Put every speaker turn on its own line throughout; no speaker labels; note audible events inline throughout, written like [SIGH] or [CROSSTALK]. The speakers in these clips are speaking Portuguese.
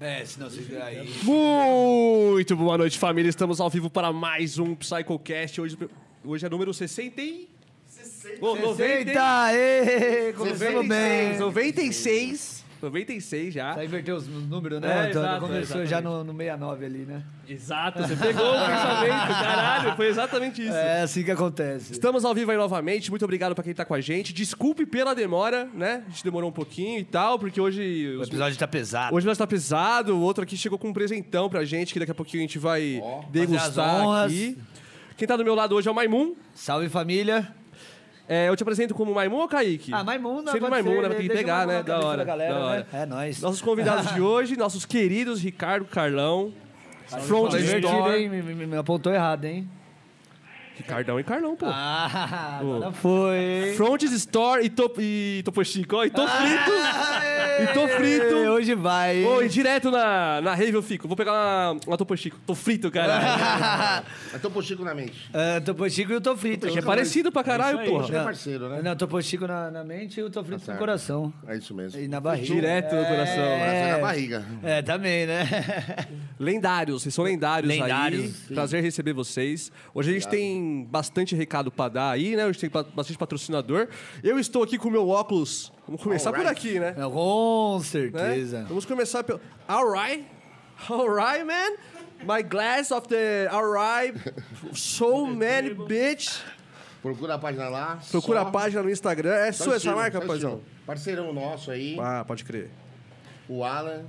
É, se não segura
[LAUGHS]
aí.
Muito boa noite, família. Estamos ao vivo para mais um PsychoCast. Hoje, hoje é número 60 e... 90,
Eita, ê, começamos bem.
96. 96 já.
Só inverteu os números, né,
É,
Antônio?
exato,
Começou
exatamente.
já no, no 69 ali, né?
Exato,
[LAUGHS]
você pegou o pensamento, caralho. Foi exatamente isso.
É assim que acontece.
Estamos ao vivo aí novamente. Muito obrigado pra quem tá com a gente. Desculpe pela demora, né? A gente demorou um pouquinho e tal, porque hoje...
O
os-
episódio tá pesado.
Hoje nós tá pesado, o outro aqui chegou com um presentão pra gente, que daqui a pouquinho a gente vai
fazer
degustar
as honras.
aqui. Quem tá do meu lado hoje é o Maimun.
Salve família.
É, eu te apresento como Maimun ou Kaique?
Ah, Maimunda,
Sempre
pode
Maimunda,
ser,
vai ter que
deixa
pegar,
Maimunda
né?
na
Da
cabeça
hora,
galera,
da hora.
né? É nóis.
Nossos
[LAUGHS]
convidados de hoje, nossos queridos Ricardo Carlão, Front
Tá invertido,
Store.
hein? Me, me- me apontou errado, hein?
Ricardão e Carlão, pô.
Ah, agora foi, hein? Ah,
Front Store e, top, e Topo Chico, ó, e Tô Frito. [LAUGHS] E
Ê,
Tô Frito.
Hoje vai, hein? [LAUGHS]
Oi, direto na, na rave eu fico. Vou pegar uma, uma Topo Chico. Tô
[LAUGHS]
frito, cara.
Mas Topo Chico na mente.
É, Ah, Topo Chico e o Tô Frito.
É parecido pra caralho, porra. Tá
Chico é parceiro, né?
Não, Topo Chico na, na mente e o Tô Frito
certo.
no coração.
É isso mesmo.
E na barriga.
Direto no coração.
Coração na barriga.
É, também,
[LAUGHS]
né?
Lendários, vocês são lendários, aí.
Lendários,
Prazer receber vocês. Hoje a gente tem bastante recado pra dar aí, né? Hoje tem ba- bastante patrocinador. Eu estou aqui com o meu óculos. Vamos começar por
Alright.
aqui, né?
É, Com
né?
certeza.
Vamos começar pelo. Alright. Alright, man. My glass of the. Alright.
[LAUGHS]
So many, bitch.
Procura a página lá.
Procura
só-
a página no Instagram. É
só
sua essa
estilo,
marca,
só
rapazão?
estilo. Parceirão nosso aí,
Ah, pode crer.
o Alan.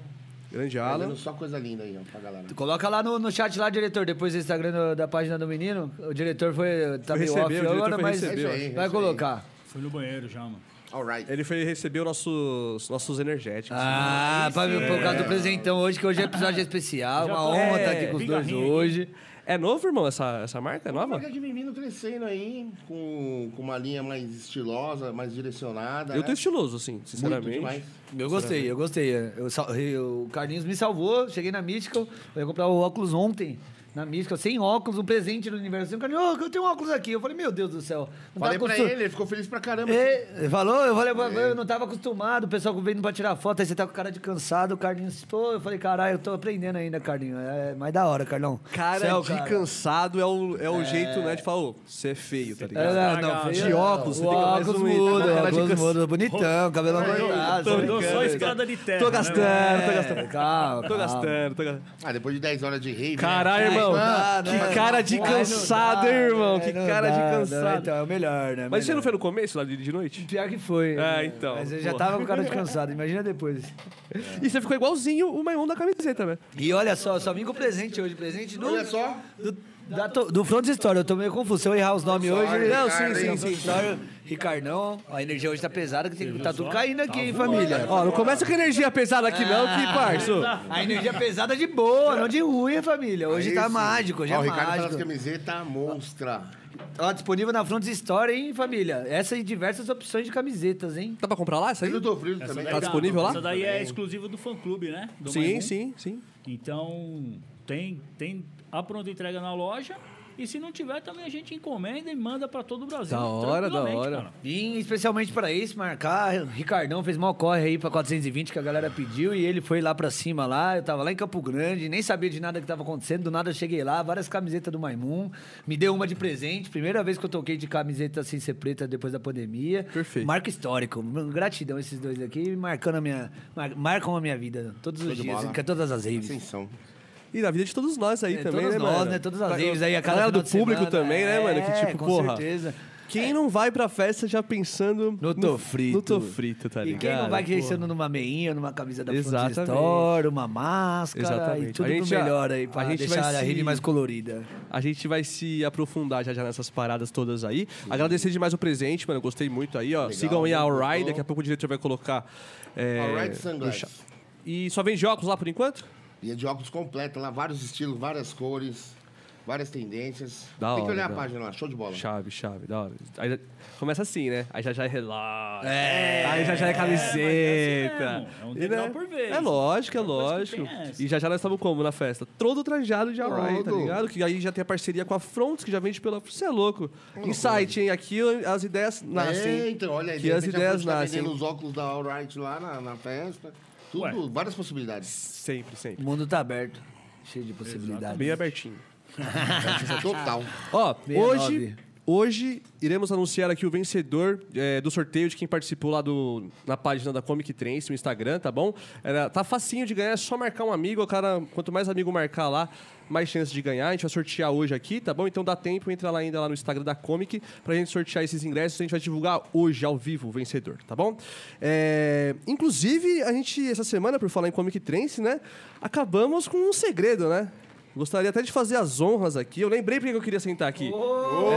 Grande
Alan.
Alan.
Só coisa linda aí, ó, pra galera.
Coloca lá no, no chat lá, diretor, depois do Instagram do- da página do menino. O diretor foi. Tá meio
recebeu,
off
o diretor
agora,
foi
mas
receber,
eu acho.
vai colocar.
Fui no banheiro já, mano.
Alright.
Ele foi receber os nossos, nossos energéticos.
Ah, pra mim, por causa do presentão hoje, que hoje é episódio especial. Uma
foi-
honra
é,
estar aqui com os dois
pigarrinho aí.
hoje.
É novo, irmão, essa, essa marca? É nova?
Marca de menino crescendo aí, com, com uma linha mais estilosa, mais direcionada.
Eu
né?
tô estiloso, assim,
muito
sinceramente.
demais.
Eu gostei, eu gostei. Eu sal- eu- o Carlinhos me salvou, cheguei na Mystical, eu ia comprar o óculos ontem. Na Mystical, sem óculos, um presente no universo. Assim, o Carlinhos, "Ô, eu tenho um óculos aqui. Eu falei, meu Deus do céu. Não
Falei
tava
pra
acostum-
ele, ele ficou feliz pra caramba.
É, falou, eu falei, eu não tava acostumado, o pessoal vindo pra tirar foto, aí você tá com cara de cansado, o Carlinhos, pô, eu falei, caralho, eu tô aprendendo ainda, Carlinhos, é mais da hora, Carlão.
Cara
Céu,
de cansado é o, é o jeito, né, de falar, ô, você é feio, tá ligado?
É, não, não,
De
feio,
óculos,
não.
você
o
fica mais
óculos
bonito.
muda, o
Cara de
óculos
cansado.
muda, bonitão, cabelo amarelado.
tô-
sabe?
tô-
Dou só escada de terra.
Tô
Né,
gastando, tô gastando.
É, calma,
Tô
calma.
gastando, tô gastando.
Ah, depois de 10 horas de rave.
Caralho,
né?
irmão.
Ah,
que
né?
cara de
Ai, não
cansado,
dá,
hein, irmão.
né?
Que
Não
cara
dá,
de
não,
cansado.
Então, é o melhor, né?
Mas você não
Melhor.
foi no começo, lá de de noite?
Pior que foi.
É, então,
Mas eu já
pô.
tava com
[LAUGHS]
cara de cansado, imagina depois.
E você ficou igualzinho o Maimon da camiseta, né? velho.
E olha só, eu só vim com presente hoje, presente do...
Olha só.
Do, da to- do Front Store, eu tô meio confuso. Se eu errar os nomes hoje.
Ricardo, hein?
sim, sim. Ricardão, a energia hoje tá pesada, que tem, tá tudo caindo aqui, hein, família.
Ó, não começa com energia pesada aqui, não, que parço.
A energia pesada de boa, não de ruim, hein, família. Hoje tá
Esse-
mágico, hoje
Ó,
é
o Ricardo tá nas
mágico.
camisetas monstra.
Ó, disponível na Front Store, hein, família. Essa e diversas opções de camisetas, hein.
Dá pra comprar lá essa aí?
Eu tô frio também.
Tá disponível lá?
Essa daí é exclusiva do fã-clube, né? Do
Sim,
Maimon.
sim, sim.
Então, tem, tem a pronta entrega na loja. E se não tiver, também a gente encomenda e manda pra todo o Brasil.
Da hora, da
tranquilamente,
hora.
cara.
E especialmente pra isso, marcar, o Ricardão fez mal corre aí pra 420 que a galera pediu e ele foi lá pra cima lá, eu tava lá em Campo Grande, nem sabia de nada que tava acontecendo, do nada eu cheguei lá, várias camisetas do Maimun, me deu uma de presente, primeira vez que eu toquei de camiseta sem ser preta depois da pandemia.
Perfeito.
Marca histórico, gratidão esses dois aqui, marcando a minha, mar- marcam a minha vida todos os
de
dias,
bola. Assim,
em todas as raves.
Ascensão.
E na vida de todos nós aí
É,
também,
todos
né,
nós,
mano?
né? Todas as
Pra-
raves aí, a cada
galera do
final de
público
semana,
também, né, mano? Que
é,
tipo,
com
porra.
certeza. É.
Quem não vai pra festa já pensando
No tô frito.
No tô frito, tá
E
ligado?
quem não vai
Porra.
crescendo numa meinha, numa camisa da Front
Exatamente.
Store, uma máscara
Exatamente.
e tudo
A gente
pro
já-
melhor aí, pra
a gente vai
deixar a
se-
rede mais colorida.
A gente vai se aprofundar já, já nessas paradas todas aí. Agradecer demais o presente, mano. Gostei muito aí, ó. Sigam aí a Alright, daqui a pouco o diretor vai colocar. É,
Alright
no chat.
Sunglass.
E só vende óculos lá por enquanto?
E é de óculos completa lá, vários estilos, várias cores, várias tendências.
Da
Tem que
hora,
olhar
da
a página lá, show de bola.
Chave, chave, da hora. Aí já- começa assim, né? Aí já já é relógio.
Ah,
É, aí já já é camiseta.
mas é assim mesmo. É um
E,
degrau por vez.
É lógico, é
coisa que
lógico.
tem é essa.
E já já nós estamos como na festa? Todo trajado de Alright, tá
Todo.
ligado? Que aí já tem a parceria com a Fronts, que já vende pela. Você é louco. Insight, hein? Aqui as ideias nascem.
né? É, então, olha aí.
Que
de
as
repente a
ideias
Fonte tá
nascem.
vendendo os óculos da Alright lá na, na festa. Tudo,
Ué.
várias
[LAUGHS]
possibilidades.
Sempre,
O
sempre.
mundo tá aberto, cheio de possibilidades.
Bem abertinho.
Isso é total.
Ó,
69.
hoje, hoje iremos anunciar aqui o vencedor é, do sorteio de quem participou lá do, na página da Comic Trance, no Instagram, tá bom? Era, tá facinho de ganhar, é só marcar um amigo. O cara, quanto mais amigo marcar lá, mais chance de ganhar. A gente vai sortear hoje aqui, tá bom? Então dá tempo, entra lá ainda lá no Instagram da Comic pra gente sortear esses ingressos. A gente vai divulgar hoje, ao vivo, o vencedor, tá bom? É, inclusive, a gente, essa semana, por falar em Comic Trance, né? Acabamos com um segredo, né? Gostaria até de fazer as honras aqui. Eu lembrei porque eu queria sentar aqui. Era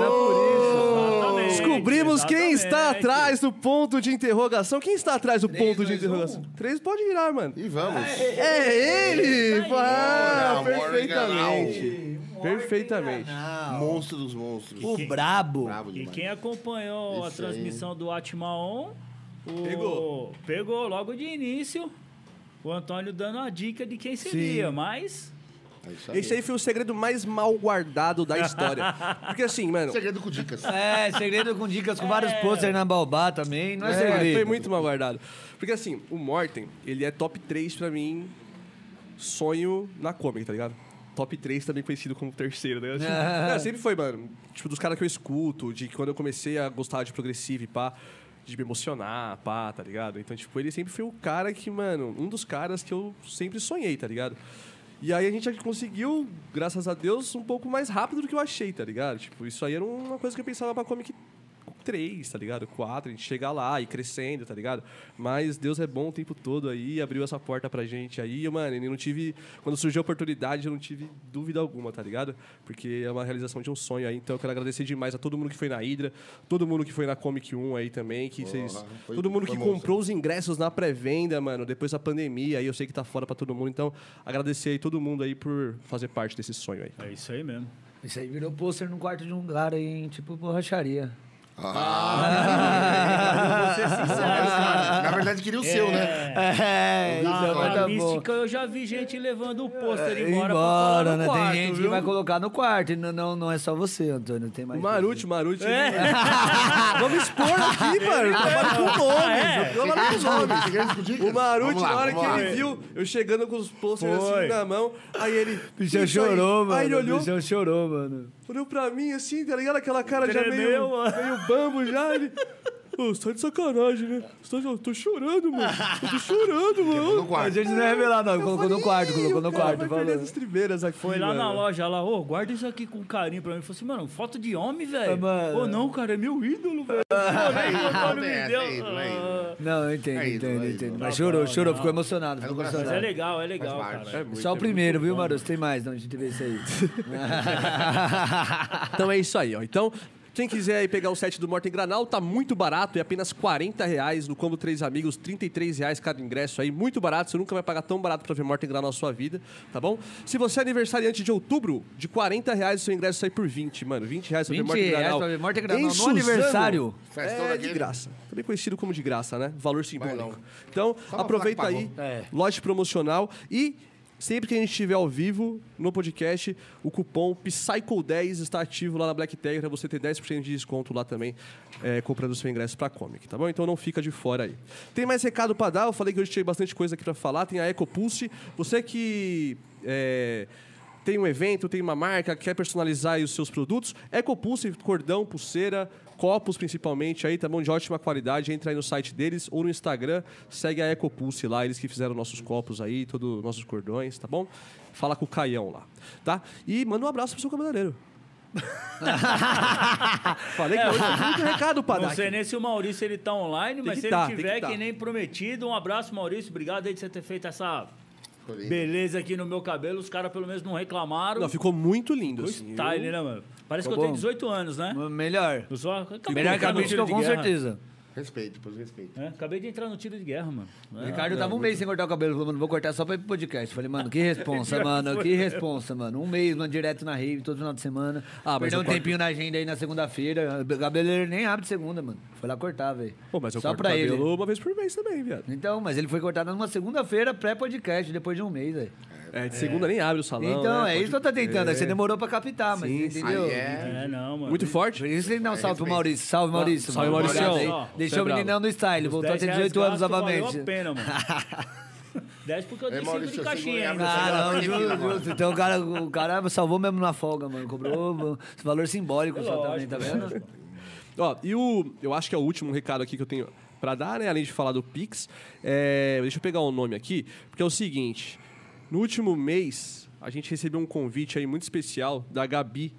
por isso.
Exatamente,
Descobrimos quem está
exatamente.
atrás do ponto de interrogação. Quem está atrás do ponto de
dois, um.
interrogação? Três pode virar, mano.
E vamos.
É ele! Ah,
Morgan
perfeitamente. Perfeitamente.
Monstro dos monstros.
O brabo.
Bravo
E
demais.
quem acompanhou a
Isso aí.
transmissão do Atma On, o-
Pegou.
Pegou logo de início o Antônio dando a dica de quem seria, mas.
É isso aí.
Esse aí foi o segredo mais mal guardado da história. Porque assim, mano.
Um Segredo com dicas.
[LAUGHS]
É, segredo com dicas com vários
É.
pôster na Baobá também. Não é,
É,
segredo.
foi muito mal guardado. Porque assim, o Morten, ele é top 3 pra mim, sonho na comic, tá ligado? Top 3 também conhecido como terceiro, né?
[LAUGHS]
Tipo, é, sempre foi, mano. Tipo, dos caras que eu escuto, de quando eu comecei a gostar de progressivo e pá, de me emocionar, pá, tá ligado? Então, tipo, ele sempre foi o cara que, mano, um dos caras que eu sempre sonhei, tá ligado? E aí a gente conseguiu, graças a Deus, um pouco mais rápido do que eu achei, tá ligado? Tipo, isso aí era uma coisa que eu pensava pra comic três, tá ligado? Quatro, a gente chegar lá e crescendo, tá ligado? Mas Deus é bom o tempo todo aí, abriu essa porta pra gente aí, e, mano, eu não tive. Quando surgiu a oportunidade, eu não tive dúvida alguma, tá ligado? Porque é uma realização de um sonho aí. Então eu quero agradecer demais a todo mundo que foi na Hydra, todo mundo que foi na Comic 1 aí também, que vocês.
foi-
Todo mundo
foi
que
monstro.
comprou os ingressos na pré-venda, mano, depois da pandemia, aí eu sei que tá fora pra todo mundo. Então, agradecer aí todo mundo aí por fazer parte desse sonho aí.
É isso aí mesmo.
Isso aí virou pôster no quarto de um cara em tipo borracharia.
Na verdade, queria o seu, né?
É, isso
Na,
é
na
muito bom.
Tá mística eu já vi gente levando o pôster
É,
embora, pra colar no
né?
quarto,
tem gente que
viu?
vai colocar no quarto. e Não, não, não é só você, Antônio. Tem mais.
Marute, Marute.
É, né?
Ah, Vamos expor aqui, mano. Eu trabalho com nomes. Eu trabalho com nomes.
Segredo né? com dicas.
O Marute,
Vamos lá,
na hora que
vamos lá.
ele viu eu chegando com os posters
Foi.
assim na mão, aí ele.
O bichão
"Isso aí".
chorou, mano.
Aí ele olhou,
O bichão chorou, mano.
olhou pra mim assim, tá ligado? Aquela cara já
Tremeu,
meio,
mano.
meio bambo já. Ele. Ô, você tá de sacanagem, né? Você tá, eu tô chorando, mano. Eu tô chorando,
No
mano.
A
quarto.
gente não é revelado, não.
Eu
Colocou no
falei,
quarto,
"Ih,
colocou
o
no
cara
quarto.
Vai perder
Falou.
essas tribeiras aqui.
Foi lá
mano.
na loja, lá, ô, guarda isso aqui com carinho pra mim. Eu falei assim, mano, foto de homem,
Ah,
velho.
mano.
Ô, não, cara, é meu ídolo, velho.
Não,
Não,
não
me
é,
deu.
não é isso, não é
então.
isso.
Não, eu entendo,
É isso,
entendo,
é isso.
entendo.
Tá
Mas chorou,
bom,
chorou,
não.
ficou emocionado.
É do
Ficou
coração.
Mas é
emocionado.
legal, é legal,
Faz parte.
cara.
É muito,
Só o
é
primeiro, viu, Maroto? Tem mais, não. A gente vê isso aí. [LAUGHS]
Então é isso aí, ó. Então, quem quiser aí pegar o set do Morten Granal, tá muito barato, é apenas 40 reais no Combo Três Amigos, 33 reais cada ingresso aí, muito barato, você nunca vai pagar tão barato pra ver Morten Granal na sua vida, tá bom? Se você é aniversariante de outubro, de 40 reais o seu ingresso sai por 20, mano, 20 reais pra ver
20
Morten
reais
Granal.
pra ver Morte
Em
Granal no
Suzano,
aniversário.
Festão
É de
daquele.
graça. Também conhecido como de graça, né? Valor simbólico.
Bailão.
Então,
pra
aproveita
falar que
aí,
pagou.
É.
lote promocional e sempre que a gente estiver ao vivo no podcast, o cupom PSYCHO10 está ativo lá na Black Tag para você ter 10% de desconto lá também, é, comprando seu ingresso para Comic, tá bom? Então não fica de fora aí. Tem mais recado para dar? Eu falei que hoje tinha bastante coisa aqui para falar. Tem a EcoPulse. Você que... é, tem um evento, tem uma marca, quer personalizar aí os seus produtos, EcoPulse, cordão, pulseira, copos principalmente aí, tá bom? De ótima qualidade, entra aí no site deles ou no Instagram, segue a EcoPulse lá, eles que fizeram nossos copos aí, todos os nossos cordões, tá bom? Fala com o Caião lá, tá? E manda um abraço pro seu cabeleireiro. Falei que hoje tem muito recado pra
Não
dar.
sei
aqui.
nem se o Maurício ele tá online, mas
que
se
tá,
ele
tem
tiver,
que
que,
tá.
nem prometido, um abraço, Maurício. Obrigado aí de você ter feito essa
Colhi.
beleza aqui no meu cabelo. Os caras pelo menos não reclamaram.
Não, ficou muito lindo.
o
Assim.
style, né, mano? Parece que eu
Ficou
tenho
bom.
18 anos, né?
Melhor.
Eu só... acabei
Melhor
de
que
entrar
a
no
mística,
tiro de
com
guerra.
certeza.
Respeito, por respeito.
É, acabei de entrar no tiro de guerra, mano.
O
É.
Ricardo tava um mês sem cortar o cabelo, falou, mano, vou cortar só pra ir pro podcast. Falei, mano, que responsa, mano, que responsa, mano. Um mês, mano, direto na rave, todo final de semana.
Ah, mas
Perdeu
eu
um
corto-
tempinho na agenda aí na segunda-feira. O cabeleireiro nem abre de segunda, mano. Foi lá cortar, velho.
Pô, mas eu
Só
corto
pra
cabelo
ele.
uma vez por mês também, viado.
Então, mas ele foi cortado numa segunda-feira pré-podcast, depois de um mês, velho.
É, de segunda nem abre o salão,
Então,
né?
é
Pode-
isso que eu tô tentando. é que Você demorou pra captar, mas entendeu?
Aí é.
É, não, mano.
Muito forte?
Por isso que ele dá um salve pro Maurício. Salve, Maurício.
Salve,
mano.
Mauricião.
Obrigado aí.
Ó,
Deixou
você é
o meninão no style, voltou a
10
ter
reais
18 anos
gasto, valeu a
novamente.
pena, mano.
[LAUGHS]
10 porque eu dei
É,
5 de
Maurício, segura
caixinha
aí,
ainda.
abre
Ah, não,
Agora,
justo,
agora.
justo. Então o cara, o cara salvou mesmo na folga, mano. Cobrou esse valor simbólico
É
só também,
lógico,
tá vendo?
Ó, e o. Eu acho que é o último recado aqui que eu tenho pra dar, né? Além de falar do Pix. É, deixa eu pegar o nome aqui, porque é o seguinte: no último mês, a gente recebeu um convite aí muito especial da Gabi,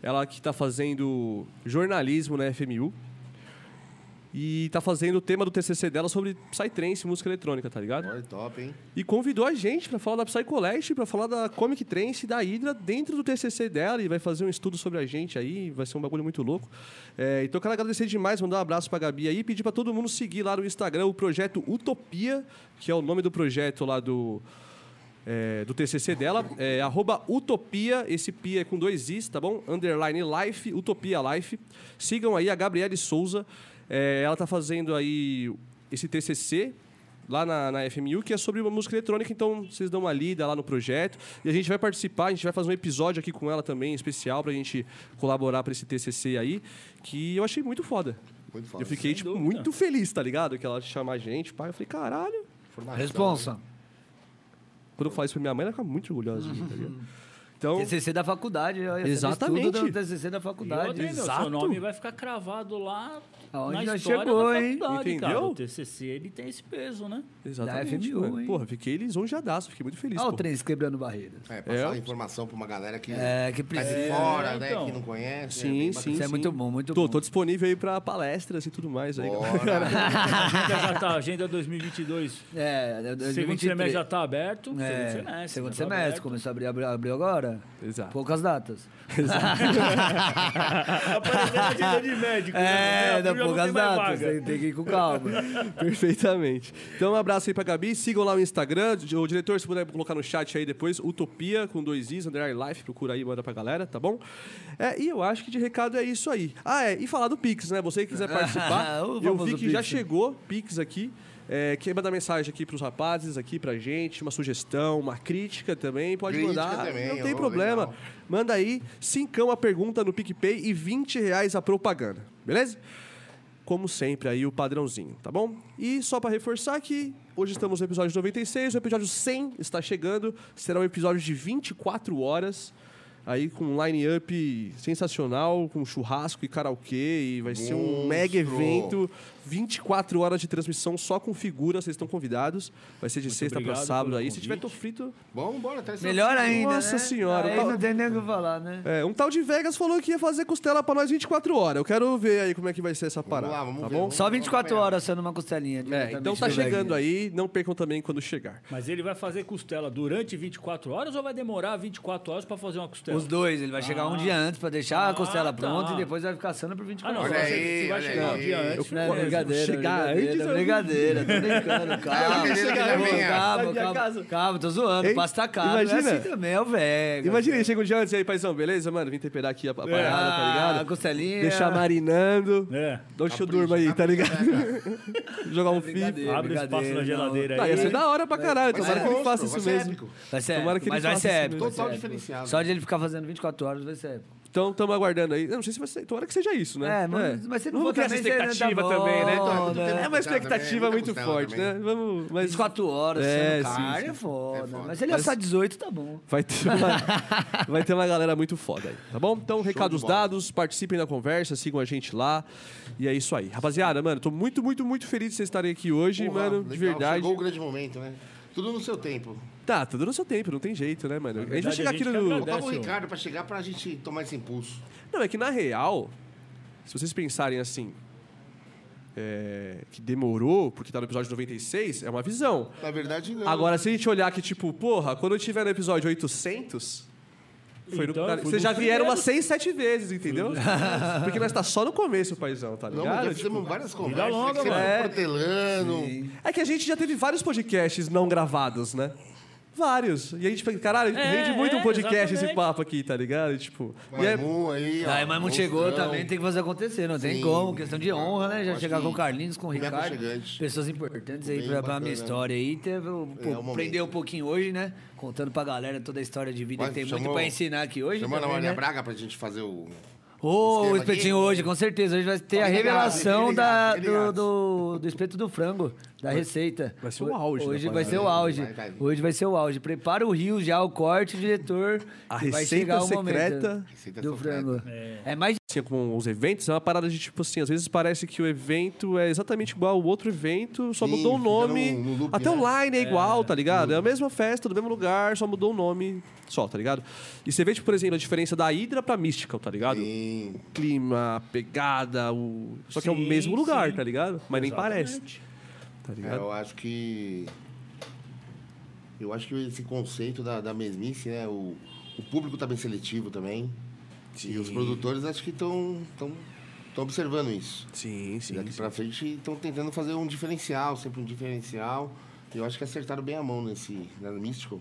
ela que tá fazendo jornalismo na FMU. E tá fazendo o tema do TCC dela sobre Psytrance, música eletrônica, tá ligado?
Olha, top, hein?
E convidou a gente pra falar da Psy Collection, pra falar da Comic Trance e da Hydra dentro do TCC dela e vai fazer um estudo sobre a gente aí, vai ser um bagulho muito louco. É, então eu quero agradecer demais, mandar um abraço pra Gabi aí e pedir pra todo mundo seguir lá no Instagram o projeto Utopia, que é o nome do projeto lá do é, do TCC dela, é arroba utopia, esse pia é com dois is, tá bom? Underline life, utopia life. Sigam aí a Gabriele Souza, é, ela tá fazendo aí esse TCC lá na, na FMU, que é sobre uma música eletrônica, então vocês dão uma lida lá no projeto. E a gente vai participar, a gente vai fazer um episódio aqui com ela também, especial, pra gente colaborar pra esse TCC aí, que eu achei muito foda.
Muito
Eu
fácil.
fiquei, tipo,
dúvida.
muito feliz, tá ligado? Que ela chamar a gente, pai, eu falei, caralho...
Informação,
Responsa.
Quando eu falo isso pra minha mãe, ela fica muito orgulhosa de mim, tá
[LAUGHS]
ligado? Então,
TCC da faculdade. eu ia saber
Exatamente.
Tudo do TCC da
E
faculdade.
outra, hein, meu,
exato.
seu nome vai ficar cravado lá
Aonde
na
nós
história
chegou,
da
hein?
faculdade, cara.
Entendeu?
O TCC, ele tem esse peso, né?
exatamente.
Da FMU,
mano.
hein?
Porra, fiquei lisonjadaço, fiquei muito feliz.
Olha o
pô.
três quebrando barreiras.
É, passar
É.
informação pra uma galera que
É, que
tá
precisa.
de fora,
É,
né?
então.
Que não conhece. né,
Sim,
bem
sim,
Isso é
sim.
muito bom, muito
Tô,
bom.
tô disponível aí pra palestras e tudo mais aí. galera.
bacana. Bora.
A agenda já tá, a agenda 2022,
É, é
segundo
2023.
semestre já tá
né?
aberto.
É,
segundo semestre.
segundo
já tá
semestre,
aberto.
começou a abrir, abrir, abriu agora.
Exato.
Poucas
[LAUGHS]
datas.
[LAUGHS] Aparecendo a agenda de médico.
[LAUGHS] É,
né?
dá
Já não
poucas
tem mais
datas.
vaga.
Tem, tem que ir com calma.
[LAUGHS] Perfeitamente. Então, um abraço aí pra Gabi. Sigam lá o Instagram. O diretor, se puder colocar no chat aí depois, Utopia com dois Is, Underline Life. Procura aí, manda pra galera, tá bom? É, e eu acho que de recado é isso aí. Ah, é. E falar do Pix, né? Você
[LAUGHS]
que quiser participar.
Ah, O
eu
famoso
vi que já
Pix.
chegou Pix aqui. É, quer mandar mensagem aqui pros rapazes, aqui pra gente, uma sugestão, uma crítica também, pode
Crítica
mandar.
também,
Não tem
ô,
problema.
legal.
Manda aí, cincão a pergunta no PicPay e 20 reais a propaganda, beleza? Como sempre, aí o padrãozinho, tá bom? E só pra reforçar que hoje estamos no episódio 96, o episódio 100 está chegando, será um episódio de 24 horas, aí com um line-up sensacional, com churrasco e karaokê, e vai ser um
Monstro!
mega evento, 24 horas de transmissão só com figuras, vocês estão convidados, vai ser de sexta pra
obrigado
sábado
pelo
aí, se tiver tô
convite.
frito...
Vamos, bora. traz seu
Melhor
filho.
ainda.
Nossa
né?
senhora,
Aí
tá-
não tem nem o que falar, né?
É, um tal de Vegas falou que ia fazer costela pra nós 24 horas. Eu quero ver aí como é que vai ser essa parada.
lá, vamos
tá
ver,
bom?
vamos
Só 24 horas sendo uma costelinha.
É,
diretamente
então tá
do Vegas.
chegando aí, não percam também quando chegar.
Mas ele vai fazer costela durante 24 horas ou vai demorar 24 horas pra fazer uma costela?
Os dois, ele vai chegar
Ah.
um dia antes pra deixar a
Ah,
costela
tá.
pronta e depois vai ficar assando por 24
Ah, não,
horas.
Olha
se
aí,
vai
olha
chegar um
aí.
dia antes,
Não,
beleza.
brincadeira,
chegar
brincadeira,
antes, eu-
brincadeira, tô
[LAUGHS]
brincando, calma.
querendo que
Calma,
já venha.
Na
calma,
minha é casa.
calma, calma, tô zoando,
Ei,
pasta caro,
imagina.
é assim também, é o velho.
Imagina, ele chega um dia antes e aí, paizão, beleza, mano? Vim temperar aqui a a parada, tá
É. Ah,
ligado?
costelinha.
Deixar marinando.
É.
Deixa eu durmo aí, tá ligado?
né,
[LAUGHS] Jogar um FIFA.
Brincadeira,
Abre o
brincadeira,
espaço na
não.
geladeira
Ah,
aí.
ia ser da hora pra caralho.
Vai
Tomara que ele
ser É, monstro,
faça isso
vai ser
mesmo.
épico.
Vai ser
Tomara
épico,
que ele
mas vai
faça
ser
isso
épico.
mesmo.
vai
Total
ser épico.
diferenciado.
Só de ele ficar fazendo 24 horas vai ser épico.
Então, estamos aguardando aí. Eu não sei se vai ser. Tomara que seja isso, né?
É, mas, mas se não
Vamos
for
criar
também,
essa expectativa
Tá
você
também, né?
volta.
Então,
É uma expectativa
Também,
muito
muita
forte,
costela
né? Vamos. Mas
24 horas,
É,
sendo
sim,
carne,
sim.
é foda.
É foda.
Mas se ele alçar 18, tá bom.
Vai ter,
[LAUGHS]
uma, vai ter uma galera muito foda aí, tá bom? Então, recados
bola.
dados, participem da conversa, sigam a gente lá. E é isso aí. Rapaziada, mano, tô muito, muito, muito feliz de vocês estarem aqui hoje,
Porra,
mano, de
legal,
verdade.
Chegou o grande momento, né? Tudo no seu tempo.
Tá, tudo no seu tempo, não tem jeito, né, mano? a gente vai
verdade,
chegar
a gente
aqui
que
no.
agradece.
Faltava o
Décio.
Ricardo pra chegar pra gente tomar esse impulso.
Não, é que na real, se vocês pensarem assim, é, que demorou, porque tá no episódio 96, é uma visão.
Na verdade, não.
Agora, se a gente olhar que, tipo, porra, quando eu tiver no episódio 800. Foi
Então,
no...
foi
Vocês
no
já vieram
primeiro.
umas 6, 7 vezes, entendeu? [LAUGHS] Porque nós tá só no começo, paizão, tá
Não,
ligado?
é
mas já
Tipo,
fizemos várias conversas.
longa,
sempre
É.
mano.
protelando.
É que a gente já teve vários podcasts não gravados, né? Vários. E a gente, fica, caralho,
É,
rende muito
é,
um podcast esse
exatamente.
papo aqui, tá ligado? Tipo. E é...
Maimun aí, ó.
Aí, mas não chegou
monstrão.
também, tem que fazer acontecer, não tem
Sim.
como. Questão de honra, né? Já
Acho
chegar
que
com o Carlinhos, com o
bem
Ricardo.
aconchegante.
Pessoas importantes aí
Bem
pra, pra minha
bacana. né?
história aí. Teve, o-
É, é o
pô,
momento.
aprendeu um pouquinho hoje, né? Contando pra galera toda a história de vida.
Mas
que tem
chamou-
muito pra ensinar aqui hoje.
Chamou a Ana
também,
Maria
né?
Braga pra gente fazer o...
Ô, Ô, o
Esquema
espetinho
aqui.
hoje, com certeza. Hoje vai ter a
Fiquem ligados,
revelação
fiquem
da,
ligados, fiquem
do,
ligados.
do, do espeto do frango, da receita.
vai ser o auge né? da
Hoje vai
parada.
ser o auge.
Vai, vai.
Hoje vai ser o auge. Prepara o rio já, o corte, diretor.
A
que vai
receita
chegar o
secreta.
momento
Receita
do
secreta.
frango. É mais
assim, com os eventos, é uma parada de tipo assim, às vezes parece que o evento é exatamente igual ao outro evento, só
Sim,
mudou o
fica
nome.
no- no loop,
até
né?
online é igual, tá ligado? É a mesma festa, do mesmo lugar, só mudou o nome só, tá ligado? E você vê, tipo, por exemplo, a diferença da Hydra pra Mystical, tá ligado?
Sim.
Clima, a pegada, o. Só que é o
Sim,
mesmo lugar,
sim.
tá ligado? Mas nem parece,
Exatamente.
tá
É,
ligado?
eu acho que. Eu acho que esse conceito da, da mesmice, né? O, o público tá bem seletivo também. E os produtores acho que estão tão, tão observando isso.
Sim, sim.
Daqui
sim.
pra frente estão tentando fazer um diferencial, sempre um diferencial. E eu acho que acertaram bem a mão nesse na Mystical,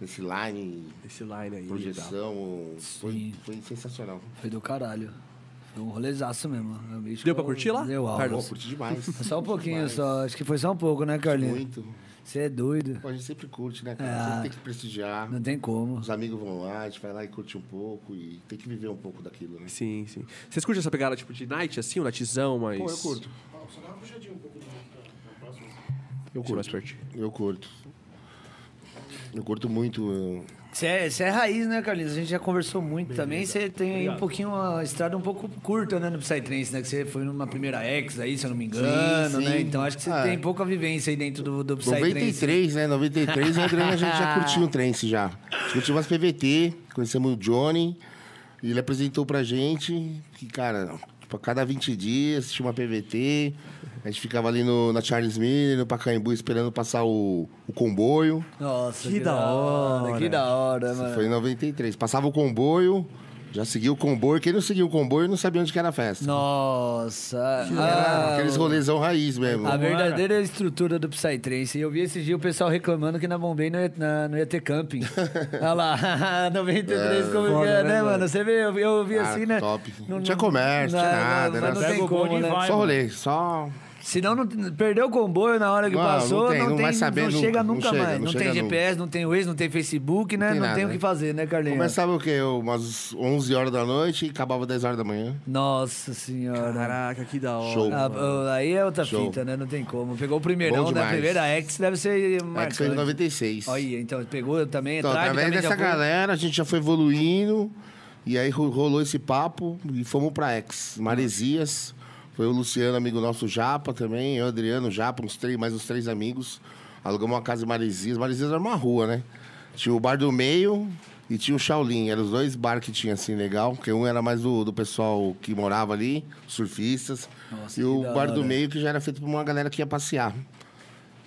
nesse line,
Esse line aí. tá.
projeção. Foi,
Sim.
foi sensacional.
Foi do caralho. Foi um rolezaço mesmo. O bicho
Deu pra
ficou-
curtir lá?
Deu
Pô,
alto.
curti demais.
[LAUGHS] Só um pouquinho,
Demais.
só. Acho que foi só um pouco, né, Carlinhos?
Muito.
Você é doido.
Pô, a gente sempre curte, né, cara?
Ah.
Sempre tem que prestigiar.
Não tem como.
Os amigos vão lá, a gente vai lá e curte um pouco e tem que viver um pouco daquilo, né?
Sim, sim. Vocês curtem essa pegada tipo de night, assim, um nightzão, mas.
Pô, eu curto.
Eu curto. mais pertinho.
Eu curto. Eu curto muito. eu-
Você é, cê é raiz, né, Carlinhos? A gente já conversou muito também. Você tem aí um pouquinho uma estrada um pouco curta, né, no Psytrance, né? Que você foi numa primeira ex aí, se eu não me engano,
sim.
né? Então acho que você
Ah.
tem pouca vivência aí dentro do, do Psytrance.
93, né? 93, eu entrei, a gente já curtiu um trance já. Curtiu umas PVT, conhecemos o Johnny. E ele apresentou pra gente que, cara, tipo, a cada 20 dias tinha uma PVT. A gente ficava ali no, na Charles Miller, no Pacaembu, esperando passar o, o comboio.
Nossa,
Que da hora.
Que da hora,
Isso
mano.
Foi em 93. Passava o comboio, já seguia o comboio. Quem não seguia o comboio não sabia onde que era a festa.
Nossa.
Era
Ah,
aqueles rolezão raiz mesmo.
A verdadeira estrutura do Psytrance. E eu vi esse dia o pessoal reclamando que na Bombay não ia, na- não ia ter
[LAUGHS]
camping. Olha lá, [LAUGHS] 93 como que é, né, mano? Você vê, eu, eu vi
Ah,
assim, né?
top. Não tinha comércio,
não-
tinha nada,
mas
era
Não
só-
tem
Pega o
como,
bonde e
né?
vai.
Só rolê, só.
Senão não, perdeu o comboio na hora que
Não, não
passou, não,
tem,
tem,
não vai saber
não
nunca,
chega
não
nunca
chega,
mais.
não
Não,
chega
tem GPS, não tem Waze, não tem Facebook, né?
Não
Não
tem
tem,
nada,
o que
né?
fazer, né, Carlinhos?
Começava o quê? Umas 11 horas da noite e acabava 10 horas da manhã.
Nossa senhora.
Caraca, que da hora.
Show.
Ah, ah, aí é outra
Show.
fita, né? Não tem como. Pegou o primeirão
Bom
da
demais.
primeira X, deve ser
É que foi em
marcante.
96.
Olha, então pegou também,
Então,
atrás
através
também já
dessa
foi-
galera, a gente já foi evoluindo. E aí ro- rolou esse papo e fomos pra Ex. Maresias. Foi o Luciano, amigo nosso, Japa também. Eu, Adriano, Japa, uns três, mais uns três amigos. Alugamos uma casa em Maresias. Maresias era uma rua, né? Tinha o Bar do Meio e tinha o Shaolin. Eram os dois bar que tinha, assim, legal. Porque um era mais do, do pessoal que morava ali, surfistas.
Nossa, que
e o
da
Bar do
hora.
Meio que já era feito pra uma galera que ia passear.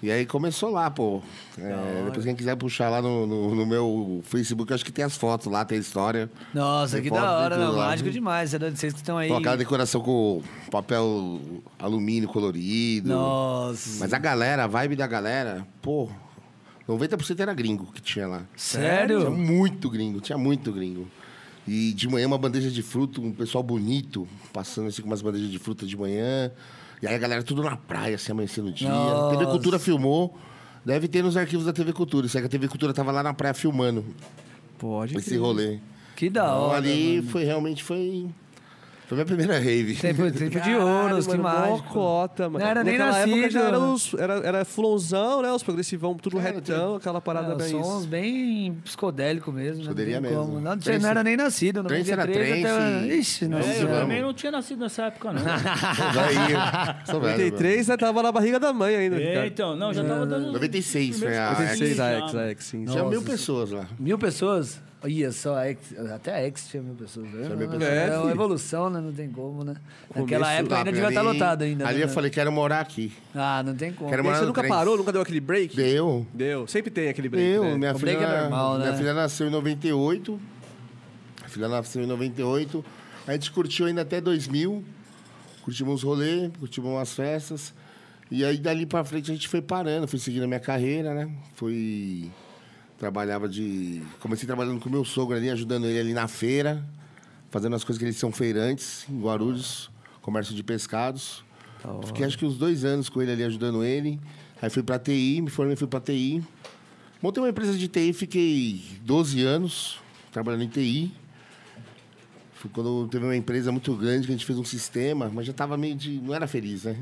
E aí começou lá, pô. É, depois quem quiser puxar lá no, no- no meu Facebook, eu acho que tem as fotos lá, tem a história.
Nossa,
Tem
que
foto,
da
tem
hora,
tudo
não.
lá.
Mágico demais. é Vocês que estão aí.
Pô, aquela decoração com papel alumínio colorido.
Nossa.
Mas a galera, a vibe da galera, pô, 90% era gringo que tinha lá. Tinha
Sério?
muito gringo, tinha muito gringo. E de manhã uma bandeja de fruta, um pessoal bonito, passando assim com umas bandejas de fruta de manhã. E aí a galera tudo na praia, assim, amanhecendo o dia.
Nossa.
TV Cultura filmou. Deve ter nos arquivos da TV Cultura. Isso é que a TV Cultura tava lá na praia filmando
Pode.
esse
crer.
rolê.
Que da
Então,
hora.
ali
mano.
foi realmente, foi... Foi minha primeira rave. [LAUGHS]
Tempo, tempo de
Caralho,
ouros, que
mano,
mágico.
mó Cota, mano.
Não era nem
Naquela época
nascido.
já era, os, era, era fulãozão, né? Os progressivão,
É,
tudo retão, aquela parada
Não,
bem
sons
isso.
bem psicodélico mesmo. né? Não
Poderia
tem
mesmo.
como. Não,
Trance-
não era nem nascido. Não
Trance era trance.
até... Ixi, não
Vamos,
É,
sei.
eu
vamos.
também não tinha nascido nessa época, [LAUGHS] não.
Daí, sou velho,
93, né? Tava na barriga da mãe ainda,
É,
Ricardo. então.
então, não, já tava dando.
96 foi a-
96, a X,
já. Ah,
a X, sim.
mano. Tinha mil pessoas lá.
Mil pessoas? Ia só a X, até a X tinha mil pessoas. Tinha
mil
né?
pessoas.
É,
É,
uma
fi.
evolução, né? Não tem como, né? Naquela
Começo
época ainda
Top,
devia estar
ali-
lotado ainda.
Ali
né,
eu
mano?
falei, quero morar aqui.
Ah, não tem como.
Quero
E aí,
morar
você
no
nunca
trance.
parou? Nunca deu aquele break?
um Deu.
Deu. Sempre tem aquele break,
Eu,
né?
minha
O
filha,
break é normal,
minha
né?
filha nasceu em 98. A filha nasceu em 98. A gente curtiu ainda até 2000. Curtimos uns rolês, curtimos umas festas. E aí, dali pra frente, a gente foi parando. Fui seguindo a minha carreira, né? Fui... Trabalhava de... Comecei trabalhando com meu sogro ali, ajudando ele ali na feira. Fazendo as coisas que eles são feirantes, em Guarulhos. Comércio de pescados. Fiquei acho que uns dois anos com ele ali, ajudando ele. Aí fui pra TI, me formei, fui pra TI. Montei uma empresa de TI, fiquei 12 anos trabalhando em TI. Foi quando teve uma empresa muito grande que a gente fez um sistema, mas já tava meio de. não era feliz, né?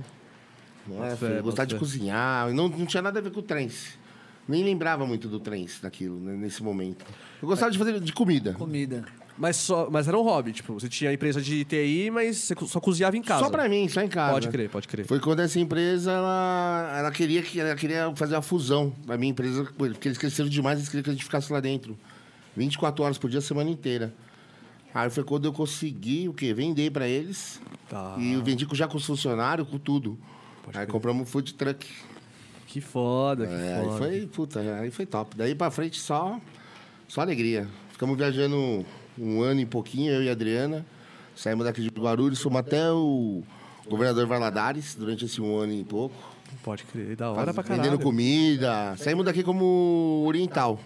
Não era
Bota
feliz.
fé,
Gostava
bota
de
fé.
cozinhar, não, não tinha nada a ver com o trance. Nem lembrava muito do trance daquilo, né, nesse momento. Eu gostava de fazer de comida.
Comida.
Mas, só, mas era um hobby, tipo, você tinha a empresa de TI, mas você co- só cozinhava em casa.
Só pra mim, só em casa.
Pode crer, pode crer.
Foi quando essa empresa, ela, ela queria, que- ela queria fazer a fusão da minha empresa, porque eles cresceram demais, eles queriam que a gente ficasse lá dentro. 24 horas por dia, a semana inteira. Aí foi quando eu consegui, o quê? Vender pra eles.
Tá.
E eu vendi com- já com os funcionários, com tudo. aí compramos um food truck.
Que foda, que
É,
foda.
aí foi, puta, aí foi top. Daí pra frente só, só alegria. Ficamos viajando um ano e pouquinho, eu e a Adriana. Saímos daqui de Guarulhos, fomos até o governador Valadares durante esse um ano e pouco.
Pode crer, da hora pra
Vendendo
caralho.
comida. Saímos daqui como oriental.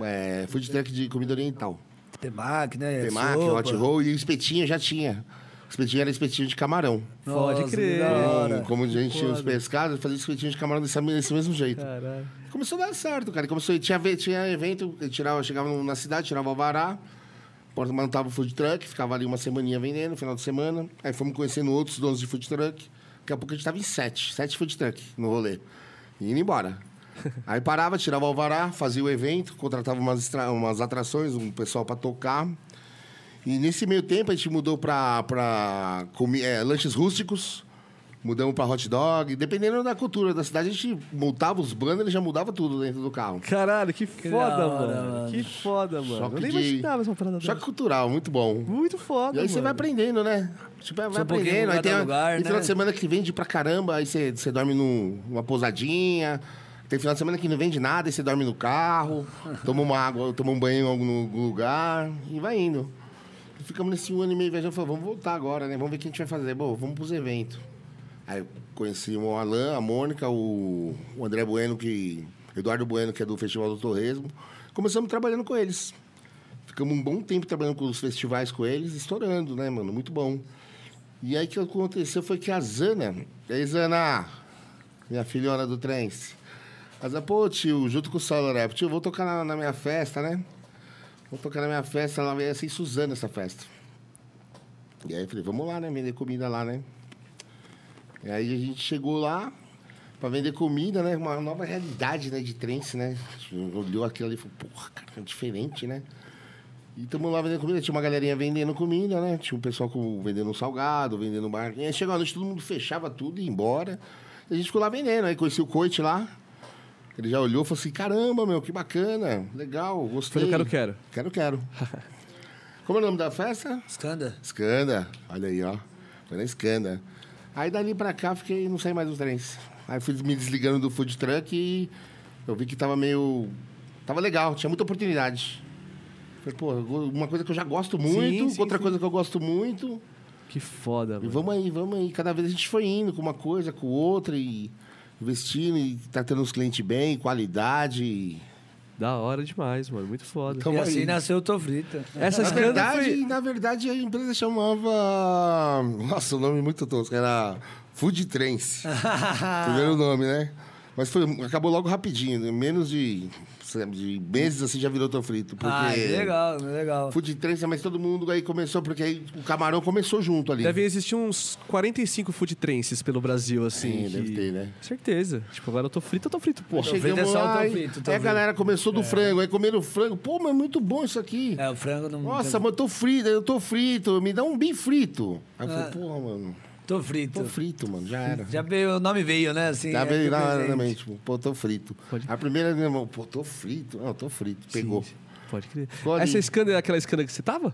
É, food truck de comida oriental.
Temac,
É
né?
Temaki, hot roll e espetinho já tinha. Espetinho era espetinho de camarão.
Pode
Pode
crer.
crer.
Como, como a gente tinha os pescados, fazia espetinho de camarão desse, desse mesmo jeito.
Caralho.
Começou a dar certo, cara. Começou, tinha, ve- tinha evento, eu tirava, chegava na cidade, tirava o alvará, porta- montava o food truck, ficava ali uma semaninha vendendo, final de semana. Aí fomos conhecendo outros donos de food truck. Daqui a pouco a gente tava em sete, sete food truck no rolê. E indo embora.
[LAUGHS]
Aí parava, tirava o alvará, fazia o evento, contratava umas, extra- umas atrações, um pessoal para tocar. E nesse meio tempo a gente mudou pra, pra comi- é, lanches rústicos, mudamos pra hot dog. Dependendo da cultura da cidade, a gente montava os banners e já mudava tudo dentro do carro.
Caralho, que foda,
da hora,
mano.
mano.
Que foda, mano.
Choque
Eu nem
de-
imaginava essa parada dessa.
Choque cultural, muito bom.
Muito foda,
E aí você
mano.
vai aprendendo, né? Tipo, vai
Só um pouquinho
aprendendo. Aí
lugar
tem
a
uma-
lugar,
tem
né?
final de semana que vende pra caramba, aí você, você dorme num- numa pousadinha. Tem final de semana que não vende nada, aí você dorme
[LAUGHS]
no carro, toma uma água, toma um banho em algum algum lugar e vai indo. E Ficamos nesse um ano e meio viajando, falou, vamos voltar agora, né? Vamos ver o que a gente vai fazer. Bom, vamos pros eventos. Aí eu conheci o Alan, a Mônica, o, o André Bueno, que. Eduardo Bueno, que é do Festival do Torresmo. Começamos trabalhando com eles. Ficamos um bom tempo trabalhando com os festivais com eles, estourando, né, mano? Muito bom. E aí o que aconteceu foi que a Zana, ei Zana, minha filhona do trance, a Zana, pô, tio, junto com o Solo Rap, tio, vou tocar na, na minha festa, né? Vou tocar na minha festa, ela ia ser em Suzano essa festa. E aí eu falei, vamos lá, né? Vender comida lá, né? E aí a gente chegou lá pra vender comida, né? Uma nova realidade, né? De trance, né? A gente olhou aquilo ali e falou, porra, cara, é diferente, né? E estamos lá vendendo comida. Tinha uma galerinha vendendo comida, né? Tinha um pessoal com, vendendo um salgado, vendendo um bar. E aí chegou a noite, todo mundo fechava tudo e ia embora. E a gente ficou lá vendendo. Aí conheci o Coit lá. Ele já olhou e falou assim, caramba, meu, que bacana. Legal,
Foi
gostei.
no Quero Quero.
Quero, quero. Como é o nome da festa?
Escanda.
Escanda. Olha aí, ó. Foi na Escanda. Aí dali pra cá, fiquei, não saí mais dos trens. Aí fui me desligando do food truck e eu vi que tava meio... Tava legal, tinha muita oportunidade. Falei, pô, uma coisa que eu já gosto muito,
sim,
outra coisa que eu gosto muito.
Que foda,
E
mano.
vamos aí, vamos aí. Cada vez a gente foi indo com uma coisa, com outra e investindo e tratando os clientes bem, qualidade. e-
Da hora demais, mano. Muito foda.
Então,
e
aí. É,
assim nasceu o Tofrita.
Essa
Na
escândalo
verdade,
foi...
na verdade, a empresa chamava. Nossa, o nome é muito tosco. Era
[LAUGHS]
Food Trends. Primeiro nome, né? Mas foi, acabou logo rapidinho. né? Menos de, sabe, de meses assim já virou tão frito. Porque
Ah, que legal, que legal.
Food Trends, mas todo mundo aí começou, porque aí o camarão começou junto ali.
Devem existir uns 45 food trances pelo Brasil, assim.
Sim,
que-
deve ter, né?
Certeza. Tipo, agora eu tô frito, eu tô frito, porra.
frito é
Chegamos
só o
lá,
tão
e-
frito, tão
aí a
frito.
galera começou do frango, aí comeram o frango. Pô, mas é muito bom isso aqui.
É, o frango não.
Nossa, mas eu tô frito, eu tô frito, me dá um bem frito. Aí eu
É.
falei, pô, mano,
Tofrito.
tô frito, mano, já era.
Já veio, o nome veio, né? Assim,
Já
é,
veio
que
na hora
presente.
também, tipo, pô, tô frito. A primeira, meu irmão, pô, tô frito. Não, tô frito. Pegou.
Sim, Pode crer.
Ficou ali.
Essa escândalo é aquela escândalo que você tava?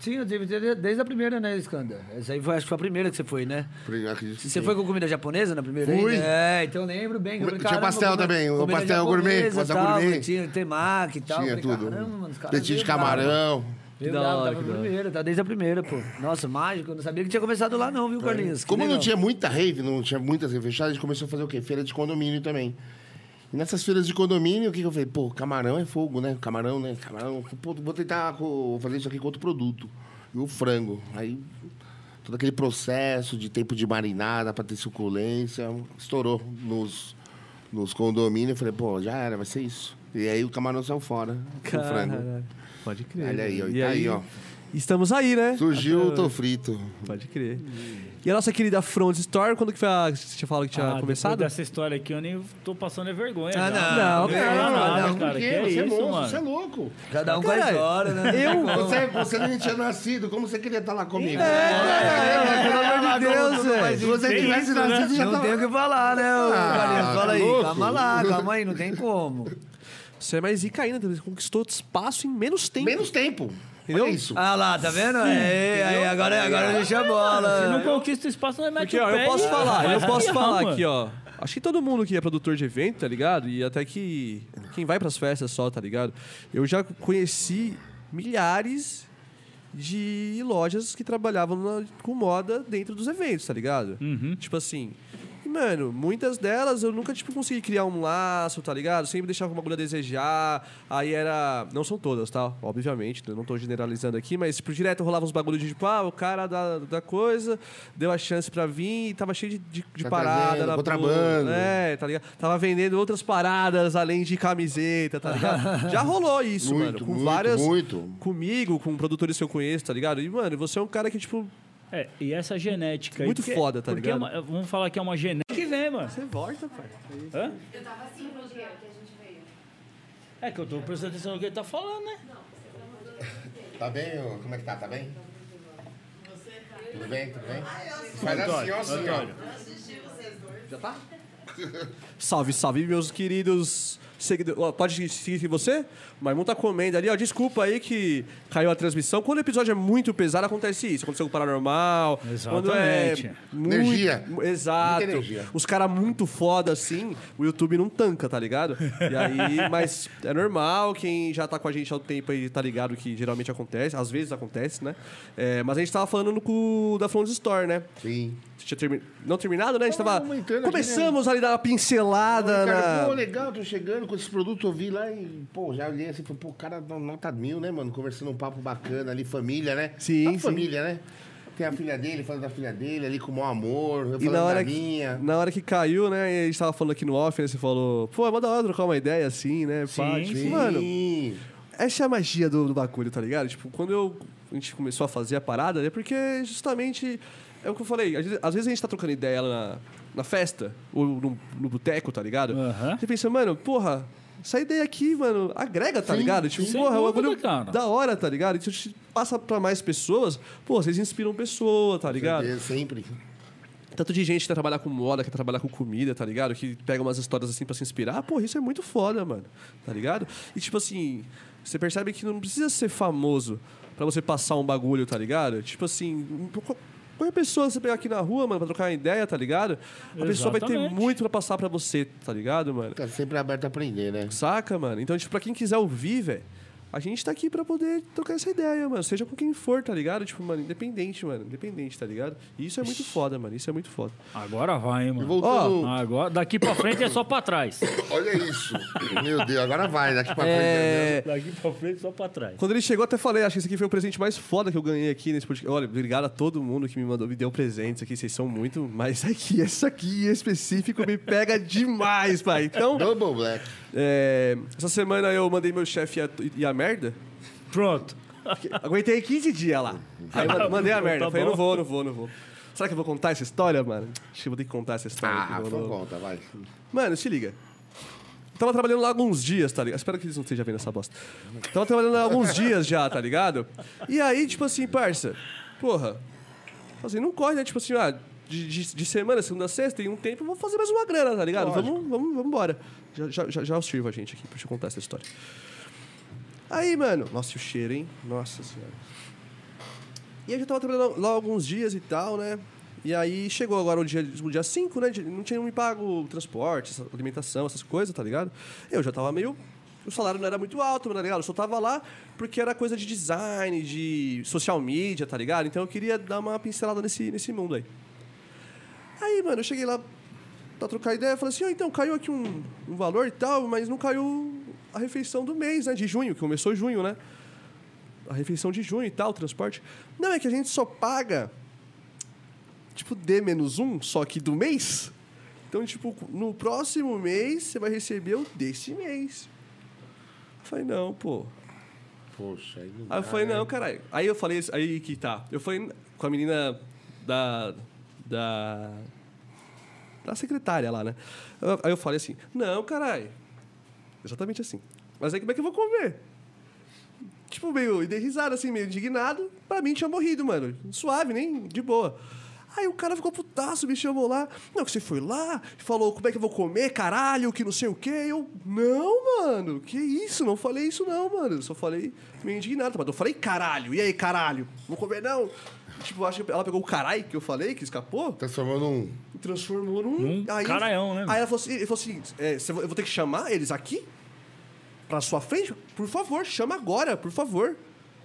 Sim, eu tive desde desde a primeira, né, Escanda? Essa aí foi, acho que foi a primeira que você foi, né?
Falei, eu acredito que
Você
sim.
foi com comida japonesa na primeira?
Fui.
aí? É, então eu lembro bem. que eu falei,
Tinha
caramba,
pastel
comida-
também, o
comida
pastel gourmet,
japonesa,
pastel
tal,
gourmet.
Tinha temaki e tal.
Tinha
Falei,
tudo.
Caramba, mano, os caras
Petinho de
veio bravo.
camarão.
Veio
Que da
bravo,
hora,
tava
que da
na
hora.
primeira, tá desde a primeira, pô. Nossa, mágico, eu não sabia que tinha começado lá não, viu,
Tá.
Carlinhos? Que
Como não
legal.
tinha muita rave, não tinha muitas rave fechadas, a gente começou a fazer o quê? Feira de condomínio também. E nessas feiras de condomínio, o que, que eu falei? Pô, camarão é fogo, né? Camarão, né? Camarão. Pô, vou tentar co- fazer isso aqui com outro produto. E o frango. Aí, todo aquele processo de tempo de marinada pra ter suculência, estourou nos, nos condomínios. Eu falei, pô, já era, vai ser isso. E aí o camarão saiu fora. Com o frango.
Caralho. Pode crer.
Olha aí, ó.
E
E tá aí, ó.
Estamos aí, né?
Surgiu o Tô Frito.
Pode crer. E a nossa querida Front Store, quando que foi a... Você tinha falado que tinha
Ah, depois
começado?
dessa história aqui, eu nem tô passando é vergonha.
Ah,
já.
não,
vou falar
não,
nada,
não,
cara.
Por
Que
quê?
é
você é
isso,
monstro,
mano?
você é louco.
Cada
Tá
um com a
Caralho.
história, né?
Eu?
Você, você nem tinha nascido, como você queria estar lá comigo?
Pelo amor de Deus,
Se
velho.
você
Tem
tivesse
É, isso, né?
nascido, já
Não
tava...
tem o que falar, né, ô
Ah,
Valença? Fala aí,
louco.
calma
[LAUGHS]
lá, calma aí, não tem como.
Você é mais rica ainda, você conquistou espaço em menos tempo.
Menos tempo.
Entendeu?
Olha isso.
Ah lá, tá vendo? É, aí, agora, agora deixa a
Você não
bola.
conquista espaço, não é mete
Porque,
o
ó,
pé
eu posso
e-
falar, eu
faz
posso
pião,
falar
mano.
aqui, ó. Acho que todo mundo que é produtor de evento, tá ligado? E até que quem vai pras festas só, tá ligado? Eu já conheci milhares de lojas que trabalhavam na- com moda dentro dos eventos, tá ligado? Tipo assim. e, Mano, muitas delas eu nunca, tipo, consegui criar um laço, tá ligado? Sempre deixava uma agulha a desejar. Aí era. Não são todas, tá? Obviamente, eu não tô generalizando aqui, mas, tipo, direto rolava uns bagulhos de tipo, ah, o cara da, da coisa deu a chance pra vir e tava cheio de, de, de
Tá
parada.
trazendo,
na-
contrabando.
É, tá ligado? Tava vendendo outras paradas além de camiseta, tá ligado?
[LAUGHS]
Já rolou isso,
Muito,
mano. Com
muito,
várias
muito.
comigo, com produtores que eu conheço, tá ligado? E, mano, você é um cara que, tipo,
É, e essa genética aí,
Muito
porque-
foda, tá
porque é
ligado?
uma- vamos falar que é uma genética que vem, mano.
você volta, pai.
Hã?
Eu tava assim no dia que a gente veio.
É que eu tô prestando atenção no que ele tá falando, né?
Tá bem? ô? Como é que tá? Tá bem? Tudo bem, tudo bem? Faz assim, ó, assim, ó.
Salve, salve, meus queridos seguidores. Ó, Pode seguir você? O Maimun tá comendo ali, ó. Desculpa aí que caiu a transmissão. Quando o episódio é muito pesado, acontece isso. Aconteceu com o paranormal. Quando é
Exatamente.
muito-
Energia.
Exato.
Muita energia.
Os caras muito foda assim, o YouTube não tanca, tá ligado? E aí, mas é normal, quem já tá com a gente há um tempo aí tá ligado que geralmente acontece, às vezes acontece, né? É, mas a gente tava falando no cu da Flowns Store, né?
Sim.
Você tinha termi- não terminado, né? A gente
Tava
tava.
comentando aqui,
Começamos ali a dar uma pincelada.
Cara, pô,
na...
legal, tô chegando com esses produtos, eu vi lá e, pô, já olhei assim, falei, pô, o cara dá nota mil, né, mano? Conversando um papo bacana ali, família, né?
Sim,
Papo
sim.
família, né? Tem a filha dele, falando da filha dele ali com o maior
E
amor, eu falando
na
da
hora, que,
minha.
na hora que caiu, né? e A gente tava falando aqui no off, né? Você falou, pô, é mó da hora trocar uma ideia assim, né? pá,
Sim,
tipo,
Sim.
Mano, essa é a magia do, do bagulho, tá ligado? Tipo, quando eu, a gente começou a fazer a parada, é porque justamente. É o que eu falei, às vezes- às vezes a gente tá trocando ideia lá na, na festa, ou no, no boteco, tá ligado?
Aham.
Você pensa, mano, porra, essa ideia aqui, mano, agrega, tá
Sim,
ligado? Tipo,
Sem
porra, é um
dúvida,
bagulho
cara.
da hora, tá ligado? Isso te passa pra mais pessoas, pô, vocês inspiram pessoa, tá ligado?
Certeza, sempre.
Tanto de gente que trabalha com moda, que trabalha com comida, tá ligado? Que pega umas histórias assim pra se inspirar. Pô, isso é muito foda, mano. Tá ligado? E tipo assim, você percebe que não precisa ser famoso pra você passar um bagulho, tá ligado? Tipo assim, qual- qualquer pessoa que você pegar aqui na rua, mano, pra trocar uma ideia, tá ligado? A pessoa vai ter
Exatamente.
muito pra passar pra você, tá ligado, mano?
Tá sempre aberto a aprender, né?
Saca, mano? Então, tipo, pra quem quiser ouvir, velho, a gente tá aqui pra poder trocar essa ideia, mano. Seja com quem for, tá ligado? Tipo, mano, independente, mano. Independente, tá ligado? E isso é muito foda, mano. Isso é muito foda.
Agora vai, hein,
E
mano.
voltando.
Agora, daqui pra frente é só pra trás.
Olha isso. Meu Deus, agora vai, daqui pra frente. né?
É,
Daqui pra frente só pra trás.
Quando ele chegou, até falei, acho que esse aqui foi o presente mais foda que eu ganhei aqui nesse podcast. Olha, obrigado a todo mundo que me mandou, me deu presentes aqui, vocês são muito, mas aqui, esse aqui em específico me pega demais, pai. Então,
Double Black.
é, essa semana eu mandei meu chefe e a, e a merda.
Pronto.
Aguentei 15 dias lá. Aí eu mandei a merda.
Tá
falei, não
bom.
vou, não vou, não vou. Será que eu vou contar essa história, mano? Acho que eu vou ter que contar essa história.
Ah,
aqui,
foi
mano.
conta, vai.
Mano, se liga. Tava trabalhando lá alguns dias, tá ligado? Espero que eles não estejam vendo essa bosta. Tava trabalhando lá alguns dias já, tá ligado? E aí, tipo assim, parça, porra, assim, não corre, né? Tipo assim, ah, de, de- de semana, segunda a sexta, em um tempo, eu vou fazer mais uma grana, tá ligado? Vamos, vamos, vamos embora. Já, já, já, já eu sirvo a gente aqui, deixa eu contar essa história. Aí, mano, nossa, e o cheiro, hein? Nossa senhora. E aí eu já tava trabalhando lá alguns dias e tal, né? E aí chegou agora o dia 5, dia cinco, né? de- Não tinha me pago transporte, essa- alimentação, essas coisas, tá ligado? Eu já tava meio. O salário não era muito alto, tá ligado? Eu só tava lá porque era coisa de design, de social media, tá ligado? Então eu queria dar uma pincelada nesse, nesse mundo aí. Aí, mano, eu cheguei lá pra trocar ideia, falei assim, ó, então caiu aqui um, um valor e tal, mas não caiu a refeição do mês, né? De junho, que começou junho, né? a refeição de junho e tal, transporte. Não, é que a gente só paga, tipo, D menos um, só que do mês. Então, tipo, no próximo mês você vai receber o desse mês. Eu falei, não, pô.
Poxa, aí não
Aí eu
dá,
falei,
né?
não, caralho. Aí eu falei, isso- aí que tá. Eu falei com a menina da. da. da secretária lá, né? Aí eu falei assim, não, caralho. Exatamente assim. Mas aí como é que eu vou comer? Tipo, meio de risada, assim, meio indignado. Pra mim tinha morrido, mano. Suave, nem de boa. Aí o cara ficou putaço, me chamou lá. Não, que você foi lá, falou como é que eu vou comer, caralho, que não sei o quê. Eu, não, mano, que isso, não falei isso não, mano. Só falei meio indignado. Mas eu falei caralho, e aí, caralho? Vou comer não? Tipo, acho que ela pegou o caralho que eu falei, que escapou,
Transformando um.
e transformou num.
Num caraião, né,
Aí ela falou assim: ele falou assim é, você- eu vou ter que chamar eles aqui? pra sua frente? Por favor, chama agora, por favor.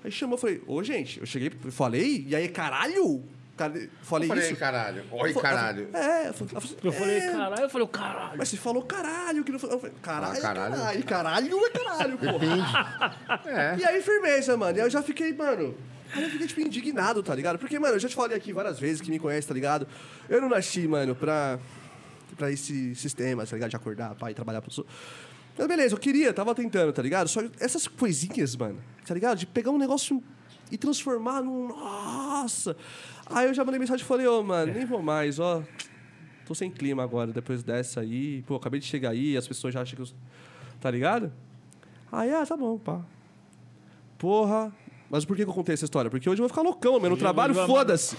Aí chamou, eu falei, ô gente, eu cheguei, falei, e aí, caralho? Cara- Falei,
Eu falei,
isso.
caralho. Oi,
Ela falou-
caralho.
É, eu falei, ela falou assim,
Eu falei,
"É,
caralho, eu falei, caralho.
Mas você falou caralho, que não foi. Eu falei, caralho,
Ah,
é
caralho.
caralho, caralho é caralho, porra. [LAUGHS]
É.
E aí, firmeza, mano. E aí eu já fiquei, mano. Aí eu fiquei, tipo, indignado, tá ligado? Porque, mano, eu já te falei aqui várias vezes que me conhece, tá ligado? Eu não nasci, mano, pra, pra esse sistema, tá ligado? De acordar, pai, trabalhar pro Mas beleza, eu queria, tava tentando, tá ligado? Só que essas coisinhas, mano, tá ligado? De pegar um negócio e transformar num. Nossa! Aí eu já mandei mensagem e falei, ô, mano, nem vou mais, ó. Tô sem clima agora, depois dessa aí. Pô, acabei de chegar aí, as pessoas já acham que eu. Tá ligado? Aí, ah, tá bom, pá. Porra. Mas por que que eu contei essa história? Porque hoje eu vou ficar loucão, meu. No trabalho,
vamos-
foda-se.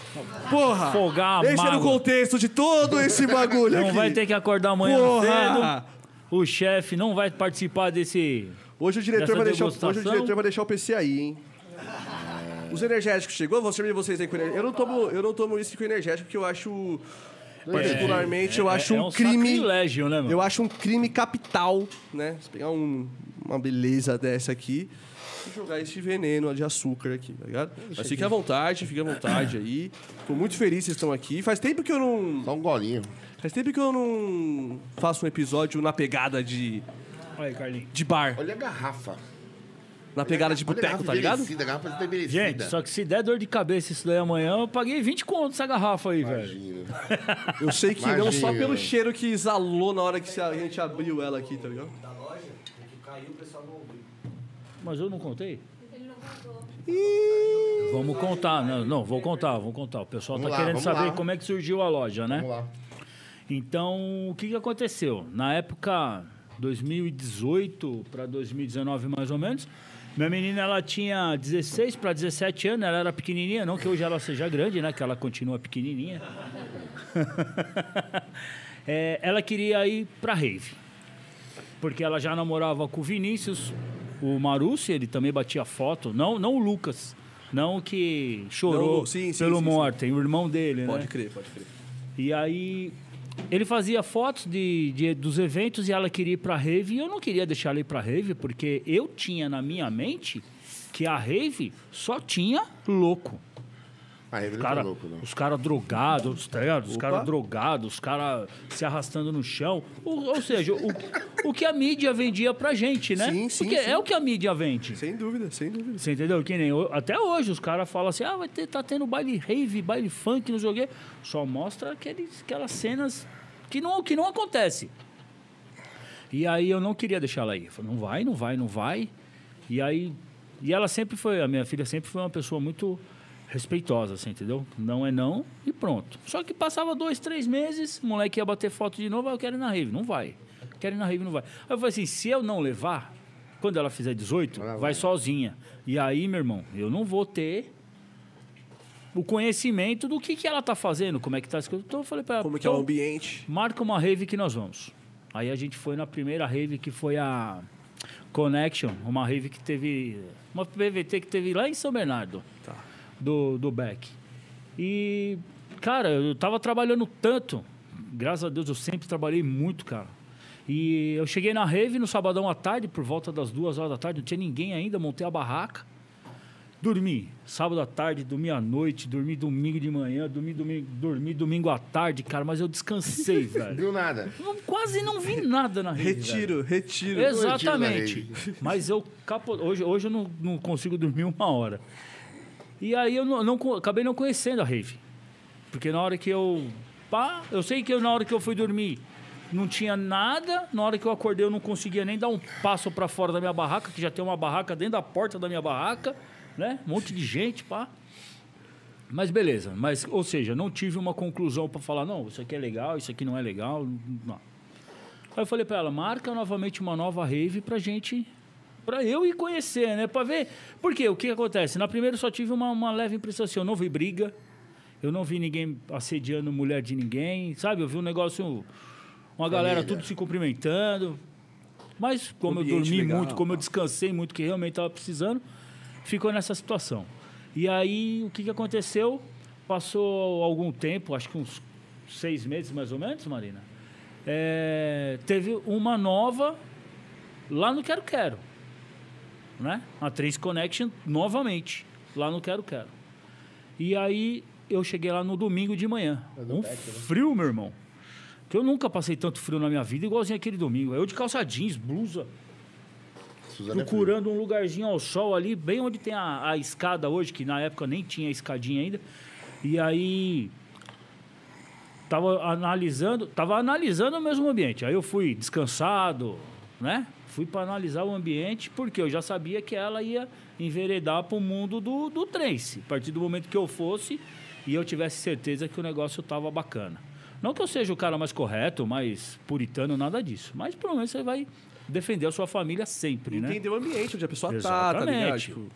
Porra.
Folgar a
Esse era o
mágoa.
contexto de todo esse bagulho
Não
aqui.
vai ter que acordar amanhã
Porra.
cedo. O chefe não vai participar desse.
Hoje o, diretor
Dessa
vai deixar,
degustação.
hoje o diretor vai deixar o PC aí, hein? Os energéticos chegou, vou servir vocês aí com energético. Eu não tomo, eu não tomo isso com energético, porque eu acho. Particularmente, eu
é-
acho
é
um,
um
crime.
sacrilégio, né, mano?
Eu acho um crime capital, né? Se pegar um- uma beleza dessa aqui e jogar esse veneno de açúcar aqui, tá ligado? Mas fique à vontade, fique à vontade aí. Tô muito feliz que vocês estão aqui. Faz tempo que eu não.
Só um golinho.
Faz tempo que eu não faço um episódio na pegada de,
Olha aí, Carlinhos.
de bar.
Olha a garrafa.
Na pegada de
Olha a
boteco,
garrafa
tá ligado?
envelhecida, A garrafa está envelhecida.
Gente, só que se der dor de cabeça isso daí amanhã, eu paguei 20 conto essa garrafa aí, velho.
Imagina.
Eu sei que não só
Imagina.
pelo cheiro que exalou na hora que a gente abriu ela aqui, tá ligado?
Mas eu não contei? Vamos contar, não, não, vou contar, vou contar. O pessoal
Vamos
tá
lá,
querendo
vamos
saber
lá.
como é que surgiu a loja, né?
Vamos lá.
Então, o que, que aconteceu? Na época 2018 para 2019, mais ou menos, minha menina ela tinha 16 para 17 anos, ela era pequenininha, não que hoje ela seja grande, né? Que ela continua pequenininha. [LAUGHS] É, ela queria ir para rave, porque ela já namorava com o Vinícius, o Marúcio, ele também batia foto, não, não o Lucas, não o que chorou
Não, sim, sim,
pelo
sim, sim.
Morten, o irmão dele, né?
Pode crer, pode crer.
E aí ele fazia fotos de, de- dos eventos e ela queria ir pra rave e eu não queria deixar ela ir pra rave porque eu tinha na minha mente que a rave só tinha louco.
Ah, ele
Os
tá
cara,
louco, não.
os caras drogados, tá ligado? Os caras drogados, os caras se arrastando no chão. Ou, ou seja, o, o que a mídia vendia pra gente, né?
Sim, sim,
Porque
sim.
é o que a mídia vende.
Sem dúvida, sem dúvida.
Você entendeu? Que nem ho- até hoje os caras falam assim: ah, vai ter, tá tendo baile rave, baile funk, não sei o quê. Só mostra aqueles, aquelas cenas que não, que não acontece. E aí eu não queria deixar ela ir. Eu falei, não vai, não vai, não vai. E aí. E ela sempre foi, a minha filha sempre foi uma pessoa muito respeitosa, assim, entendeu? Não é não e pronto. Só que passava dois, três meses, o moleque ia bater foto de novo, ah, eu quero ir na rave. Não vai. Quero ir na rave, não vai. Aí eu falei assim, se eu não levar, quando ela fizer 18, vai, sozinha. E aí, meu irmão, eu não vou ter o conhecimento do que, que ela tá fazendo, como é que tá as coisas. Então eu falei pra ela...
Como que é o
então,
ambiente?
marca uma rave que nós vamos. Aí a gente foi na primeira rave que foi a Connection, uma rave que teve. Uma PVT que teve lá em São Bernardo. Do, do Beck. E, cara, eu tava trabalhando tanto. Graças a Deus eu sempre trabalhei muito, cara. E eu cheguei na rave no sabadão à tarde, por volta das duas horas da tarde, não tinha ninguém ainda, montei a barraca. Dormi sábado à tarde, dormi à noite, dormi domingo de manhã, dormi domingo, dormi domingo à tarde, cara, mas eu descansei, [LAUGHS] velho.
Viu nada.
Não- quase não vi nada na rede.
Retiro, É, retiro.
velho.
Eu
Exatamente.
retiro
Mas eu capo... hoje, hoje eu não, não consigo dormir uma hora. E aí eu não, não co- acabei não conhecendo a rave. Porque na hora que eu. Pá, eu sei que eu, na hora que eu fui dormir, Não tinha nada. Na hora que eu acordei, eu não conseguia nem dar um passo pra fora da minha barraca, que já tem uma barraca dentro da porta da minha barraca, né? Um monte de gente, pá. Mas beleza, mas ou seja, não tive uma conclusão pra falar, não, isso aqui é legal, isso aqui não é legal, não. Aí eu falei pra ela, marca novamente uma nova rave pra gente, pra eu ir conhecer, né? Pra ver. Porque o que acontece? Na primeira eu só tive uma, uma leve impressão assim, eu não vi briga, eu não vi ninguém assediando mulher de ninguém, sabe? Eu vi um negócio, uma galera tudo se cumprimentando. Mas como eu
Ambiente
dormi
legal,
muito, como eu
tá.
descansei muito, que realmente estava precisando, ficou nessa situação. E aí, o que, que aconteceu? Passou algum tempo, acho que uns seis meses mais ou menos, Marina. É, teve uma nova lá no Quero Quero. Né? A 3 Connection novamente, lá no Quero Quero. E aí, eu cheguei lá no domingo de manhã.
É
Um
né?
frio, meu irmão. Que eu nunca passei tanto frio na minha vida, igualzinho aquele domingo. É Eu de calça jeans, blusa,
Suzana é
procurando um lugarzinho ao sol ali, bem onde tem a, a escada hoje, que na época nem tinha escadinha ainda. E aí tava analisando, tava analisando o mesmo ambiente. Aí eu fui descansado, né? Fui para analisar o ambiente, porque eu já sabia que ela ia enveredar para o mundo do, do trance. A partir do momento que eu fosse e eu tivesse certeza que o negócio tava bacana. Não que eu seja o cara mais correto, mais puritano, nada disso. Mas pelo menos você vai defender a sua família sempre, né?
Entender o ambiente onde a pessoa tá, tá
Exatamente.
ligado? Tipo,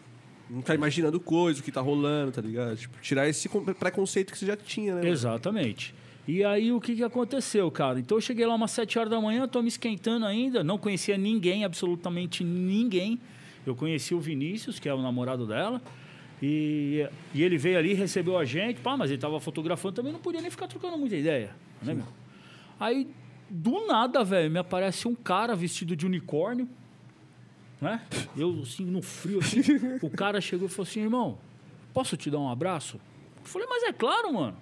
não tá imaginando coisa, o que tá rolando, tá ligado? Tipo, tirar esse con- preconceito que você já tinha, né?
Exatamente. E aí o que, que aconteceu, cara? Então eu cheguei lá umas 7 horas da manhã, tô me esquentando ainda, não conhecia ninguém, absolutamente ninguém. Eu conheci o Vinícius, que é o namorado dela, e, e ele veio ali, recebeu a gente, pá, mas ele tava fotografando também, não podia nem ficar trocando muita ideia, né, meu? Aí, do nada, velho, me aparece um cara vestido de unicórnio, né? Eu, assim, no frio, assim, o cara chegou e falou assim, irmão, posso te dar um abraço? Eu falei, mas é claro, mano.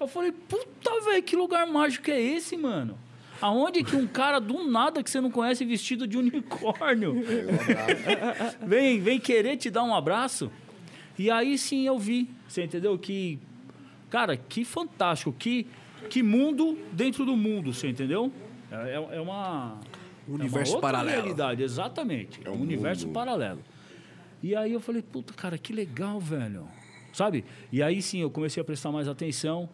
Eu falei, puta, velho, que lugar mágico é esse, mano? Aonde que um cara do nada que você não conhece vestido de unicórnio [LAUGHS] vem, vem querer te dar um abraço? E aí sim eu vi, você entendeu? Que, cara, que fantástico, que, que mundo dentro do mundo, você entendeu? É, é- é uma.
Universo
é uma outra
paralelo.
Realidade, exatamente. É um universo paralelo. E aí eu falei, puta, cara, que legal, velho. Sabe? E aí sim, eu comecei a prestar mais atenção,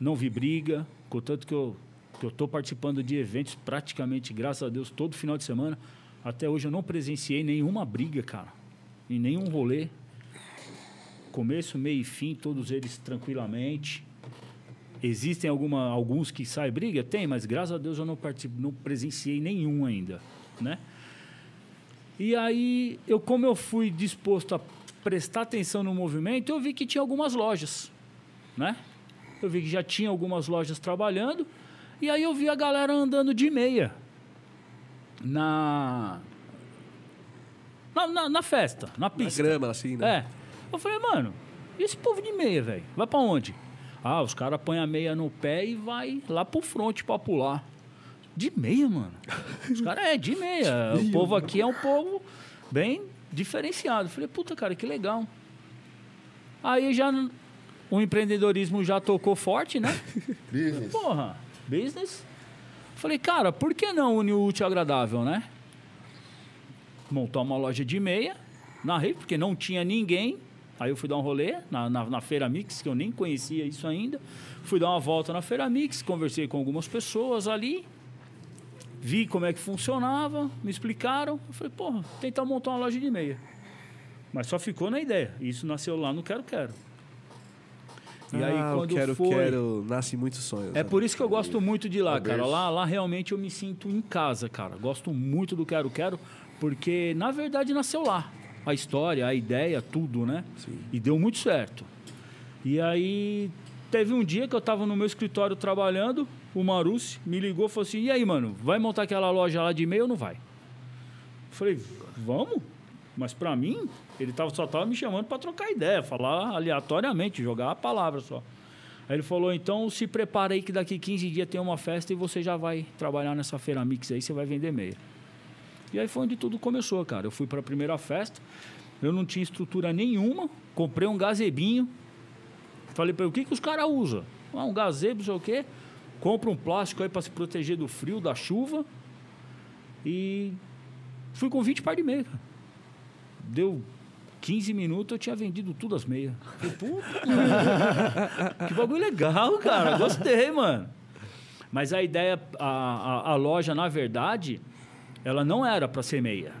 não vi briga, contanto que eu, que eu tô participando de eventos praticamente, graças a Deus, todo final de semana. Até hoje eu não presenciei nenhuma briga, cara. Em nenhum rolê. Começo, meio e fim, todos eles tranquilamente. Existem alguma, alguns que saem briga? Tem, mas graças a Deus eu não participo, não presenciei nenhum ainda, né? E aí, eu, como eu fui disposto a prestar atenção no movimento, eu vi que tinha algumas lojas, né? Eu vi que já tinha algumas lojas trabalhando, e aí eu vi a galera andando de meia na na, na, na festa, na
Na
pista.
grama, assim, né?
É. Eu falei, mano, e esse povo de meia, velho? Vai pra onde? Ah, os caras põem a meia no pé e vai lá pro fronte pra pular. De meia, mano. Os caras é de meia. O povo aqui é um povo bem diferenciado. Eu falei, puta, cara, que legal. Aí já n- o empreendedorismo já tocou forte, né?
Business.
Porra, business. Falei, cara, por que não unir o útil ao agradável, né? Montar uma loja de meia na rave, porque não tinha ninguém. Aí eu fui dar um rolê na, na, na Feira Mix, que eu nem conhecia isso ainda. Fui dar uma volta na Feira Mix, conversei com algumas pessoas ali. Vi como é que funcionava, me explicaram. Eu falei, porra, tentar montar uma loja de meia. Mas só ficou na ideia. Isso nasceu lá no Quero Quero. E aí,
Ah, o
quando
quero,
foi...
quero, nasce muitos sonhos.
É
né?
por isso que eu gosto muito de lá, cara.
berço.
Lá, lá realmente eu me sinto em casa, cara. Gosto muito do Quero Quero, porque na verdade nasceu lá. A história, a ideia, tudo, né?
Sim.
E deu muito certo. E aí teve um dia que eu tava no meu escritório trabalhando, o Marucci me ligou e falou assim: e aí, mano, vai montar aquela loja lá de e-mail ou não vai? Eu Falei, vamos? Mas pra mim, ele tava, só tava me chamando pra trocar ideia, falar aleatoriamente, jogar a palavra só. Aí ele falou, então se prepara aí que daqui 15 dias tem uma festa e você já vai trabalhar nessa feira mix aí, você vai vender meia. E aí foi onde tudo começou, cara. Eu fui pra primeira festa, eu não tinha estrutura nenhuma, comprei um gazebinho. Falei pra ele, o que, que os caras usam? Ah, um gazebo, não sei o quê. Compra um plástico aí pra se proteger do frio, da chuva. E fui com 20 par de meia. cara. Deu 15 minutos, eu tinha vendido tudo as meias. Falei, Puta, mano. que bagulho legal, cara. Gostei, mano. Mas a ideia, a, a, a loja, na verdade, ela não era para ser meia.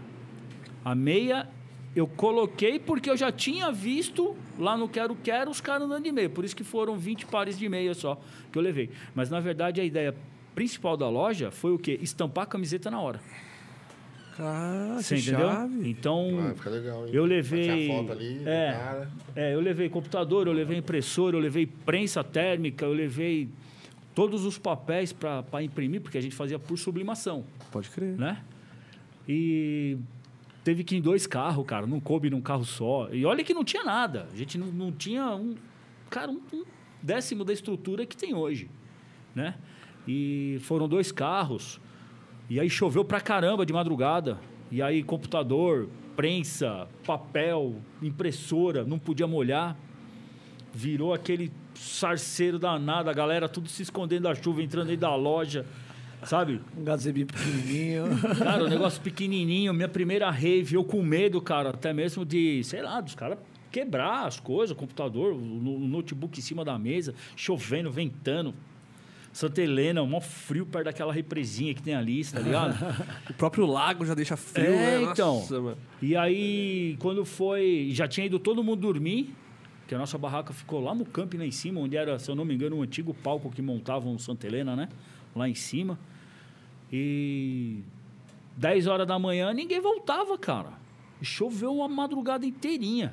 A meia eu coloquei porque eu já tinha visto lá no Quero Quero os caras andando de meia. Por isso que foram 20 pares de meia só que eu levei. Mas na verdade a ideia principal da loja foi o quê? Estampar a camiseta na hora.
Cara,
Você
que
entendeu?
chave.
Então.
Ah, fica legal, hein?
Eu
Bate
levei.
a foto ali, do
é,
cara.
é, eu levei computador, eu levei impressora, eu levei prensa térmica, eu levei todos os papéis para imprimir, porque a gente fazia por sublimação,
Pode crer.
né? E teve que ir em dois carros, cara, não coube num carro só. E olha que não tinha nada. A gente não, não tinha um. Cara, um, um décimo da estrutura que tem hoje, né? E foram dois carros. E aí choveu pra caramba de madrugada. E aí computador, prensa, papel, impressora, não podia molhar. Virou aquele sarceiro danado, a galera tudo se escondendo da chuva, entrando dentro da loja, sabe?
Um gato zebi pequenininho.
Cara, um negócio pequenininho, minha primeira rave, eu com medo, cara, até mesmo de, sei lá, dos caras quebrar as coisas, o computador, o no- o notebook em cima da mesa, chovendo, ventando. Santa Helena, mó frio perto daquela represinha que tem ali, tá ligado?
O próprio lago já deixa frio, né?
É,
Nossa,
então.
mano.
E aí, quando foi. Já tinha ido todo mundo dormir, que a nossa barraca ficou lá no camping, lá em cima, onde era, se eu não me engano, um antigo palco que montavam o Santa Helena, né? Lá em cima. E. 10 horas da manhã, ninguém voltava, cara. Choveu a madrugada inteirinha,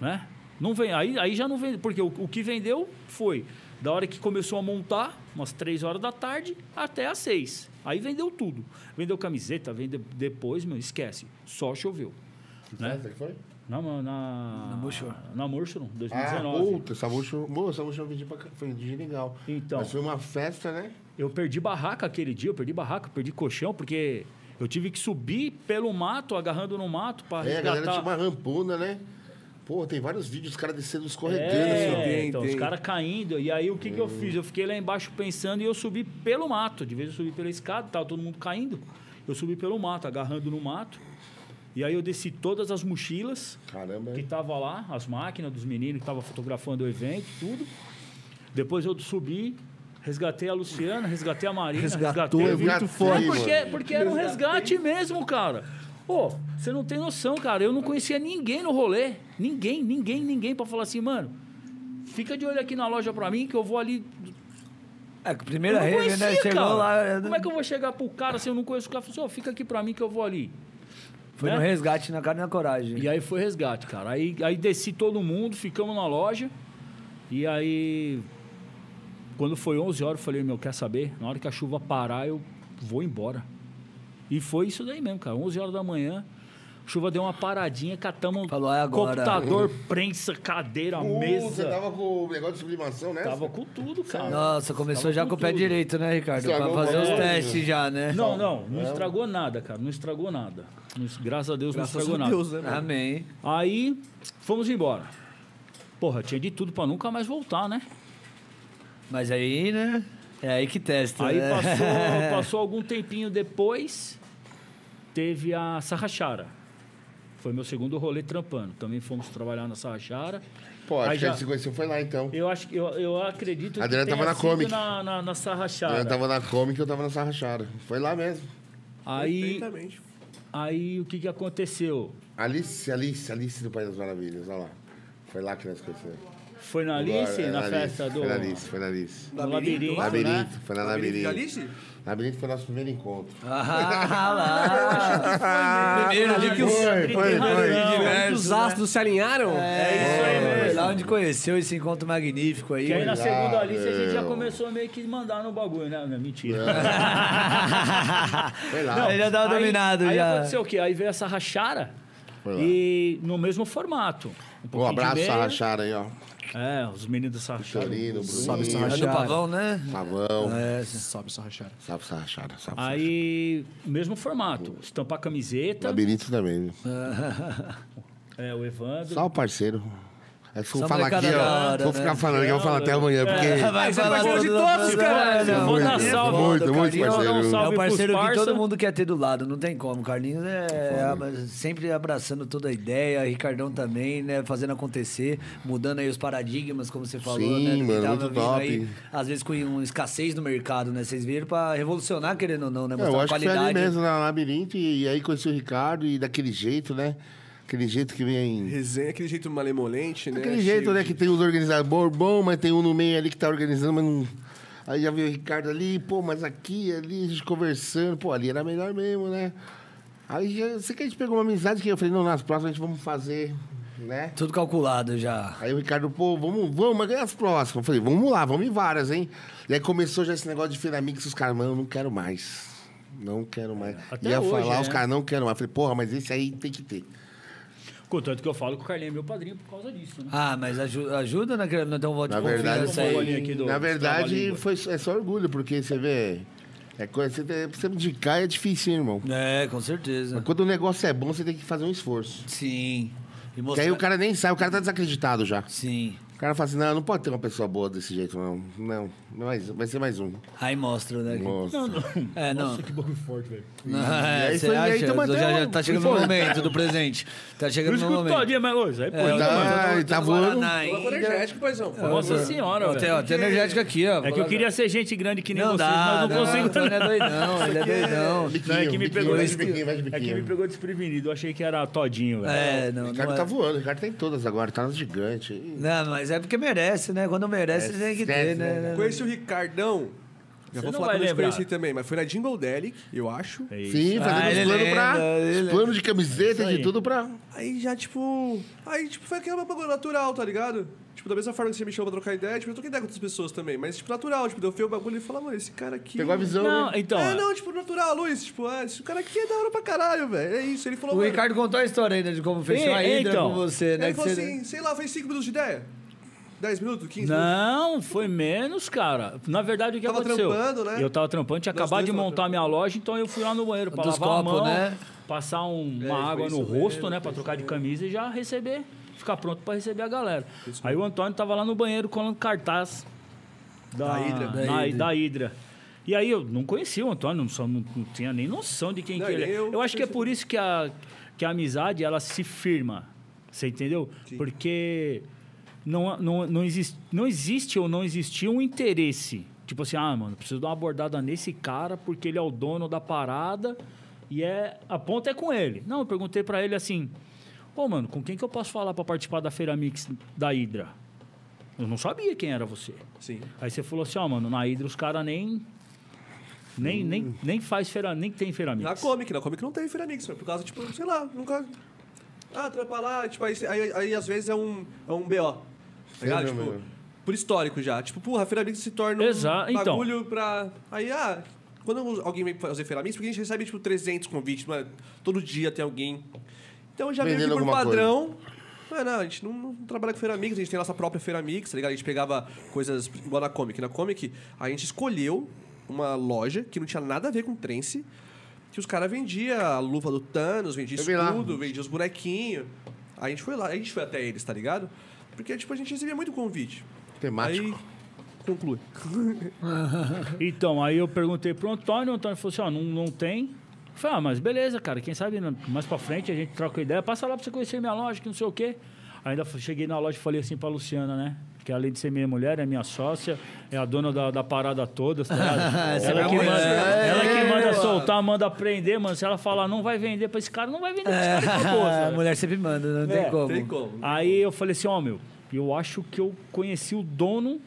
né? Não vem, aí, aí já não vende, porque o, o que vendeu foi da hora que começou a montar, umas 3 horas da tarde, até às 6. Aí vendeu tudo. Vendeu camiseta, vendeu depois, meu, esquece. Só choveu.
Que
né?
festa que foi?
Na na na
Mochorno.
Na Mochorno,
Ah,
2019.
puta, essa bucha, boa, essa bucha eu vendi pra cá. Foi um dia legal.
Então.
Mas foi uma festa, né?
Eu perdi barraca aquele dia, eu perdi barraca, eu perdi colchão, porque eu tive que subir pelo mato, agarrando no mato para
É, a galera
resgatar.
tinha uma rampona, né? Pô, tem vários vídeos, os caras descendo escorregando.
É,
assim, ó.
tem,
então,
tem.
os caras caindo. E aí, o que, que eu fiz? Eu fiquei lá embaixo pensando e eu subi pelo mato. De vez eu subi pela escada, tava todo mundo caindo. Eu subi pelo mato, agarrando no mato. E aí, eu desci todas as mochilas
Caramba, é.
que
hein?
tava lá, as máquinas dos meninos que estavam fotografando o evento, tudo. Depois eu subi, resgatei a Luciana, resgatei a Marina,
Resgatou,
resgatei
é muito
Vitor.
forte,
É porque,
mano.
porque era um resgate mesmo, cara. Pô, você não tem noção, cara. Eu não conhecia ninguém no rolê. Ninguém, ninguém, ninguém pra falar assim, mano, fica de olho aqui na loja pra mim que eu vou ali
É, que
eu
primeira
não
rave, né?
conhecia,
Chegou
cara.
lá. é,
Como é que eu vou chegar pro cara se eu não conheço o cara? Falei assim, ó, fica aqui pra mim que eu vou ali.
Foi
né?
no resgate na cara e na coragem.
E aí foi resgate, cara. Aí, aí desci todo mundo, ficamos na loja. E aí, quando foi 11 horas, eu falei, meu, quer saber? Na hora que a chuva parar, eu vou embora. E foi isso daí mesmo, cara. 11 horas da manhã, a chuva deu uma paradinha, catamos
Falou, é agora.
computador, prensa, cadeira,
Uh, Você
mesa. Tava...
tava com o negócio de sublimação, né?
com tudo, cara.
Nossa, começou
Tava
já
com
com o pé
tudo.
direito, né, Ricardo?
Estragou
pra fazer
o
os
banho.
testes já, né?
Não, não, não estragou nada, cara. Não estragou nada. Não- graças a Deus não
Graças
estragou
a
nada.
Deus, né, mano?
Amém.
Aí fomos embora. Porra, tinha de tudo pra nunca mais voltar, né?
Mas aí, né? É aí que testa.
Aí
né? [LAUGHS]
passou, tá passou algum tempinho depois, teve a Sarrachara. Foi meu segundo rolê trampando. Também fomos trabalhar na Sarrachara.
Pô,
Aí
acho que
já-
a gente se conheceu foi lá, então.
Eu acho que eu, eu acredito
A
que
Adriana
tenha
tava na
sido
Comic.
na, na, na Sarrachara.
Eu tava na Comic, eu tava na Sarrachara. Foi lá mesmo.
Aí,
Perfeitamente.
aí o que, que aconteceu?
Alice, Alice, Alice do País das Maravilhas, olha lá. Foi lá que nós conhecemos.
Foi na
Agora,
Alice,
é,
na
Alice,
festa do
Foi na Alice, foi na Alice.
no labirinto, né?
Labirinto, foi na
Labirinto de
Labirinto.
Alice?
Labirinto foi nosso primeiro encontro.
Ah, lá.
Ah,
Primeiro ali que os,
Foi, foi, foi.
Que os astros se alinharam?
né? É,
É
Foi lá onde conheceu esse encontro magnífico aí.
Que aí na
Obrigado.
segunda Alice a gente já começou meio que mandar no bagulho, né? Não, mentira.
Foi lá.
Não, ele já tava
né? Aí-
Tá dominado
aí
já.
aconteceu o quê? Aí veio essa rachara
Foi lá.
e no mesmo formato. Um
Um
pouquinho de
abraço,
meia.
Sarrachara aí, ó.
É, os meninos da Sarrachara.
Vitorino,
Sobe
Bruninho,
É do
Sarrachara.
pavão, né?
Pavão.
É,
Sobe, só rachar.
Salve, Sarrachara. Salve, Sarrachara.
Aí, mesmo formato. Estampar
Tá.
camiseta.
Labirinto também, viu?
É, o Evandro.
Só o parceiro. Aí se eu
Essa
falar aqui,
molecada da
ó,
hora,
vou
né?
ficar falando aqui, eu vou falar até amanhã, porque...
Ah, Vai
é parceiro de todos, caralho.
Não,
Vou
não,
dar
não.
salve.
Muito,
Foda,
muito
Carlinhos.
parceiro.
Não, não,
É o
salve
parceiro
pros
que
parça.
todo mundo quer ter do lado, não tem como. Carlinhos é abra- sempre abraçando toda a ideia, Ricardão também, né? Fazendo acontecer, mudando aí os paradigmas, como você falou,
Sim,
né? do que
mano,
tava
muito
vindo
top.
Aí, às vezes com uma escassez no mercado, né? Vocês viram pra revolucionar, querendo ou não, né? Mostrar
Não, É, [LAUGHS] eu
a
acho que foi ali
qualidade.
mesmo, na Labirinto, e, e aí conheci o Ricardo, e daquele jeito, né? Aquele jeito que vem...
né? Resenha, aquele jeito malemolente, né?
Daquele jeito,
Cheio
né?
de-
Que tem os organizadores bom, mas tem um no meio ali que tá organizando, mas não... Aí já veio o Ricardo ali, pô, mas aqui, ali, a gente conversando, pô, ali era melhor mesmo, né? Aí já, sei que a gente pegou uma amizade que eu falei, não, nas próximas a gente vamos fazer, né?
Tudo calculado já.
Aí o Ricardo, pô, vamos, vamos, mas ganha as próximas. Eu falei, vamos lá, vamos em várias, hein? E aí começou já esse negócio de Fenamix, os caras, mano, eu não quero mais. Não quero mais.
É, até
Ia
hoje,
falar,
né?
os caras, não quero mais. Eu falei, porra, mas esse aí tem que ter.
Contanto que eu falo que o Carlinhos é meu padrinho por
[LAUGHS]
causa disso, né?
Ah, mas ajuda, ajuda né? querendo ou não ter um voto
Na
de confiança
verdade,
aí.
foi,
Bolinha aqui do-
na
do
verdade
trava-língua.
foi, é só orgulho, porque você vê... É coisa, você, tem- pra você indicar é difícil, hein, irmão.
É, com certeza.
Mas quando o negócio é bom, você tem que fazer um esforço.
Sim. E
Porque
mostrar...
aí o cara nem sai, o cara tá desacreditado já.
Sim.
O cara fala assim, não, não pode ter uma pessoa boa desse jeito, não. Não, mais, vai ser mais um.
Aí mostra, né?
Nossa.
É, não. [LAUGHS]
Que bagulho forte, velho.
É,
aí
você
foi- e aí
acha?
tamo até
já, já
um-
tá chegando no
foi.
momento do presente. Tá
Por
chegando
isso
no
que o
momento.
Todinho é mais hoje. Aí, pô,
É,
ainda
tá-
mais.
Ai, tá voando.
Guaraná ainda.
Coloca energético, paizão.
né? Nossa senhora,
Ó, Tem,
velho.
ó, tem energética aqui, ó.
É que eu queria ser gente grande que nem
Não
vocês,
dá,
mas não consigo.
Não, ele é doidão, ele é doidão.
[LAUGHS]
Não, é que me pegou,
vai de biquinho, vai de
é que me
biquinho.
pegou desprevenido. Eu achei que era Todinho, velho.
É, não,
O
não,
Ricardo
é.
tá voando, o Ricardo tem todas agora, tá nas gigantes. Ih,
Não, mas é porque merece, né? Quando merece, tem que ter,
É, esquece,
né?
Conheci o Ricardão. Já
É, não
vou falar
vai
quando eu te
lembrar.
conheci também, mas foi na Jingle Delic, eu acho.
É isso. é
Sim, fazendo
Ah, ele
os planos pra.
lembra, ele
Os planos de camiseta,
Isso aí.
de tudo pra.
Aí já, tipo. Aí, tipo, foi aquele bagulho natural, tá ligado? Tipo, da mesma forma que você me chama pra trocar ideia, tipo, eu troquei ideia com outras pessoas também, mas, tipo, natural, tipo, deu feio o bagulho e falei, mano, esse cara aqui.
Pegou a visão.
Não,
né?
então.
é, não, tipo, natural, Luiz. Tipo, ah, esse cara aqui é da hora pra caralho, velho. É isso. Ele falou.
O
mano,
Ricardo contou a história ainda de como fechou
É,
a Hidra
então.
com você, né?
Ele
que
falou
você-
assim, sei lá, fez 5 minutos de ideia? 10 minutos? 15 minutos?
é. Não, foi menos, cara. Na verdade, o que
Tava
aconteceu?
trampando, né?
Eu tava trampando, tinha
Nós
acabado
dois
de
tava
montar minha loja, então eu fui lá no banheiro pra
Dos
lavar
copos,
a mão,
né?
passar um- uma
É, foi
água
isso
no
mesmo,
rosto, né,
foi
pra trocar de camisa e já receber, ficar pronto pra receber a galera. Aí o Antônio tava lá no banheiro colando cartaz da,
Da Hidra.
na-
Da
da
Hidra.
Hidra. E aí eu não conhecia o Antônio, não, só- não- não tinha nem noção de quem
Não,
que ele é.
nem eu
Eu acho que é
percebi.
por isso que a, que a amizade, ela se firma. Você entendeu? Porque não, não, não, existe, não existe ou não existia um interesse. Tipo assim, ah, mano, preciso dar uma abordada nesse cara porque ele é o dono da parada e é a ponta é com ele. Não, eu perguntei pra ele assim, pô, mano, com quem que eu posso falar pra participar da Feira Mix da Hidra? Eu não sabia quem era você.
Sim.
Aí você falou assim, ó, mano, na Hidra os caras nem... Nem, nem, nem faz feira, nem tem feira mix.
Hum. Na Comic, na Comic não tem Feira Mix, foi por causa, tipo, sei lá, nunca. Ah, trampa lá, tipo, aí, aí, aí às vezes é um, é um BO. Tá ligado?
Sim,
Tipo,
meu.
por histórico já. Tipo, porra, a Feira Mix se torna
Exa-
um
então.
bagulho pra. Aí, ah, quando alguém vem fazer Feira Mix, porque a gente recebe, tipo, 300 convites, não é? todo dia tem alguém. Então já meio que
Vendendo
por
alguma
padrão. Ah, não, a gente não, não trabalha com Feira Mix, a gente tem a nossa própria Feira Mix, tá ligado? A gente pegava coisas igual na Comic. Na Comic, a gente escolheu uma loja que não tinha nada a ver com trance, que os caras vendiam a luva do Thanos, vendiam
Eu vi lá.
escudo, vendiam os bonequinhos. A gente foi lá, a gente foi até eles, tá ligado? Porque, tipo, a gente recebia muito convite.
Temático.
Aí, conclui.
Então, aí eu perguntei pro Antônio, o Antônio falou assim, ó, não, não tem. Eu falei, ah, mas beleza, cara, quem sabe na- mais pra frente a gente troca ideia, passa lá pra você conhecer minha loja, que não sei o quê. Ainda fu- cheguei na loja e falei assim pra Luciana, né? Que além de ser minha mulher, é minha sócia, é a dona da, da parada toda, tá
[LAUGHS]
ligado? ela, que
é uma
manda,
mulher.
ela que manda
É,
soltar, manda prender, mano. Se ela falar não vai vender pra esse cara, não vai vender pra esse cara, acabou,
Ah, [LAUGHS] a
sabe?
mulher sempre manda, não
É,
tem como.
Tem como.
Aí eu falei assim, ó, meu, eu acho que eu conheci o dono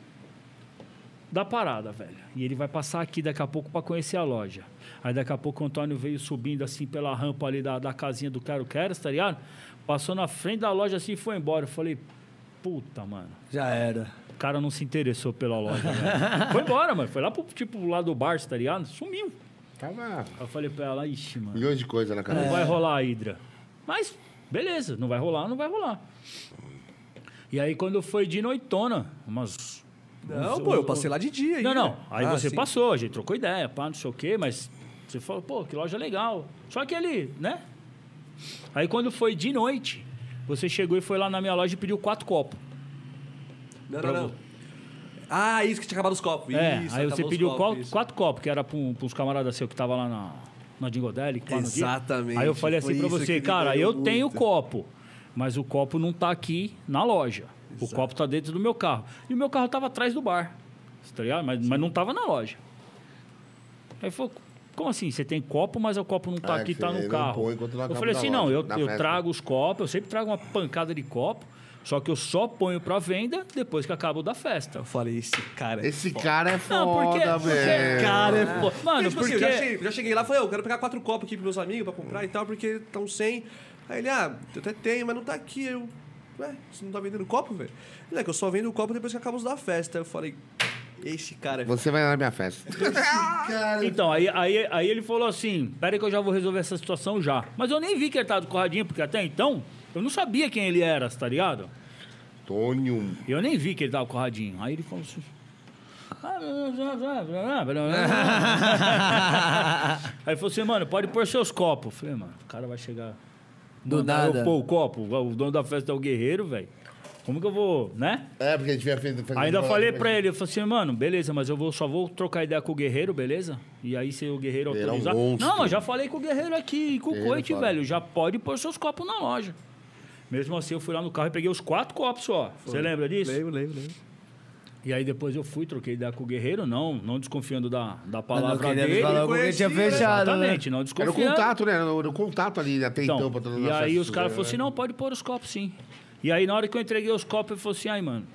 da parada, velho. E ele vai passar aqui daqui a pouco pra conhecer a loja. Aí daqui a pouco o Antônio veio subindo assim pela rampa ali da, da casinha do Quero Quero, tá ligado? Passou na frente da loja assim e foi embora. Eu falei, puta, mano.
Já era.
[LAUGHS] O cara não se interessou pela loja, velho. Foi embora, mano. Foi lá pro tipo lá do bar, tá ligado? Sumiu.
Tava
Aí eu falei pra ela, ixi, mano
milhões de coisas na
É.
não
cabeça.
vai rolar a Hidra. Mas, beleza, não vai rolar, não vai rolar. E aí, quando foi de noitona, umas.
Não, pô, eu passei lá de dia.
Não,
ainda.
não. Aí
Ah,
você
sim.
passou, a gente trocou ideia, pá, não sei o quê, mas você falou, pô, que loja legal. Só que ali, né? Aí, quando foi de noite, você chegou e foi lá na minha loja e pediu quatro copos.
Não,
pra
não, não.
vo-
Ah, isso que tinha acabado os copos.
É,
tá
isso,
aí você
acabou os
pediu
copos,
co-
isso.
quatro copos, que era para uns camaradas seus que estavam lá na, na Dingodelic. lá no dia.
Exatamente,
Aí eu falei
foi
assim para
isso que
você,
me
cara,
doeu
eu tenho
muito."
copo, mas o copo não tá aqui na loja. O copo tá dentro do meu carro. E o meu carro tava atrás do bar, tá ligado? Mas, mas não tava na loja. Aí falou, como assim? Você tem copo, mas o copo não tá
Ah, é
aqui,
que
tá
você
no
não
carro.
põe enquanto não
eu
acaba
falei
na
assim,
loja,
não, eu,
na
eu
festa.
trago os copos, eu sempre trago uma pancada de copo, só que eu só ponho para venda depois que acaba o da festa.
Eu falei, esse cara.
Esse cara é foda,
Não, porque, porque
velho.
cara é foda. Mano,
tipo assim,
porque...
eu já cheguei, já cheguei lá e falei, eu quero pegar quatro copos aqui pros meus amigos pra comprar e tal, porque estão sem. Aí ele, ah, eu até tenho, mas não tá aqui. Eu, ué, você não tá vendendo copo, velho? Ele, é que eu só vendo o copo depois que acaba os da festa. Eu falei, esse cara é
Você vai na minha festa.
Então, aí, aí, aí ele falou assim: peraí que eu já vou resolver essa situação já. Mas eu nem vi que ele tava do Corradinho, porque até então eu não sabia quem ele era, tá ligado?
Tônio.
E eu nem vi que ele tava com o Radinho. Aí ele falou assim. [LAUGHS] Aí falou assim, mano, pode pôr seus copos. Eu falei, mano, o cara vai chegar.
Do
Mandar
nada.
Eu pôr o copo, o dono da festa é o guerreiro, velho. Como que eu vou, né?
É, porque a gente vinha fazendo...
Ainda falei pra ele, eu falei assim, mano, beleza, mas eu vou, só vou trocar ideia com o Guerreiro, beleza? E aí se o Guerreiro
Guerreiro é um
autorizar...
monstro.
não, mas já falei com o Guerreiro aqui e com o
Guerreiro
Coit,
fala.
velho, já pode pôr seus copos na loja. Mesmo assim, eu fui lá no carro e peguei os quatro copos só. Você lembra disso?
Lembro, lembro, lembro.
E aí depois eu fui, troquei ideia com o Guerreiro, não, não desconfiando da, da
Não
palavra
queria
dele.
falar o Google tinha
conhecia,
fechado, né?
Exatamente, não
Era o
desconfiando.
contato, né? Era o contato ali até então, pra todo mundo
e
na
aí
festa.
os caras
né?
falaram assim, não, pode pôr os copos sim. E aí na hora que eu entreguei os copos, ele falou assim, ai, mano,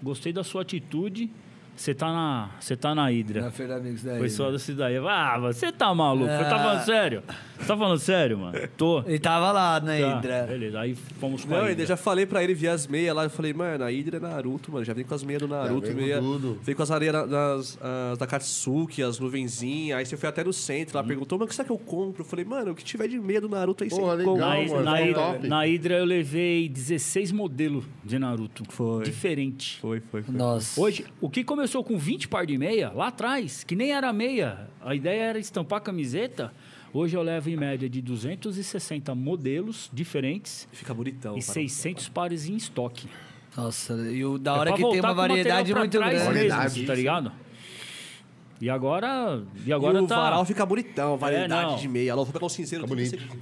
gostei da sua atitude, você tá na, você tá na
Na
hidra.
Feira Amigos né? daí.
Foi só desse daí. Eu falei, Ah, você tá maluco, você tá
Ah.
falando sério? Você tá falando sério, mano? Tô.
Ele tava lá né, na
Tá,
Hidra.
Beleza, aí fomos com a
Não,
hidra.
ainda já falei pra ele via as meias lá. Eu falei, mano, a Hydra é Naruto, mano. Já vem com as meias do Naruto,
vem com
meia.
tudo.
Vem com as areias da- das, as da Katsuki, as nuvenzinhas. Aí você foi até no centro lá, perguntou, mas o que será que eu compro? Eu falei, mano, o que tiver de meia do Naruto aí
Porra,
você
legal.
Na,
compra.
mano,
na,
foi
hidra,
top.
na Hydra eu levei 16 modelos de Naruto.
Foi.
Diferente.
Foi, foi, foi.
Nossa.
Hoje, o que começou com 20 par de meia, lá atrás, que nem era meia, a ideia era estampar a camiseta, hoje eu levo em média de 260 modelos diferentes
Fica bonitão.
e
cara.
600 pares em estoque.
Nossa, e o da
É
hora
pra
que tem uma
voltar com o material
variedade
pra
muito
trás
grande.
mesmo,
Variedade.
tá ligado? E agora, e
E
agora
o
tá...
varal fica bonitão, variedade
não.
de meia. Alô, vou pegar o cinzeiro.
Fica bonito.
tudo isso aqui.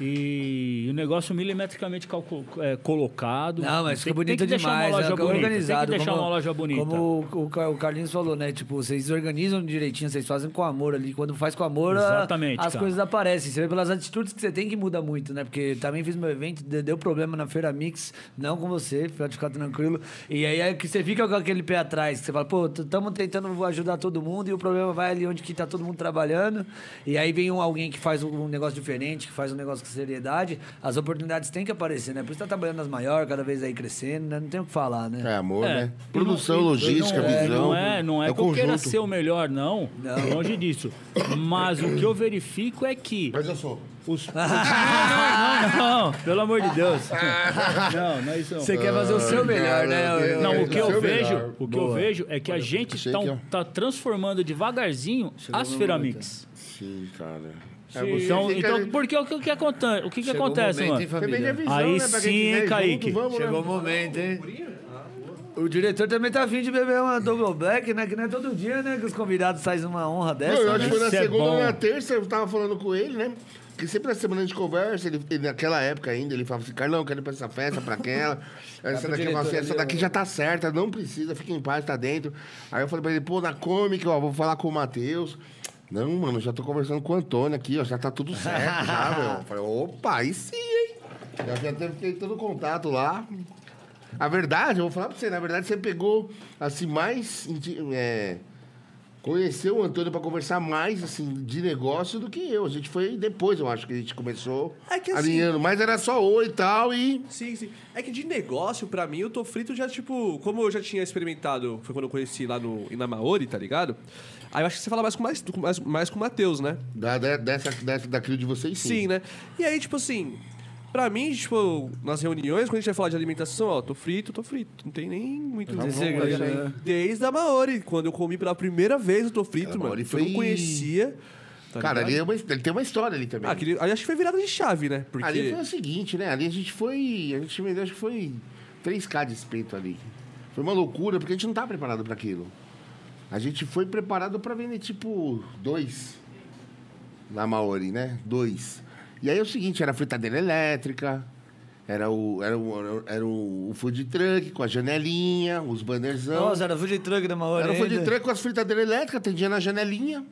E o negócio milimetricamente calcu- é, colocado.
Não, mas
Tem-
fica bonito
tem que deixar
demais.
Uma loja
é
bonita.
organizado.
Tem que deixar
como,
uma loja bonita.
Como o- o, Car- o Carlinhos falou, né? Tipo, vocês organizam direitinho, vocês fazem com amor ali. Quando faz com amor, a-
Exatamente,
as
cara.
coisas aparecem. Você vê pelas atitudes que você tem que muda muito, né? Porque também fiz meu evento, de- deu problema na Feira Mix, não com você, pode ficar tranquilo. E aí é que você fica com aquele pé atrás, que você fala, pô, estamos tentando ajudar todo mundo e o problema vai ali onde que tá todo mundo trabalhando. E aí vem um, alguém que faz um negócio diferente, que faz um negócio com seriedade. As oportunidades têm que aparecer, né? Por isso tá trabalhando nas maiores, cada vez aí crescendo, né? Não tem o que falar, né?
É, amor,
É.
né? Produção,
E não- e-
logística,
não é,
visão.
Não é, não é,
o
que eu queira
conjunto.
ser o melhor, não. É
Não.
Longe disso. Mas o que eu verifico é que.
Mas eu sou.
Os... não,
Ah!
não, não, não, pelo amor de Deus. Não, não é isso. não.
Você quer fazer o seu melhor, né?
Não, o que
Seu
eu
melhor.
vejo, o que eu
Boa.
vejo é que a gente
achei um
tá,
aqui, ó.
tá transformando devagarzinho as Feramix.
Sim, cara. É,
Então, então porque o que, o que aconte- o que que acontece, mano? Aí
né,
sim, hein, Kaique?
Chegou o momento, hein? O diretor também tá afim de beber uma double black, né? Que não é todo dia, né? Que os convidados fazem uma honra dessa. né?
eu acho que foi na
Isso é
segunda ou
bom.
na terça, eu tava falando com ele, né? Que sempre na semana de conversa, ele, ele- naquela época ainda, ele falava assim, Carlão, quero ir pra essa festa, pra aquela. Essa daqui, eu falo assim, essa daqui já tá certa, não precisa, fica em paz, tá dentro. Aí eu falei pra ele, pô, na Comic, ó, vou falar com o Matheus. Não, mano, já tô conversando com o Antônio aqui, ó, já tá tudo certo, já, meu. Eu falei, opa, aí sim, hein? Eu já até fiquei todo o contato lá. A verdade, eu vou falar pra você, na verdade, você pegou, assim, mais... inti- é, Conheceu o Antônio pra conversar mais, assim, de negócio do que eu. A gente foi depois, eu acho, que a gente começou
É que assim-
alinhando. Mas era só oi e tal, e...
Sim, sim. É que de negócio, pra mim, eu tô frito já, tipo... Como eu já tinha experimentado... Foi quando eu conheci lá no Inamaori, tá ligado? Aí eu acho que você fala mais com, mais, com- mais, mais com o Matheus, né?
Da, da- dessa, dessa, daquilo de vocês, sim.
Sim, né? E aí, tipo assim... Pra mim, tipo, nas reuniões, quando a gente vai falar de alimentação, ó, tô frito, tô frito. Não tem nem muito
Não,
dizer,
não,
tá
não,
ligado?
não.
Desde a Maori, quando eu comi pela primeira vez, eu tô frito,
é. Cara, a
mano.
Maori
Foi... Eu
foi-
não conhecia. tá
Cara,
ligado?
ali é uma- ele tem uma história ali também. né?
Ah, aquele- aí acho que foi virada de chave, né? Porque...
Ali foi o seguinte, né? Ali a gente foi... A gente vendeu, acho que foi 3K de espeto ali. Foi uma loucura, porque a gente não tá preparado para aquilo. A gente foi preparado para vender tipo dois na Maori, né? Dois. E aí é o seguinte, era a fritadeira elétrica, era o, era o, era o- era o food truck com a janelinha, os bannerzão.
Nossa, era food truck da Maori.
Era um food
ainda.
truck com as fritadeiras elétricas, atendia na janelinha.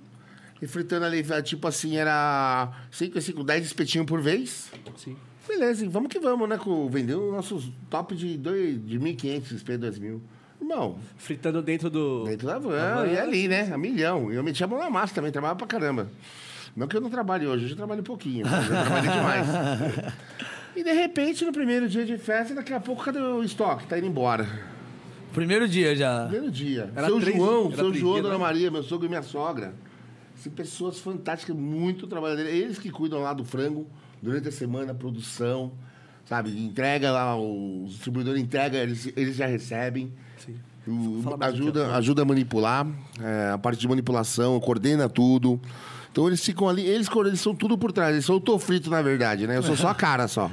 E fritando ali, eh, tipo assim, era 5, 5, 10 espetinhos por vez.
Sim.
Beleza, e vamos que vamos, né? Com, vendeu nossos top de, dois- de 1.500, espeto 2.000. Irmão,
Fritando dentro do.
dentro da van, e ali, né? A milhão. E eu metia a mão na massa também, trabalhava pra caramba. Não que eu não trabalhe hoje, hoje eu trabalho um pouquinho, mas eu trabalhei demais. E de repente, no primeiro dia de festa, daqui a pouco, cadê o estoque? Tá indo embora.
Primeiro dia já.
Primeiro dia.
Era
seu
três-
João,
era
seu
três
João,
dias,
Dona
né?
Maria, meu sogro e minha sogra. São pessoas fantásticas, muito trabalhadeiras. Eles que cuidam lá do frango durante a semana, produção, sabe? Entrega lá, o distribuidor entrega, eles, eles já recebem. O- ajuda, ajuda a manipular, é, a parte de manipulação, coordena tudo. Então eles ficam ali, eles, co- eles são tudo por trás, eles são o tofrito, na verdade, né? Eu sou só a cara só.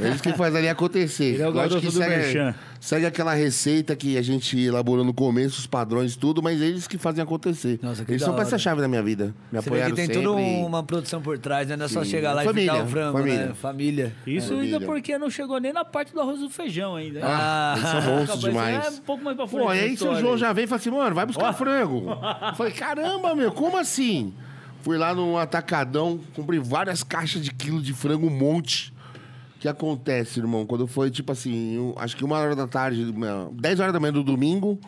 É Eles que fazem ali acontecer.
Ele é o
Lógico
garoto
que
do
segue-
merchan.
né?
Segue aquela receita que a gente elaborou no começo, os padrões, tudo, mas eles que fazem acontecer.
Nossa, que
eles
da
são
hora.
peça-chave na minha vida. Me
Você vê
apoiaram
que tem um
sempre.
toda uma produção por trás, né? Não é só
Sim.
chegar lá e
Família,
fritar o frango, né?
família.
Família.
Isso ainda
Maravilha.
porque não chegou nem na parte do arroz e do feijão ainda.
[LAUGHS] Ah, eles são bons
né? Acabou,
demais.
isso é um pouco mais pra frente
Pô, e
da
aí seu
história
João
aí.
já vem e fala assim, mano, vai buscar frango. Eu falei, caramba, meu, como assim? Fui lá num atacadão, comprei várias caixas de quilo de frango, um monte. O que acontece, irmão? Quando foi, tipo assim, eu- acho que uma hora da tarde, não, 10 horas da manhã do domingo,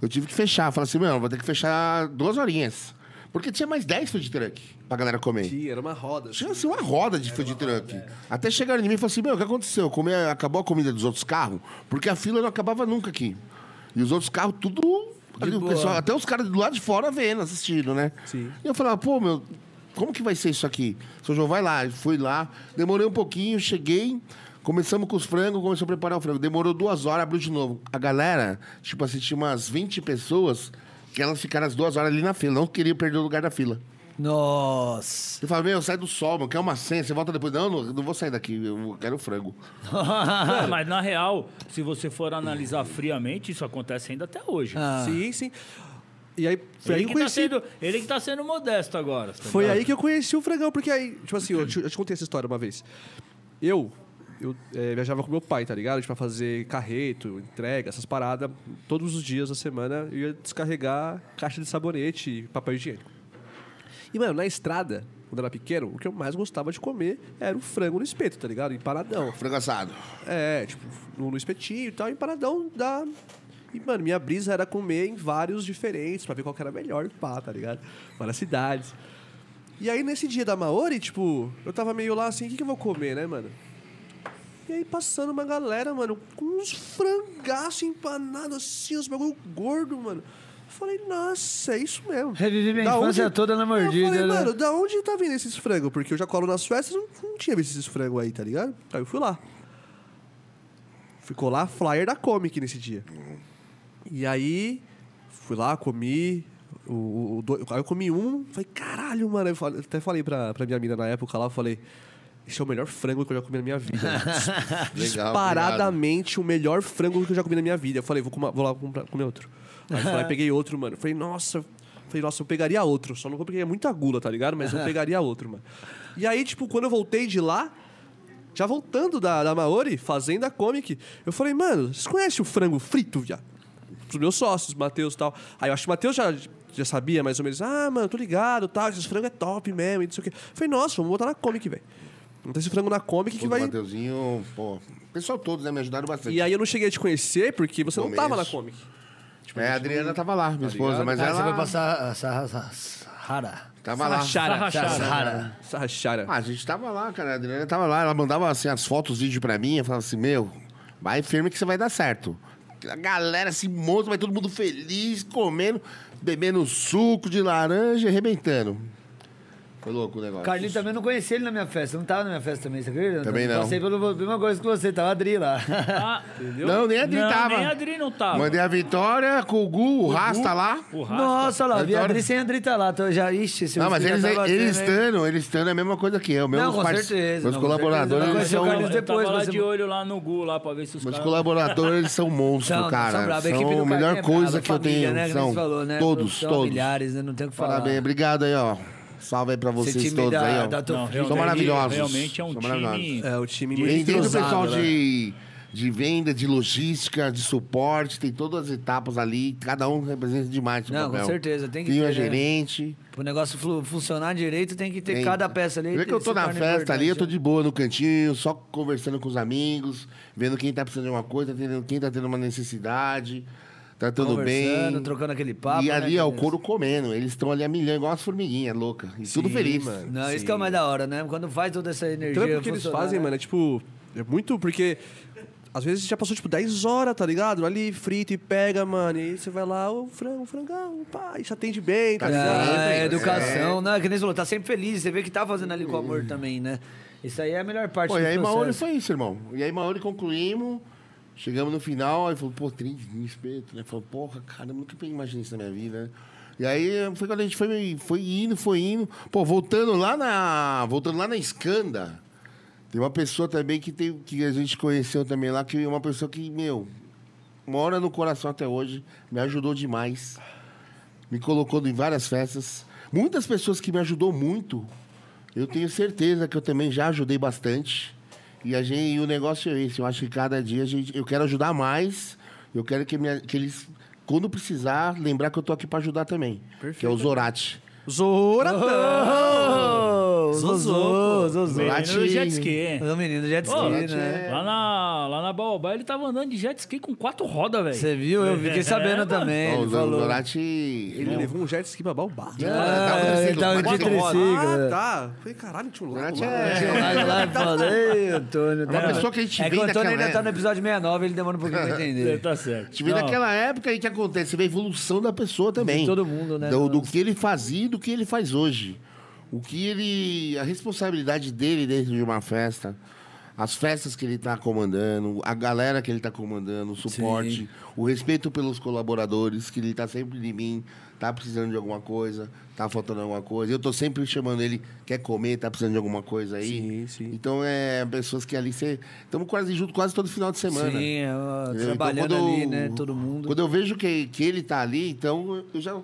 eu tive que fechar. Falei assim, mano, vou ter que fechar duas horinhas. Porque tinha mais 10 food truck pra galera comer.
Sim, era uma roda.
Tinha assim, uma roda de food truck. Até chegaram em mim e falaram assim: Meu, o que aconteceu? Come- acabou a comida dos outros carros? Porque a fila não acabava nunca aqui. E os outros carros, tudo. ali, o
boa.
pessoal- até os caras do lado de fora vendo, assistindo, né?
Sim.
E eu falava: Pô, meu, como que vai ser isso aqui? Seu João, vai lá. Eu Fui lá, demorei um pouquinho, cheguei. Começamos com os frangos, começamos a preparar o frango. Demorou duas horas, abriu de novo. A galera, tipo assim, tinha umas 20 pessoas que elas ficaram as duas horas ali na fila. Não queriam perder o lugar da fila.
Nossa.
Você fala, meu, sai do sol, meu, quer uma senha, você volta depois. Não, não, não vou sair daqui, eu quero frango.
Ah, mas na real, se você for analisar friamente, isso acontece ainda até hoje.
Ah,
Sim, sim. E aí foi aí
ele,
que eu
que tá
conheci.
sendo, ele que tá sendo modesto agora. tá
Foi
ligado?
aí que eu conheci o frangão, porque aí, tipo assim, eu te, eu te contei essa história uma vez. Eu, eu eh, viajava com meu pai, tá ligado? A gente vai fazer carreto, entrega, essas paradas. Todos os dias da semana eu ia descarregar caixa de sabonete e papel higiênico. E, mano, na estrada, quando eu era pequeno, o que eu mais gostava de comer era o frango no espeto, tá ligado? Empanadão.
Frango assado.
É, tipo, no, no espetinho e tal, e paradão da. E, mano, minha brisa era comer em vários diferentes pra ver qual que era melhor, pá, tá ligado? Várias cidades. E aí, nesse dia da Maori, tipo, eu tava meio lá assim, o que, que eu vou comer, né, mano? E aí, passando uma galera, mano, com uns frangaços empanados assim, uns bagulho gordo, mano. Eu Falei, nossa, é isso mesmo.
Revivi minha
Da
infância toda na
Eu
mordida,
falei,
né?
mano, da onde tá vindo esses frangos? Porque eu já colo nas festas, não, não tinha visto esses frangos aí, tá ligado? Aí eu fui lá. Ficou lá flyer da Comic nesse dia. E aí, fui lá, comi. O, o- o do- aí eu comi um, falei, caralho, mano. Eu falei- até falei pra, pra minha mina na época lá, eu falei, esse é o melhor frango que eu já comi na minha vida. Disparadamente o melhor frango que eu já comi na minha vida. Eu falei, vou, coma- vou lá comprar- comer outro. Aí eu fui lá e peguei outro, mano. Eu Falei, nossa. eu Falei, nossa, eu pegaria outro. Só não vou porque é muita gula, tá ligado? Mas eu pegaria outro, mano. E aí, tipo, quando eu voltei de lá, já voltando da, da Maori, fazendo a comic, eu falei, mano, vocês conhecem o frango frito, viado? Pros meus sócios, Matheus e tal. Aí eu acho que o Matheus já, já sabia mais ou menos, ah, mano, tô ligado, tal, esse frango é top mesmo, e não sei o quê. Eu falei, nossa, vamos botar na comic, velho. Vamos ter esse frango na comic que
O
vai.
Mateuzinho, pô. O pessoal todos, né, me ajudaram bastante.
E aí eu não cheguei a te conhecer porque você não
Começo.
tava na comic.
é, a Adriana tava lá, minha esposa, mas
Ah,
ela
você vai passar Sahara.
tava lá.
Sarra, sarra.
Sahara.
Sarrachara.
Ah, a gente tava lá, cara, a Adriana tava lá, ela mandava assim as fotos, vídeo pra mim, eu falava assim, meu, vai firme que você vai dar certo. A galera se monta, vai todo mundo feliz, comendo, bebendo suco de laranja, e arrebentando. Foi louco o negócio.
Carlinho também não conhecia ele na minha festa. Não tava na minha festa também, você acredita?
Também não.
Passei pela mesma coisa que você, tava Adri
[LAUGHS]
lá.
Ah, entendeu?
Não, nem a Adri
não,
tava.
Nem a Adri não tava.
Mandei a vitória com o Gu, o Rasta lá.
O Rasta.
Nossa, olha lá, vi a
Adoro.
Adri sem a Adri tá lá. Tô já, ixi, esse
Não, mas
já
eles,
tava assim, né?
eles
batendo, hein?
estando, eles estando é a mesma coisa que eu. Meus
Não, com
parce-
certeza,
Meus
não, com
colaboradores,
certeza.
eles
Eu conheci
são.
o Carlinhos
Eu tava
depois,
lá
você-
de olho lá no Gu, lá, pra ver se os
Meus
caras...
colaboradores, eles são monstros,
São,
Tipo, cara.
são,
São,
bravos. a equipe
a
do Carlinhos
melhor
é brava,
coisa
a
que eu
família,
tenho.
né, que nem
são
você falou, né?
todos,
São
todos.
milhares, né? Não tem o que falar.
Parabéns, obrigado aí, ó. Salve aí pra vocês
time
todos
da-
aí, ó.
da tua-
Não,
São
realmente-
maravilhosos.
Realmente é um
São
time...
maravilhosos.
É, o time
Eu
muito
Entendo o
entrosado,
pessoal
né?
de, de venda, de logística, de suporte, tem todas as etapas ali, cada um representa demais. seu
Não, com
papel.
certeza, tem que
Tem
ter,
a
né?
gerente.
Pro negócio flu- funcionar direito, tem que ter
tem-
cada peça ali.
Vê que eu tô
se
na
torna
festa ali, eu tô
importante,
de boa no cantinho, só conversando com os amigos, vendo quem tá precisando de uma coisa, entendendo quem tá tendo uma necessidade. Tá tudo
Conversando,
bem.
trocando aquele papo,
E
né,
ali, ó, o
Denis?
couro comendo. Eles estão ali a milhão, igual as formiguinhas, louca. E tudo feliz.
mano.
Não, isso que é o mais da hora, né? Quando faz toda essa energia.
trampo que Então, eles
funcionar,
fazem,
né?
mano, é tipo. É muito porque. Às vezes já passou, tipo, 10 horas, tá ligado? Ali, frito e pega, mano. E aí você vai lá, ô, frango, frangão, pá, e já atende bem, tá ligado?
Ah, é,
Sempre.
educação, né? Que nem você falou, tá sempre feliz. Você vê que tá fazendo ali com amor também, né? Isso aí é a melhor parte
Pô, e
do
aí Maori
processo.
foi isso, irmão. E aí Maori concluímos, chegamos no final, aí falou, pô, 30 mil espeto, né? Falou, porra, cara, eu nunca imaginei isso na minha vida, né? E aí foi quando a gente foi, foi indo, foi indo. Pô, voltando lá na. Voltando lá na Escanda, tem uma pessoa também que, tem, que a gente conheceu também lá, que é uma pessoa que, meu, mora no coração até hoje, me ajudou demais. Me colocou em várias festas. Muitas pessoas que me ajudou muito, eu tenho certeza que eu também já ajudei bastante. E, a gente, e o negócio é esse. Eu acho que cada dia a gente, eu quero ajudar mais. Eu quero que, minha- que eles, quando precisar, lembrar que eu tô aqui para ajudar também. Que é o Zorati.
Zoratão!
Zozô, Zozô.
É, Menino do jet
Latim.
ski.
O menino jet ski,
Ô,
né?
Lá na, lá na Baobá ele tava andando de jet ski com quatro rodas, velho.
Você viu? Eu
[LAUGHS]
fiquei sabendo
É,
também.
Ó,
Ele
o é
falou.
Zorati.
Ele levou um jet ski pra balbar.
Ah, ele tava de
Quatro rodas.
triciclo.
Ah, tá. Falei, caralho, tinha um louco.
Zorati
lá.
né? é.
Olha lá e fala, "Ei, Antônio.
uma
tá-
pessoa que a gente
É que
vê
o Antônio
naquela
ainda tá
época.
no episódio 69, ele demora um pouquinho pra
Você
entender.
tá certo.
Te vê
Não,
naquela época aí que acontece, você vê a evolução da pessoa também.
De todo mundo, né?
Do, do que ele fazia e do que ele faz hoje. O que ele. A responsabilidade dele dentro de uma festa. As festas que ele está comandando, a galera que ele está comandando, o suporte,
Sim.
o respeito pelos colaboradores, que ele está sempre de mim, tá precisando de alguma coisa, tá faltando alguma coisa. Eu tô sempre chamando ele, quer comer, tá precisando de alguma coisa
Sim,
aí.
sim.
Então é pessoas que ali você. Estamos quase junto quase todo final de semana.
Sim, ó,
Entendeu? Então,
Tá trabalhando
quando
ali,
eu-
né? Todo mundo.
Quando eu vejo que, que ele tá ali, então eu já,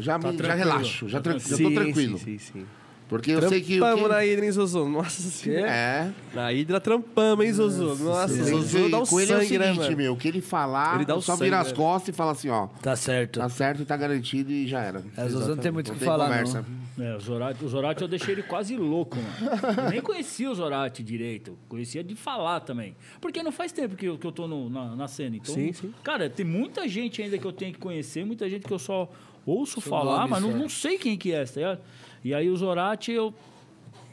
já, me- já relaxo, já, tran- já tô tranquilo.
Sim, sim, sim.
Porque eu sei que. o
Trampamos
que-
na Hidra, hein, Zozô? Nossa senhora.
É.
Na Hidra trampamos, hein, Zozô? Nossa,
Tem
Zozô
que-
dá o
com ele é o
sangue, né,
seguinte,
mano?
meu, o que ele falar,
Ele dá o
só
sangue,
vira as
né?
costas e fala assim, ó,
Tá certo.
tá certo e tá garantido e já era.
É, Os outros não tem muito o
Não
que
tem
falar,
conversa.
não.
É, o Zorati, o Zorati eu deixei ele quase louco, mano. Eu nem conhecia o Zorati direito. Conhecia de falar também. Porque não faz tempo que eu, que eu tô no- na, na cena. Então,
Sim, sim.
cara, tem muita gente ainda que eu tenho que conhecer, muita gente que eu só ouço falar,
nome
mas não,
só.
não sei quem que é, tá ligado? E aí o Zorati, eu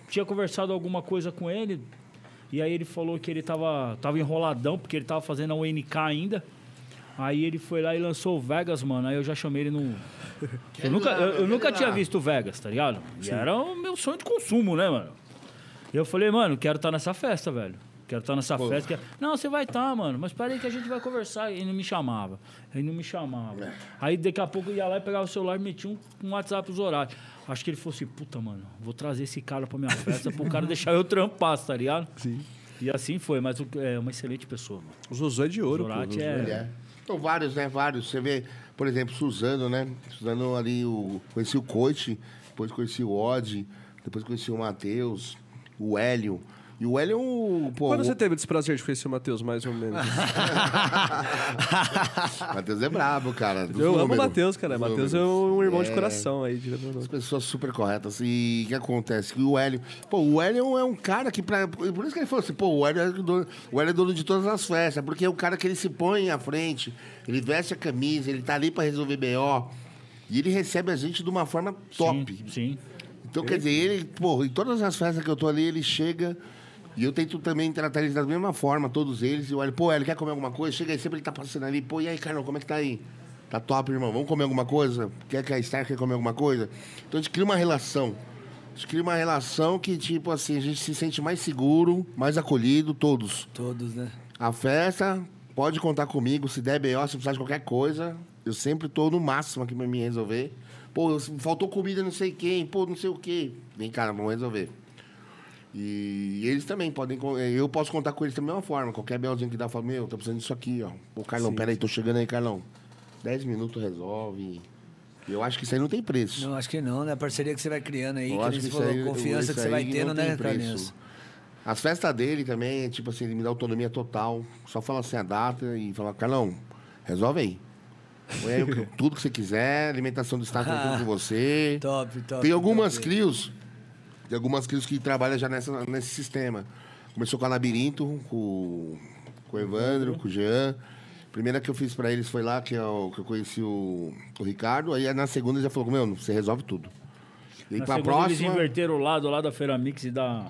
tinha conversado alguma coisa com ele. E aí ele falou que ele tava, tava enroladão, porque ele tava fazendo a UNK ainda. Aí ele foi lá e lançou o Vegas, mano. Aí eu já chamei ele no. Eu nunca, eu, eu nunca tinha visto o Vegas, tá ligado? E era o meu sonho de consumo, né, mano? E eu falei, mano, quero estar nessa festa, velho. Quero estar nessa festa. quero- Não, você vai estar, mano. Mas peraí que a gente vai conversar. E não me chamava. Ele não me chamava. Aí daqui a pouco eu ia lá e pegava o celular e metia um, um WhatsApp pros horários. Acho que ele falou assim, puta, mano, vou trazer esse cara pra minha festa pro cara deixar eu trampar, tá ligado? Sim. E assim foi, mas o- é uma excelente pessoa, mano.
O Zozô é de ouro, pô.
Zorati
Zozô.
Ele é. Então, vários, né? Vários. Você vê, por exemplo, Suzano, né? Suzano ali, o... conheci o Coit, depois conheci o Odd, depois conheci o Matheus, o Hélio. E o Hélio é um. Pô,
Quando
o-
você teve o desprazer de conhecer o Matheus, mais ou menos?
O [LAUGHS] Matheus é brabo, cara. dos
Eu amo o
números.
Matheus, cara.
Dos
Matheus é
números.
um irmão de
É,
coração aí, de verdade.
As pessoas super corretas. E o que acontece? Que o Hélio. Pô, o Hélio é um cara que. Pra, por isso que ele falou assim, pô, o Hélio, é dono, o Hélio é dono de todas as festas. Porque é um cara que ele se põe à frente, ele veste a camisa, ele tá ali pra resolver B.O. E ele recebe a gente de uma forma top.
Sim, sim.
Então, quer dizer, ele, pô, em todas as festas que eu tô ali, ele chega. E eu tento também tratar eles da mesma forma, todos eles. E o Hélio, pô, Hélio, quer comer alguma coisa? Chega aí, sempre ele tá passando ali. Pô, e aí, Carlão, como é que tá aí? Tá top, irmão. Vamos comer alguma coisa? Quer que a Star quer comer alguma coisa? Então a gente cria uma relação. gente cria uma relação que, tipo assim, a gente se sente mais seguro, mais acolhido, todos.
Todos, né?
A festa, pode contar comigo, se der B.O., se precisar de qualquer coisa, eu sempre tô no máximo aqui pra me resolver. Pô, eu- faltou comida não sei quem, pô, não sei o quê. Vem, cara, vamos resolver. E eles também podem. con- eh, Eu posso contar com eles da mesma forma. Qualquer belzinho que dá, fala: Meu, tô precisando disso aqui, ó. Ô, Carlão, peraí, tô chegando aí, Carlão. Dez minutos resolve. Eu acho que isso aí não tem preço.
Não, acho que não, né? A parceria que você vai criando aí,
Eu
que
acho
nem
que
você
isso
falou,
aí-
confiança
isso
que você vai
aí
tendo,
não tem
né,
preço.
Carlinhos?
As festas dele também, tipo assim, ele me dá autonomia total. Só fala assim a data e fala, Carlão, resolve aí.
[LAUGHS]
Põe aí o que- tudo que você quiser, alimentação do estado é tudo com você.
Ah, Top, top.
Tem algumas
top.
crios, tem algumas crios que trabalham já nessa, nesse sistema. Começou com a Labirinto, com, com o
Uhum.
Evandro, com o Jean. Primeira que eu fiz pra eles foi lá, que eu, que eu conheci o, o Ricardo. Aí na segunda ele já falou, meu, você resolve tudo. E aí
Na
pra
segunda, Eles
próxima...
inverteram o lado lá da Feira Mix e da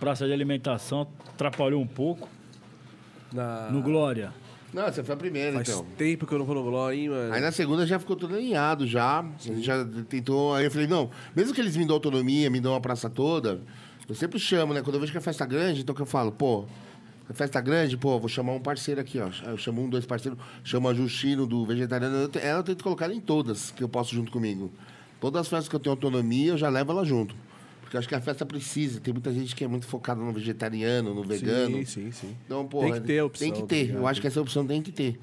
praça de alimentação. Atrapalhou um pouco.
Na-
Ah.
No Glória.
Não, você foi a primeira,
Faz
então.
tempo que eu não vou no Bló, hein, mano?
Aí na segunda já ficou tudo alinhado já. A gente já tentou. Aí eu falei, não, mesmo que eles me dão autonomia, me dão a praça toda, eu sempre chamo, né? Quando eu vejo que é festa grande, então que eu falo, pô, é festa grande, pô, vou chamar um parceiro aqui, ó. Eu chamo um, dois parceiros, chamo a Justino do Vegetariano. Eu te- Ela eu tento colocar ela em todas que eu posso junto comigo. Todas as festas que eu tenho autonomia, eu já levo ela junto. Porque eu acho que a festa precisa. Tem muita gente que é muito focada no vegetariano, no vegano.
Sim, sim, sim.
tá Então, pô,
Tem que ter a opção,
Tem que
tá
ter.
ligado?
eu acho que essa opção tem que ter.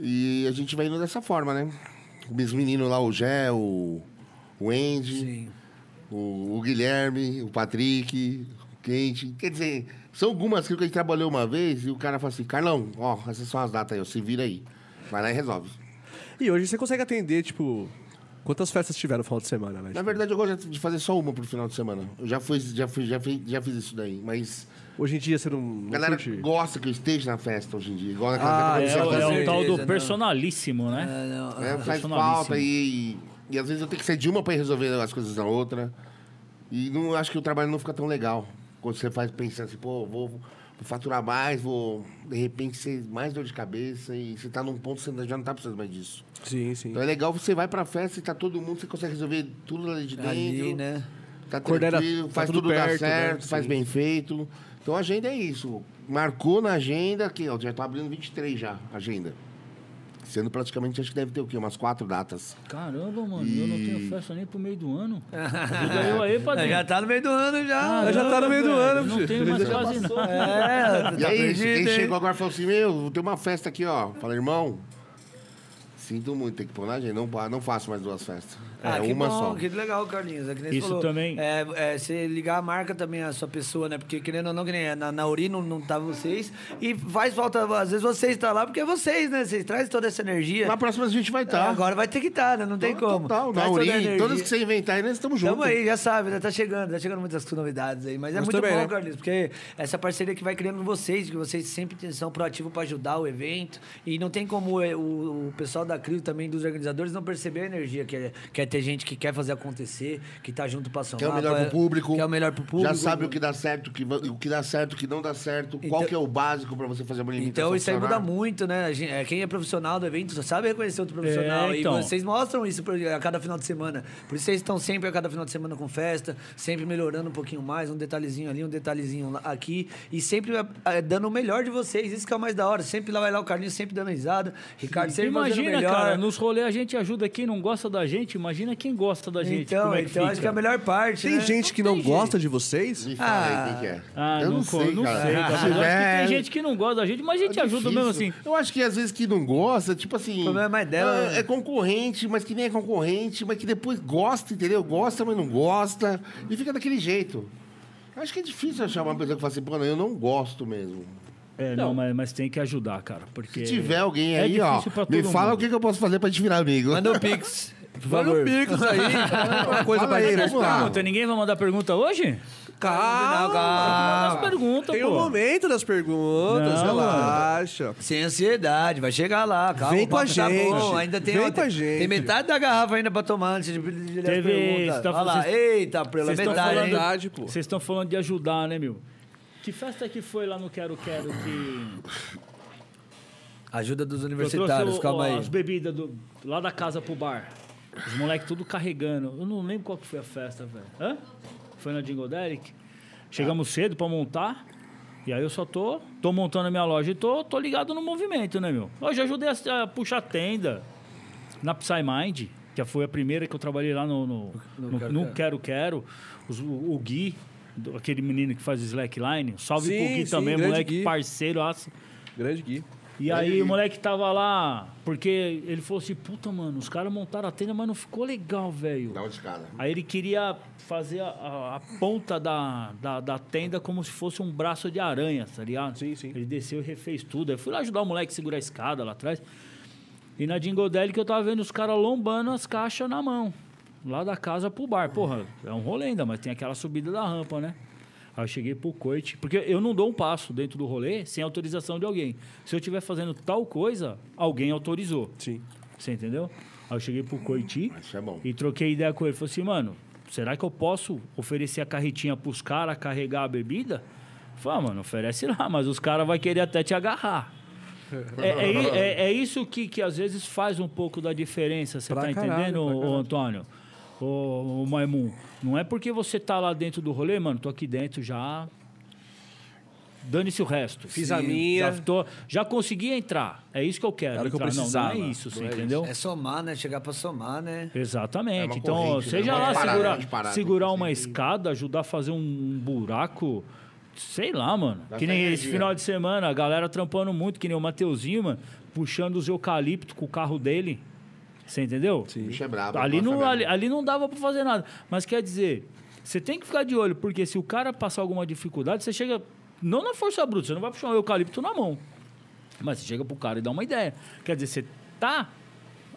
E a gente vai indo dessa forma, né? Os meninos lá, o Gé, o, o Andy,
Sim.
o, o Guilherme, o Patrick, o Quente. Quer dizer, são algumas que a gente trabalhou uma vez e o cara fala assim, Carlão, ó, essas são as datas aí, ó, se vira aí. Vai lá e resolve.
E hoje você consegue atender, tipo... Quantas festas tiveram no final de semana, né?
Na verdade, eu gosto de fazer só uma pro final de semana. Eu já fiz, já fiz, já fiz, já fiz isso daí, mas
Hoje em dia você não,
a
não
galera
curte?
gosta que eu esteja na festa hoje em dia. Igual naquela
Ah,
época
É,
que eu
o-
comecei a
é
fazer.
o tal
certeza, né?
do
não.
personalíssimo,
Ah,
né?
É, faz
personalíssimo.
falta e, e às vezes eu tenho que ser de uma para resolver as coisas da outra. E não acho que o trabalho não fica tão legal. Quando você faz pensando assim, pô, vou, vou faturar mais, vou de repente ser mais dor de cabeça e você tá num ponto que você já não tá precisando mais disso.
Sim, sim.
Então é legal você vai pra festa e tá todo mundo, você consegue resolver tudo ali de dentro.
Ali, né?
Tá
Coordena-
tranquilo,
tá
faz
tudo
tudo, dar
perto, né?
certo, faz
Sim.
bem feito. Então a agenda é isso. Marcou na agenda, que ó, já tá abrindo 23 já, a agenda. Sendo praticamente, acho que deve ter o quê? Umas quatro datas.
Caramba, mano, eu não tenho festa nem pro meio
[LAUGHS]
do ano. Ajuda eu aí,
É,
padrinho.
Já tá no meio do ano já.
Ah,
Caramba,
já tá no meio do
velho,
ano,
eu Não
bicho.
tenho mais quase nada.
É, tá
E aí,
perdido,
quem
hein?
chegou agora e falou assim, meu, tem uma festa aqui, ó. Fala, irmão, sinto muito, tem que pôr na agenda. Não, pa- não faço mais duas festas.
Ah,
é
que
uma
bom,
só.
Que legal, Carlinhos. É que nem você
Isso
falou,
também.
É, é, você ligar a marca também à sua pessoa, né? Porque querendo ou não, que nem na, na Uri não, não tá vocês. E faz falta, às vezes vocês tá lá porque é vocês, né? Vocês trazem toda essa energia.
Na próxima a gente
É,
vai estar.
agora vai ter que estar, né? Não tem como.
tá. Total, na
Traz toda a
Uri,
energia.
todas que você inventar, aí nós estamos juntos.
Tamo aí, já sabe, né? Tá chegando, tá chegando muitas novidades aí. Mas é
Mas
muito
também,
bom,
né?
Carlinhos, porque essa parceria que vai criando vocês, que vocês sempre são proativos pra ajudar o evento. E não tem como é, o, o pessoal da CRIO também, dos organizadores, não perceber a energia que é, que é ter gente que quer fazer acontecer, que tá junto pra somar.
Que é o melhor
pra-
pro público.
Que é o melhor pro público.
Já sabe o que dá certo, o que, va- o que dá certo, o que não dá certo. qual
Então-
que é o básico pra você fazer uma alimentação
Então isso aí muda
funcionar.
muito, né? A gente- é, Quem é profissional do evento sabe reconhecer outro profissional.
É, então.
E vocês mostram isso por- a cada final de semana. Por isso vocês estão sempre a cada final de semana com festa, sempre melhorando um pouquinho mais, um detalhezinho ali, um detalhezinho lá- aqui. E sempre é, é, dando o melhor de vocês. Isso que é o mais da hora. Sempre lá vai lá o Carlinhos sempre dando risada. Ricardo sempre fazendo o
Imagina,
melhor. né?
cara, nos rolês a gente ajuda quem não gosta da gente, imagina quem gosta da gente.
então,
como é que
então
fica.
acho que é a melhor parte.
Tem
né?
gente que não gosta de vocês?
Me fala aí quem que é.
Ah,
eu não,
co-
sei, cara.
Ah.
[LAUGHS]
tá
Se
ligado? Acho que
tiver,
tem gente que não gosta da gente, mas a gente
é
ajuda mesmo assim.
difícil. Eu acho que às vezes que não gosta, tipo assim. O
problema é mais dela, né?
É, concorrente, mas que nem é concorrente, mas que depois gosta, entendeu? Gosta, mas não gosta. E fica daquele jeito. Acho que é difícil achar uma pessoa que fala assim, pô, não, eu não gosto mesmo.
É, não, mas, mas tem que ajudar, cara, porque...
Se tiver alguém
é
aí, ó,
difícil pra
me
todo
fala
mundo.
o que, que eu posso fazer pra te virar amigo.
Manda o Pix. Por
Olha
um
favor.
o Pix aí. [LAUGHS] Uma coisa
Fala
pra
aí,
ele.
né?
Mas pergunta, Ah, ninguém vai mandar pergunta hoje?
Calma,
Manda as
calma.
perguntas,
Tem o
pô.
momento das perguntas,
Não,
relaxa.
Sem ansiedade, vai chegar lá, calma.
Vem
o papo
com a
tá
gente,
bom, ainda tem
vem
outra-
com a gente.
Tem metade da garrafa ainda pra tomar antes de, de ler as
Teve-
perguntas.
você tá
Olha lá,
falando-
eita, é pela
vocês tão
metade, hein?
falando-
Verdade, pô.
Vocês estão falando de ajudar, né, meu? Que festa que foi lá no Quero Quero que...
Ajuda dos
Eu trouxe
universitários,
o-
calma
o-
aí.
As bebidas do- lá da casa pro bar. Os moleques tudo carregando. Eu não lembro qual que foi a festa, velho. Hã? Foi na Jingle Derek? Chegamos cedo pra montar. E aí eu só tô, tô montando a minha loja e tô, tô ligado no movimento, né, meu? Eu já ajudei a, a puxar tenda na PsyMind, que foi a primeira que eu trabalhei lá no, no, no-
Quero
no Quero Quero. Os- o, o Gui, do- aquele menino que faz slackline. Salve
Sim,
pro Gui
sim,
também,
grande
moleque
Gui.
parceiro. Assim.
Grande Gui.
E aí o moleque tava lá, porque ele falou assim, puta, mano, os caras montaram a tenda, mas não ficou legal, velho.
Dá uma de cara.
Aí ele queria fazer a, a- a ponta da, da, da tenda como se fosse um braço de aranha, tá ligado?
Sim, sim.
Ele desceu e refez tudo. Aí fui lá ajudar o moleque a segurar a escada lá atrás. E na Jingle que eu tava vendo os caras lombando as caixas na mão. Lá da casa pro bar. Porra, é um rolê ainda, mas tem aquela subida da rampa, né? Aí eu cheguei pro coit. Porque eu não dou um passo dentro do rolê sem autorização de alguém. Se eu estiver fazendo tal coisa, alguém autorizou.
Sim.
Você entendeu? Aí eu cheguei pro Coiti
Isso é bom.
e troquei ideia com ele. Falei assim, mano, será que eu posso oferecer a carretinha pros caras carregar a bebida? Falei, ah, mano, oferece lá, mas os caras vão querer até te agarrar. é, é i- é- é isso que, que às vezes faz um pouco da diferença, você
Pra
tá
caralho,
entendendo,
pra
ô, ô, Antônio? Ô, ô Maimum, não é porque você tá lá dentro do rolê, mano, tô aqui dentro já. Dane-se o resto.
Fiz a minha.
Já, tô- já consegui entrar. É isso que eu quero.
Era o que eu
entrar. Não,
precisava.
Não, é isso, você
Não é
entendeu?
É somar, né? Chegar pra somar, né?
É
Exatamente.
uma
então,
corrente, né?
seja
Uma
lá
parada,
segurar,
de parada.
segurar uma escada, ajudar a fazer um buraco. Sei lá, mano.
Dá
que
até
nem esse
energia.
final de semana, a galera trampando muito, que nem o Mateuzinho, mano, puxando os eucalipto com o carro dele. Você entendeu?
O bicho é brabo.
ali,
gosta
não,
mesmo.
ali, ali não dava pra fazer nada. Mas quer dizer, você tem que ficar de olho, porque se o cara passar alguma dificuldade, você chega. Não na força bruta, você não vai puxar um eucalipto na mão. Mas você chega pro cara e dá uma ideia. Quer dizer, você tá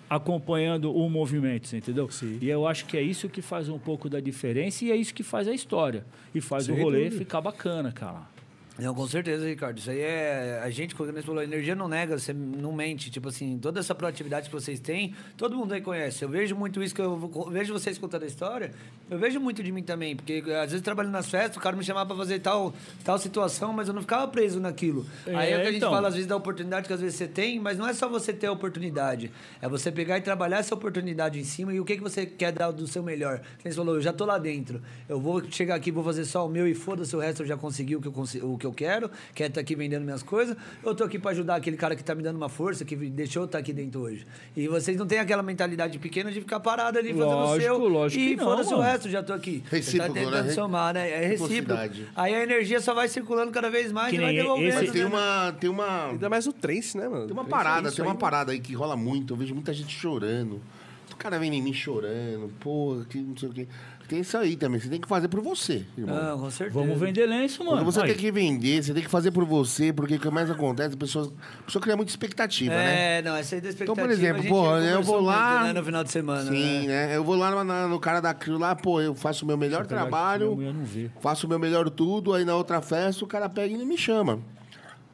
acompanhando o movimento, você entendeu?
Sim.
E eu acho que é isso que faz um pouco da diferença e é isso que faz a história. E faz
Sem
o rolê
dúvida.
ficar bacana, cara.
Não, com certeza, Ricardo. Isso aí é. A gente, como você falou, a energia não nega, você não mente. Tipo assim, toda essa proatividade que vocês têm, todo mundo aí conhece. Eu vejo muito isso, que eu vo- vejo vocês contando a história, eu vejo muito de mim também. Porque às vezes trabalhando nas festas, o cara me chamava pra fazer tal, tal situação, mas eu não ficava preso naquilo.
É,
aí é o que a gente
então.
fala, às vezes, da oportunidade que às vezes você tem, mas não é só você ter a oportunidade. É você pegar e trabalhar essa oportunidade em cima e o que, que você quer dar do seu melhor. Você falou, eu já tô lá dentro. Eu vou chegar aqui, vou fazer só o meu e foda-se o resto, eu já consegui o que eu, consi- o que eu quero, quer estar aqui vendendo minhas coisas. Eu tô aqui pra ajudar aquele cara que tá me dando uma força, que me deixou eu estar aqui dentro hoje. E vocês não têm aquela mentalidade pequena de ficar parado ali fazendo o
Lógico,
seu.
lógico
e
que não,
foda-se o
mano.
resto, já tô aqui.
Recíproco,
você tá tentando
né?
somar, né? É recíproco.
Reciprocidade.
Aí a energia só vai circulando cada vez mais
Que
e vai
nem
devolvendo.
esse-
Mas tem
né?
uma. Tem uma.
Ainda mais o trance, né, mano?
Tem uma
Trance é
parada,
isso
tem uma
aí.
parada aí que rola muito. Eu vejo muita gente chorando. O cara vem em mim chorando, porra, que não sei o quê. Tem isso aí também. Você tem que fazer por você, irmão.
Não, com certeza.
Vamos vender lenço, mano.
Quando você
Aí.
tem que vender, você tem que fazer por você, porque o que mais acontece, a pessoa, a pessoa cria muita expectativa, né?
É, não, essa aí da
Então,
expectativa.
por
a
exemplo,
gente
pô, eu
conversou
vou lá.
muito, né, no final de semana.
Sim,
né?
né? Eu vou lá na- no cara da Crio lá, pô, eu faço o meu melhor
pegar aqui,
trabalho,
minha mulher não vê.
faço o meu melhor tudo, aí na outra festa o cara pega e não me chama.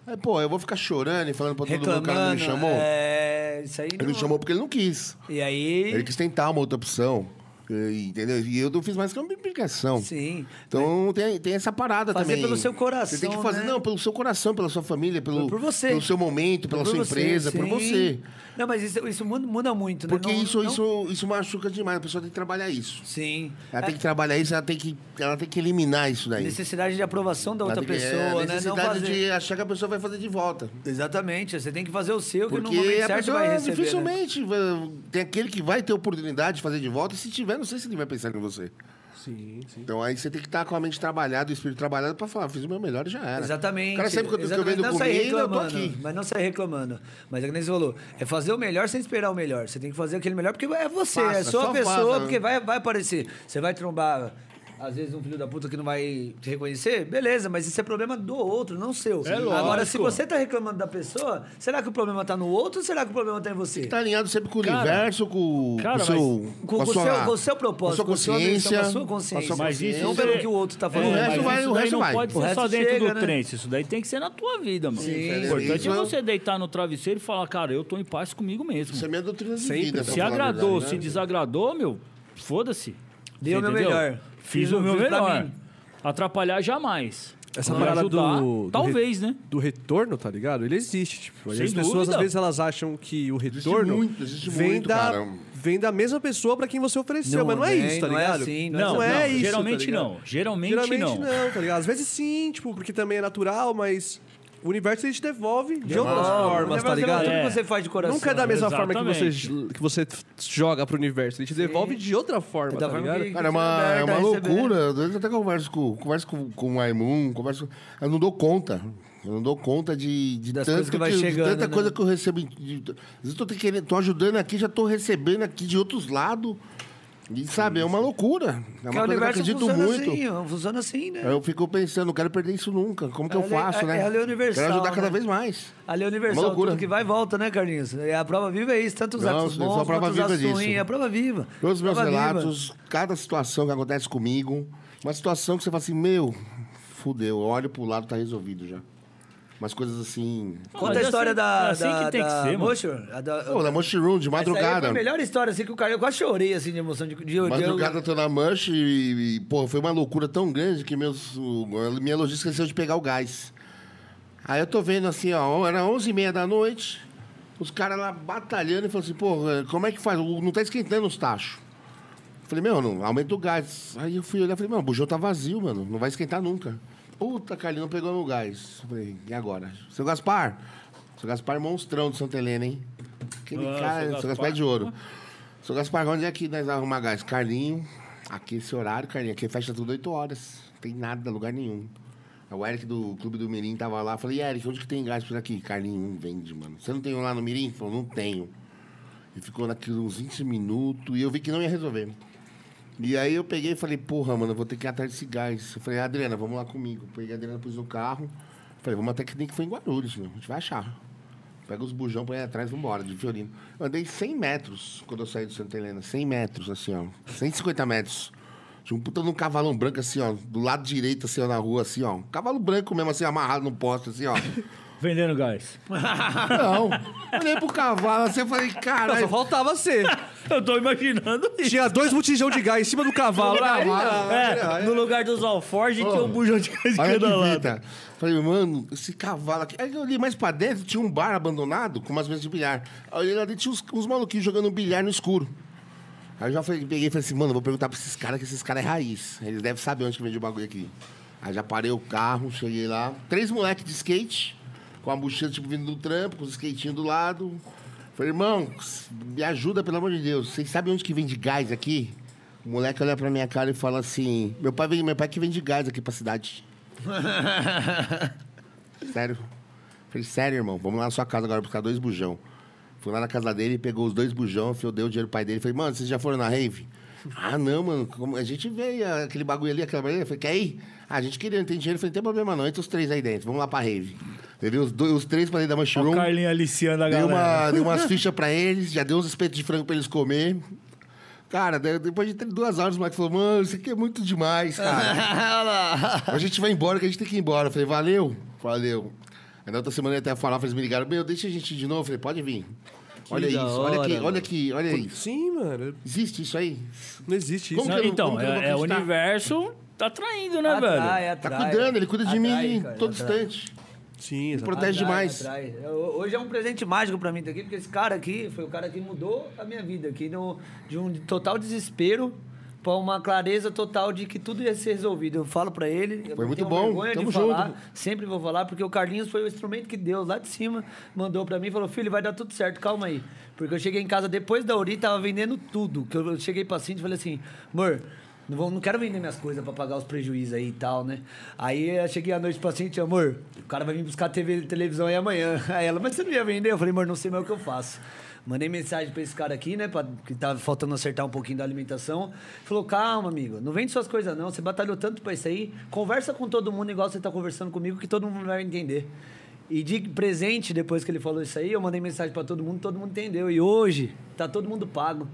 Aí, pô, eu vou ficar chorando e falando pra todo mundo, o
Reclamando. né?
cara não me chamou.
É, isso aí.
Ele não chamou porque ele não quis.
E aí.
Ele quis tentar uma outra opção. e- Entendeu? E eu não fiz mais que uma implicação.
Sim.
Então tem, tem essa parada
Fazer
também.
pelo seu coração,
Você tem que fazer,
né?
não, pelo seu coração, pela sua família, pelo,
Por você.
pelo seu momento, pela
Por
sua
você,
empresa, por
sim.
você.
Não, mas isso, isso muda, muda muito,
Porque
né? Não-
isso,
não-
isso, isso machuca demais, a pessoa tem que trabalhar isso.
Sim. É,
Ela tem que trabalhar isso, ela tem que, ela tem que eliminar isso daí.
Necessidade de aprovação da
Ela
outra
tem que- é,
pessoa,
a
né? Não
necessidade
fazer.
de achar que a pessoa vai fazer de volta.
Exatamente. Você tem que fazer o seu, que no
Porque
momento
a
certo vai
pessoa
receber. né?
dificilmente vai- tem aquele que vai ter oportunidade de fazer de volta, e se tiver, não sei se ele vai pensar em você.
Sim, sim.
Então aí você tem que estar com a mente trabalhada, o espírito trabalhado pra falar, fiz o meu melhor e já era.
Exatamente.
O cara sempre que eu, que eu
Exatamente.
vendo
não sair
comida, eu tô
reclamando,
aqui.
Mas não sair reclamando. Mas é que nem você falou, é fazer o melhor sem esperar o melhor. Você tem que fazer aquele melhor porque é você,
Faça,
é sua
só
pessoa,
faça.
porque vai, vai aparecer. Você vai trombar, às vezes, um filho da puta que não vai te reconhecer, beleza, mas isso é problema do outro, não seu.
É
Agora,
lógico.
se você tá reclamando da pessoa, será que o problema tá no outro ou será que o problema tá em você?
Tá alinhado sempre com o
Cara,
universo, com,
cara,
com o seu,
Com, com,
a
o
sua,
seu, com o seu
com
propósito,
a
com, a sua
consciência,
consciência, com a sua consciência.
Mas isso
não
você-
pelo que o outro tá falando.
É,
O resto
mas
vai,
isso
o
daí
resto
não
vai.
pode
O
ser só
resto
dentro
chega,
do
né?
trance. Isso daí tem que ser na tua vida, mano.
Sim,
o importante
isso
é
é-
você deitar no travesseiro e falar, cara, eu tô em paz comigo mesmo.
Isso é minha doutrina de
Sempre.
vida. pra
Se
falar a
agradou,
verdade,
se
né?
desagradou, meu, foda-se.
Dei o
Você
meu melhor.
Fiz,
Fiz
o
o-
meu
fiz pra
melhor.
mim.
Atrapalhar jamais.
Essa
Vai
parada
ajudar,
do, do
talvez,
re-
né?
Do retorno, tá ligado? Ele existe. Tipo, aí
Sem
as pessoas,
dúvida.
às vezes, elas acham que o
Existe
retorno
muito, existe
vem,
muito,
da,
cara.
vem da mesma pessoa pra quem você ofereceu.
Não,
mas não é
né?
isso, tá
Não é
ligado?
assim,
Não,
Não,
não,
é
isso, tá
geralmente
ligado?
não. Geralmente,
Geralmente
não.
não. tá ligado? Às vezes sim, tipo, porque também é natural, mas o universo ele te devolve de outras formas, tá ligado?
Tudo
É.
que você faz de coração. né?
Nunca é da mesma forma que você,
Exatamente.
que você joga pro universo. Ele te devolve de outra forma,
Da
tá
forma
ligado?
que-
Cara, é uma,
Merda,
é uma
receber.
loucura. Eu até converso com, converso com, com o Raimundo, converso. Eu não dou conta. Eu não dou conta de, de,
Das
tanto
coisas que vai
de
chegando,
tanta
né?
coisa que eu recebo. em- de- Às vezes eu tô, querendo, tô ajudando aqui, já tô recebendo aqui de outros lados. E sabe, é uma loucura. É
Porque o
uma coisa que eu
universo
acredito
funciona
muito. É.
assim, ó, funciona assim, né?
Aí Eu fico pensando, não quero perder isso nunca. Como que eu
Ela é-
faço, né?
ela é universal,
Quero ajudar
né?
cada vez mais.
A lei
Uma
universal,
loucura.
tudo que vai e volta, né, Carlinhos? É a prova viva é isso, tanto os
Não,
atos
isso é a
bons
prova
quanto os
viva
atos
disso.
ruins, é a prova viva.
Todos os meus
Prova viva.
relatos, cada situação que acontece comigo, uma situação que você fala assim, meu, fudeu, eu olho pro lado, tá resolvido já. Umas coisas assim.
Conta
Mas
a
é
história
assim-
da,
é assim
da,
que tem que
da
ser, mano.
Motion, a da-
Pô, na Mushroom, de
Essa aí foi
madrugada.
a melhor história, assim, que o cara... Eu quase chorei, assim, de emoção. De, de, de-
Madrugada tá eu tô na Mush e, e, pô, foi uma loucura tão grande que meus, o- a minha logística esqueceu de pegar o gás. Aí eu tô vendo assim, ó, era 11h30 da noite, os caras lá batalhando e falou assim, pô, eh, como é que faz? O- Não tá esquentando os tachos. Eu Falei, meu, não, aumenta o gás. Aí eu fui olhar e falei, mano, o bujão tá vazio, mano, não vai esquentar nunca. Puta, Carlinho, não pegou no gás. Eu Falei, e agora? Seu Gaspar? Seu Gaspar é monstrão de Santa Helena, hein? Aquele
Ah,
cara,
seu
seu Gaspar
Gaspar.
é de ouro. Seu Gaspar, onde é que nós vamos arrumar gás? Carlinho, aqui esse horário, Carlinho, aqui fecha tudo 8 horas. Não tem nada, lugar nenhum. Aí O Eric do Clube do Mirim tava lá. Falei, Eric, onde que tem gás por aqui? Carlinho, não vende, mano. Você não tem um lá no Mirim? Ele Falou, não tenho. E ficou naquilo uns 20 minutos e eu vi que não ia resolver. E aí eu peguei e falei, porra, mano, eu vou ter que ir atrás desse gás. Eu falei, Adriana, vamos lá comigo. Peguei a Adriana, pus no carro. Falei, vamos até que nem que foi em Guarulhos, meu. A gente vai achar. Pega os bujão, põe aí atrás, vambora, de violino. Andei 100 metros quando eu saí do Santa Helena. 100 metros, assim, ó. 150 metros. Tinha um puta de um cavalão branco, assim, ó. Do lado direito, assim, ó, na rua, assim, ó. Um cavalo branco mesmo, assim, amarrado no poste, assim, ó.
Vendendo gás.
Não. Olhei pro cavalo, assim, eu falei,
Não, só
caralho.
faltava ser.
Eu tô imaginando isso.
Tinha dois botijão de gás em cima do cavalo. Ah,
É, no lugar dos alforjes tinha um bujão de gás de
Olha
cada
que
lado.
vida. Falei, mano, esse cavalo aqui. Aí eu olhei mais pra dentro, tinha um bar abandonado com umas mesas de bilhar. Aí eu olhei lá dentro, tinha uns, uns maluquinhos jogando bilhar no escuro. Aí eu já falei, peguei e falei assim, mano, eu vou perguntar pra esses caras, que esses caras é raiz. Eles devem saber onde que vende o bagulho aqui. Aí já parei o carro, cheguei lá. Três moleques de skate, com a mochila, tipo, vindo do trampo, com os skatinhos do lado. Falei, irmão, me ajuda, pelo amor de Deus. Vocês sabem onde que vende gás aqui? O moleque olha pra minha cara e fala assim, meu pai, vem, meu pai que vende gás aqui pra cidade. Sério. Falei, sério, irmão, vamos lá na sua casa agora buscar dois bujão. Fui lá na casa dele, pegou os dois bujão, eu dei o dinheiro pro pai dele. Falei, mano, vocês já foram na rave? [LAUGHS] Ah, não, mano, como- a gente veio, ah, aquele bagulho ali, aquela bagulho ali. Falei, quer ir? Ah, a gente queria, não tem dinheiro. Falei, não tem problema não, entra os três aí dentro, vamos lá pra rave. Levei os, dois, os três pra dentro da
Ó O
Mushroom.
Carlinho aliciando a
Dei,
galera.
uma, dei umas fichas pra eles, já dei uns espetos de frango pra eles comer. Cara, de- depois de duas horas, o moleque falou, mano, isso aqui é muito demais, cara.
[LAUGHS] Olha lá.
A gente vai embora, que a gente tem que ir embora. Eu falei, valeu, valeu. Aí na outra semana eu até falar, eles me ligaram, meu, deixa a gente ir de novo. Eu falei, pode vir. olha isso,
da
olha
hora,
aqui,
mano.
olha aqui, olha isso.
Sim, mano.
Existe isso aí?
Não existe isso.
Como
Não,
que eu não-
então,
como que eu não vou
é, é o
acreditar?
universo tá traindo, né,
Atrai,
velho?
Tá
atrai.
cuidando, ele cuida de
Atrai,
mim
cara,
todo
atrai.
instante.
Sim,
Me
exato.
protege
Atrai,
demais.
atrai. Eu- Hoje é um presente mágico pra mim daqui, porque esse cara aqui foi o cara que mudou a minha vida aqui no- de um total desespero pra uma clareza total de que tudo ia ser resolvido. Eu falo pra ele, eu
Foi
não
muito
tenho
bom,
vergonha
tamo
de falar,
junto.
sempre vou falar, porque o Carlinhos foi o instrumento que Deus lá de cima mandou pra mim, e falou: "Filho, vai dar tudo certo, calma aí". Porque eu cheguei em casa depois da Uri, tava vendendo tudo, que eu eu cheguei pra Cintia e falei assim: "Amor, não, vou, não quero vender minhas coisas pra pagar os prejuízos aí e tal, né? Aí eu cheguei à noite pra Cintia, amor, o cara vai vir buscar TV, televisão aí amanhã. [LAUGHS] Aí ela, mas você não ia vender? Eu falei, amor, não sei mais o que eu faço. Mandei mensagem pra esse cara aqui, né? Pra, que tava faltando acertar um pouquinho da alimentação. Falou, calma, amigo, não vende suas coisas não. Você batalhou tanto pra isso aí. Conversa com todo mundo igual você tá conversando comigo, que todo mundo vai entender. E de presente, depois que ele falou isso aí, eu mandei mensagem pra todo mundo, todo mundo entendeu. E hoje, tá todo mundo pago.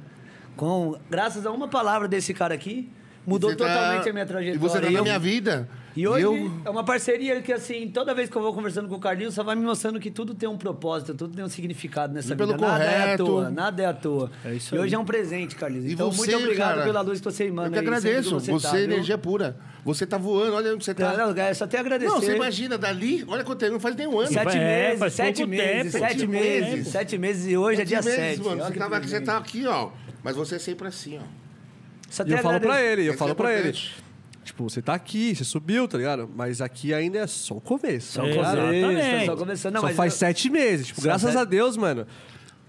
Com, graças a uma palavra desse cara aqui, mudou
Você tá-
totalmente a minha trajetória.
E você tá
E
na
eu-
minha vida.
E E hoje
eu-
é uma parceria que, assim, toda vez que eu vou conversando com o Carlinhos, só vai me mostrando que tudo tem um propósito, tudo tem um significado nessa
E pelo
vida. Nada é à
correto.
toa, nada é à toa.
É isso
e
aí.
hoje é um presente, Carlinhos.
E
então,
você,
muito obrigado
cara,
pela luz que você emana.
Eu que
aí, sempre
agradeço.
que
Você,
tá,
é
viu?
energia pura. Você tá voando, olha onde você tá.
Não, é só até agradecer.
Não, você imagina, dali, olha quanto tempo, não faz nem um ano.
Sete
É,
meses,
faz
sete
pouco
meses,
tempo,
sete
pouco
meses,
tempo.
sete meses e hoje é dia
Sete meses,
sete.
mano.
Olha
Você
que
tava aqui, você
presente.
tá aqui, ó. Mas você é sempre assim, ó.
Só
E eu
até
falo pra
agradecer.
ele, eu
Isso
falo
é
pra ele.
importante.
Tipo, você tá aqui, você subiu, tá ligado? Mas aqui ainda é só o começo.
Só
tá
o
ligado?
começo.
Isso,
Exatamente.
Só começando. Não,
Só
mas
faz
eu-
sete meses. Tipo, graças
sete-
a Deus, mano.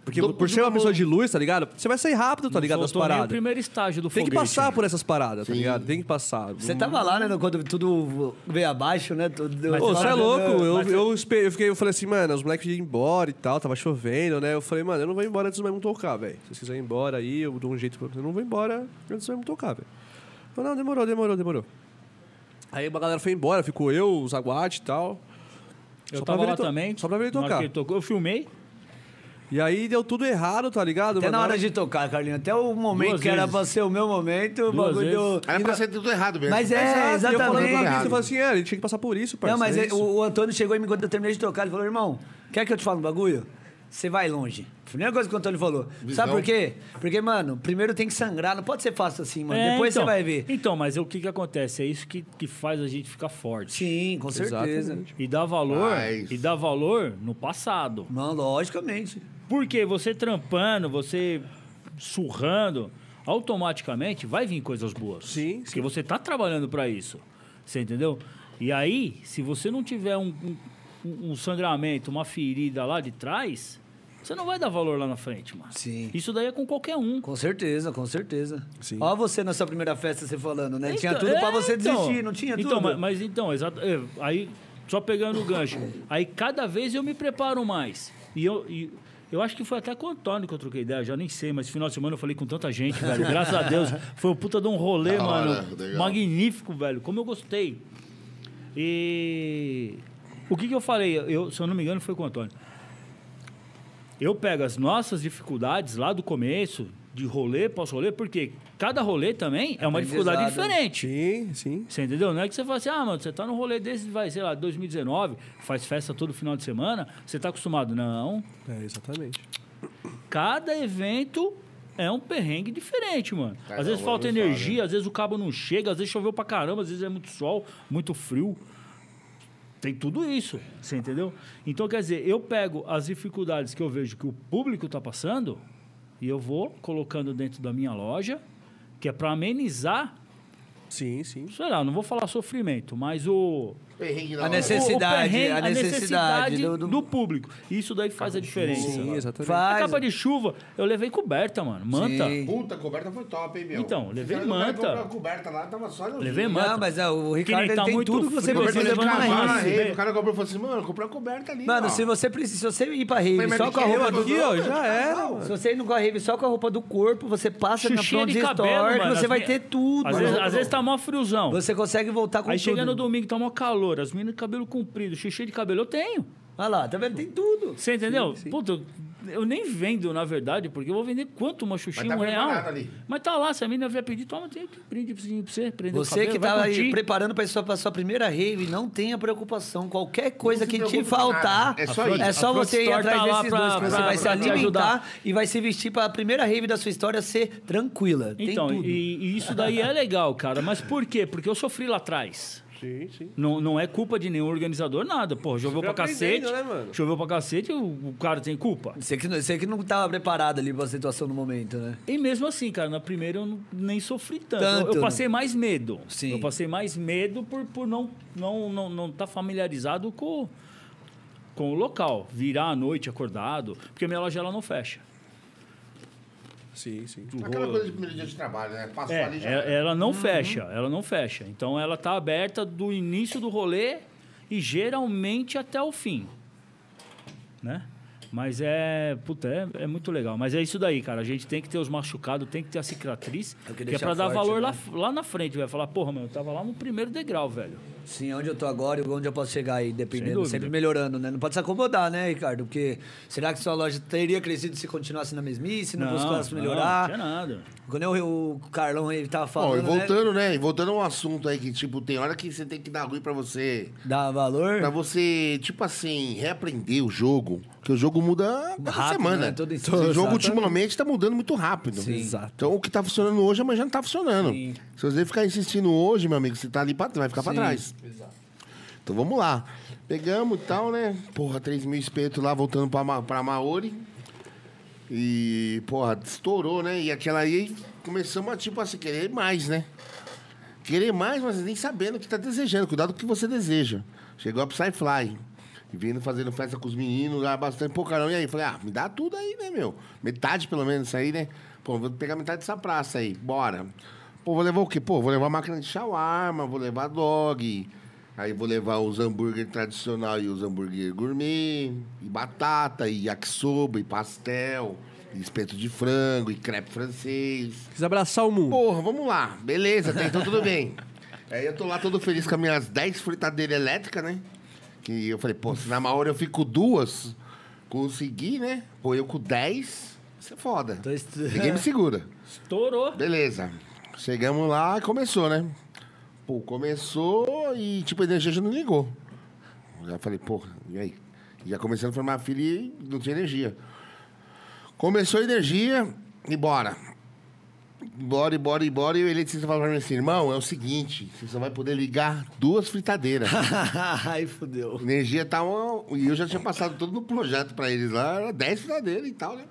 Porque
Do-
por ser uma pessoa de luz, tá ligado? Você vai sair rápido, tá ligado? Das
Faltou nem o
paradas.
primeiro estágio do
Tem que
foguete.
passar por essas paradas, tá ligado? Tem que passar.
Você tava lá, né? Quando tudo veio abaixo, né? Tudo...
Mas
Ô, você é louco. Eu,
Mas você-
eu, espe- eu fiquei, eu falei assim, mano, os moleques iam embora e tal, tava chovendo, né? Eu falei, mano, eu não vou embora antes do mesmo tocar, velho. Se vocês quiserem ir embora aí, eu dou um jeito pra vocês. Eu não vou embora antes do mesmo tocar, velho. Eu, não, demorou, demorou, demorou. Aí a galera foi embora, ficou eu, os aguate e tal.
Eu
Só pra
tava
ver ele
lá
to-
também.
só pra ver ele
na hora
tocar.
que tocou, eu filmei.
E aí deu tudo errado, tá ligado?
Até
mano?
na hora de tocar, Carlinhos. Até o momento
Duas
que era
vezes.
pra ser o meu momento, o
Duas
bagulho.
vezes.
Era é pra ser tudo errado mesmo.
Mas é,
Exato, e Eu falei
exatamente.
com a
Errado.
Cristo, eu falei assim, é, ele tinha que passar por isso,
Não,
parceiro.
mas
é
é-
isso.
o, o Antônio chegou em mim quando eu terminei de tocar. Ele falou, irmão, quer que eu te fale um bagulho? Você vai longe. Primeira coisa que o Antônio falou.
Visão.
Sabe por quê? Porque, mano, primeiro tem que sangrar. Não pode ser fácil assim, mano.
É,
Depois
então.
você vai ver.
Então, mas o que que acontece? É isso que, que faz a gente ficar forte.
Sim, com certeza.
Exatamente.
E dá valor,
Mas-
e dá valor no passado.
Mano, logicamente.
Porque você trampando, você surrando, automaticamente vai vir coisas boas.
Sim, sim.
Porque você tá trabalhando para isso. Você entendeu? E aí, se você não tiver um, um, um sangramento, uma ferida lá de trás, você não vai dar valor lá na frente, mano.
Sim.
Isso daí é com qualquer um.
Com certeza, com certeza.
Sim.
Olha você na sua primeira festa, você falando, né? tinha
Então,
tudo pra
é,
você
então.
desistir, não tinha
então,
tudo?
Mas, mas então, exato. é, aí, só pegando o gancho. Aí cada vez eu me preparo mais. E eu. e eu acho que foi até com o Antônio que eu troquei ideia, já nem sei, mas final de semana eu falei com tanta gente, velho. Graças a Deus. Foi o puta de um rolê,
Da
mano.
hora, legal.
Magnífico, velho. Como eu gostei. E. O que, que eu falei? Eu, se eu não me engano, foi com o Antônio. Eu pego as nossas dificuldades lá do começo, de rolê, pós-rolê, porque cada rolê também é uma dificuldade
Aprendizado.
diferente.
Sim, sim.
Você entendeu? Não é que você fala assim, ah, mano, você tá no rolê desse, vai, sei lá, 2019, faz festa todo final de semana, você tá acostumado. Não.
É, exatamente.
Cada evento é um perrengue diferente, mano.
Cada
às vezes
um
falta
é um só,
energia, às vezes o cabo não chega, às vezes choveu pra caramba, às vezes é muito sol, muito frio. Tem tudo isso, você entendeu? Então, quer dizer, eu pego as dificuldades que eu vejo que o público tá passando e eu vou colocando dentro da minha loja, que é pra amenizar,
Sim, sim.
sei lá, não vou falar sofrimento, mas o
Perrengue na
A
hora.
necessidade-
perrengue,
a necessidade do- do-
público. Isso daí faz a diferença.
Sim, exatamente.
A
Faz.
é capa de chuva, eu levei coberta, mano. Manta.
Sim.
Puta, a coberta foi top, hein, meu?
Então, levei
Os caras não
manta.
comprar coberta lá, tava só...
Levei
Não,
manta.
mas é, o
Que nem
Ricardo,
tá
ele tem
muito
tudo que você
frio, tá
precisa
Coberta
eu
de
pra tá
levando
uma
uma
cavalo,
rede.
rede. O cara comprou e falou assim, mano, comprou a coberta ali,
Mano,
ó.
se você precisa, se você ir pra rave
mas
só
que
com a
eu
roupa
vou-
do
Aqui, ó, já era. mano.
Se você ir no rave só com a roupa do corpo, você passa
Xuxinha
na front
de cabelo,
store,
mano.
você
As
vai
mi-
ter tudo.
Às, vezes, às vezes tá mó friozão.
Você consegue voltar com
Aí
tudo.
chega no domingo, tá mó calor. As meninas com cabelo comprido, xixi de cabelo, eu tenho.
Olha lá, tá vendo? Tem tudo.
Você entendeu? Puta, eu nem vendo, na verdade, porque eu vou vender quanto uma xuxinha,
Mas tá
um real.
preparado ali.
Mas tá lá, se a menina vier pedir, toma, tem um brindezinho pra você, prender o
Você
cabelo,
que
vai
tá aí
curtir.
preparando pra sua, pra sua primeira rave, não tenha preocupação. Qualquer coisa
se
que te
preocupe com
faltar,
nada. É só ir.
é só
A Front
você ir
Store
atrás
tá lá
desses
pra-
dois, que você
pra-
vai se
pra te
alimentar
ajudar.
e vai se vestir pra primeira rave da sua história ser tranquila. Tem
Então,
tudo.
E, e isso daí é legal, cara. Mas por quê? Porque eu sofri lá atrás.
Sim, sim.
Não, não é culpa de nenhum organizador, nada. Pô, choveu pra
Foi aprendendo,
cacete.
né, mano?
Choveu pra cacete, o, o cara tem culpa.
Você que, não- você que não tava preparado ali pra situação no momento, né?
E mesmo assim, cara, na primeira eu não- nem sofri tanto.
Tanto,
Eu-
né?
eu passei mais medo.
Sim.
Eu passei mais medo por, por não não não não tá familiarizado com com o local, virar à noite acordado, porque minha loja ela não fecha.
Sim, sim.
Aquela coisa de primeiro dia de trabalho, né? Passou
É,
ali já...
ela, ela
Uhum.
não fecha, ela não fecha. Então ela tá aberta do início do rolê e geralmente até o fim, né? Mas é, puta, é, é muito legal. Mas é isso daí, cara. A gente tem que ter os machucados, tem que ter a cicatriz,
É o que
que, é
deixa
pra dar
forte,
valor
né?
lá, lá na frente, velho. Falar, porra, mano, eu tava lá no primeiro degrau, velho.
Sim, onde eu tô agora e onde eu posso chegar aí, dependendo,
dúvida.
sempre melhorando, né? Não pode se acomodar, né, Ricardo? Porque será que sua loja teria crescido se continuasse na mesmice, não, buscasse
Não,
melhorar?
tinha nada.
Quando eu, o Carlão ele tava
Bom, e
falando, né?
voltando, né? E voltando a um assunto aí que, tipo, tem hora que você tem que dar ruim pra você.
Dá valor? [LAUGHS]
Pra você, tipo assim, reaprender o jogo. Porque o jogo muda cada
Rápido,
semana.
né? Todo instante.
o jogo,
Exatamente.
ultimamente, tá mudando muito rápido.
Sim.
Exato.
Então, o que tá funcionando hoje, amanhã já não tá funcionando. Se você ficar insistindo hoje, meu amigo, você tá ali pra trás, vai ficar pra trás. Então, vamos lá. Pegamos e tal, né? Porra, 3 mil espetos lá, voltando pra, Ma- pra Maori. E, porra, estourou, né? E aquela aí, começamos a, tipo, assim, querer mais, né? Querer mais, mas nem sabendo o que tá desejando. Cuidado com o que você deseja. Chegou a Psyfly. E vindo fazendo festa com os meninos lá, bastante pô, carão. E aí, falei, ah, me dá tudo aí, né, meu? Metade, pelo menos, isso aí, né? Pô, vou pegar metade dessa praça aí, bora. Pô, vou levar o quê? Pô, vou levar máquina de shawarma, vou levar dog. Aí vou levar os hambúrguer tradicional e os hambúrguer gourmet. E batata, e yakisoba, e pastel. E espeto de frango, e crepe francês.
Quis abraçar o mundo.
Porra, vamos lá. Beleza, até então tudo bem. [LAUGHS] Aí eu tô lá todo feliz com as minhas 10 fritadeiras elétricas, né? Que eu falei, pô, se na maior eu fico duas, consegui, né? Pô, eu com 10, isso é foda.
Tô est-
Ninguém me segura. [LAUGHS]
Estourou.
Beleza. Chegamos lá e começou, né? Pô, começou e, tipo, a energia já não ligou. Já falei, pô, e aí? Já começando a formar filha e não tinha energia. Começou a energia e bora. Bora, e bora, e bora. E o eletricista falou pra mim assim, irmão, é o seguinte, você só vai poder ligar duas fritadeiras.
Ai, fudeu.
Energia tá uma... E eu já tinha passado todo no projeto pra eles lá, era 10 furadeira e tal, né?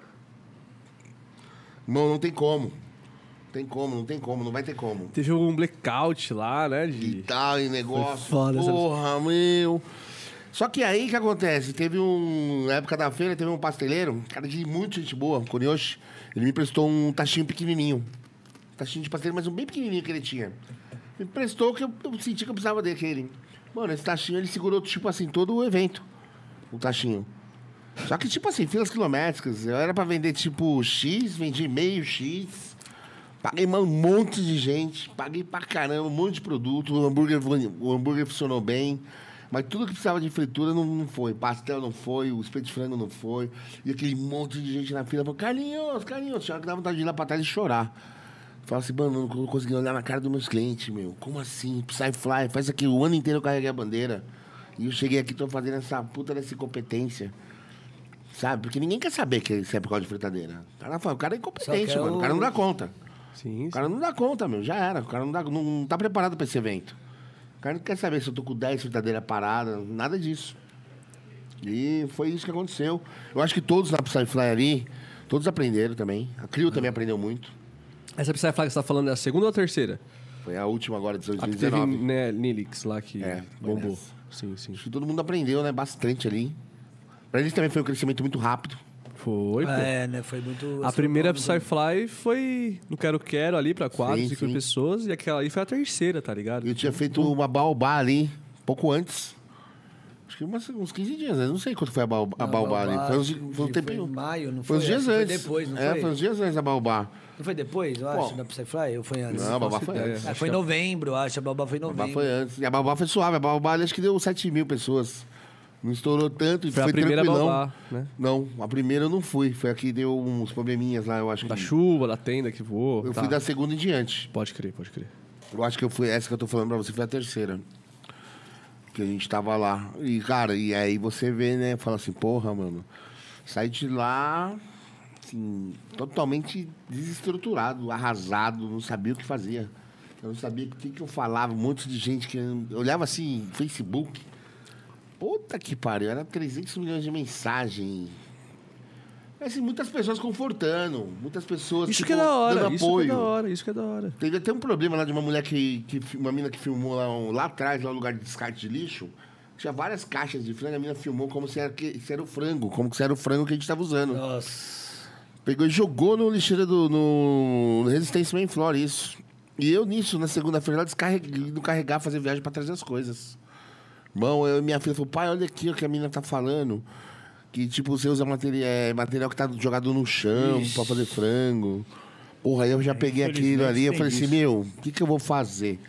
Irmão, não tem como. Não tem como, não tem como, não vai ter como.
Teve um blackout lá, né?
E
De...
tal, e negócio.
Foi foda essa-
Porra, meu. Só que aí o que acontece? Teve um. Na época da feira, teve um pasteleiro, um cara de muito gente boa, um Kurioshi. Ele me prestou um tachinho pequenininho. Tachinho de pasteleiro, mas um bem pequenininho que ele tinha. Me prestou que eu, eu senti que eu precisava daquele. Mano, esse tachinho ele segurou, tipo assim, todo o evento. O tachinho. Só que, tipo assim, filas quilométricas. Eu era pra vender, tipo, X, vendi meio X. Paguei mano, um monte de gente, paguei pra caramba, um monte de produto. O hambúrguer, o hambúrguer funcionou bem. Mas tudo que precisava de fritura não, não foi. Pastel não foi, o espeto de frango não foi. E aquele monte de gente na fila falou, Carlinhos, Carlinhos, tinha hora que dá vontade de ir lá pra trás e chorar. Fala assim, mano, eu não consegui olhar na cara dos meus clientes, meu. Como assim? Psyfly, faz aqui o ano inteiro eu carreguei a bandeira. E eu cheguei aqui, tô fazendo essa puta dessa incompetência. Sabe? Porque ninguém quer saber que isso é por causa de fritadeira. O cara, fala, o cara é incompetente,
quer
mano. O cara não dá conta.
Sim,
O cara não dá conta, meu. Já era. O cara não, dá, não, não tá preparado pra esse evento. O cara não quer saber se eu tô com 10 fritadeiras paradas, nada disso. E foi isso que aconteceu. Eu acho que todos na Psyfly ali, todos aprenderam também. A Crio também aprendeu muito.
Essa Psyfly que você tá falando é a segunda ou a terceira?
Foi a última agora de
A que Ah, teve
2019.
né, Nilix lá que
É, foi
bombou.
nessa.
Sim, sim.
Acho que todo mundo aprendeu, né? Bastante ali. Pra eles também foi um crescimento muito rápido.
Foi, pô.
É, né? Foi muito.
A primeira
astronômico.
Psyfly foi no Quero Quero ali pra 4,
Sim,
5
sim.
pessoas. E aquela ali foi a terceira, tá ligado?
Eu tinha feito uma baobá ali, pouco antes. Acho que umas- uns 15 dias, né? Não sei quanto foi a, baobá, a
Não,
baobá ali.
Baobá,
Foi, uns,
acho
foi um
que foi
tempinho.
em maio, não
Foi uns
foi?
dias
Acho que foi
antes.
depois, não
é,
foi?
foi uns dias antes a baobá.
Não foi depois, eu acho,
Bom.
da Psyfly? Ou foi antes?
Não, a babá foi
ideia.
antes.
Ah, foi em novembro, eu acho. A babá foi em
A babá
novembro.
foi antes. E a babá foi suave. A babá acho que deu 7 mil pessoas. Não estourou tanto e
Foi
foi,
a primeira
tranquilão.
babá, né?
Não, a primeira eu não fui. Foi a que deu uns probleminhas lá, eu acho
Da
que.
chuva, da tenda que voou.
Eu
tá.
fui da segunda em diante.
Pode crer, pode crer.
Eu acho que eu fui. Essa que eu tô falando pra você foi a terceira. Que a gente tava lá. E, cara, e aí você vê, né? Fala assim, porra, mano. Saí de lá, assim, totalmente desestruturado, arrasado, não sabia o que fazia. Eu não sabia o que, que eu falava, um monte de gente que. eu olhava assim, Facebook. Puta que pariu, era 300 milhões de mensagem. Assim, muitas pessoas confortando, muitas pessoas
Isso
tipo,
que é da hora,
dando
isso
apoio.
que é da hora, isso que é da hora.
Teve até um problema lá de uma mulher que. que fi- uma mina que filmou lá, um- lá atrás, lá no lugar de descarte de lixo. Tinha várias caixas de frango, a mina filmou como se era, que, se era o frango, como que se era o frango que a gente tava usando.
Nossa.
Pegou e jogou no lixeiro do. no, no Resistência Main Floor, isso. E eu nisso, na segunda-feira, lá descarreguei, no carregar, fazer viagem pra trazer as coisas. Irmão, eu e minha filha falou, pai, olha aqui o que a menina tá falando. Que, tipo, você usa materia- é, material que tá jogado no chão pra fazer frango. Porra, aí eu já peguei aquilo ali. Eu
É, tem
falei assim,
isso.
meu, o que, que eu vou fazer?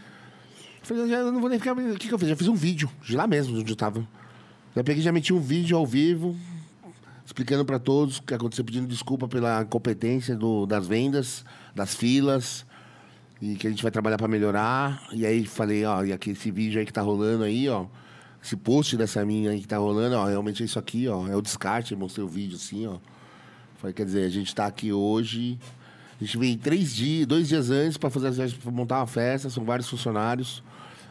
Eu falei, eu já eu não vou nem ficar... O que, que eu fiz? Já fiz um vídeo, de lá mesmo, onde eu tava. Já peguei, já meti um vídeo ao vivo, explicando pra todos o que aconteceu, pedindo desculpa pela incompetência do, das vendas, das filas, e que a gente vai trabalhar pra melhorar. E aí falei, ó, e aqui esse vídeo aí que tá rolando aí, ó, esse post dessa minha aí que tá rolando, ó, realmente é isso aqui, ó, é o descarte, eu mostrei o vídeo assim, ó. Falei, quer dizer, a gente tá aqui hoje, a gente vem três dias, dois dias antes pra fazer as viagens, pra montar uma festa, são vários funcionários.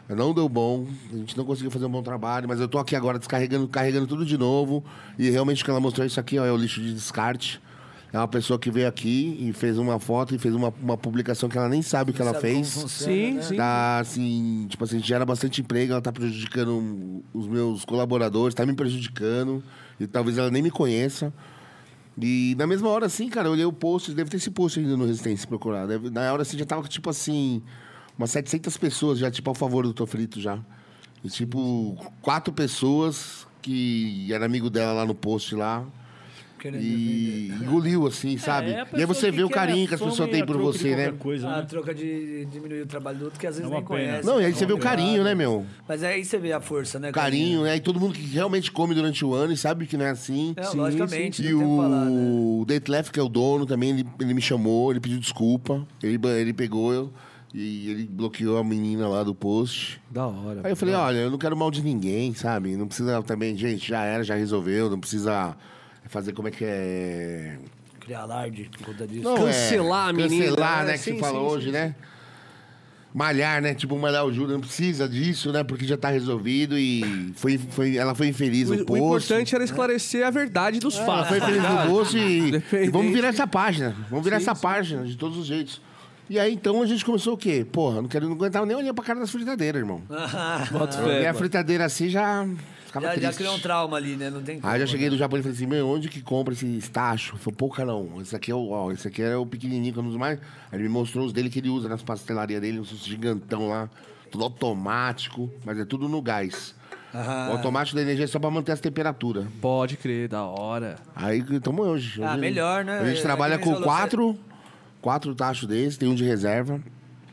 Não deu bom, a gente não conseguiu fazer um bom trabalho, mas eu tô aqui agora descarregando, carregando tudo de novo. E realmente o que ela mostrou isso aqui, ó, é o lixo de descarte. É uma pessoa que veio aqui e fez uma foto e fez uma, uma publicação que ela nem sabe o que ela
Sabe como
fez.
funciona,
Sim,
né?
sim.
Tá, assim, tipo assim, gera bastante emprego, ela tá prejudicando os meus colaboradores, tá me prejudicando, e talvez ela nem me conheça. E na mesma hora, assim, cara, eu olhei o post, deve ter esse post ainda no Resistência procurar. Deve- na hora, assim, já tava, tipo assim, umas 700 pessoas já, tipo, ao favor do Tofrito já. E, tipo, quatro pessoas que era amigo dela lá no post lá.
Querendo
E engoliu, assim, sabe?
É,
e
a
aí
pessoa
você
que
vê o
quer a
carinho que as
fama
pessoas
e
têm
a
por
troca de
você, né?
qualquer Coisa,
A
né?
troca de diminuir o trabalho do outro, que às vezes
É uma
nem
pena.
conhece.
Não, e aí você vê o carinho, né, meu?
Mas aí você vê a força,
É
né?
carinho, né? E todo mundo que realmente come durante o ano e sabe que não é assim.
É, logicamente,
E
não tem o que falar, né?
o Detlef, que é o dono, também, ele, ele me chamou, ele pediu desculpa. Ele, ba- ele pegou eu e ele bloqueou a menina lá do post.
Da hora.
Aí eu falei, olha, eu não quero mal de ninguém, sabe? Não precisa também, gente, já era, já resolveu, não precisa fazer como é que é.
Criar alarde por conta disso.
Não, é,
Cancelar a menina,
Cancelar,
né?
né? Que
Sim,
se fala
sim,
hoje,
sim,
né? Malhar, né? Tipo, malhar o Júlio. Não precisa disso, né? Porque já tá resolvido e foi, foi, ela foi infeliz
O,
no
o
um post.
importante era esclarecer a verdade dos
Ela
fatos.
foi infeliz no post e,
Dependente.
e vamos virar essa página. Vamos virar essa página de todos os jeitos. E aí, então, a gente começou o quê? Porra, não quero não aguentava nem olhar pra cara das fritadeiras, irmão.
Bota fé,
Eu olhei a
mano.
fritadeira assim já ficava
já, já
triste.
criou um trauma ali, né? Não tem como.
Aí eu já cheguei do Japão e falei assim, meu, onde que compra esse estacho? Eu falei, pô, carão, esse aqui é o, ó, esse aqui é o pequenininho que eu não uso mais. Aí ele me mostrou os dele que ele usa nas pastelarias dele, uns gigantão lá, tudo automático, mas é tudo no gás. O automático da energia é só pra manter as temperaturas.
Pode crer, da hora.
Aí estamos hoje.
Ah,
Hoje
melhor, né?
A gente
É,
trabalha
aqui em
com
São
quatro, quatro tachos desses, tem um de reserva.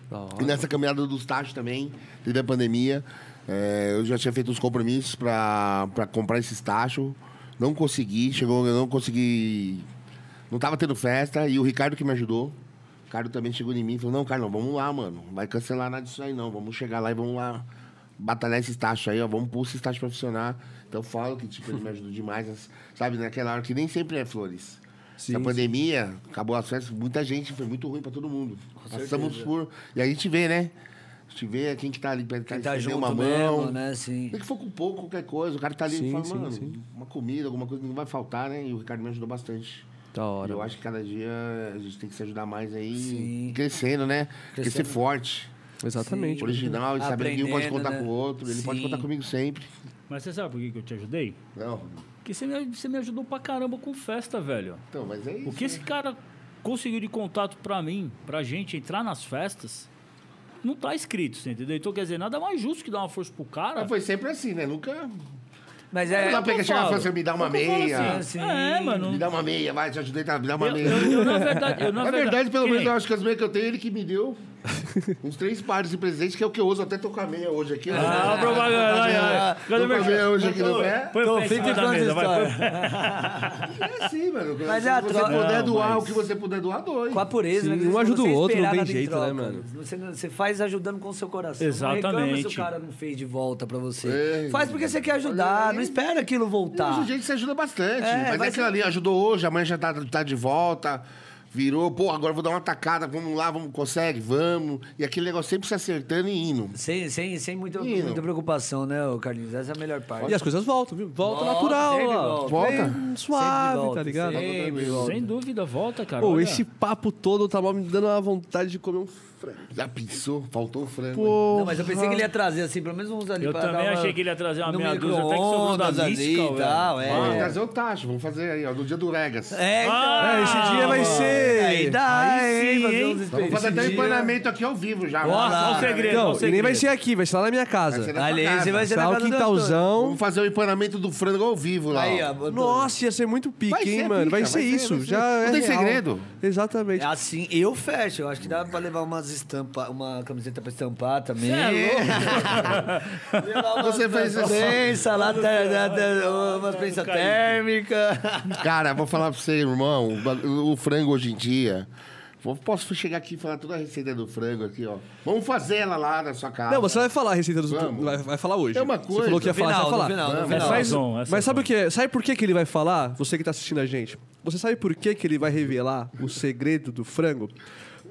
Da hora.
E nessa caminhada dos tachos também, teve a pandemia. é, eu já tinha feito uns compromissos pra pra comprar esses tachos. Não consegui, chegou, eu não consegui. Não tava tendo festa e o Ricardo que me ajudou. O Ricardo também chegou em mim e falou: Não, Carlão, vamos lá, mano. Não vai cancelar nada disso aí, não. Vamos chegar lá e vamos lá batalhar esses tachos aí, ó. Vamos pôr esses tachos pra funcionar. Então eu falo que, tipo, ele me ajudou demais. mas, Sabe, naquela hora que nem sempre é flores.
Sim,
Na pandemia, acabou as festas, muita gente, foi muito ruim pra todo mundo. Passamos
certeza.
por. E aí a gente vê, né? A gente vê quem que tá ali perto,
Quem tá
estendeu
junto
uma
mesmo,
mão.
né? Sim.
Nem que for com pouco, qualquer coisa. O cara tá ali
Sim,
e fala,
sim,
mano,
sim.
uma comida, alguma coisa não vai faltar, né? E o Ricardo me ajudou bastante.
Da
E
hora.
eu acho que cada dia a gente tem que se ajudar mais aí,
Sim.
crescendo, né? Porque ser
Crescendo.
forte,
Exatamente.
original, e saber que um pode
Aprendendo,
contar
né?
com o outro, ele pode
Sim.
contar comigo sempre.
Mas você sabe por que que eu te ajudei?
Não,
Porque você me, você me ajudou pra caramba com festa, velho.
então, mas é isso.
O que esse cara conseguiu de contato pra mim, pra gente entrar nas festas, não tá escrito, você entendeu? Então, quer dizer, nada mais justo que dar uma força pro cara.
Mas foi sempre assim, né? Nunca.
Mas
Não
é.
dá pra
eu
chegar e falar
falo.
assim, me dá uma
Eu falo
meia.
assim,
Ah,
É,
sim.
mano.
Me dá uma meia, vai, te ajudei, tá? me dá uma
Eu,
meia.
eu- eu, na verdade, eu, na
Na verdade, pelo
que
menos
nem-
eu acho que as meias que eu tenho, ele que me deu uns três pares de presente, que é o que eu uso até tocar meia hoje aqui. ó.
Ah, a propaganda, aí, aí. Cadê o
Tocar meia
merchan?
hoje aqui né? no pé.
Põe
Então,
o pé em
fique
cima da
com essa
mesa, vai. põe o pé.
história.
É assim, mano.
Mas
se
é a
você
troca.
puder
Não,
doar
mas-
o que você puder doar, doe.
Com a pureza,
Sim,
né?
um
Às vezes
ajuda o
você
outro, não
esperar
tem
nada em
jeito,
troca.
né, mano?
Você, não- você faz ajudando com o seu coração. Não reclama se
Exatamente.
o cara não fez de volta pra você.
É.
Faz porque você quer ajudar, não espera aquilo voltar.
Então, Hoje em dia se ajuda bastante.
É,
mas
vai
é aquilo
ser-
ali, ajudou hoje, amanhã já tá, tá de volta. Virou, pô, agora eu vou dar uma tacada, vamos lá, vamos, consegue, vamos. E aquele negócio sempre se acertando e indo.
Sem, sem, sem muita,
Ih, não.
muita preocupação, né, ô Carlinhos? Essa é a melhor parte.
E as coisas voltam, viu? Volta,
Volta,
natural,
sempre
ó.
volta.
Volta.
Bem
Sempre
Suave,
volta,
tá ligado?
Sempre volta.
Sem dúvida, volta, cara.
Pô,
olha.
esse papo todo tá me dando a vontade de comer um frango.
Já pensou? Faltou o frango.
Não, mas eu pensei que ele ia trazer, assim, pelo menos uns ali
Eu
pra
também
dar uma-
achei que ele ia trazer uma
no
meia dúzia, até que sobrou da
micro-ondas ali
Mística,
e tal,
velho.
é.
Vamos trazer o tacho, vamos fazer aí, ó, no dia do Vegas.
É, então,
Ah,
É, esse dia vai
mano.
ser
Aí dá,
Aí
hein?
sim,
Fazer
hein?
uns
Vamos fazer até um
expedientes.
empanamento aqui ao vivo já.
Ó,
Vamos lá.
só o segredo,
Não,
só
e
o
nem
segredo.
vai ser aqui, vai ser lá na minha casa.
Vai ser na
Ali,
tua
você
casa.
vai ser
Tá
na
o
casa do
Vamos
quintalzão.
fazer o empanamento do frango ao vivo lá.
Então- Aí,
ó.
ó. botou.
Nossa, ia ser muito
Vai
pique,
ser
hein, mano?
pica,
Vai
vai
ser
ser,
isso.
vai ser.
Já
Não
é
tem
real.
segredo.
Exatamente.
Assim, eu fecho. Eu acho que dá pra levar umas estampa, uma camiseta pra estampar também. Levar umas
Você fez isso.
pensa lá, tá, tá, tá, umas pensa térmica.
Cara, vou falar pra você, irmão. o ba- O frango hoje em dia. vou- Posso chegar aqui e falar toda a receita do frango aqui, ó. Vamos fazer ela lá na sua casa.
Não, você vai falar a receita dos.
Ah, Vamos.
Vai, vai falar hoje.
É uma
Você
coisa.
falou que ia
No
falar,
final,
você
no
vai falar. um,
final, no
Vamos.
final. é
Mas- Sazon, essa
Mas sabe
sazon.
o que? é, Sabe por que, que ele vai falar? Você que tá assistindo a gente. Você sabe por que, que ele vai revelar o segredo do frango?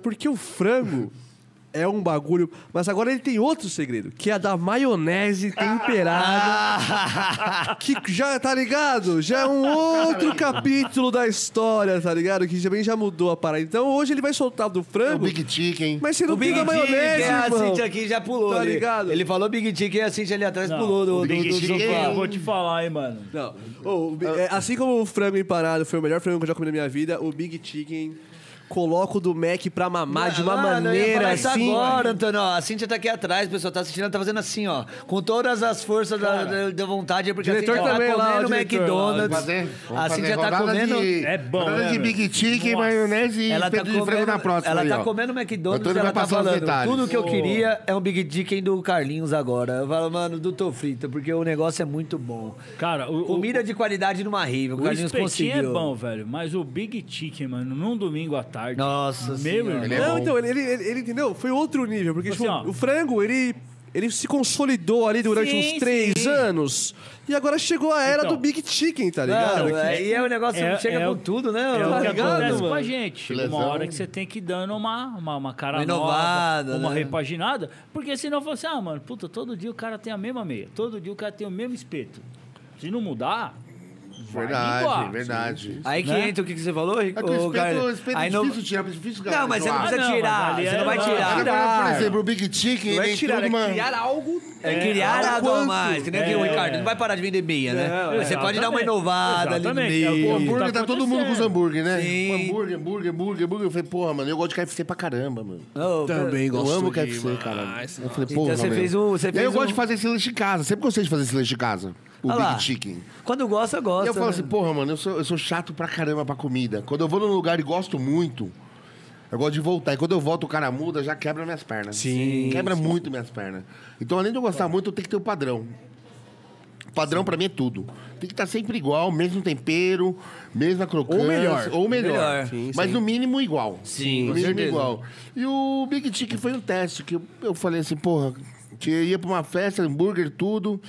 Porque o frango é um bagulho. Mas agora ele tem outro segredo, que é a da maionese temperada.
[LAUGHS]
que já, tá ligado? Já é um
Tá
outro capítulo da história, tá ligado? Que também já mudou a parada. Então hoje ele vai soltar do
É O
frango.
Big Chicken.
Mas você não
O Big é, assim,
tem a maionese,
Chicken, a
irmão.
Cintia aqui já pulou.
Tá
ali.
ligado?
Ele falou Big Chicken e a Cintia ali atrás
Não,
pulou do,
o
do,
Big
do
Chicken
Eu
sofá.
vou te falar, hein, mano.
Não. Ô, o Bi- é, assim como o frango empanado foi o melhor frango que eu já comi na minha vida, o Big Chicken coloco do Mac pra mamar de uma
Mano, eu ia
maneira
falar isso
assim.
agora, Antônio. ó. A Cintia tá aqui atrás, o pessoal tá assistindo, ela tá fazendo assim, ó. Com todas as forças da, da, da vontade, porque
Diretor
a Cintia
também
tá
lá,
comendo
o diretor
Vamos
McDonald's.
fazer. Vamos
a
fazer
Cintia Ah, tá
rodada
comendo.
De,
É bom,
rodada
né,
de Big
velho?
Chicken,
Nossa.
maionese e
Ela tá,
peito de frango
comendo,
na próxima.
ela
aí,
tá
ó.
comendo McDonald's
Antônio
ela
vai
tá
passar os
falando.
detalhes.
Tudo que eu
Pô.
queria é um Big Chicken do Carlinhos agora. Eu falo, mano, do Tô Frito, porque o negócio é muito bom.
Cara, o, o,
Comida de qualidade numa riva. O,
o
Carlinhos
espetinho
conseguiu.
é bom, velho. Mas o Big Chicken, mano, num domingo à tarde.
Nossa
Meu
senhora.
irmão.
Ele é
Não,
bom.
então, ele, ele, ele- ele entendeu? Foi outro nível, porque
Tipo
tipo,
assim, ó.
o frango, ele. Ele se consolidou ali durante
Sim,
uns três
sim.
anos. E agora chegou a era
Então.
do Big Chicken, tá ligado?
Mano,
Que-
aí é o negócio
é-
que chega
é
com
o-
tudo, né?
É o
tá
que
ligado,
acontece com
mano?
a gente. Chega
Lesão.
Uma hora que você tem que ir dando uma, uma, uma cara
Uma inovada,
nova, uma
né?
repaginada. Porque senão fala assim, ah, mano, puta, todo dia o cara tem a mesma meia. Todo dia o cara tem o mesmo espeto. Se não mudar, vai
Verdade,
minguar.
verdade.
Aí que
Né?
entra o que que você falou, Rico?
É que o
Ô,
espeto, o
Carlinhos,
espeto é
aí não-
difícil tirar, é difícil ganhar.
Não, mas você não
Ah,
precisa
não, mas
tirar.
ali
Você
é-
não vai
não,
tirar.
ali
Agora, por exemplo, o Big Chicken,
Não
ele
é
é
tirar,
tudo,
é
mano.
criar algo.
É criar
ao
algo a
quanto.
mais. Que nem aqui, o
um É.
Ricardo não vai parar de vender meia, né?
Não,
Mas você pode dar uma
exatamente.
inovada ali no
Exatamente, é o
O
meio.
hambúrguer
Tá
tá, todo mundo com os
acontecendo.
hambúrguer, né?
Sim.
O Hambúrguer, hambúrguer, hambúrguer, hambúrguer. Eu falei, porra, mano, eu gosto de KFC pra caramba, mano.
Ô, pera-
Eu amo KFC, cara. Eu falei, porra,
Ah, Então você
meu.
fez o- você
E aí
fez
eu gosto
o-
de fazer esse lanche em casa. Sempre gostei de fazer esse lanche em casa. O
Olha
Big
lá.
Chicken.
Quando gosta,
E
gosta.
eu falo
né?
assim, porra, mano, eu sou, eu sou chato pra caramba pra comida. Quando eu vou num lugar e gosto muito, eu gosto de voltar. E quando eu volto, o cara muda, já quebra minhas pernas. Sim. Quebra muito minhas pernas. Então, além de eu gostar muito, eu tenho que ter o padrão. O padrão pra mim é tudo. Tem que estar sempre igual, mesmo tempero, mesma crocância.
Ou melhor.
Ou melhor.
Melhor.
Sim,
Mas
sim.
no mínimo igual.
Sim,
no
com
mínimo
certeza.
igual. E o Big Chicken foi um teste que eu, eu falei assim, porra, que eu ia pra uma festa, hambúrguer, tudo.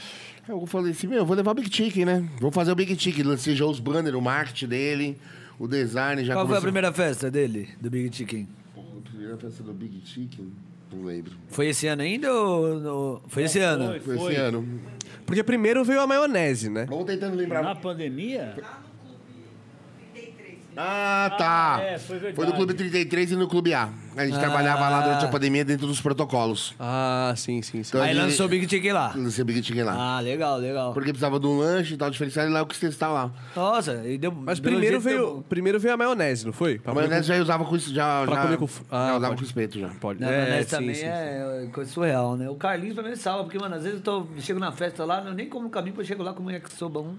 Aí eu falei assim, meu, eu vou levar o Big Chicken, né? Vou fazer o Big Chicken. Lancei já os banners, o marketing dele, o design. Já
Qual foi a
comecei-
primeira festa dele, do Big Chicken?
Porra, a primeira festa do Big Chicken? Não lembro.
Foi esse ano ainda ou... ou- Foi esse ano?
Foi, esse ano.
Porque primeiro veio a maionese, né?
Vamos tentando lembrar.
Na pandemia?
Ah, tá.
Ah, é, foi verdade.
Foi no Clube 33 e no Clube A. A gente trabalhava lá durante a pandemia dentro dos protocolos.
Ah, sim, sim, sim.
Então,
Aí
ele-
lançou o Big Chicken lá.
Lancei o Big Chicken lá.
Ah, legal, legal.
Porque precisava de um lanche e tal, diferenciado, e lá eu quis testar lá.
Nossa, e deu...
Mas
pelo
primeiro
jeito deu
veio,
bom.
primeiro veio a maionese, não foi?
A maionese já usava com isso, já...
Pra
já,
comer com... f- ah,
já usava
pode.
com espeto já.
Pode.
Não,
É,
mas
sim,
também
sim,
é coisa surreal, né? O Carlinhos também salva, porque, mano, às vezes eu tô, chego na festa lá, eu nem como caminho, porque eu chego lá com um yakisoba, um, um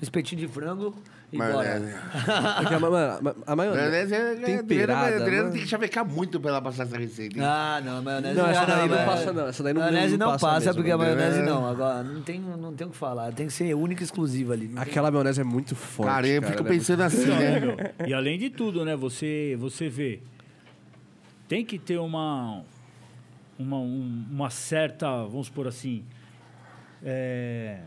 espetinho de frango e
Maionese.
bora.
sim. Porque é a, ma- ma- a maionese...
Maionese é... é-
Temperada,
Adriana- Adriana
mano.
tem que chavecar muito pra ela passar essa receita.
[LAUGHS]
hein?
Ah, não, a maionese
Não, essa
ah,
daí não
mas-
passa, não. Essa daí não-
maionese
não
não
passa
passa, é
mesmo,
porque a
né?
maionese não. Agora, não tem, não tem o que falar. Tem que ser única e exclusiva ali. né? Não tem-
Aquela maionese é muito forte,
cara, eu fico
ela é
pensando assim,
Não,
né?
meu. [LAUGHS] E além de tudo, né? Você, você vê. Tem que ter uma. Uma, um- uma certa, vamos por assim. é,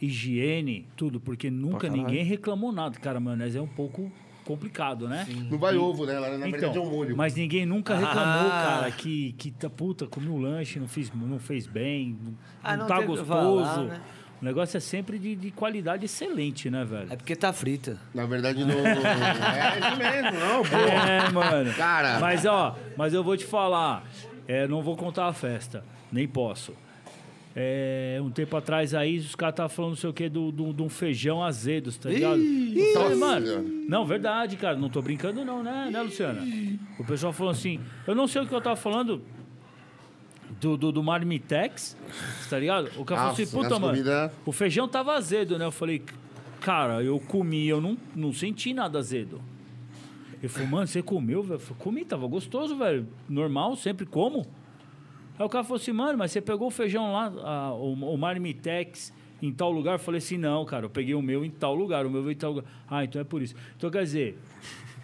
higiene, tudo, porque nunca ninguém reclamou nada. Cara, a maionese é um pouco complicado, né? Então,
Não vai ovo, né? Ela, na verdade, é
Então,
um molho.
mas ninguém nunca reclamou,
Ah.
cara, que, que tá, puta, comi um lanche, não, fiz, não fez bem, não,
Ah,
não
não
tá
teve o que
gostoso.
falar, né?
O negócio é sempre de, de qualidade excelente, né, velho?
É porque tá frita.
Na verdade, não... é isso mesmo, não, pô.
É, mano.
Cara.
Mas, ó, mas eu vou te falar. é, não vou contar a festa. Nem posso. É, um tempo atrás aí, os caras estavam falando não sei o que de do, do, do um feijão azedos, tá ligado?
Ih,
Eu
nossa
falei, mano,
senhora.
não, verdade, cara. Não tô brincando, não, né, né, Luciana? O pessoal falou assim: eu não sei o que eu tava falando do, do, do Marmitex, tá ligado? O cara falou assim:
As-
puta,
as
mano,
comida-
o feijão tava azedo, né? Eu falei, cara, eu comi, eu não, não senti nada azedo. Ele falou, mano, você comeu, velho? Eu falei, comi, tava gostoso, velho. Normal, sempre como. Aí o cara falou assim, mano, mas você pegou o feijão lá, a- o, o marmitex, em tal lugar? Eu falei assim, não, cara, eu peguei o meu em tal lugar, o meu veio em tal lugar. Ah, então é por isso. Então quer dizer,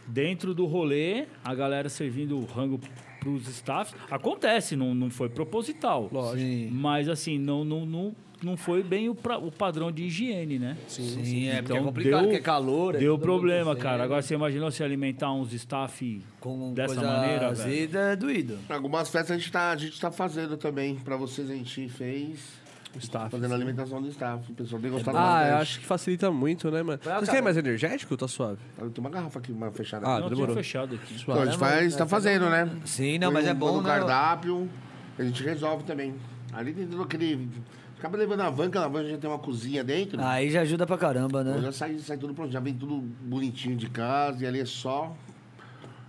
dentro do rolê, a galera servindo o rango pros staffs, acontece, não, não foi proposital.
Lógico. Sim.
Mas assim, não, não, não, não foi bem o, pra- o padrão de higiene, né? Então,
Sim, é porque é complicado, porque é calor. é
Deu
tudo
problema,
acontecendo.
cara. Agora você imaginou se alimentar uns staff
Com
dessa
coisa
maneira, velho?
azeda, é doído.
Algumas festas a gente tá, a gente tá fazendo também. Pra vocês a gente fez.
O staff.
Fazendo a alimentação do staff. O pessoal tem gostado
Ah, eu
bastante.
acho que facilita muito, né,
Vai,
mano? Vocês
cara.
querem mais energético ou tá suave?
Eu tenho uma garrafa aqui, uma fechada.
Ah,
Não, eu
demorou.
tinha fechado aqui.
então, a gente faz, tá fazendo, né?
Sim, não,
Põe
mas
um-
é
põe
bom,
no
né?
cardápio, a gente resolve também. Ali dentro daquele... Acaba levando a van, que a van já tem uma cozinha dentro.
Aí já ajuda pra caramba, Ah, né?
Já sai, sai tudo pronto, já vem tudo bonitinho de casa, e ali é só...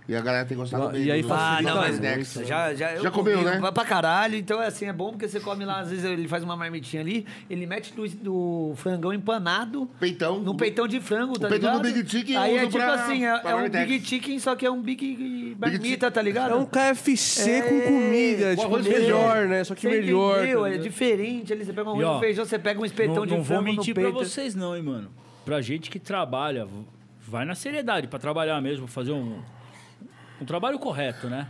E a galera tem gostado
Ah,
bem.
e aí
do-
Ah,
do
não, mas
Marmitex.
já, já, eu
né? Já comeu,
comi
né?
pra- Pra caralho, então é assim, é bom porque você come lá, às vezes ele faz uma marmitinha ali, ele mete do, do frangão empanado.
Peitão.
No peitão de frango, tá
peitão
ligado?
do Big Chicken
Aí
eu
é
uso
tipo
pra-
assim, é,
pra
é um
marmitex.
Big Chicken, só que é um Big marmita, tá ligado?
É um KFC com
É,
comida,
com
tipo,
arroz
melhor,
verde.
né? Só que
Você
melhor. tá
Entendeu? É
ligado?
diferente ali, você pega um
E,
arroz
ó,
de feijão, você pega um espetão
não,
de
não
frango
vou
no
mentir pra
peito.
vocês não, hein, mano. Pra gente que trabalha, v- vai na seriedade, pra trabalhar mesmo, fazer um, um trabalho correto, né?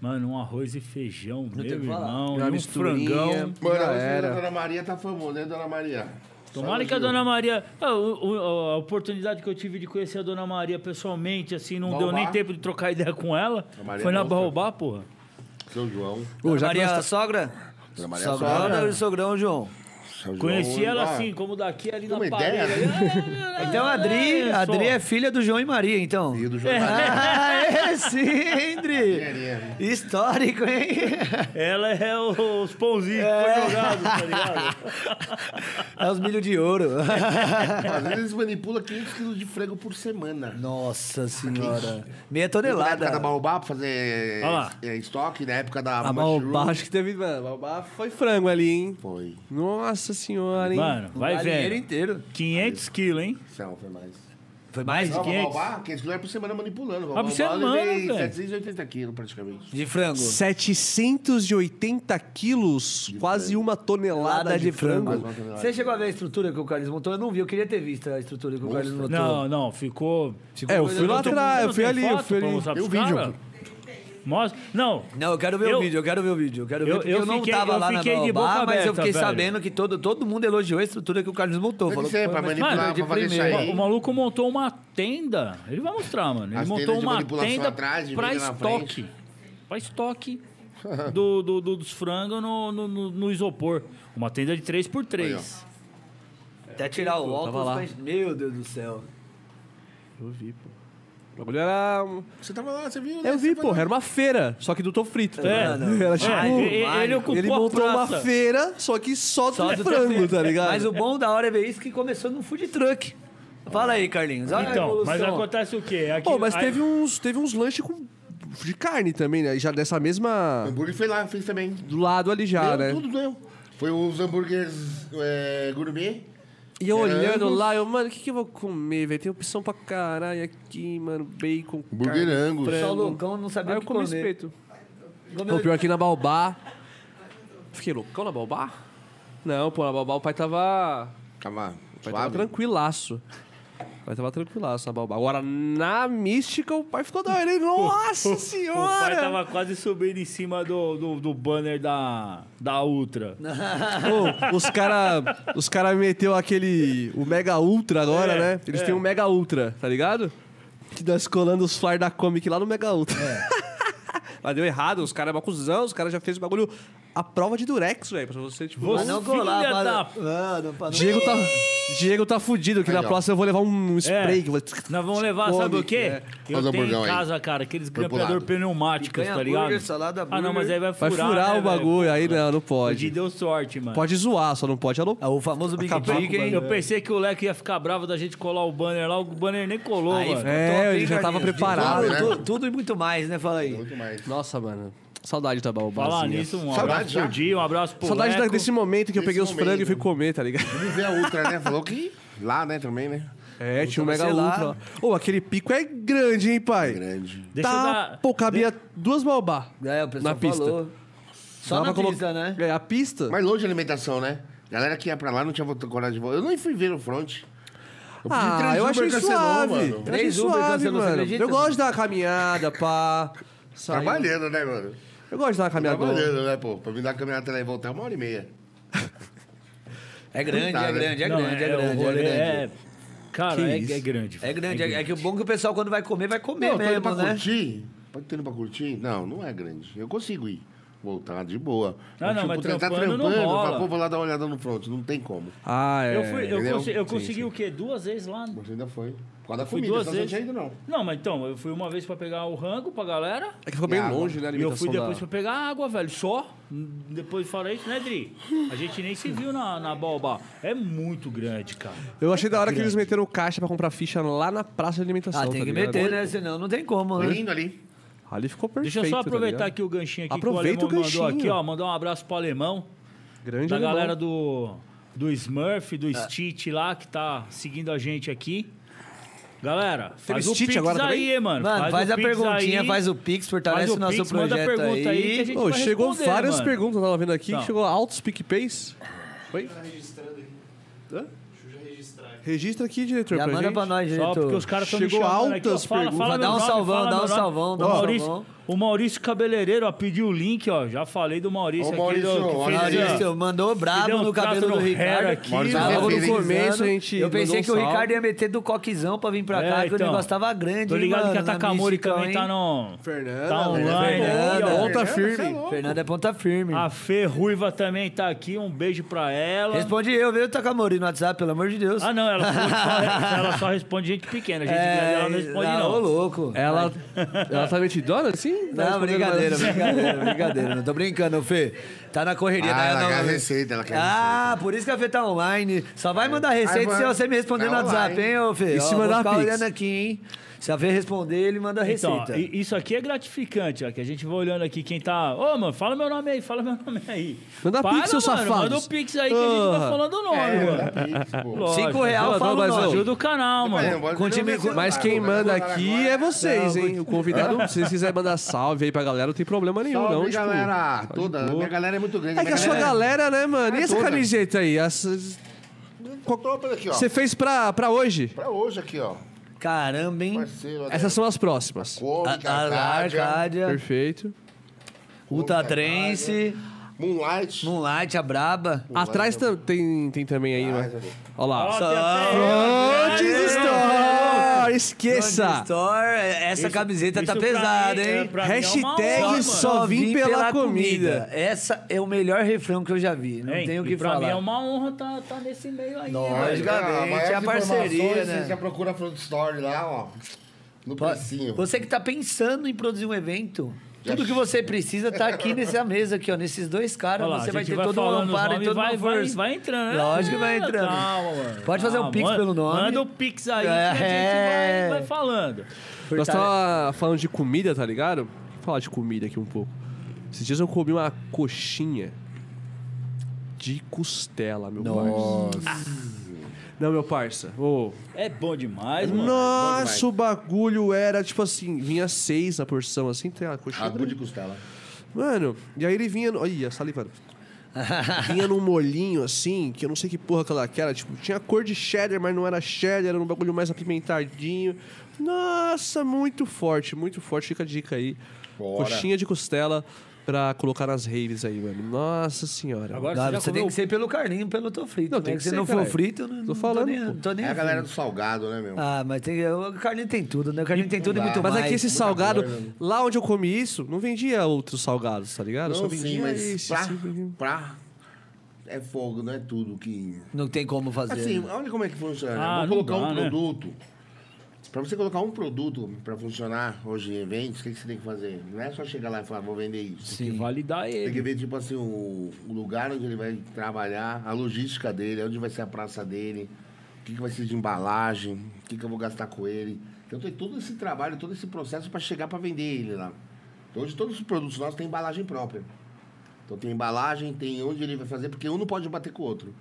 Mano, um arroz e feijão,
tem
meu
o que falar.
irmão,
Uma
e um
misturinha.
frangão.
Mano,
Já
a
era.
Dona Maria tá famosa, né, Dona Maria?
Tomara
Sabe,
que a
Gil?
Dona Maria... Ah, o- o- A, oportunidade que eu tive de conhecer a Dona Maria pessoalmente, assim, não deu
Baobá.
nem tempo de trocar ideia com ela.
A Maria
Foi na
Monstra.
Baobá, porra.
Seu João.
Ô, já que
Maria
nós tá-
Sogra?
Dona Maria
Sogrão
Sogra.
e sogrão, João.
Seu João,
Conheci ela
ah,
assim, como daqui ali na
Uma
parede.
ideia?
né?
Então a Adri, a Adri é filha do João e Maria, então.
Rio do João.
Ah, é sim, Andri. Histórico, hein?
[LAUGHS] Ela é o- os pãozinhos que foi jogado, tá [LAUGHS] ligado?
É os milho de ouro.
Às vezes eles manipulam 500 quilos de frango por semana.
Nossa senhora. Meia
Na época da
tonelada.
Baobá pra fazer
Olha lá.
eh, estoque, na época da
A
mushroom.
Baobá, acho que teve. Mano, Baobá foi frango ali, hein?
Foi.
Nossa senhora, hein?
Mano, vai
Vale dinheiro
vendo.
inteiro.
500 quilos, hein?
Não, foi mais.
Foi mais
Não,
de
a
500?
Baobá, que eles não é por semana manipulando. A
Ah, por semana,
eu levei
velho.
780 quilos praticamente.
de frango.
780 quilos, quase uma tonelada de, frango.
Quase uma tonelada.
Você chegou a ver a estrutura que o Carlos montou? Eu não vi, eu queria ter visto a estrutura que o Carlos montou.
Não, não, ficou.
É, eu fui lá atrás, eu fui ali, eu fui ali.
Tem o vídeo. Mostra. Não,
Não, eu quero ver
Eu-
o vídeo, eu quero ver o vídeo. Eu quero ver
Eu-
porque
eu
eu, não
fiquei-
tava
eu
lá na
fiquei de
Baobá,
boca
mas eu
aberta,
fiquei
velho.
sabendo que todo, todo mundo elogiou a estrutura que o Carlos montou.
Deve
Falou que foi
ser, é pra
uma
manipular, pra
estrutura
fazer
de
isso
primeira.
aí.
o maluco montou uma tenda. Ele vai mostrar, mano. Ele
As
montou
tendas de
uma
manipulação
tenda
atrás, de
pra
venda na
estoque.
frente. [LAUGHS]
Pra estoque do, do- do- dos frangos no, no- no- no isopor. Uma tenda de 3x3.
Até tirar o
tava lá.
óculos, mas... meu Deus do céu.
Eu vi, pô. O bagulho era. um-
Você tava lá, você viu? né?
Eu
Você
vi,
foi
pô,
lá.
era uma feira, só que do Tô Frito. tá
É.
ligado?
Não, não.
Era
Ah,
tipo.
É, ele, ele ocupou
Ele
a
montou uma
praça.
feira, só que só,
Só
do
do
frango,
café.
tá ligado?
Mas o bom da hora é ver isso que começou no food truck. Fala aí, Carlinhos. Olha a
Então, mas
evolução.
acontece o quê? Aqui,
Pô, mas
aí-
teve uns, teve uns lanches com, de carne também, né? Já dessa
O
mesma.
hambúrguer foi lá, fez também.
Do lado ali já,
Deu,
né?
Tudo deu. Foi uns hambúrgueres eh, gourmet.
E eu olhando
Frango.
lá, eu, mano, o que, que eu vou comer, velho? Tem opção pra caralho aqui, mano. Bacon.
Hambúrguer né?
carne,
Angus.
frango.
Só loucão, não sabia
Aí
o
eu
que
comi
comer.
espeto.
Comeu-
Não, pior que na Balbá. Fiquei loucão na Balbá? Não, pô, na Balbá o pai tava.
Tava
O pai tava
suave.
tranquilaço. O pai tava tranquilaço na Balbá. Agora, na mística, o pai ficou doido. hein? Nossa
[LAUGHS] O pai
senhora!
tava quase subindo em cima do, do, do banner da, da Ultra.
Ô, os cara, os cara meteu aquele. O Mega Ultra agora,
É,
né? Eles
é.
têm um Mega Ultra, tá ligado? Que nós colando os flyers [LAUGHS] é da Comic lá no Mega Ultra. Mas deu errado, os caras é uma cuzão, os caras já fez o bagulho a prova de Durex, velho. Pra você, tipo.
Pra
Você-
não colar,
Filha
para...
da-
Ah, não, para...
Diego tá, Diego tá fudido, que
Aí,
na
ó.
próxima eu vou levar um
É.
spray. que eu vou-
Nós vamos levar,
Come,
sabe o quê?
né?
Olha o
Eu tenho
um hamburgão
em
aí.
casa, cara, aqueles
Foi pro
grampeador
lado.
pneumáticos,
Picanha,
tá ligado?
hambúrguer, salada,
ah, não, mas aí vai
Vai
furar.
furar,
né,
o
velho?
bagulho, aí não, não
O Di
pode.
deu sorte, mano.
Pode zoar, só não pode alô.
É o famoso Big
Acabar com o
Chicken.
Eu pensei que o Leque ia ficar bravo da gente colar o banner lá, o banner nem colou,
Aí
mano.
ficou
É,
top,
ele
hein,
já tava
Carlinhos?
preparado,
Claro,
né?
tu- Tudo e muito mais, né? Fala aí.
Muito mais.
Nossa, mano. Saudade do Tabaú.
Falar
barzinho.
nisso, um
Saudade
abraço
já.
pro Di, um abraço pro
Saudade da-
Leco.
desse momento que eu
Desse
peguei os
momento.
frangos e fui
né?
comer, tá
[LAUGHS]
ligado?
Vamos ver a Ultra, né? Falou que lá, né, também, né?
É, tinha um
Puta, sei
mega
lá.
ultra. Ô, aquele pico é grande, hein, pai?
Grande.
Deixa eu
tá,
dar-
pô, cabia duas malbá.
É, o pessoal
Na pista.
falou. Só
Dava
na
pra colo-
pista, né?
É, a pista?
Mas longe de alimentação, né? Galera que ia pra lá não tinha vo- coragem de voltar. Eu nem fui ver no front. Eu pedi
Ah,
três
eu
Uber,
achei
cancelou,
suave.
mano.
Eu achei
Três Uber
suave,
cancelou, você
mano.
acredita? É
Eu gosto da caminhada, pá. sair.
Trabalhando, né, mano?
Eu gosto da caminhada.
Trabalhando, né, pô? Pra me dar a caminhada lá e voltar uma hora e meia.
É grande,
Tá,
é
né?
grande, é
Não,
grande, é
o
grande, é
rolê
grande.
é- Cara,
Que
é,
isso.
é grande.
É grande, é é que o bom é que o pessoal quando vai comer, vai comer
Não, tá indo
mesmo,
pra
né?
curtir? Pode ter ido pra curtir? Não, não é grande. Eu consigo ir. Voltar de boa.
Ah, não, mas
tá
trampando não rola.
fala, pô, vou lá dar uma olhada no front. Não tem como.
Ah, é.
Eu, fui, eu,
entendeu?
consi- eu
Sim,
consegui
sim.
o quê? Duas vezes lá. no-
Você ainda foi. Por causa da
Fui
comida,
duas
só não
vezes.
tinha ido, não.
Não, mas então, eu fui uma vez pra pegar o rango pra galera.
É que ficou bem
E água.
longe, né, a
E eu
alimentação
fui depois
da...
pra pegar água, velho. Só. Hum, Depois fora isso, né, Dri? A gente nem se viu na, na Baobá. É muito grande, cara.
Eu achei da hora que eles meteram caixa pra comprar ficha lá na praça de alimentação.
Ah, tem
tá
que
ligado?
meter, né? Senão não tem como, né?
Lindo ali.
Ali ficou perfeito.
Deixa eu só
tá
aproveitar
ligado?
aqui o ganchinho aqui
Aproveita
que o
o
Alemão mandou
ganchinho.
aqui, ó. Mandar um abraço pro Alemão.
Grande
da
alemão. É.
galera do, do Smurf, do Stitch lá, que tá seguindo a gente aqui. Galera, faz o
Stitch
Pix
agora
aí,
também?
hein, mano.
Mano, faz a
Pix
perguntinha,
aí.
faz o Pix, fortalece
Faz
o nosso
Pix,
projeto
manda a pergunta aí. que a
aí.
gente
Pô,
vai
chegou
responder,
várias
mano.
perguntas, eu tava vendo aqui,
Não.
que chegou altos PicPays. Oi? Tá registrando aqui. Registra aqui, diretor,
Já
pra
manda
gente.
pra nós,
Só porque
diretor.
os caras estão me
Chegou
chamando
altas
aqui, ó. Fala,
perguntas. Dá
fala meu
um
nome,
salvão,
fala
dá um
meu nome.
salvão, dá
o
um
Maurício,
salvão.
O Maurício Cabeleireiro, ó, pediu o link, ó. Já falei do Maurício
Ô,
aqui.
Maurício,
do, que
ó,
fez,
Maurício, mandou
deu
brabo
um
no cabelo
traço
do
no hair
Ricardo.
aqui,
Maurício
Tava
é
no
feliz.
começo,
a gente
Eu pensei que
mandou
o
um salve.
Ricardo ia meter do coquizão pra vir pra cá,
É,
que o
então.
negócio tava grande,
Tô
hein,
ligado
mano,
que a
na
Takamori
mística,
também tá
hein?
no...
Fernanda,
Tá
velho.
online aí,
Fernanda.
ó. Ah,
Volta firme.
Fernanda é ponta firme.
A Fê Ruiva também tá aqui, um beijo pra ela.
Responde eu, viu, Takamori, no WhatsApp, pelo amor de Deus.
Ah,
[LAUGHS]
não, ela só, ela só responde gente pequena. A gente grande, ela não responde,
ah, É, ô,
não. É,
louco.
Ela, ela tá mentidona, assim? Tá
Não,
respondendo
brincadeira,
mais-
brincadeira, brincadeira. Não tô brincando, Fê. Tá na correria.
Ah,
daí eu
ela
não-
quer receita, ela quer
Ah, por isso que a Fê tá online. Só vai mandar
Aí,
receita
mano,
se você me responder
tá
no WhatsApp,
online.
hein, ô Fê?
E se
Ó, vou
mandar
ficar
pix?
olhando aqui, hein? Se a Fê responder, ele manda a
Então,
receita.
i- isso aqui é gratificante, ó, que a gente vai olhando aqui quem tá... Ô, mano, fala meu nome aí, fala meu nome aí.
Manda
Para,
pix, seus
mano,
safados.
Manda o pix aí que a gente
Ah.
tá falando o nome,
É.
mano. Lógico,
Cinco real,
ajuda-
fala o
mas
nome.
Ajuda o canal, mano.
Mas quem manda aqui é vocês, hein? O convidado, se vocês quiserem mandar salve aí pra galera, não tem problema nenhum,
Salve,
não. tipo,
galera.
tá de
toda.
boa.
Minha galera é muito grande.
É que a sua galera, né, mano? E
É
essa
toda.
camiseta aí? As-
Contou aqui, ó.
Você fez pra, pra hoje?
Pra hoje aqui, ó.
Caramba, hein?
Parceiro. né?
Essas são as próximas.
Cômica,
A- é a-
Arcádia,
Arcádia,
Perfeito.
Ultatrense,
Moonlight.
Moonlight, a Braba.
Atrás tam- tem, tem também aí, né? Olha
Ó,
lá.
tem até eu,
Frontes
é
né?
Store!
Essa.
Esqueça!
Store, essa camiseta
isso
tá
pra
pesada,
mim, é,
hein?
pra mim é uma
Hashtag
honra, mano.
só- vim pela comida.
Essa é o melhor refrão que eu já vi. Não
Hein,
tenho o
e
que
pra
falar.
mim é uma honra tá, tá nesse meio aí.
Nossa.
velho.
Logicamente,
ah, Maiores
é a parceria,
informações,
né?
Você já procura a Front Story lá, ó. No
Ó,
precinho.
Você que tá pensando em produzir um evento,
Já
tudo que você precisa tá
[LAUGHS]
aqui nessa mesa aqui, ó. Nesses dois caras,
Olha lá,
você
a
vai
gente
ter todo um
falando os
amparo e
nomes,
toda
vai,
uma
vai,
força.
vai entrando. né?
Lógico que vai entrando.
Calma, mano.
Pode fazer um
Calma,
pix
manda-
pelo nome.
Manda o pix aí que a
É.
gente vai, vai falando.
Nós
Fortale-
tava falando de comida, tá ligado? Vou falar de comida aqui um pouco. Esses dias eu comi uma coxinha de costela, meu parça. Não, meu parça. Ô,
É bom demais, mano.
Nossa, o bagulho era tipo assim, vinha seis na porção, assim, tem a coxinha.
Agu de costela.
Mano, e aí ele vinha. no- Olha,
[LAUGHS]
salivando. vinha num molinho assim, que eu não sei que porra que ela que era. Tipo, tinha cor de cheddar, mas não era cheddar, era um bagulho mais apimentadinho. Nossa, muito forte, muito forte. Fica a dica aí.
Bora.
Coxinha de costela. pra colocar nas raves aí, mano. Nossa senhora.
Agora
Claro,
você já
você tem
comeu
que ser pelo carninho, pelo tô frito.
Não,
né?
tem que
Se
ser,
não for
caralho.
frito, eu não,
Tô
não
falando,
tô nem,
pô.
não tô nem
É a
afim.
galera do salgado, né, meu?
Ah, mas tem, o carninho tem tudo, né? O carninho tem tudo e
dá.
muito
Mas
é
mais.
aqui esse salgado,
coisa.
lá onde eu comi isso, não vendia outros salgados, tá ligado? Só
não,
vendia
Então, sim, mas
esse,
pra,
esse, esse.
pra- É fogo, não é tudo que...
Não tem como fazer.
Assim,
né?
olha como é que funciona.
Ah,
Vamos
não
colocar
dá,
um
né?
produto. Pra você colocar um produto pra funcionar hoje em eventos, o que, que você tem que fazer? Não é só chegar lá e falar, vou vender isso.
que validar
Tem que
ele.
ver, tipo assim, o, o lugar onde ele vai trabalhar, a logística dele, onde vai ser a praça dele, o que, que vai ser de embalagem, o que, que eu vou gastar com ele. Então tem todo esse trabalho, todo esse processo para chegar para vender ele lá. Então, hoje todos os produtos nossos têm embalagem própria. Então tem embalagem, tem onde ele vai fazer, porque um não pode bater com o outro.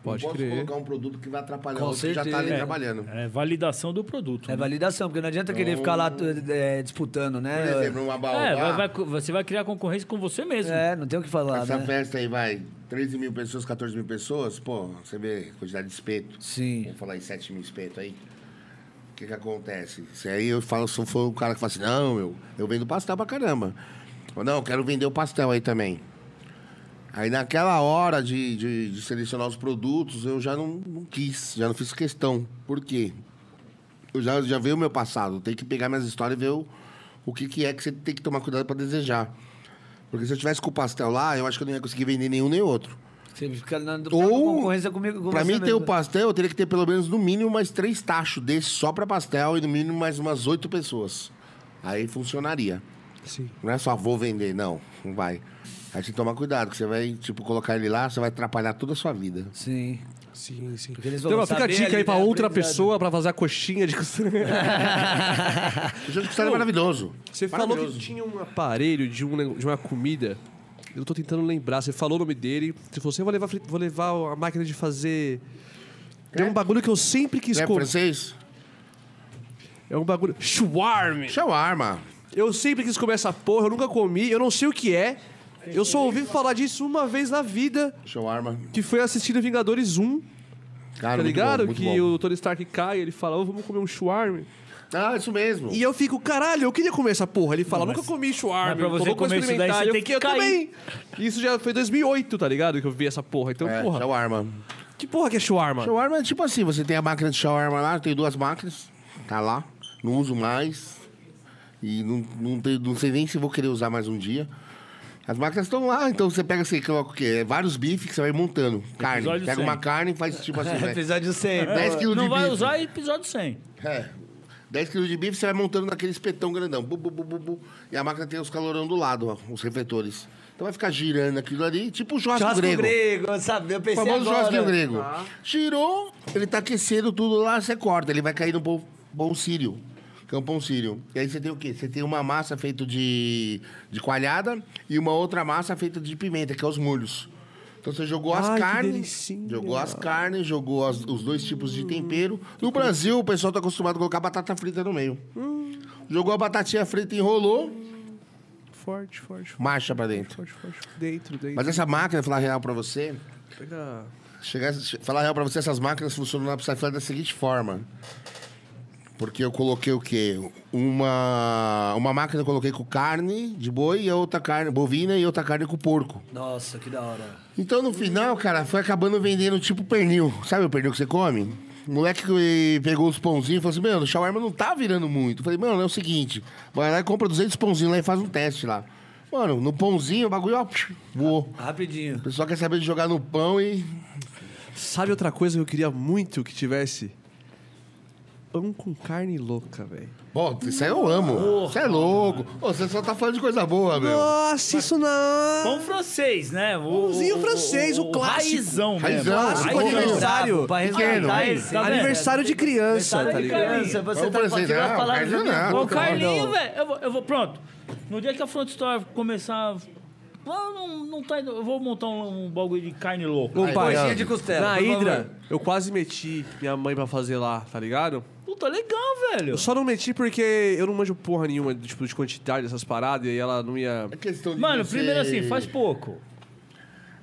Pode
não posso
crer.
colocar um produto que vai atrapalhar
Com
o outro que já está ali
certeza.
trabalhando.
É validação do produto.
É
né?
validação, porque não adianta querer ficar lá eh, disputando, né?
Então, Por exemplo, uma baobá,
É, vai- vai co- você vai criar concorrência com você mesmo.
É, não tem o que falar,
essa
né?
festa aí vai 13 mil pessoas, 14 mil pessoas, pô, você vê a quantidade de espeto.
Sim.
Vamos falar em 7 mil espetos aí. O que que acontece? Se aí eu falo, se eu for um cara que fala assim, não, meu, eu vendo pastel pra caramba. Ou não, eu quero vender o pastel aí também. Aí naquela hora de, de- de selecionar os produtos, eu já não, não quis, já não fiz questão. Por quê? Eu já, já vi o meu passado, tem que pegar minhas histórias e ver o, o que, que é que você tem que tomar cuidado pra desejar. Porque se eu tivesse com o pastel lá, eu acho que eu não ia conseguir vender nenhum nem outro.
Você fica na na
Ou,
concorrência comigo. com
pra
você
mim ter
mesmo.
o pastel, eu teria que ter pelo menos no mínimo mais três tachos desse só pra pastel e no mínimo mais umas oito pessoas. Aí funcionaria.
Sim.
Não é só vou vender, não. Não vai. Aí tem que tomar cuidado, que você vai, tipo, colocar ele lá, você vai atrapalhar toda a sua vida.
Sim.
Sim, sim.
Porque eles vão
Então, ó, fica a
saber
dica
ali,
aí pra
né,
outra
aprendizado.
pessoa pra fazer a coxinha de costela.
O jogo de costela é maravilhoso.
Você falou que tinha um aparelho de, um nego- de uma comida. Eu tô tentando lembrar. Você falou o nome dele. Você falou assim: eu vou levar, fri- vou levar a máquina de fazer. É um bagulho que eu sempre quis
É
comer.
francês?
É um bagulho. Shawarma.
Shawarma.
Eu sempre quis comer essa porra, eu nunca comi, eu não sei o que é. Eu só ouvi falar disso uma vez na vida,
Shawarma.
que foi assistindo Vingadores 1,
Cara,
tá
muito
ligado?
bom, muito
que
bom.
o Tony Stark cai, ele fala, ô, vamos comer um shawarma.
Ah, isso mesmo.
E eu fico, caralho, eu queria comer essa porra. Ele fala, nunca comi shawarma.
mas pra
então
você
vou
comer isso daí,
experimentar.
você
eu
tem que
fiquei, eu
cair.
também. Isso já foi 2008, tá ligado? Que eu vi essa porra. Então,
É,
porra,
shawarma.
que porra que é shawarma?
Shawarma é tipo assim, você tem a máquina de shawarma lá, tem duas máquinas, tá lá, não uso mais. E não, não, tem- não sei nem se vou querer usar mais um dia. As máquinas estão lá, então você pega, você coloca o quê? É Vários bifes que você vai montando. Carne.
Episódio
Pega
100.
uma carne e faz tipo
[LAUGHS]
assim,
[LAUGHS]
né?
Episódio 100.
10 quilos
Não
de
vai
bife.
usar episódio 100.
É. 10 quilos de bife, você vai montando naquele espetão grandão. Bu, bu, bu, bu, bu. E a máquina tem os calorão do lado, ó, os refletores. Então vai ficar girando aquilo ali, tipo um churrasco,
Churrasco
grego.
grego, eu sabia, eu
O
pensei
é
famoso
agora.
churrasquinho grego.
Tá.
Tirou, ele tá aquecendo tudo lá, você corta. Ele vai cair no pão, pão sírio. Que é um pão sírio. E aí você tem o quê? Você tem uma massa feita de, de coalhada e uma outra massa feita de pimenta, que é os molhos. Então você jogou as
Ai, que
carnes.
delicinha.
Jogou as carnes, jogou as- os dois tipos de tempero.
Hum.
No Brasil, o pessoal tá acostumado a colocar batata frita no meio.
Hum.
Jogou a batatinha frita, enrolou,
Forte, forte,
marcha pra dentro.
forte, forte. Dentro, dentro.
Mas essa máquina, falar a real pra você,
Pega...
Chegar, che- falar a real pra você, essas máquinas funcionam na Psyfly da seguinte forma. Porque eu coloquei o quê? Uma, uma máquina eu coloquei com carne de boi e a outra carne bovina e outra carne com porco.
Nossa, que da hora.
Então no final, cara, foi acabando vendendo tipo pernil. Sabe o pernil que você come? O moleque que pegou os pãozinhos e falou assim: Mano, o shawarma não tá virando muito. Eu falei: Mano, é o seguinte, vai lá e compra 200 pãozinhos lá e faz um teste lá. Mano, no pãozinho o bagulho, ó, voou.
Rapidinho.
O pessoal quer saber de jogar no pão e
Sabe outra coisa que eu queria muito que tivesse? Pão com carne louca, velho.
Bom, isso aí eu amo. Você é louco. Ô, você só tá falando de coisa boa, meu.
Nossa, isso não!
Pão francês, né? O-
Pãozinho
o-
francês, o clássico.
Raizão,
Raizão,
mesmo.
clássico de
aniversário.
Pra
Pequeno.
resgatar esse.
Tá vendo?
Aniversário de criança,
Aniversário
tá
de
ligado?
criança, Você
Vamos
tá
pra vocês,
fazendo
não,
as palavras
não,
minha
não.
boca.
Ô, Carlinho,
Não.
velho, eu, vou- eu vou, pronto. No dia que a Front Store começar. Não, não, não tá indo. Eu vou montar um, um bagulho de carne louca.
Ô, pai,
Coxinha de costela,
na
por favor.
Hidra, eu quase meti minha mãe pra fazer lá, tá ligado?
Puta, legal, velho.
Eu só não meti porque eu não manjo porra nenhuma tipo, de quantidade dessas paradas e ela não ia.
É questão de
Mano,
você-
primeiro assim, faz pouco.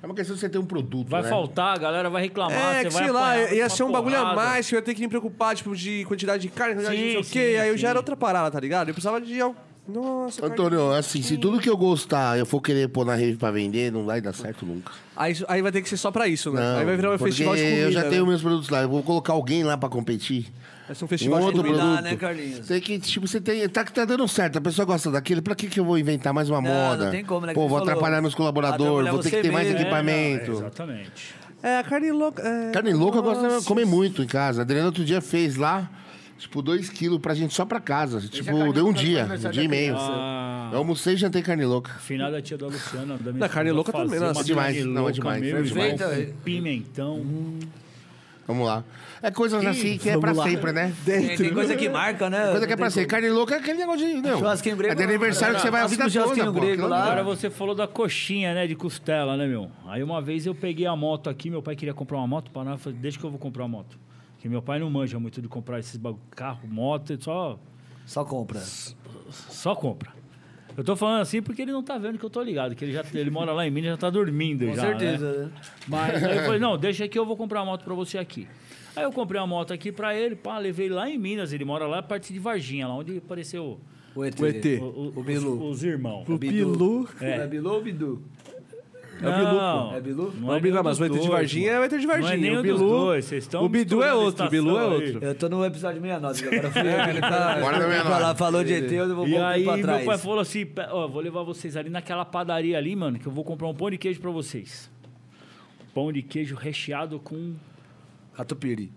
É uma questão de você ter um produto,
Vai
né?
faltar, a galera vai reclamar.
É,
Ah, você
que
vai
sei lá,
apanhar,
ia
vai
ser um
tomar
bagulho a
porrada.
mais que eu ia ter que me preocupar, tipo, de quantidade de carne, quantidade de
Sim,
não sei o quê.
sim,
Aí eu já
sim.
era outra parada, tá ligado? Eu precisava de al- Nossa, cara.
Antônio, assim, se tudo que eu gostar eu for querer pôr na rave pra vender, não vai dar certo nunca.
Aí, isso- aí vai ter que ser só pra isso, né?
Não,
aí vai virar um
porque
festival de comida.
Eu já
né?
tenho meus produtos lá. Eu vou colocar alguém lá pra competir.
Vai ser um festival
um outro
de comida.
combinar,
produto.
né, Carlinhos?
Tem que, tipo, você tem. Tá, que tá dando certo, a pessoa gosta daquele, pra que, que eu vou inventar mais uma
Não,
moda?
não tem como, né, que
Pô,
você
vou
falou.
atrapalhar meus colaboradores,
Atrapalhar
vou ter
você
que ter mais
mesmo.
É, não,
equipamento.
exatamente.
É, a carne louca. É...
Carne louca eu gosto de
Nossa.
comer muito em casa. A Adriana outro dia fez lá, tipo, 2 quilos pra gente só pra casa.
carne
Tipo, deu um
louca pra
dia, um
aniversário
dia e
da
meio.
criança.
Ah,
Eu almocei e jantei carne louca.
afinada tia da Luciana. Da minha
Da carne
esposa,
louca também,
fazer
nossa,
uma
demais,
carne
não, é
louca,
demais,
meu
é
irmão,
demais.
com Pimentão.
Vamos lá. É coisas assim que é
vamos
pra
lá.
sempre, né?
Tem, tem coisa que marca, né?
Coisa que é pra sempre. Carne louca é aquele negócio de. Não.
Churrasquinho grego,
É de aniversário que você vai a
clássico
vida toda.
churrasquinho
pô.
grego
Aquilo
lá.
Agora você falou da coxinha, né, de costela, né, meu? Aí uma vez eu peguei a moto aqui, meu pai queria comprar uma moto para nós, eu falei, deixa que eu vou comprar uma moto. Porque meu pai não manja muito de comprar esses bagulho, carro, moto, ele só
Só compra.
só compra. Eu tô falando assim porque ele não tá vendo que eu tô ligado, que ele já ele mora lá em Minas, já tá dormindo
Com
já, né?
certeza. né?
Mas aí eu falei, não, deixa que eu vou comprar uma moto pra você aqui. Aí eu comprei uma moto aqui pra ele, pá, levei lá em Minas, ele mora lá, parte de Varginha, lá onde apareceu
O ET.
[LAUGHS] O ET.
o- o-
O
os,
Bilu.
os irmãos.
O
Bilu.
É. Bilu ou Bidu?
É o Bilu, pô.
É Bilu?
Não
Não é o Bilu,
nenhum
mas o
dos
ET de
dois,
Varginha
mano.
é o ET de Varginha.
Não é nenhum
o
dos
Bilu,
dois, vocês estão
o Bidu é
misturando
outro, o Bilu é
estação aí.
outro.
Eu tô no episódio 69, agora fui eu que ele tá.
Bora no
eu fui
69.
pra lá, falou de ET, eu vou
E
voltar
aí
pra
meu pai
trás.
falou assim, "Pe- ó, vou levar vocês ali naquela padaria ali, mano, que eu vou comprar um pão de queijo pra vocês. Pão de queijo recheado com, [LAUGHS]
Catupiry.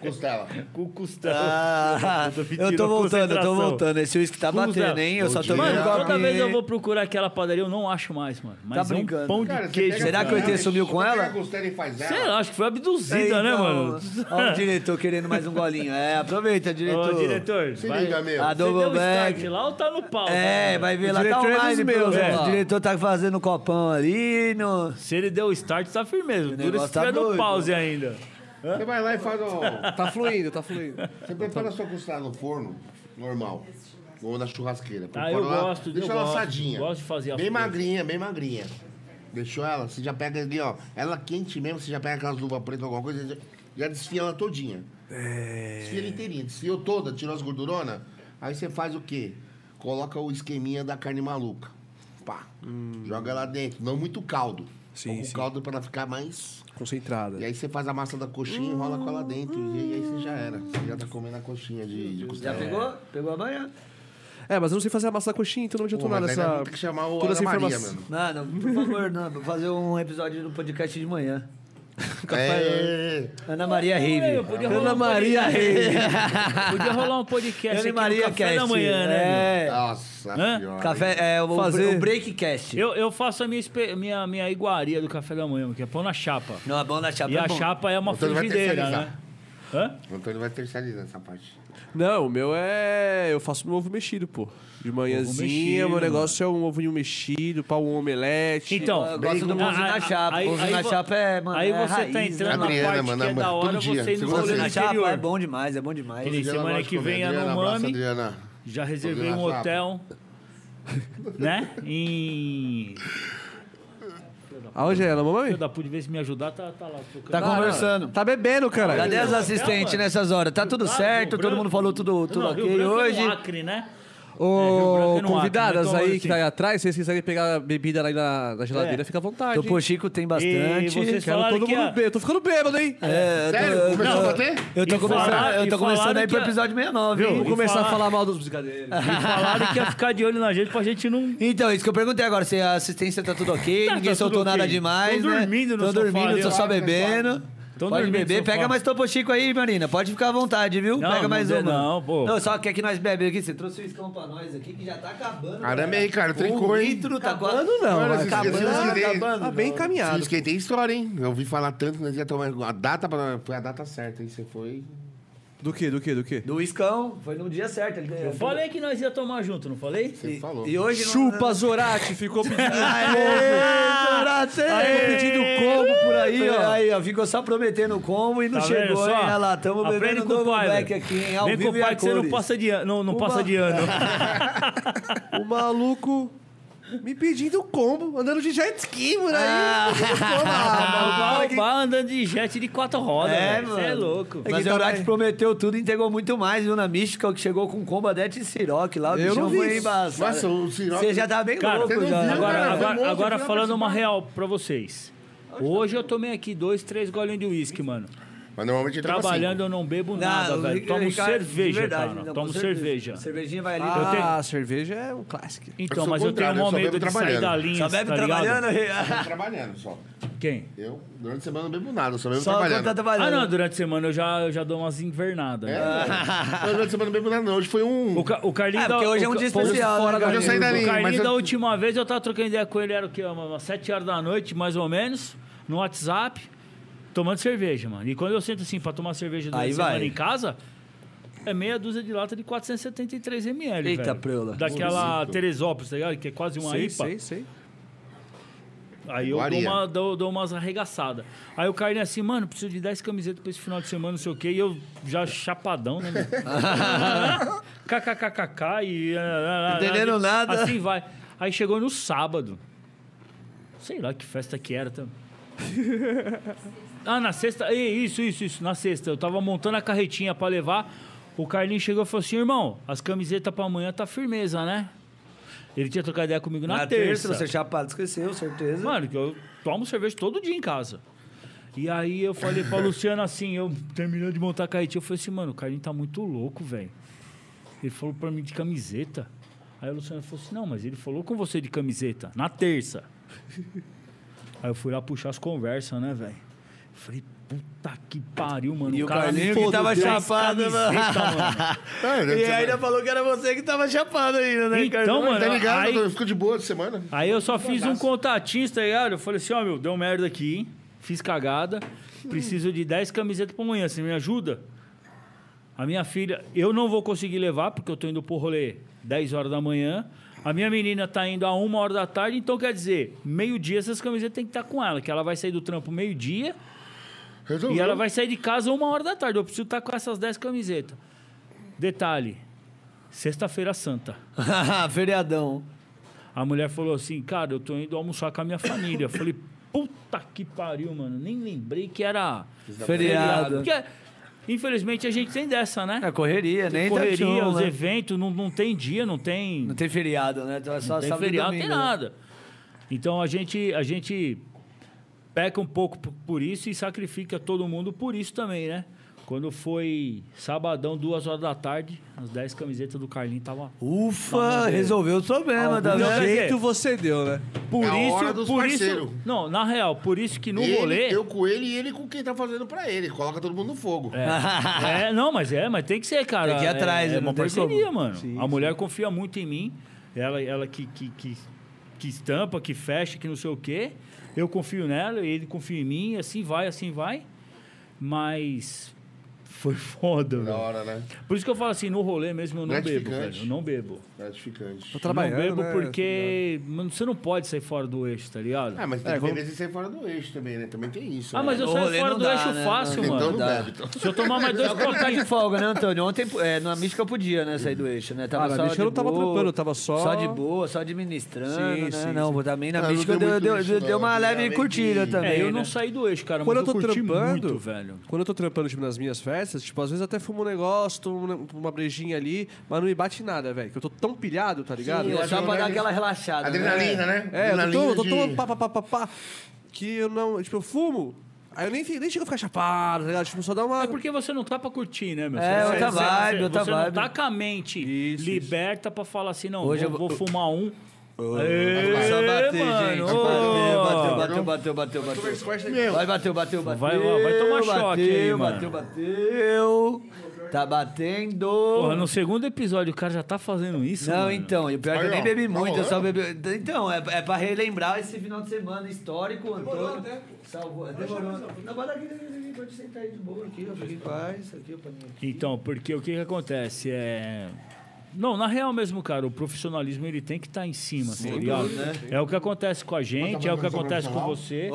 Costela.
com [LAUGHS] costela.
Ah, eu tô voltando, eu tô voltando. Esse uísque tá
Vamos
batendo,
lá.
hein? Eu só tô
Bom
Mano,
vendo um
dia.
toda
copinho,
vez eu
hein? Tá
vou procurar aquela padaria, eu não acho mais, mano. Mas é um
brincando.
pão de queijo.
Será que o ET sumiu com ela?
Sei lá, acho que foi abduzida,
Então,
né, mano?
Ó o diretor querendo mais um golinho. É, aproveita, diretor.
Ô, diretor,
Se
vai-
liga, meu.
A
Você deu um
double
start
back.
lá ou tá no pau?
É, vai ver lá, tá
diretor é dos
online,
meus,
meus,
né?
O diretor tá fazendo copão ali, no...
Se ele deu o start, tá firmeza. Dura se
negócio tá
tiver no
doido.
pause ainda.
Você vai lá e faz o.
Tá fluindo, tá
[LAUGHS]
fluindo.
Você prepara a sua costela no forno, normal. Ou na churrasqueira.
Ah,
Prepara
eu
lá,
gosto,
Deixa
eu
ela
gosto,
assadinha.
gosto de fazer as
Bem
coisas.
magrinha, bem magrinha. Deixou ela, você já pega ali, ó. Ela quente mesmo, você já pega aquelas luvas pretas, alguma coisa, já, já desfia ela todinha.
É.
Desfia ela inteirinha, desfiou toda, tirou as gorduronas. Aí você faz o quê? Coloca o esqueminha da carne maluca. Pá. Joga lá dentro. Não muito caldo.
Hum. Sim,
Pouco
sim.
caldo pra ela ficar mais
Concentrada.
e aí você faz a massa da coxinha e enrola com ela dentro. E aí você já era. Você já tá comendo a coxinha de, de
Já
costela.
pegou? Pegou amanhã?
É, mas eu não sei fazer a massa da coxinha, então não
Pô,
adiantou
mas
nada
ainda
essa.
tem que chamar o
toda
Ana
essa
Maria,
informação.
[LAUGHS]
mano.
Não, não, por favor, não. Vou fazer um episódio do podcast de manhã.
É,
Ana Maria
eu
Rave.
podia rolar um podcast. Podia rolar um podcast
Ana
aqui
e
no
Maria
café
Cast.
da manhã, né?
É.
Nossa
Hã?
senhora.
Café, é, o,
Fazer-
o Breakcast.
Eu, eu faço a minha, espe- minha, minha iguaria do café da manhã, que é pão na chapa.
Não, é bom da chapa.
E
é
a
bom.
chapa é uma
Então ele vai
frigideira, né?
terceirizar.
Hã?
O Antônio Então vai terceirizar essa parte.
Não, o meu é. Eu faço um ovo mexido, pô. De manhãzinha,
mexido,
meu negócio é um ovinho mexido, pau, um omelete.
Então,
Eu gosto do pãozinho
Ah,
na
ah,
chapa.
aí-
Pãozinho
aí
na
vo-
chapa é, mano,
Aí
é
você tá
raiz,
entrando
né?
na
Adriana,
parte
mano,
que é
mano,
da hora,
todo dia,
você ir no
segunda a
Pãozinho
rolê
feira.
no
na chapa é
interior.
bom demais, é bom demais.
Ele- E
Adriana
semana
gosta
que
de comer.
vem é
Adriana,
no
abraço,
Mami.
Adriana.
Já reservei
Vou
um
virar chapa.
hotel, né? Em...
Aonde é ela, mamãe?
Filho da puta, de vez se me ajudar, tá, tá lá. trocando.
Tá conversando.
Tá bebendo, cara.
Cadê as assistentes
Calma.
nessas horas? Tá tudo
Ah, Rio
certo, todo
Branco.
mundo falou tudo, tudo
Não, Rio
ok
Branco é no
hoje.
Acre, né?
Ô,
É, Rio Branco é no Acre,
convidadas
então,
aí
assim.
que tá aí atrás, vocês quiserem pegar a bebida lá na, na geladeira,
É.
fica à vontade.
Topo
hein?
Chico tem
E
bastante.
vocês
Quero
falaram
todo
que
mundo
a-
bê- Eu tô ficando bêbado, hein?
É,
Sério?
eu tô-
Começou
eu-
a bater?
Eu tô
E
começando,
falaram-
eu
e
tô começando
falaram
aí pro
que-
episódio 69,
Viu?
hein?
Vou começar
falar-
a falar mal dos brigadeiros.
Ah, Falaram que ia ficar de olho na gente pra gente não...
Então, isso que eu perguntei agora, se a assistência tá tudo ok,
[LAUGHS] Tá,
ninguém
tá
soltou
tudo
nada
ok.
demais,
Tô
né?
dormindo no
Tô
sofá ali,
dormindo, tô
ó.
só bebendo.
Tô
Pode
dormindo no
beber,
sofá.
pega mais Topo Chico aí, Marina, pode ficar à vontade, viu?
Não,
pega
não
mais
dê
uma.
não, pô.
Não, só que aqui nós bebemos aqui, você trouxe o iscão pra nós aqui, que já tá acabando.
Arame
galera.
aí, cara,
Um
trincou, hein?
litro tá quase...
Acabando não,
Olha,
mas
esses-
acabando,
esses que tem-
acabando. Tá
acabando.
bem
Se
encaminhado.
esquentei história, hein? Eu ouvi falar tanto, nós ia tomar a data pra... Foi a data certa, hein? Você foi...
Do que, do que, do que?
Do iscão, foi no dia certo. Ele ganhou.
Eu falei que nós ia tomar junto, não falei?
Você falou.
E hoje não-
Chupa Zorati, [LAUGHS] ficou pedindo.
Aí,
pedindo combo por aí, ó.
Aí, ó, ficou só prometendo o combo e não
Tá
chegou,
vendo
hein?
só?
Olha lá, tamo
Aprende
bebendo
com o
Double
pai,
Black
velho.
aqui, hein? Ao
Vem com
vivo
o
e a
pai que você não
cores.
passa de ano. Não, não
Uma-
passa de ano.
O maluco Me pedindo combo, andando de jet ski por aí.
Ah.
Pô, mano,
Ah,
para
o
que-
Bal andando de jet de quatro rodas, velho. Você é louco.
Mas
quem
o
tá
Urac
mais-
prometeu tudo e entregou muito mais, viu? Na Mística, que chegou com Combadete e Siroc lá. O
Eu
bichão
não vi
foi
isso.
embaçado.
Nossa, o Siroc-
Você já tá bem
Cara,
louco,
você não
já. Agora,
viu,
Agora,
cara? Foi
agora,
monstro,
agora
foi
falando uma
participar.
real pra vocês. Hoje eu tomei aqui dois, três golinhos de uísque, mano.
Mas normalmente
Então,
eu assim, tomo
Trabalhando eu não bebo nada,
o
velho.
Ricardo-
Tomo
Ricardo, assim, de
cerveja,
verdade,
cara.
não,
Tomo
com certeza.
cerveja.
Cervejinha vai ali.
Ah,
Ah,
a cerveja é um clássico.
Então,
sou
mas eu tenho um
contrário, eu
maior
só
medo
bebo
de sair
trabalhando.
da linha.
só bebe
tá ligado?
trabalhando. [LAUGHS]
cinco. Trabalhando só.
Quem?
Eu, durante a semana, não bebo nada, eu só bebo
Só quando
trabalhando.
tá trabalhando.
Ah, não, durante a semana eu já, eu já dou umas invernadas.
É,
né?
mano. Mas durante a semana, eu não bebo nada, não. Hoje foi um.
O, Ca- o Carlinho
É,
da-
porque hoje
o
é um
Ca-
dia
pô,
especial.
fora
né,
da-
Hoje eu
Gabriel?
saí da
O
linha. mas
Carlinho,
eu-
da última vez, eu tava trocando ideia com ele, era o quê? Umas 7 horas da noite, mais ou menos, no WhatsApp, tomando cerveja, mano. E quando eu sento assim pra tomar cerveja durante
Aí
a semana
vai.
em casa, é meia dúzia de lata de 473 ml.
Eita,
velho.
preula.
Daquela
Bonito.
Teresópolis, tá ligado? Que é quase uma
sei,
IPA.
sei, sei.
Aí eu dou,
Varia.
uma, dou, dou umas arregaçadas. Aí o Carlinho assim, mano, preciso de 10 camisetas pra esse final de semana, não sei o quê. E eu já chapadão, né?
[LAUGHS]
meu? KKKKK e... ah,
Entendendo nada.
Assim vai. Aí chegou no sábado. Sei lá que festa que era.
[LAUGHS]
Tá... ah, na sexta... Ih, Isso, isso, isso. Na sexta. Eu tava montando a carretinha pra levar. O Carlinho chegou e falou assim, irmão, as camisetas pra amanhã tá firmeza, né? Ele tinha trocado ideia comigo na,
Na terça, você chapado, esqueceu, certeza.
Mano, que eu tomo cerveja todo dia em casa. E aí eu falei pra Luciano assim, eu terminando de montar a carretinha, eu falei assim, mano, o Carlinho tá muito louco, velho. Ele falou pra mim de camiseta. Aí o Luciano falou assim, não, mas ele falou com você de camiseta, na terça. aí eu fui lá puxar as conversas, né, velho? Falei, puta que pariu, mano.
E o
cara me
Carlinho que tava
fodeu as
chapado, né? Tá mano. [LAUGHS]
camisetas, mano.
Ah, durante
E
a semana.
ainda falou que era você
[LAUGHS]
que tava chapado ainda, né,
Então,
Ricardo?
mano,
Tá ligado?
aí-
Eu fico de boa de semana.
Aí eu só fiz um contatinho, tá ligado? Eu falei assim, ó, meu, deu merda aqui, hein? Fiz cagada. Preciso de 10 camisetas pra amanhã. Você me ajuda? A minha filha, eu não vou conseguir levar, porque eu tô indo pro rolê 10 horas da manhã. A minha menina tá indo a 1 hora da tarde, então quer dizer, meio-dia essas camisetas tem que estar com ela, que ela vai sair do trampo meio-dia
Resolveu.
e ela vai sair de casa uma hora da tarde. Eu preciso estar com essas 10 camisetas. Detalhe: sexta-feira santa.
[LAUGHS] Feriadão.
A mulher falou assim, cara, eu tô indo almoçar com a minha família. Eu falei, puta que pariu, mano. Nem lembrei que era feriado.
Feriado.
Porque, infelizmente, a gente tem dessa, né?
É correria, nem
Correria,
tá
os eventos, não, não tem dia, não tem,
Não
não
tem feriado, né? Então é só
tem
sábado e
feriado, não tem
domingo, né?
nada. Então, a gente, a gente peca um pouco p- por isso e sacrifica todo mundo por isso também, né? Quando foi sabadão, duas horas da tarde, as 10 camisetas do Carlinhos tava
Ufa, resolveu o
né,
problema, tá
Algum
vendo?
jeito.
Jeito é você
[LAUGHS]
deu, né?
Por
É a
isso,
hora dos
por isso.
parceiros.
Não, na real, por isso que no
Ele,
rolê.
Eu com ele e ele com quem tá fazendo pra ele. Coloca todo mundo no fogo.
É, não, mas é, mas tem que ser, cara.
Tem que ir atrás,
é, é
não
uma
tem
parceria,
como.
mano.
Sim,
a mulher confia muito em mim. Ela, ela que, que, que, que estampa, que fecha, que não sei o quê. Eu confio nela, ele confia em mim, assim vai, assim vai. Mas foi [LAUGHS] foda,
Da
velho.
hora, né?
Por isso que eu falo assim, no rolê mesmo eu não bebo,
Gratificante.
velho. Eu não bebo.
Gratificante.
Tô trabalhando,
não bebo
né?
porque mano, você não pode sair fora do eixo, tá ligado?
Ah, mas tem
É,
que ter
vamos-
vezes sair fora do eixo também, né? Também tem isso.
Ah,
né?
mas eu
No
saio
rolê
fora
não
do
dá,
eixo
né?
fácil,
Não,
Então
mano.
não
dá.
bebe. Então.
Se eu
[LAUGHS]
tomar mais dois
Tá
copinhos.
de folga, né, Antônio? Ontem, é, na mística eu podia, né, sair do eixo, né? Tava
Ah, na
só
mística eu
de
não tava
boa,
trampando, eu tava só-
Só de boa, só administrando,
Sim,
né?
sim,
não,
sim.
vou também na
Ah, não
mística eu
tem
deu,
muito
deu,
isso,
deu,
não.
deu uma
Tem
leve
nada
curtida
que-
também,
É, eu
né?
não saí do eixo, cara,
Quando
mas
eu
eu,
tô
curti
trampando-
muito, velho.
Quando eu tô trampando, tipo, nas minhas festas, tipo, às vezes até fumo um negócio, tomo uma- uma brejinha ali, mas não me bate nada, velho. Que eu tô tão pilhado, tá ligado?
Sim,
eu
é
acho
só
que
pra
não
dar
é-
aquela relaxada.
Adrenalina, né?
É, eu
Adrenalina
tô, tô
de-
tomando pá, pá, pá, pá, pá, que eu não... Tipo, eu fumo, aí eu nem, fi- nem chego a ficar chapado, tá ligado? Tipo, só dá uma...
É porque você não tá pra curtir, né, meu?
É,
Você-
outra
você-
vibe,
você,
outra
você
vibe.
não tá com a mente
Isso,
liberta pra falar assim, não,
Hoje
vou,
eu vou-
vou fumar um.
Vai só
Ê,
bater,
mano,
gente. Bateu,
ô.
bateu, bateu, bateu, bateu, bateu.
Meu, ah,
Vai, bateu, bateu, bateu.
Vai, ó, vai tomar
bateu,
choque aí,
Bateu,
mano.
bateu, Tá batendo.
Porra, no segundo episódio o cara já tá fazendo isso,
Não,
mano.
então, e o pior é que eu
Aí,
nem
ó,
bebi
tá
muito, eu só
rolando?
bebi. Então, é, é pra relembrar esse final de semana histórico, Antônio. Salvou. Demorou. Não, bota aqui, aqui, pode sentar aí de boa aqui, eu fiquei em paz, aqui, pra mim.
Então, porque o que que acontece é... Não, na real mesmo, cara, o profissionalismo ele tem que estar em cima, tá ligado?
né? [LAUGHS]
É o que acontece com a gente, é o que acontece com você.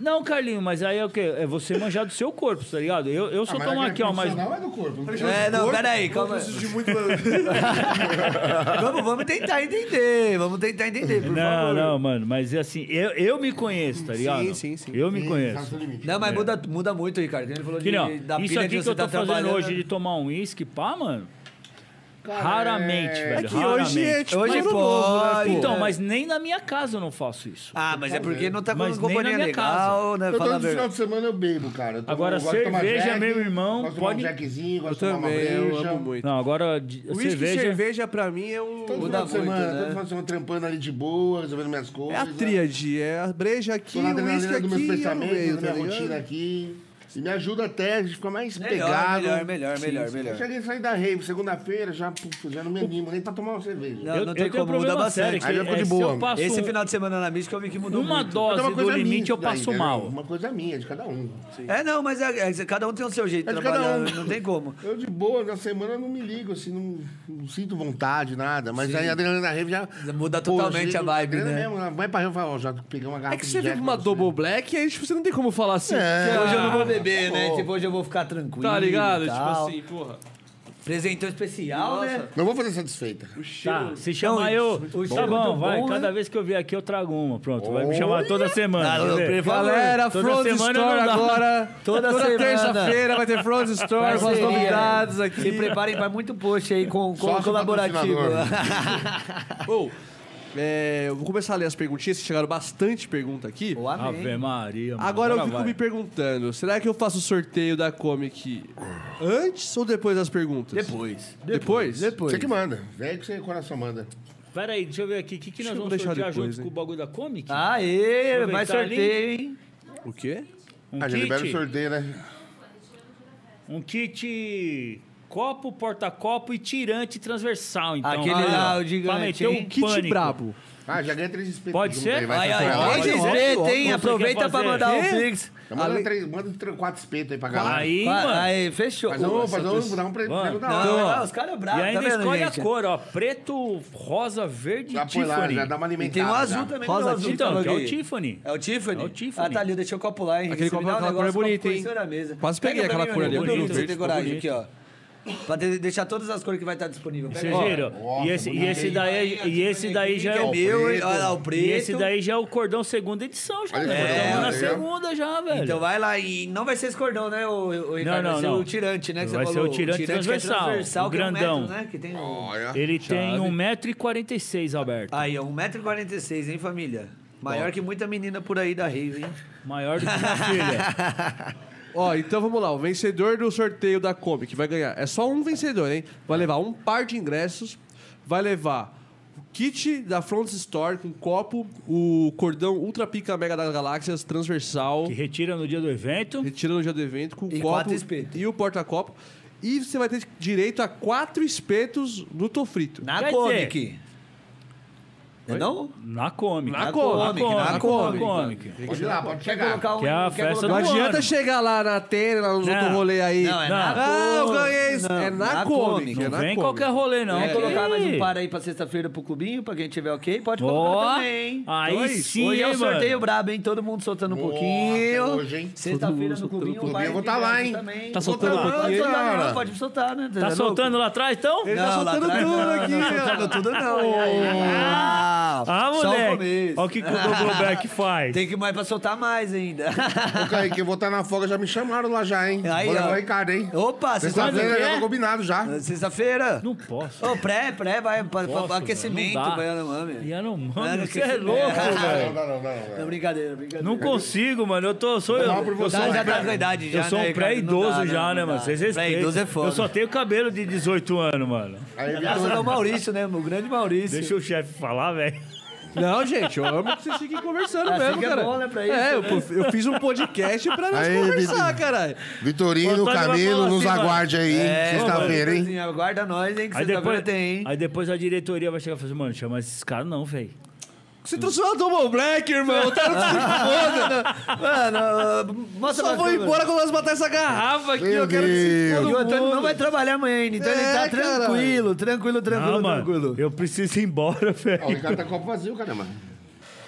Não, Carlinho, mas aí é o quê? É você manjar do seu corpo, tá ligado? Eu, eu só tomo aqui, ó, mas.
Não Ah, é do corpo. não
É, não, peraí, calma.
preciso de muito. [LAUGHS]
Vamos, vamos tentar entender, vamos tentar entender, por
Não,
favor.
não, mano, mas é assim, eu, eu me conheço, tá ligado?
sim, sim.
Eu me
Sim, tá no
conheço.
seu limite.
Não, mas muda, muda muito, Ricardo. que Ele falou de,
Filhão,
da
É. isso
pilha
aqui que,
você
eu tô
tá
fazendo
trabalhando.
hoje de tomar um uísque, pá, mano,
Cara,
raramente,
é-
velho.
que hoje é
raramente.
tipo.
Hoje
ano novo,
pode.
né, pô?
Então, mas nem na minha casa eu não faço isso.
Ah, mas é porque não tá com
Mas
uma
nem
companhia
na minha
legal, né? Fala a
Eu Então, todo final
verdade.
de semana eu bebo, cara. Eu tomo-
Agora,
eu gosto de tomar
cerveja,
Jack,
meu irmão,
gosto de tomar um
pode-
Jackzinho,
Eu
gosto de tomar uma
também, eu
breja.
amo muito.
Não, agora de-
Whisky cerveja.
cerveja.
cerveja pra mim é um.
Todo
Muda
final de semana,
muito, né?
todo final de semana trampando ali de boa, resolvendo minhas
É
coisas.
a tríade, é a breja aqui,
Tô
o
na
uísque
adrenalina
aqui
dos meus
e é no
pensamentos,
meio,
da
tá
minha
ligado?
rotina aqui. E me ajuda até a gente ficar mais
Melhor,
pegado.
melhor, melhor, melhor,
Eu
melhor.
cheguei a sair da rave segunda-feira, já, puf, já não me animo nem pra tomar uma cerveja.
Não, não tem
tenho um
como, muda
problema sério,
bastante.
que
Aí já ficou de
é, Se
boa.
eu passo
Esse final de semana na mística eu vi que mudou
uma
muito.
Mas é
dose do
minha
limite, eu
isso daí,
passo
entendeu?
mal.
Uma coisa minha, de cada um.
É, não, mas é- é- cada um tem o seu jeito
É
de
de cada
trabalhar,
um.
não tem como.
Eu de boa, na semana eu não me ligo, assim, não, não sinto vontade, nada. Mas aí a adrenalina da rave já...
Muda
Pô,
totalmente
chega-
a vibe,
adrenalina
né?
Mesmo, vai pra rave e fala, ó, já peguei uma garrafa
É que
de
você vive
Jack
uma
pra você.
double black, aí tipo, você não tem como falar assim.
[LAUGHS] É.
Hoje eu
ah,
não vou beber, né?
bom.
Tipo, hoje eu vou ficar tranquilo.
Tá ligado?
e
Tipo
tal.
assim, porra.
Presentão especial, né?
Não vou fazer satisfeita.
O cheiro.
Tá, se chamar
Não,
eu.
isso- isso
tá
é
bom,
muito
vai.
bom,
Cada
né?
vez que eu vier aqui, eu trago uma. Pronto, vai me chamar toda semana.
Tá,
quer ver?
eu prefiro-
Galera,
Toda
Front
semana
Store
não dá.
agora.
Toda semana.
terça-feira vai ter Front Store com as
Parceria.
novidades aqui.
Se preparem pra muito post aí com, com o
Sócio
colaborativo.
Ou, é, eu vou começar a ler as perguntinhas, que chegaram bastante pergunta aqui.
Pô, amém.
Ave Maria, mano.
Agora eu fico
vai.
me perguntando, será que eu faço o sorteio da Comic antes ou depois das perguntas?
Depois.
Depois?
Depois.
Você que manda. Vem que você coração manda.
Pera aí, deixa eu ver aqui. O que, que
Deixa eu
nós vamos
deixar
sortear
depois,
junto
hein?
com o bagulho da Comic?
Ah.
Aê, mais
Aproveitar ali.
sorteio, hein?
O quê?
um
Ah, já libera o
kit,
sorteio, né?
um kit copo, porta-copo e tirante transversal, então.
Aquele
Aí,
lá,
ó,
o gigante,
Pra meter
hein?
um
Kit
pânico.
brabo.
Ah, já ganha três espetos.
Pode
junto
ser?
Aí, vai tá
Ai, ai,
pra
ai,
lá.
três
olha,
espeto,
olha,
hein?
você
Aproveita
quer
pra
fazer?
mandar um
Quê?
Pix.
Então Manda, três, manda três- quatro espetos aí pra galera.
Aí,
Vai-
mano.
Aí, fechou.
Faz um,
Nossa,
faz um, dá um pre-
Mano,
prêmio da
Não,
hora.
não, os caras é bravo,
e ainda
tá vendo,
escolhe
gente?
a cor, ó. Preto, rosa, verde
Já
e
põe lá,
Tiffany.
já dá
E
uma alimentada.
tem um
já.
azul também.
Rosa
tem um azul
Tiffany,
falou
que é o
aqui.
Tiffany.
É o Tiffany?
É o Tiffany.
Ah, tá ali, eu deixei o copo lá, hein?
Aquele
Você me
copo-
dá um
aquela cor
negócio,
é bonita,
copo põe em
hein?
cima da mesa.
Quase peguei
Pega pra
aquela
mim,
cor ali,
meu
é
irmão,
bonito,
pra você
ficou
decorar
bonito.
aqui, ó. Pra de- deixar todas as cores que vai estar disponível. Pega
Vocês
aí.
viram?
Nossa,
e esse, e
bonito,
esse
hein?
daí, é e esse daí já é
É
o.
meu, hein?
preto.
olha lá o
E esse
preto.
daí já é o cordão segunda edição, já.
Olha
velho.
que
Tamo
cordão,
na
né?
segunda já, velho.
Então vai lá e não vai ser esse cordão, né, o, Ricardo?
não,
vai ser
não.
o tirante, né? Que
Vai
você
ser
falou.
o tirante transversal,
Que é
o
transversal, que
grandão.
É um metro, né? Que tem um...
Olha.
Ele tem 1,46m, Alberto.
Aí, é 1,46m, hein, família? Maior que muita menina por aí da rave, hein?
Maior do que
[LAUGHS]
minha filha.
Ó, então vamos lá. O vencedor do sorteio da Comic vai ganhar. É só um vencedor, hein? Vai levar um par de ingressos, vai levar o kit da Front Store com copo, o cordão Ultra Pica Mega das Galáxias transversal,
Que retira no dia do evento.
retira no dia do evento, com o
E
copo
quatro espetos.
e o porta-copo. E você vai ter direito a quatro espetos no Tofrito.
Na
Quer
Comic. Não é não?
Na Comic.
Na
Comic,
Na
na
Comic.
Comic.
Na Comic.
Pode ir lá, pode
Quer
chegar.
colocar um...
Que é a
quer
festa
Não
colocar...
do ano.
adianta chegar lá na tela, lá nos
Não.
outros rolês aí.
Não, é
Não.
na
Ah, eu
Comic.
ganhei isso.
Não,
é na, Comic. é
Não
na
vem
Comic.
qualquer rolê, não.
Quer
que-
colocar mais um par aí pra sexta-feira pro clubinho, pra quem tiver ok? Pode colocar
Ó,
também, hein?
aí
Então é isso.
sim,
Hoje é um
hein, mano?
sorteio brabo, hein? Todo mundo soltando um
Nossa,
pouquinho.
hoje, hein?
Todo
Sexta-feira
mundo
no
soltando
clubinho.
um pouquinho.
vai
Eu vou tá lá,
direto
hein?
também.
Tá soltando um
Não,
pouquinho,
Pode soltar,
cara?
não, pode soltar, né?
Tá soltando lá atrás, então?
Ele tá soltando tudo aqui,
Não,
ó.
tá soltando tudo, não. Ah, Só
Ah,
o
moleque.
começo.
Olha o que que
[LAUGHS]
o Double Black faz.
Tem que mais pra soltar mais ainda. [LAUGHS]
Ô, Kaique, eu vou estar na folga, já me chamaram lá já, hein?
Aí,
vou
ó.
levar o Ricardo, hein?
Opa,
Sexta-feira
sexta-feira.
já tá combinado já.
Sexta-feira.
Não posso.
Ô, pré, pré, vai pra, pra- pra
Posso,
aquecimento,
velho, não dá.
vai Yanomami.
Yanomami,
Não,
você é
aquecimento. [LAUGHS]
louco,
Não, não,
velho.
não, não.
Não, É brincadeira, brincadeira.
Não consigo, mano. Eu tô, sou eu.
Dá uma
Eu
proporção,
sou, um
Tá, já
Ricardo.
tá com a idade já,
eu sou
né,
um
Ricardo? Não
pré-idoso
dá,
já,
não,
né,
não
mano?
dá.
Vocês respeitam.
Pré-idoso é foda.
Eu só tenho cabelo de 18 anos, mano.
Aí,
Essa é o
Vitor,
Maurício, né? O grande Maurício.
Deixa o chefe falar, velho.
Não, gente, eu amo que vocês fiquem conversando
Assim
mesmo,
que é
cara.
bom, né, pra isso,
é,
né?
eu, eu fiz um podcast pra nós
Aí,
conversar,
Vitor.
caralho.
Vitorino,
Antônio vai
Camilo,
falar
nos
assim, mano.
aguarde aí, hein?
É,
Sexta-feira, hein?
Maurício, Aguarda nós, hein? Que
tá
Aí
sexta-feira
depois,
tem, hein?
aí depois a diretoria vai chegar e falar assim, mano, chama esses caras não, velho.
Você trouxe uma Double Black, irmão. Tá
[LAUGHS]
Mano, uh, mostra
só
pra
vou
câmera.
embora quando nós matar essa garrafa aqui.
Meu
eu quero que se
Deus.
E o Antônio
foda o
Então não
mundo.
vai trabalhar amanhã ainda, então
É,
ele tá
cara.
tranquilo, tranquilo, tranquilo,
Não, mano,
tranquilo.
eu preciso ir embora,
Ó, o
velho.
Ricardo tá com o copo vazio, caramba.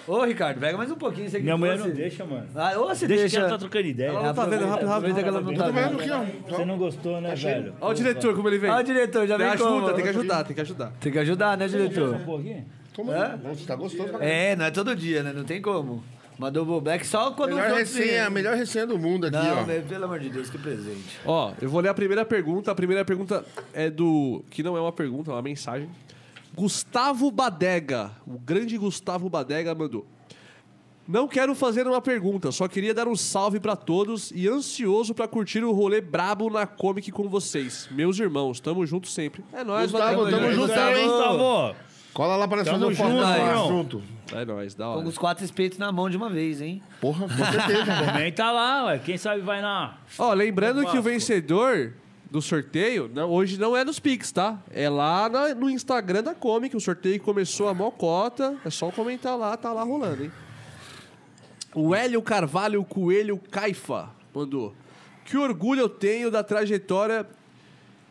Ô, Ricardo, pega mais um pouquinho. Você que
Minha mulher
trouxe.
não deixa, mano.
Ah, ou você
Deixa,
deixa.
que ela tá trocando ideia.
Ela não tá vendo, rápido, rápido. que ela não tá
Tô vendo
vendo.
aqui, ó.
Você não gostou,
Tá
né, velho?
Olha o diretor como ele vem.
Ó, o diretor, já
Tem
vem
ajuda,
como?
tem que ajudar, tem que ajudar.
Tem que ajudar, né, diretor?
Um pouquinho?
Toma.
Hã?
Nossa, tá gostoso. pra caralho.
É, não é todo dia, né? Não tem como. Uma Double Black só quando... os
Melhor
outros
resenha,
vêm.
a melhor resenha do mundo aqui,
Não,
ó.
meu, pelo amor de Deus, que presente.
Ó, eu vou ler a primeira pergunta. A primeira pergunta é do. Que não é uma pergunta, é uma mensagem. Gustavo Badega. O grande Gustavo Badega mandou. Não quero fazer uma pergunta, só queria dar um salve pra todos e ansioso pra curtir o rolê brabo na Comic com vocês. Meus irmãos, tamo junto sempre. É nóis,
Gustavo,
Badega.
tamo junto,
Gustavo,
hein?
Gustavo?
Cola lá pra nós fazer
Tamo
um
junto, irmão.
forte junto.
É nóis, da
Com
hora.
os quatro espetos na mão de uma vez, hein?
Porra, com certeza, né?
[LAUGHS]
mano.
Comenta tá lá, ué. Quem sabe vai na.
Ó, lembrando que o
Vasco.
vencedor do sorteio não- hoje não é nos Pix, tá? É lá na- no Instagram da Comic. O sorteio começou a mocota. É só comentar lá, tá lá rolando, hein? O Hélio Carvalho Coelho Caifa mandou. Que orgulho eu tenho da trajetória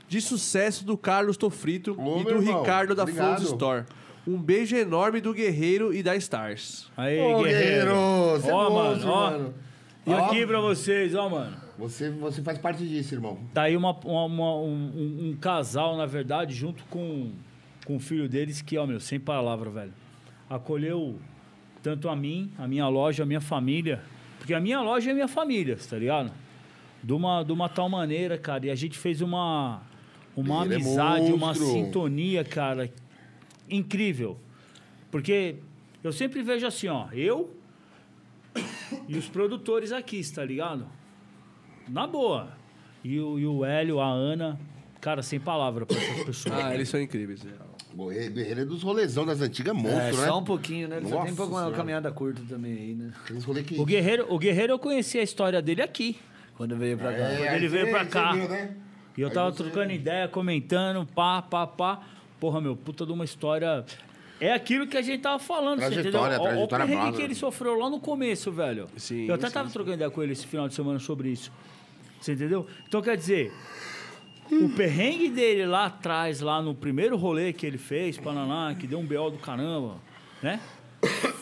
de sucesso do Carlos Tofrito
Ô,
e do
meu irmão,
Ricardo da
obrigado.
Flows Store. Um beijo enorme do Guerreiro e da Stars.
Aí,
Ô,
guerreiro.
guerreiro, você
ó,
é monstro,
mano, ó.
mano.
E
Ó.
aqui pra vocês, ó, mano.
Você, você faz parte disso, irmão.
Tá aí uma, uma- uma- um, um- um casal, na verdade, junto com, com o filho deles, que, ó, meu, sem palavra, velho. Acolheu tanto a mim, a minha loja, a minha família. Porque a minha loja é minha família, tá ligado? De uma, de uma tal maneira, cara. E a gente fez uma, uma
Ele é
amizade, uma
monstro.
sintonia, cara, incrível. Porque eu sempre vejo assim, ó, eu [COUGHS] e os produtores aqui, tá ligado? Na boa. E o, e o Hélio, a Ana, cara, sem palavra pra essas pessoas.
Ah, eles são incríveis. né?
Guerreiro guerreiro é dos rolezão das antigas, monstro,
é,
né?
só um pouquinho, né? Ele só tem um
Nossa
pouco uma
Senhora.
caminhada curta também aí, né?
Aqueles rolê que...
o, guerreiro, o Guerreiro, eu conheci a história dele aqui.
Quando veio pra cá.
É,
ele
aí
veio
você-
pra
você
cá.
viu, né?
E eu
Aí
tava
você-
trocando ideia, comentando, pá, pá, pá. Porra, meu, puta de uma história. É aquilo que a gente tava falando,
Trajetória,
você entendeu? Ó,
trajetória
o perrengue
brava.
que ele sofreu lá no começo, velho.
Sim,
eu até
sim,
tava trocando ideia com ele esse final de semana sobre isso. Você entendeu? Então quer dizer, o perrengue dele lá atrás, lá no primeiro rolê que ele fez, Paraná, que deu um BO do caramba, né?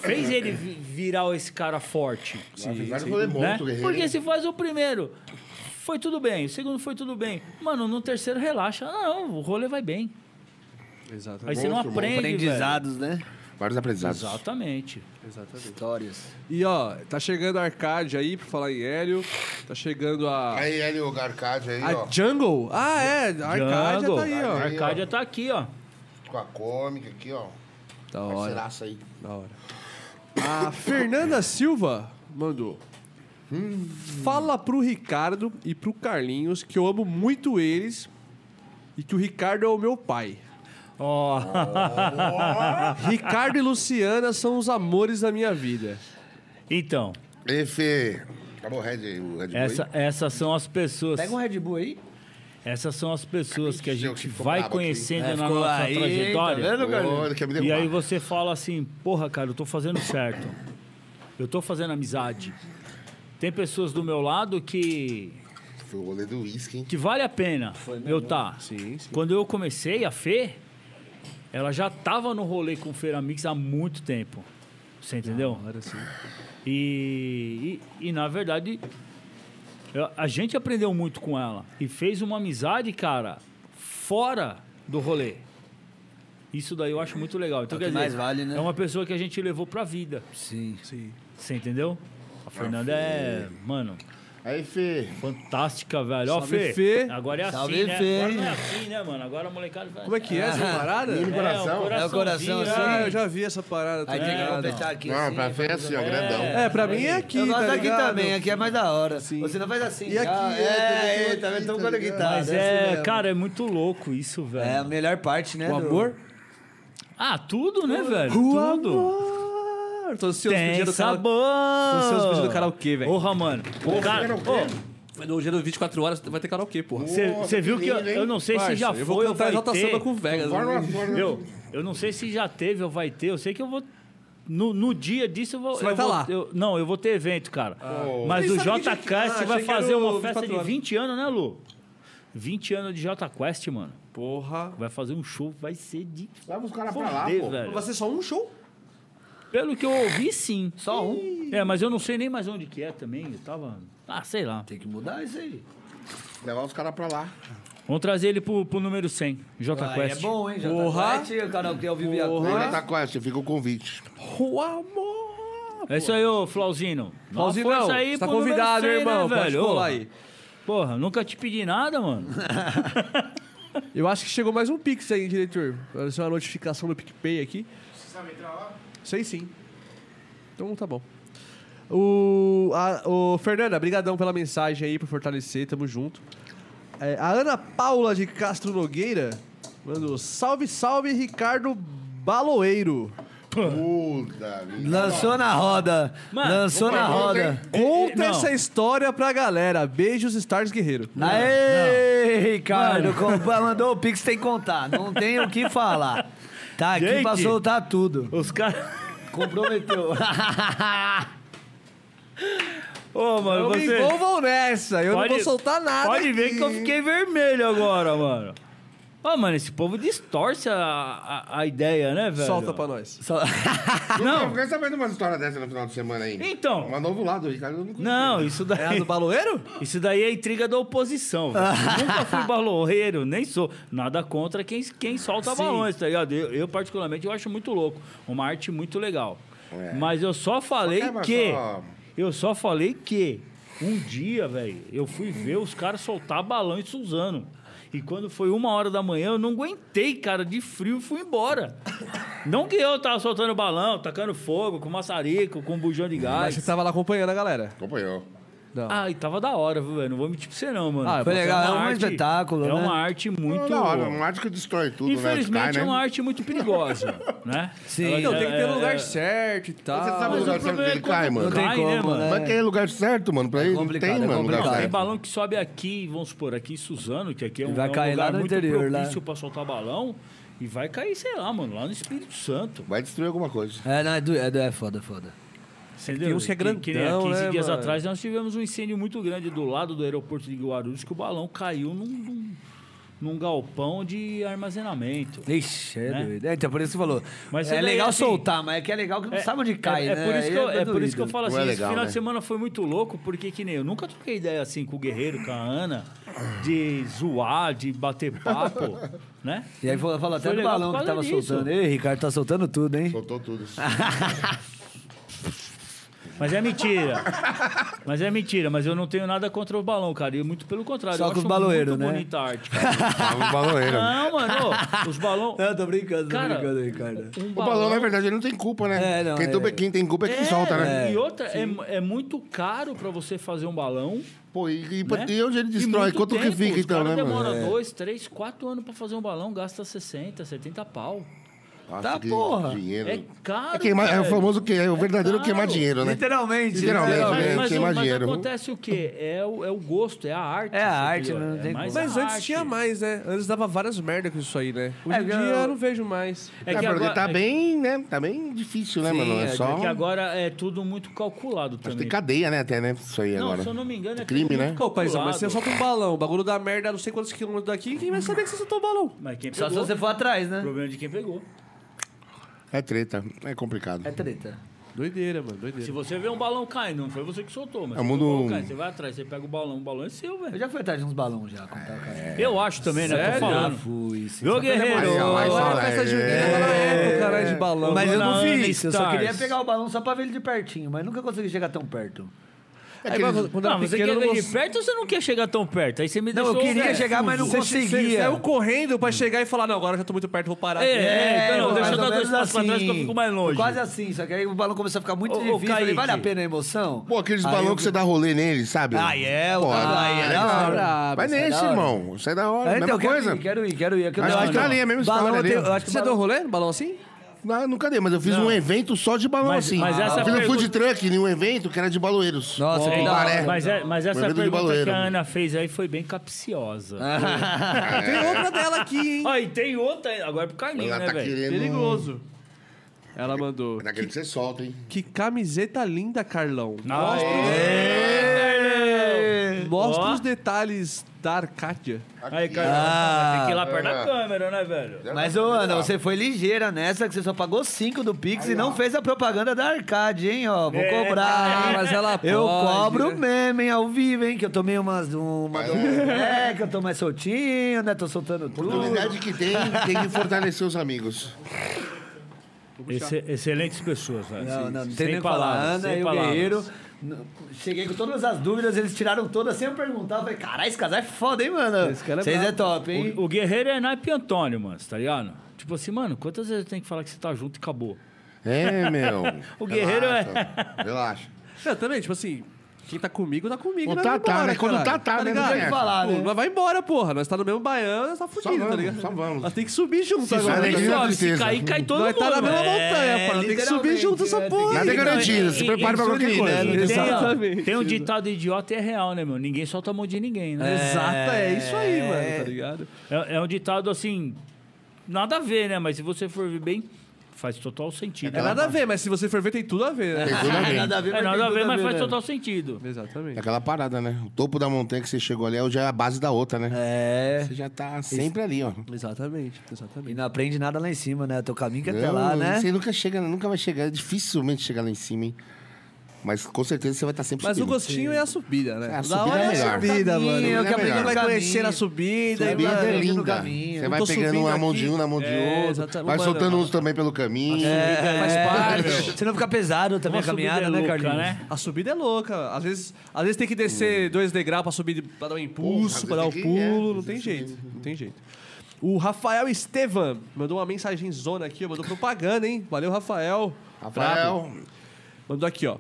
Fez ele vi- virar esse cara forte.
Ela fez vários rolê
Né?
monstro, É guerreiro.
Porque se faz o primeiro, foi tudo bem. O segundo foi tudo bem. Mano, no terceiro relaxa. Ah, Não, o rolê vai bem.
Exato,
Aí você não
Monstro, monstro.
aprende, velho.
Aprendizados, né?
Vários aprendizados.
Exatamente.
exatamente.
Histórias.
E ó, tá chegando a Arcade aí, pra falar em Hélio. Tá chegando a.
Aí, Hélio, o Arcádio aí, ó.
a Jungle? Ah, é, a Arcádia
Jungle.
tá aí, ó.
Arcádia.
Arcádia tá aqui, ó.
Com a cômica aqui, ó.
Da hora,
Parceiraça aí.
da hora. A Fernanda Silva mandou. Fala pro Ricardo e pro Carlinhos que eu amo muito eles e que o Ricardo é o meu pai.
Ó. [LAUGHS]
Ricardo e Luciana são os amores da minha vida.
Então,
E, Fê. Acabou o Red, o Red Bull
essa,
aí?
essas são as pessoas.
Pega um Red Bull aí.
Essas são as pessoas que a
Meu,
gente
que ficou
vai
brabo aqui.
conhecendo
É,
na
ficou
nossa
aí,
trajetória.
tá vendo?
Ô, ele quer me
E
derrubar.
aí você fala assim, porra, cara, eu tô fazendo certo. Eu tô fazendo amizade. Tem pessoas do meu lado que
Foi o rolê do uísque, hein?
que vale a pena eu tá.
Sim, sim.
Quando eu comecei, a Fê, ela já tava no rolê com o Feira Mix há muito tempo. Você entendeu?
Ah,
E, e, e, na verdade, eu- a gente aprendeu muito com ela. E fez uma amizade, cara, fora do rolê. Isso daí eu acho muito legal.
É
Então,
o que
quer dizer,
mais vale, né?
é uma pessoa que a gente levou pra vida.
Sim.
Sim.
Você entendeu? A Fernanda é, mano,
Aí, Fê.
Fantástica, velho. Ó,
Salve,
Fê.
Fê.
Agora é assim,
Salve,
né?
Fê.
Agora não é assim, né, mano? Agora a molecada... fala-
Como é que é essa
Ah,
parada?
Menino
É,
coração.
o
É o coração,
coraçãozinho,
assim.
Ah,
né?
eu já vi essa parada. tá
Aí tem que
ligado?
completar aqui.
Não,
assim.
pra Fé é assim, ó, grandão.
É, pra mim é aqui,
Eu gosto
tá
aqui
ligado?
também, aqui é mais da hora.
Sim.
Você não faz assim.
E aqui,
ah,
é,
é,
tem
é,
aqui,
tá vendo? Tão
tá ligado?
conectado.
Mas
é assim
é,
mesmo.
cara, é muito louco isso, velho.
É a melhor parte, né?
O
do-
amor?
Ah, tudo, né, velho?
O
tudo.
amor. Tô ansioso pro
Tem
dia do canal.
sabor.
Tô ansioso pro dia do karaokê, velho.
Porra, mano. O cara...
No dia do 24 horas vai ter karaokê, porra.
Nossa,
Você
que
viu que... Eu,
lindo, hein?
eu não sei se
Parça,
já
eu vou
foi ou
cantar
vai
Exalta Samba
ter.
com o Vegas.
Bora,
né?
bora.
Eu, eu não sei se já teve ou vai ter. Eu sei que eu vou... No, no dia disso eu vou.
Você vai
eu
tá
vou-
lá.
eu- não, eu vou ter evento, cara.
Ah.
Mas
Ele
o
sabe que dia
JK
que- Ah, achei
vai
que era
fazer
o
uma festa
24
de
horas.
20 anos, né, Lu? 20 anos de J Quest, mano.
Porra.
Vai fazer um show, vai ser de
Leva os caras pra lá,
foder,
pô.
velho.
Vai ser só um show?
Pelo que eu ouvi, sim.
Só um.
É, mas eu não sei nem mais onde que é também. Eu tava. Ah, sei lá.
Tem que mudar isso aí.
Levar os caras pra lá.
Vamos trazer ele pro, pro número 100, Jota
Ah, é
Quest.
bom, hein? Já
Porra.
tá quietinho, o canal que tem ao vivo e a
Uhum.
cor.
Ele tá com essa, fica o convite.
O amor!
É isso aí, ô Flauzino. Dá uma
Flauzino,
força aí
você tá
pro número
convidado,
100,
hein, irmão?
Né,
Pode
velho?
colar
Ô,
aí.
Porra, nunca te pedi nada, mano.
Eu acho que chegou mais um Pix aí, diretor. Apareceu uma notificação do PicPay aqui. Você sabe entrar lá? Sei sim. Então tá bom. O, a- o Fernanda, brigadão pela mensagem aí, por fortalecer, tamo junto. É, a Ana Paula de Castro Nogueira mandou salve, salve, Ricardo Baloeiro.
Puta vida.
Lançou na roda.
Mano,
Lançou na roda.
Conta
É, não.
essa história pra galera. Beijos, Stars Guerreiro.
Aê, Ricardo. compa-
[LAUGHS]
Mandou o Pix, tem que contar. Não tem o que falar. Tá aqui
Gente.
pra soltar tudo.
Os caras.
Comprometeu.
Ô, mano,
Eu me
você.
envolvam nessa, eu
Pode-
não vou soltar nada.
Pode ver
aqui.
que eu fiquei vermelho agora, mano. Ô, mano, esse povo distorce a, a, a ideia, né, velho?
Solta pra nós.
[LAUGHS] Só-
Eu
Não,
fiquei sabendo uma história dessa no final de semana aí.
Então.
Uma novo lado, Ricardo. Eu não conhecia.
não, isso
É a
daí.
do
[LAUGHS]
Baloeiro?
Isso daí é intriga da oposição. velho. Eu Nunca fui baloeiro, nem sou. Nada contra quem, quem solta balões, tá ligado? Eu, eu, particularmente, eu acho muito louco. Uma arte muito legal.
É.
Mas eu só falei
mas
que.
só-
Eu só falei que. Um dia, velho, eu fui ver os caras soltar balão em Suzano. E quando foi uma hora da manhã, eu não aguentei, cara, de frio e fui embora. Não que eu tava soltando balão, tacando fogo, com maçarico, com bujão de
Mas
gás.
você tava lá acompanhando a galera.
Acompanhou.
Não.
Ah, e tava da hora, viu, velho? Não vou mentir pra você, não, mano.
Ah,
foi
Porque
legal, é
uma
um espetáculo,
É
né?
uma arte muito.
Da hora, um arte que destrói tudo, né?
Infelizmente,
Cai, né?
é uma arte muito perigosa, né?
Sim.
Ela-
Não, tem que ter no
é-
lugar
é-
certo e tal.
Você sabe o
Mas o
lugar certo
problema é
dele cai,
quando
mano.
Não tem
Cai, né,
como,
mano?
né?
Mas tem lugar certo, mano. Pra ele não
complicado,
tem,
é
mano, lugar
complicado.
Tem
certo.
balão que sobe aqui, vamos supor, aqui em Suzano, que aqui é um,
Vai
é um
cair lá
lugar
no
muito
interior, lá.
propício pra soltar balão. E vai cair, sei lá, mano, lá no Espírito Santo.
Vai destruir alguma coisa.
É, não, é, do, é, do- é foda, foda.
Entendeu?
uns que é
nem há
grandão,
15
né,
dias
mano?
atrás nós tivemos um incêndio muito grande do lado do aeroporto de Guarulhos que o balão caiu num, num, num galpão de armazenamento.
Ixi, é
Né?
doido. É, então por isso que você falou.
Mas
é
isso daí,
legal
assim,
soltar, mas é que é legal que não sabe onde cai,
é,
né?
por isso que
Aí
eu, é por isso que eu
doido.
falo assim,
Não é
esse
legal,
final de
né?
semana foi muito louco, porque que nem eu nunca troquei ideia assim com o Guerreiro, com a Ana, de zoar, de bater
[LAUGHS]
papo, né?
E aí falou, falou até
Foi
do
legal
balão
por
que
causa
tava
disso.
soltando. Ei, Ricardo, tá soltando tudo, hein?
Soltou tudo. isso.
Mas é mentira. mas é mentira, mas eu não tenho nada contra o balão, cara. E muito pelo contrário,
Só
eu
com os
acho
baloeiros,
muito
né?
bonita a
[LAUGHS]
arte, cara.
Tava um baloeiro.
Não, mano, ô, os balões.
Não, tô brincando, tô
Cara,
brincando, Ricardo.
Um
O balão, na verdade, ele não tem culpa, né?
É, não,
quem,
é.
tu- quem tem culpa é quem solta, né?
E outra, é, é muito caro pra você fazer um balão.
Pô, e, e,
né?
e onde ele
E
destrói?
muito
Quanto que
tempo,
fica,
os
então,
cara
né, mano?
demora dois, três, quatro anos pra fazer um balão, gasta 60, 70 pau.
Nossa,
Tá,
que
porra.
Dinheiro.
É caro.
É, queimar, é o
velho.
famoso que é o verdadeiro
caro.
queimar dinheiro,
[LAUGHS] Então,
né?
Literalmente,
Literalmente,
Mas-
né?
mas, o-
queimar
mas
dinheiro.
acontece o quê? É o, é o gosto, é a arte.
É a arte,
isso aqui, ó.
não
É
tem
mais
como.
a
Mas antes
arte.
tinha mais, né? Antes dava várias merda com isso aí, né? Hoje
É,
em dia
eu-
eu não vejo mais.
É, porque tá bem, né? Tá bem difícil, né,
Sim,
mano?
é
É
que-
só.
É que agora é tudo muito calculado
Acho que
também.
tem cadeia, né, até, né? Isso aí
não,
agora.
se eu não me engano, é
Crime,
tudo
né?
muito
Ô, paizão,
é
mas você
calculado.
solta um balão. O bagulho da merda, não sei quantos quilômetros daqui. Quem vai saber que você soltou o balão?
Mas quem
Só
pegou,
se você for atrás,
o
né?
problema é de quem pegou.
É treta. É complicado.
É treta.
Doideira, mano,
Se
doideira.
você vê um balão caindo, não foi você que soltou, mas
É,
se
mundo-
o
um
balão cai, você vai atrás, você pega o balão, o balão é seu,
Eu
velho.
já fui atrás de uns balões já, contar o cara.
Eu acho também, né? Tô
Já
falando.
fui, sim.
Viu, guerreiro?
Aí, ó, aí,
Agora
fala,
a festa
é.
junina tá na época, né, de balão. tá.
Mas eu
Dona
não
Ana
fiz isso, eu só
Stars.
queria pegar o balão só pra ver ele de pertinho, mas nunca consegui chegar tão perto.
Aí, mas quando
Não,
era
Ah, você
pequeno, eu
quer
não
ver de
gostava.
perto ou você não quer chegar tão perto? Aí você me
Não,
deixou...
eu queria
velho.
chegar, mas não
Você
conseguia. Hum.
saiu correndo pra chegar e falar, não, agora eu já tô muito perto, vou parar.
É,
aqui.
é, então,
mais
deixa eu
ou
dar dois
menos
passos pra trás que eu fico mais longe.
Quase assim, só que aí o balão começou a ficar muito
Ô, ô,
difícil. eu falei,
Kaique.
vale a pena a emoção?
Pô, aqueles
Aí
balões
eu-
que você dá rolê nele, sabe?
Ah, é, o
Pô,
da-
ah,
aí é
é
da
da
hora.
hora. Vai
Isso é
nesse,
da hora.
irmão. Isso é da hora.
É,
mesma
então, quero
coisa.
ir, quero ir, quero ir. Aquilo
Acho
da-
que tá ali, é a mesma
então, balão
história
eu
ali.
tenho- eu acho que
Você deu
balão-
rolê no balão assim?
Não, nunca dei, mas eu fiz um evento só de balão
Mas-
assim.
mas essa
eu fiz um
pergunta-
food truck em um evento que era de baloeiros.
Nossa, que
Em
da
Baré.
hora.
Mas, é- mas essa
Meu medo de
pergunta
baloeiro.
que a Ana fez aí foi bem capciosa.
Ah. É.
Tem outra dela aqui, hein?
Ah, e tem outra [LAUGHS] aí, agora é pro Carlinhos,
Ela
né,
tá
velho?
querendo.
Perigoso. Ela mandou.
É Daquele que você solta, hein?
Que camiseta linda, Carlão.
Nossa,
Ê!
Mostra
Ó.
os detalhes da Arcádia.
Aí,
Ah.
cara, tem que ir lá perto
É.
da câmera, né, velho?
Mas, ô, Ana, você foi ligeira nessa, que você só pagou 5 do Pix e não fez a propaganda da Arcade, hein, ó.
É.
Vou cobrar.
Ah,
[LAUGHS]
mas ela
Eu
pode,
cobro
né?
mesmo, hein, ao vivo, hein, que eu tomei umas... Uma,
É.
é, que eu tô mais soltinho, né, tô soltando tudo.
oportunidade que tem, tem que fortalecer os amigos.
Esse- excelentes pessoas, velho.
Não, não, não tem
Sem
nem o que falar.
palavras,
Ana
sem
e o
palavras.
Guerreiro. n- Cheguei com todas as dúvidas, eles tiraram todas sem eu perguntar. Eu falei, caralho, esse casal é foda, hein, mano?
Esse cara é
Vocês é,
brabo.
top, hein?
O, o Guerreiro é naipe Antônio, mano, tá ligado? Tipo assim, mano, quantas vezes eu tenho que falar que você tá junto e acabou?
É, meu.
O guerreiro é-
Relaxa, Relaxa.
Eu também, tipo assim, quem tá comigo, tá comigo.
O
nós vai
Tatá,
embora,
né? Quando
caralho. Tá
o Tatá, né,
ligado?
não tem o que
falar,
Pô,
né?
Nós vai embora, porra. Nós tá no mesmo baiano, nós tá fudido, tá
vamos,
ligado?
só vamos.
Nós tem que subir junto agora.
vai,
tá
Ele
Alegria
ligado?
e
sobe, se
tristeza.
cair, cai todo
Nós
mundo.
tá na mesma
velho.
montanha,
É,
pô. Nós tem que subir
literalmente,
junto essa
é,
porra.
tem
Nada é
aí, cara.
garantido,
E-
se
e-
prepara pra qualquer
insulina,
coisa.
né? Tem, ó,
Exatamente.
tem um ditado idiota e é real, né, meu? Ninguém solta a mão de ninguém, né?
Exato, é isso aí, mano, tá ligado?
É, é um ditado assim, nada a ver, né? Mas se você for ver bem, faz total sentido.
É nada a ver, mas se você for ver, tem tudo a ver, né?
Tem tudo a ver.
Nada a ver,
É
mas
nada
tem
a ver,
tudo
mas faz
né?
total sentido.
É
Exatamente.
aquela parada, né? O topo da montanha que você chegou ali é já é a base da outra, né?
É.
Você já tá sempre ali, ó.
Exatamente, exatamente.
E não aprende nada lá em cima, né? Teu caminho que é até
Não,
lá, né?
Você nunca chega, nunca vai chegar, dificilmente chegar lá em cima, hein? Mas com certeza você vai estar sempre
Mas o
subindo.
gostinho é a subida, né?
É, a
Da
subida
hora
é melhor.
a subida,
Caminho, é
mano.
o
O
que aprende
caminho
no
vai
caminho.
conhecer a subida.
A
e,
Subida
mano,
vida é
no
linda.
caminho.
Você
Eu
vai
tô
pegando
subindo
uma mão de
aqui.
um na mão de
É,
outro,
exatamente.
vai
Mano, é,
soltando uns É, também pelo caminho.
faz parte.
Ah, Você não fica pesado também a
Uma subida
caminhada,
é
né,
louca,
Carlinhos?
né?
A subida é louca. Às vezes, às vezes tem que descer dois degraus pra subir, pra dar um impulso,
Hum. Porra,
pra dar um
às vezes tem que-
pulo.
é,
não
às
tem
vezes tem
jeito, não tem jeito. O Rafael Estevan mandou uma mensagem zona aqui, ó, mandou propaganda, hein? Valeu, Rafael.
Rafael,
Mandou aqui, ó.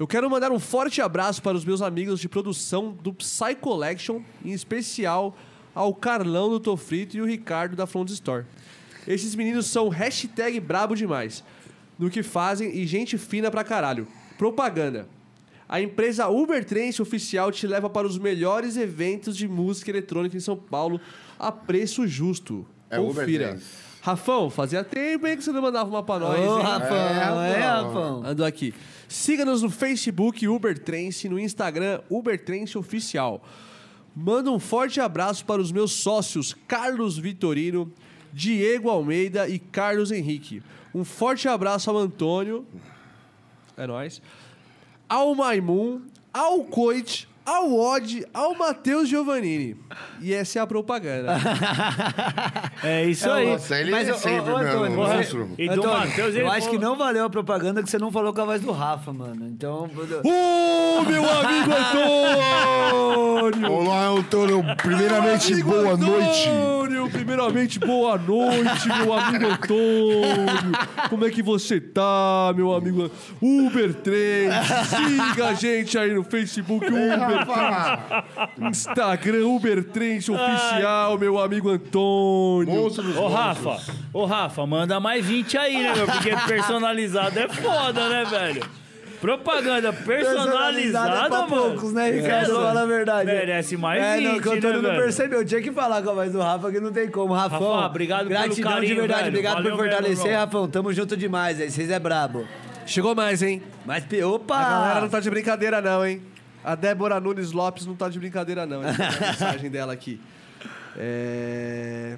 Eu quero mandar um forte abraço para os meus amigos de produção do Psy Collection, em especial ao Carlão do Tofrito e o Ricardo da Front Store. Esses meninos são hashtag brabo demais no que fazem e gente fina pra caralho. Propaganda. A empresa Uber Trance Oficial te leva para os melhores eventos de música eletrônica em São Paulo a preço justo.
É Uber
Confira.
Trance.
Rafão, fazia tempo hein, que você não mandava uma pra
Ô,
nós, hein?
Rafão, é,
É,
Rafão.
Andou aqui. Siga-nos no Facebook Uber Trance, no Instagram Uber Trance Oficial. Manda um forte abraço para os meus sócios Carlos Vitorino, Diego Almeida e Carlos Henrique. Um forte abraço ao Antônio. É nóis. Ao Maimun, ao Coit, ao Odd, ao Matheus Giovannini. E essa é a propaganda.
É isso aí.
nossa, ele
Mas,
é
ô, ô,
sempre,
ô,
meu.
Antônio,
monstro.
E do
Antônio,
Matheus, ele
eu acho
falou-
que não valeu a propaganda que você não falou com a voz do Rafa, mano. Então.
Ô, Uh, meu amigo Antônio!
Olá, Antônio. Primeiramente,
Amigo
boa noite.
Antônio, primeiramente, boa noite, meu amigo Antônio. Como é que você tá, meu amigo An- Uber 3? Siga a gente aí no Facebook, Uber,
Rafa,
Instagram, Uber 3 oficial, meu amigo Antônio.
monstro dos
Ô,
monstros.
Rafa, ô, Rafa, manda mais 20 aí, né, meu? Porque personalizado é foda, né, velho? Propaganda personalizada,
é pra
mano.
poucos, né, Ricardo?
É,
Fala a verdade.
Merece mais
é,
20,
não, que o Antônio
né,
não
velho?
percebeu. Tinha que falar com a voz do Rafa, que não tem como. Rafão,
Rafa, obrigado pelo
gratidão de
carinho,
verdade.
velho.
Obrigado
Valeu
por fortalecer,
mesmo, irmão.
Rafão. Tamo junto demais aí. Vocês é brabo.
Chegou mais, hein?
Mas, pe- opa!
A galera não tá de brincadeira, não, hein? A Débora Nunes Lopes não tá de brincadeira, não. hein? A mensagem dela aqui. É...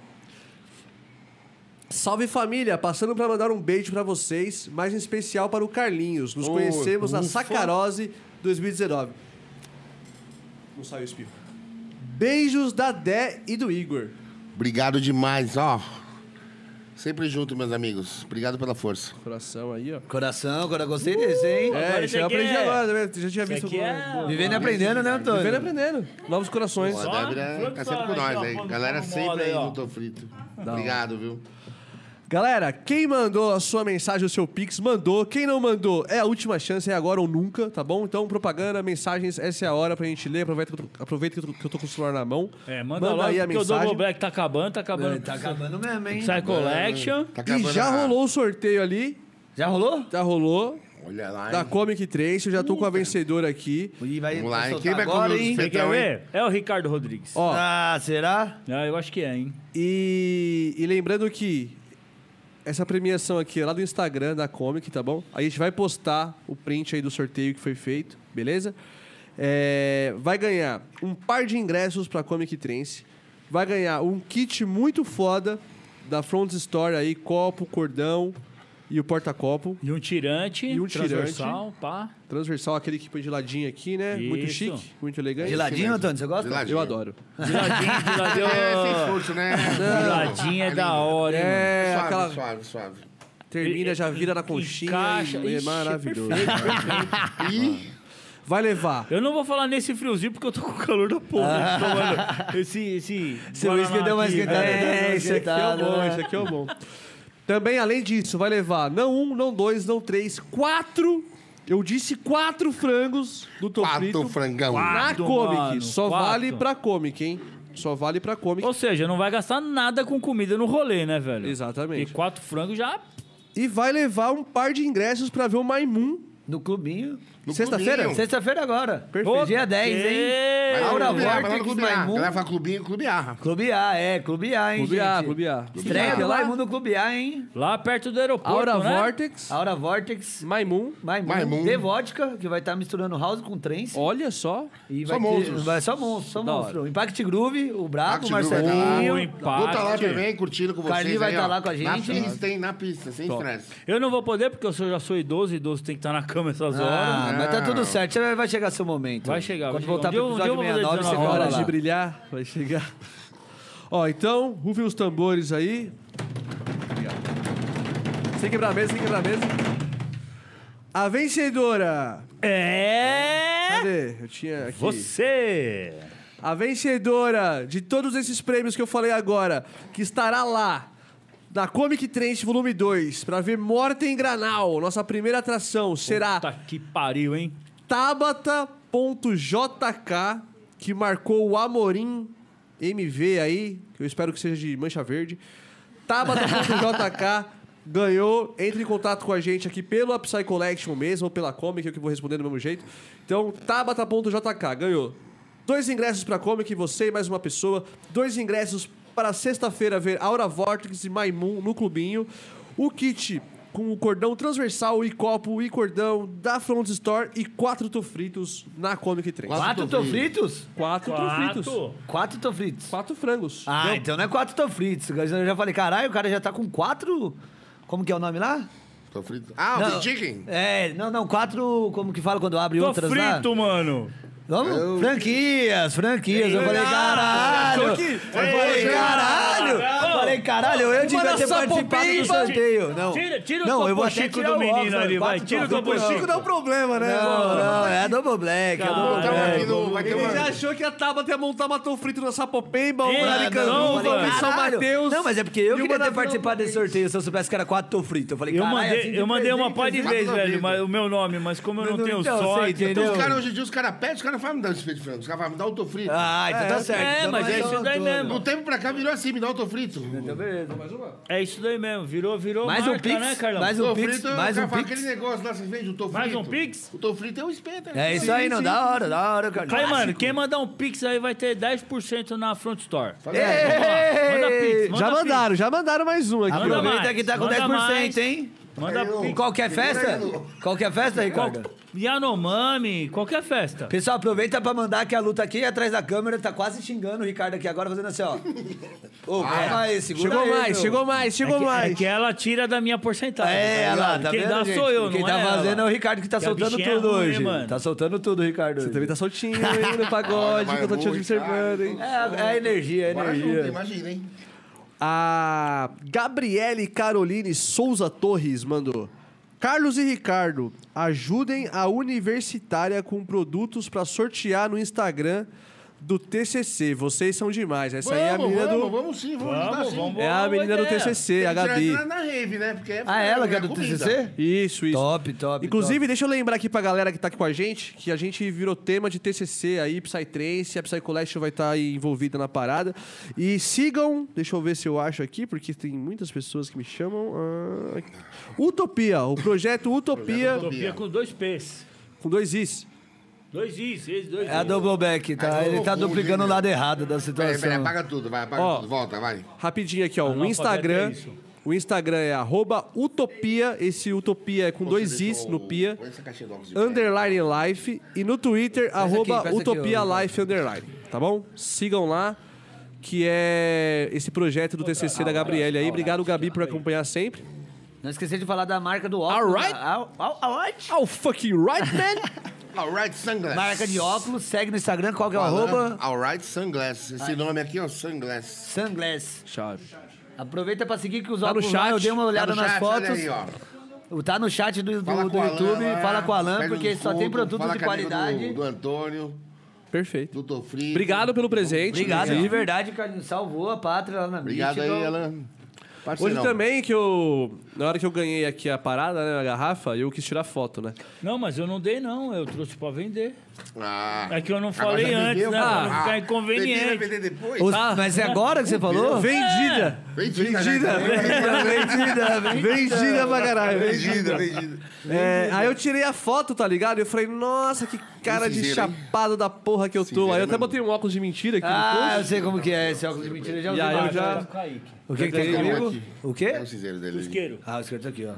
Salve família, passando pra mandar um beijo pra vocês, mais em especial para o Carlinhos. Nos conhecemos na Sacarose 2019. Não saiu o espirro. Beijos da Dé e do Igor.
Obrigado demais, ó. Sempre junto, meus amigos. Obrigado pela força.
Coração aí, ó.
Coração, agora gostei desse, hein?
Agora
É,
esse
isso eu
aqui
aprendi
é-
agora, né? já tinha
Isso
visto.
aqui é...
Vivendo e aprendendo, né, Antônio?
Vendo e aprendendo. Novos corações.
Ó, a Débora tá sempre com nós, aí. Galera sempre aí no Tô Frito.
um
Obrigado, viu?
Galera, quem mandou a sua mensagem, o seu Pix, mandou. Quem não mandou, é a última chance, é agora ou nunca, tá bom? Então, propaganda, mensagens, essa é a hora pra gente ler. Aproveita, que eu tô- aproveita que, eu tô, que eu tô com o celular na mão.
É, manda, logo,
aí a
porque o Double
mensagem.
Black tá acabando, tá acabando.
Tá acabando mesmo, hein?
Psy Collection.
Tá
E
acabando
já
a-
rolou o sorteio ali,
Já rolou?
já rolou,
Olha lá,
da
hein?
Comic Trace, eu já tô com a vencedora aqui.
Ih, vai
Vamos lá, hein?
soltar
Quem vai
agora,
comer o
hein?
Você quer
Então, hein?
ver? É o Ricardo Rodrigues.
Ó,
Ah, será?
Ah, eu acho que é, hein?
E, e lembrando que essa premiação aqui é lá do Instagram da Comic, tá bom? A gente vai postar o print aí do sorteio que foi feito, beleza? é, vai ganhar um par de ingressos pra Comic Trance, vai ganhar um kit muito foda da Front Store aí, copo, cordão e o porta-copo.
E um tirante.
E um
transversal, Pá.
Transversal, aquele que põe de ladinho aqui, né? Muito
Isso.
chique, muito elegante.
De ladinho,
mesmo.
Antônio, você gosta?
De ladinho.
Eu adoro.
De ladinho, de ladinho.
É, sem esforço, né?
de ladinho é
lindo.
da hora, hein? mano?
É,
Suave,
aquela
suave, suave.
termina, já vira na conchinha.
Encaixa.
e é
Ixi, é
maravilhoso. Tá
E
Vai levar.
Eu não vou falar nesse friozinho porque eu tô com calor da
Ah.
porra. Tô tomando esse. esse
Seu whisky deu uma esquentada, deu
É,
uma
esse aqui é o
esquentada,
bom,
né?
esse aqui é o bom. Também, além disso, vai levar não um, não dois, não três, quatro. Eu disse quatro frangos do Tofrito
pato frangão.
na
Quatro,
Comic.
mano,
Só
quatro.
vale pra Comic, hein? Só vale pra Comic.
Ou seja, não vai gastar nada com comida no rolê, né, velho?
Exatamente.
E quatro frangos já.
E vai levar um par de ingressos pra ver o Maimun.
No clubinho.
No
Sexta-feira?
clubinho.
Sexta-feira agora.
Perfeito.
Dia 10, hein?
Vai lá no
Aura
Clube A, vai lá no
Vortex,
Clube A.
Raimundo.
Galera fala clubinho, clube A.
Clube A, é. Clube A, hein,
Clube
gente?
A, Clube A.
Estreia
Clube
do
A.
Raimundo Clube A, hein?
Lá perto do aeroporto,
Aura
né?
Vortex,
Aura Vortex,
Maimun.
Maimun,
Maimun.
The Vodka, que vai estar misturando house com trance.
Olha só.
E
Só
vai ter-
monstros.
vai- só monstro, só
Da hora.
monstro. Impact Groove, o Brabo, o
Impact Groove vai tá lá.
O
Marcelinho.
Vou estar lá
empate.
também, curtindo com vocês.
Carlinho vai
aí,
tá
ó.
lá com a
Na
gente.
pista, hein? Na pista, sem estresse.
Eu não vou poder porque eu sou- já sou idoso, idoso tem que estar na cama essas horas.
Ah, mas tá tudo certo, você vai chegar seu momento.
Vai chegar,
Quando
vai
voltar
chegar.
pro
Um dia eu-
episódio
um dia eu vou
69, você
fazer
cola
Hora de
lá.
brilhar, vai chegar. Ó, então, rufem os tambores aí. Obrigado. Sem quebrar a mesa, sem quebrar a mesa. A vencedora.
É.
Cadê? Eu tinha aqui.
Você!
A vencedora de todos esses prêmios que eu falei agora, que estará lá na Comic Trance Volume 2, pra ver Mortem Granal, nossa primeira atração, será
Puta Tá que pariu, hein?
Tabata.jk, que marcou o Amorim MV aí, que eu espero que seja de mancha verde. Tabata.jk [LAUGHS] ganhou. Entre em contato com a gente aqui pelo Upside Collection mesmo, ou pela Comic, eu que vou responder do mesmo jeito. Então, Tabata.jk ganhou. Dois ingressos pra Comic, você e mais uma pessoa. Dois ingressos para sexta-feira ver Aura Vortex e Maimun no clubinho. O kit com o cordão transversal e copo e cordão da Front Store e quatro tofritos na Comic 3.
Quatro tofritos?
Quatro,
tá
tofritos.
Quatro tofritos.
Quatro frangos.
Ah,
Deu-
então não é quatro tofritos. Eu já falei, caralho, o cara já tá com quatro... Como que é o nome lá?
Tô frito. Ah, o Big Chicken?
É, não, não, quatro... Como que fala quando abre
Tô
outras lá?
frito, mano!
Vamos? Franquias, franquias. Eu falei,
Ah,
caralho.
achou que-
Eu falei, caralho. Eu falei, caralho, eu devia ter participado do sorteio. Não,
Tira- tira o
não, eu vou
topo
até
chico
tirar
do
o
menino
óculos,
ali, vai,
quatro
tira o
tofritos.
topo
Chico dá um problema, né?
Não,
mano?
não, é a Double Black. É a Double
Então,
Black.
aqui no- vai ter
Ele já
uma...
achou que a Tabata ia montar uma frito na Sapopemba,
É,
uma na
não,
Aricanduva, uma em
mano.
São
Caralho.
Mateus.
Não, mas é porque eu
e uma
queria
na
ter
Vila
participado desse sorteio se eu soubesse que era quatro tofritos. Eu falei,
Eu
caralho,
mandei,
assim de
eu mandei uma pá de
presente,
vez,
quatro da
velho,
vida.
mas, o meu nome, mas como eu não,
então. Não,
tenho
então,
sorte,
sei,
eu
entendeu?
tenho
Os caras hoje em dia, os caras pedem, os caras falam, me dá esse peito de frango. Os caras falam, me dá o tô frito.
Ah, então tá certo.
É,
então
mas
não
é isso
todo.
daí
Do
mesmo.
tempo pra cá virou assim, me dá o tô frito.
Então, beleza.
É isso daí mesmo. Virou, virou.
Mais um
marca,
pix,
né, Carlão?
mais um-
Tô
Pix,
frito, o
mais
cara
um
fala,
Pix.
aquele negócio lá, você vende o tô frito.
Mais um Pix?
O tô frito é um espeto.
É isso aí, não. Da hora, da hora, cara.
Aí, mano, quem mandar um pix aí vai ter 10% na Front Store.
Ei,
Manda pix, manda
Já
pix.
mandaram, já mandaram mais um aqui.
manda
ó.
Aproveita
mais,
que tá com
manda
10%,
mais.
hein?
Manda
Em
pix.
qualquer
é,
festa? Qualquer festa, Ricardo?
Yanomami, qualquer festa.
Pessoal, aproveita pra mandar que a luta aqui atrás da câmera tá quase xingando o Ricardo aqui agora, fazendo assim, ó.
Ah,
Ô, calma aí, segura
Chegou
aí,
mais,
meu.
chegou mais,
É
chegou
que,
mais.
é que ela tira da minha porcentagem.
É,
tá
ela,
ligado?
tá
quem
vendo,
dá
gente?
sou eu,
Quem
não
tá
é
fazendo é o
ela.
Ricardo que tá
Que a
soltando
bichinha é
tudo
ruim,
hoje.
mano.
Tá soltando tudo, Ricardo.
Também tá soltinho,
[LAUGHS]
hein, no pagode, que eu tô te observando, hein.
É, é a energia, é a
Agora junto,
energia.
imagina, hein?
A Gabriele Caroline Souza Torres mandou. Carlos e Ricardo, ajudem a universitária com produtos pra sortear no Instagram do TCC. Vocês são demais. Essa aí é a
Vamos,
menina
vamos,
do,
vamos sim, vamos ajudar
Vamos,
sim.
vamos.
é a
boa
menina do
ideia.
TCC, a
Tem que tirar
Gabi.
ela Na rave, né? Porque é
Ah, ela que é do
comida.
TCC?
Isso, isso.
Top, top.
Inclusive, deixa eu lembrar aqui pra galera que tá aqui com a gente que a gente virou tema de TCC aí, Psytrance, a Psy Collection vai estar aí envolvida na parada. E sigam, deixa eu ver se eu acho aqui, porque tem muitas pessoas que me chamam. ah, Utopia, o projeto Utopia,
Utopia com dois P's.
com dois Is.
Dois Is, esses dois
É a
Is.
double back, tá?
Aí eu
Ele
vou
tá
confundir,
duplicando o
né?
lado errado da
Peraí,
situação.
peraí, apaga tudo, vai, apaga
Ó.
tudo. Volta, vai.
Rapidinho aqui, ó. O
Analfabeto é
Instagram
isso.
O Instagram é arroba utopia, esse utopia é com dois is no pia,
Põe essa caixinha de óculos de
underline life, e no Twitter, arroba
aqui, faz aqui,
utopia
ô-
life underline, tá bom? Sigam lá, que é esse projeto do TCC da Gabriele aí. Obrigado, Gabi, por acompanhar sempre.
Não esqueci de falar da marca do óculos.
Alright.
Al- al- Alright.
Oh, fucking right, man!
[LAUGHS]
pé. Alright Sunglass.
Marca de óculos, segue no Instagram, qual que é o
Falando,
arroba?
Alright Sunglass. Esse nome aqui é o Sunglass.
Sunglass.
Chave.
Aproveita pra seguir que os
Tá no
óculos lá,
chat.
eu dei uma olhada
Tá no
nas
chat,
fotos.
olha aí, ó.
Tá no chat do, do,
Fala
do
com a Alan né?
YouTube,
lá,
fala com a Alan,
pega
porque
nos
só tem
cubos,
produtos
fala
de
com a amiga
qualidade.
Do, do Antônio,
Perfeito.
do Tofri.
Obrigado pelo presente.
Obrigado, de
inclusive.
verdade, Carlinhos. Salvou a pátria lá na
Obrigado aí,
então-
Michigan.
Alan.
Hoje
Parceirão.
também que eu. Na hora que eu ganhei aqui a parada, né, a garrafa, eu quis tirar foto, né?
Não, mas eu não dei, não. Eu trouxe pra vender.
Ah.
É que eu não
Agora
falei
já
antes,
vendeu,
né?
cara.
Pra não ficar
Ah,
inconveniente.
bebi, vai vender depois?
Os- Mas é agora que você falou?
Vendida!
É.
Vendida, né?
Vendida! Vendida pra caralho!
Vendida, vendida.
É, aí eu tirei a foto, tá ligado? E eu falei, nossa, que cara de
Cinzeiro, hein?
chapado da porra que eu tô.
Cinzeiro
Aí eu até
mesmo.
botei um óculos de mentira aqui
Ah, eu
no post.
sei como que é esse óculos de mentira. eu Já
E
usei
aí eu
mais.
Tá,
já.
O que que tem
Pega um
comigo?
aqui.
O
Pega
quê?
o cinzeiro dele. ali.
Isqueiro.
Ah, o escrito aqui, ó.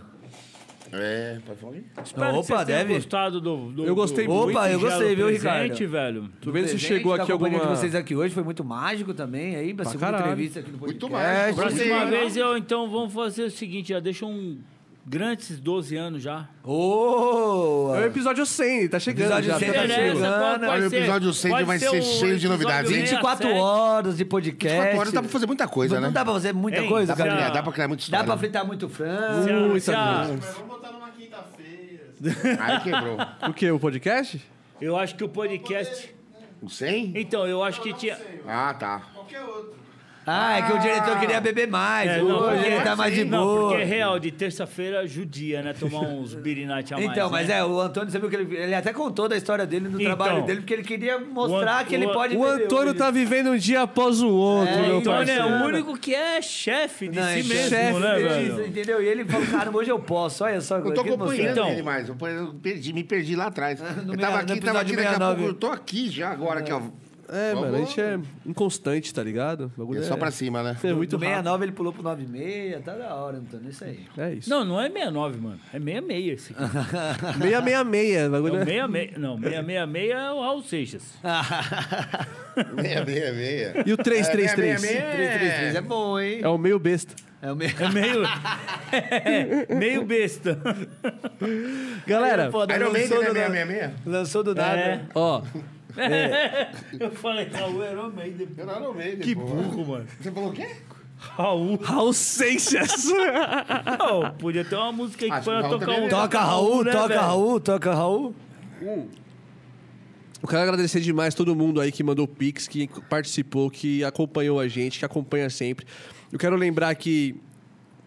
É, pode falar aí?
Espero
Opa,
que vocês tenham
deve.
gostado do, do-
Eu gostei
do-
muito.
Opa, eu
do
gostei, viu,
presente,
Ricardo?
velho.
Tô vendo se
Presente,
chegou
da
aqui
companhia
alguma.
tá de vocês aqui hoje foi muito mágico também, aí, pra segunda
caralho.
entrevista aqui no podcast.
Muito mais.
né?
Próxima vez eu, então, vamos fazer o seguinte: já deixa um grande esses 12 anos já.
Ô!
É o episódio 100, tá chegando.
Episódio
já,
100
tá
tá
Interessa,
chegando.
chegando.
qual que vai
Olha, o
ser?
episódio 100
Pode
vai
ser
ser
um
cheio de novidades, hein?
24
67.
horas de podcast.
24 horas dá pra fazer muita coisa,
Não
né?
dá pra fazer muita
Ei,
coisa,
Dá pra
cara.
criar, dá pra criar muita
Dá
história. né?
pra fritar muito frango.
Se a-
Muita
se a-
Vamos botar numa quinta-feira.
Aí quebrou.
O quê? O podcast?
Eu acho que o podcast.
O 100?
Então, eu acho que tinha.
Ah, tá.
Qualquer outro.
Ah, é que o diretor queria beber mais.
É, não,
Hoje ele
porque-
tá mais de
não,
boa.
porque é real, de terça-feira judia, né? Tomar uns birinate a mais.
Então, mas
né?
é, o Antônio, você viu que ele, ele até contou da história dele, do
Então.
trabalho dele, porque ele queria mostrar
An-
que ele
o-
pode
O
beber
Antônio
hoje.
tá vivendo um dia após o outro,
É,
meu
então,
Antônio é
parceiro.
o único que é chefe de
Não, é
si mesmo,
chefe,
né,
ele-
Isso,
velho?
Entendeu? E ele falou, cara, hoje eu posso, olha só.
Eu tô
que emoção.
acompanhando
Então.
ele mais. Eu eu perdi, me perdi lá atrás. Eu
meia-
tava
no
aqui, tava
episódio
aqui, daqui a
69.
pouco eu tô aqui já agora, aqui, ó.
É,
Vamos.
mano, a gente é inconstante, tá ligado? O bagulho
É só pra cima, né?
Do
[LAUGHS] É muito rápido.
69 ele pulou pro 96, tá da hora, Antônio, isso aí.
É isso.
Não, não é 69, mano. É 66 esse aqui.
666, bagulho
né?
Não,
é...
66, não, 666 é o Raul Seixas.
[LAUGHS] Meia, meia, meia.
E o 333?
É, meia, meia, meia.
333 é bom, hein?
É o meio besta.
É o mesmo.
É meio. é, meio [LAUGHS] besta.
[LAUGHS]
Galera,
É Foda,
Iron Maiden,
lançou
né?
do
Meia,
nada.
meia, meia.
Lançou do nada.
É.
ó,
É.
Eu falei, Raul era um meio depois.
Eu não era o meio,
Que
pô.
burro, mano.
Você falou o quê?
Raul.
Raul [LAUGHS] Seixas.
Não, podia ter uma música aí que
Acho
foi
que o Raul
tocar
também
um.
é-
Toca Raul,
né,
toca
velho?
Raul, toca Raul.
Eu quero agradecer demais todo mundo aí que mandou pix, que participou, que acompanhou a gente, que acompanha sempre. Eu quero lembrar que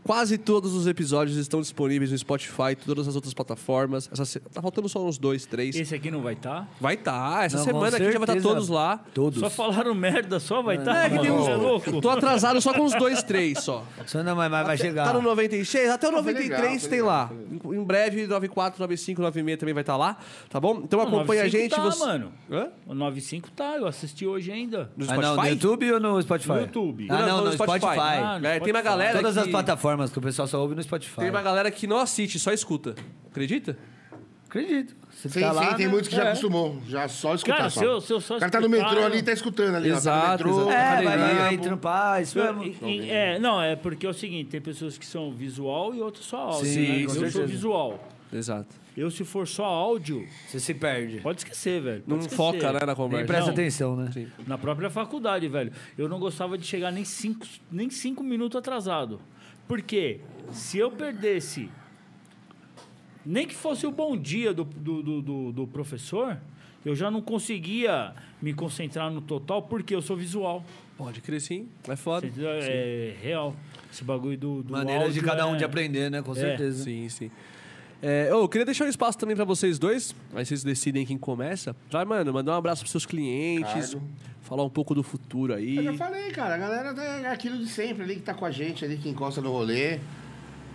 quase todos os episódios estão disponíveis no Spotify, todas as outras plataformas. Essa se- Tá faltando só uns dois, três.
Esse aqui não vai estar.
Vai estar. Essa
Não, com
semana aqui já vai estar
certeza.
todos lá.
Todos.
Só falaram merda, só vai estar.
É, que tem uns...
é louco.
Tô atrasado só com uns dois, três só.
Só não, mas mas vai chegar.
Tá no 96, até o
foi
93
Tá legal, foi
tem
legal,
lá. Em breve, 94, 95, 96 também vai estar lá, tá bom? Então acompanha a
95
gente.
tá,
você-
mano.
Hã?
O 95 tá, eu assisti hoje ainda.
No
Ah, não, no
Spotify?
YouTube ou no Spotify?
No YouTube.
Ah, não,
no
no Spotify.
Ah, no
É, tem uma
Spotify.
galera
Todas
que...
as plataformas que o pessoal só ouve no Spotify.
Tem uma galera que não assiste, só escuta. Acredita?
Acredito. Você
Sim,
tá lá,
sim, tem
né?
muitos que já
É.
acostumou. Já só escutar
Cara,
só.
se eu- se eu só
o cara tá no
escutar,
metrô
eu-
ali e tá escutando ali. ó,
Exato,
tá no
exato.
metrô.
né?
É, vai,
Academia,
vai, vai trampar, isso
Eu-
mesmo.
em- em- é, não, é porque é o seguinte, tem pessoas que são visual e outras só áudio.
Sim,
né?
com
Eu sou
certeza.
visual.
Exato.
Eu, se for só áudio,
Você se perde.
pode esquecer, velho. pode
Não
esquecer.
foca, né, na conversa.
Nem presta
Não.
atenção, né?
Na própria faculdade, velho. Eu não gostava de chegar nem cinco, nem cinco minutos atrasado. Porque se eu perdesse, nem que fosse o bom dia do, do, do, do- do professor, eu já não conseguia me concentrar no total porque eu sou visual.
Pode crer sim, é foda.
Entendeu? É real. Esse bagulho do. do
Maneiras de
áudio
cada um
é-
de aprender, né? Com certeza.
Sim, sim. É, eu queria deixar um espaço também pra vocês dois, aí vocês decidem quem começa. Pra, mano, mandar um abraço pros seus clientes,
Claro.
falar um pouco do futuro aí.
Eu já falei, cara, a galera é aquilo de sempre ali que tá com a gente ali, que encosta no rolê.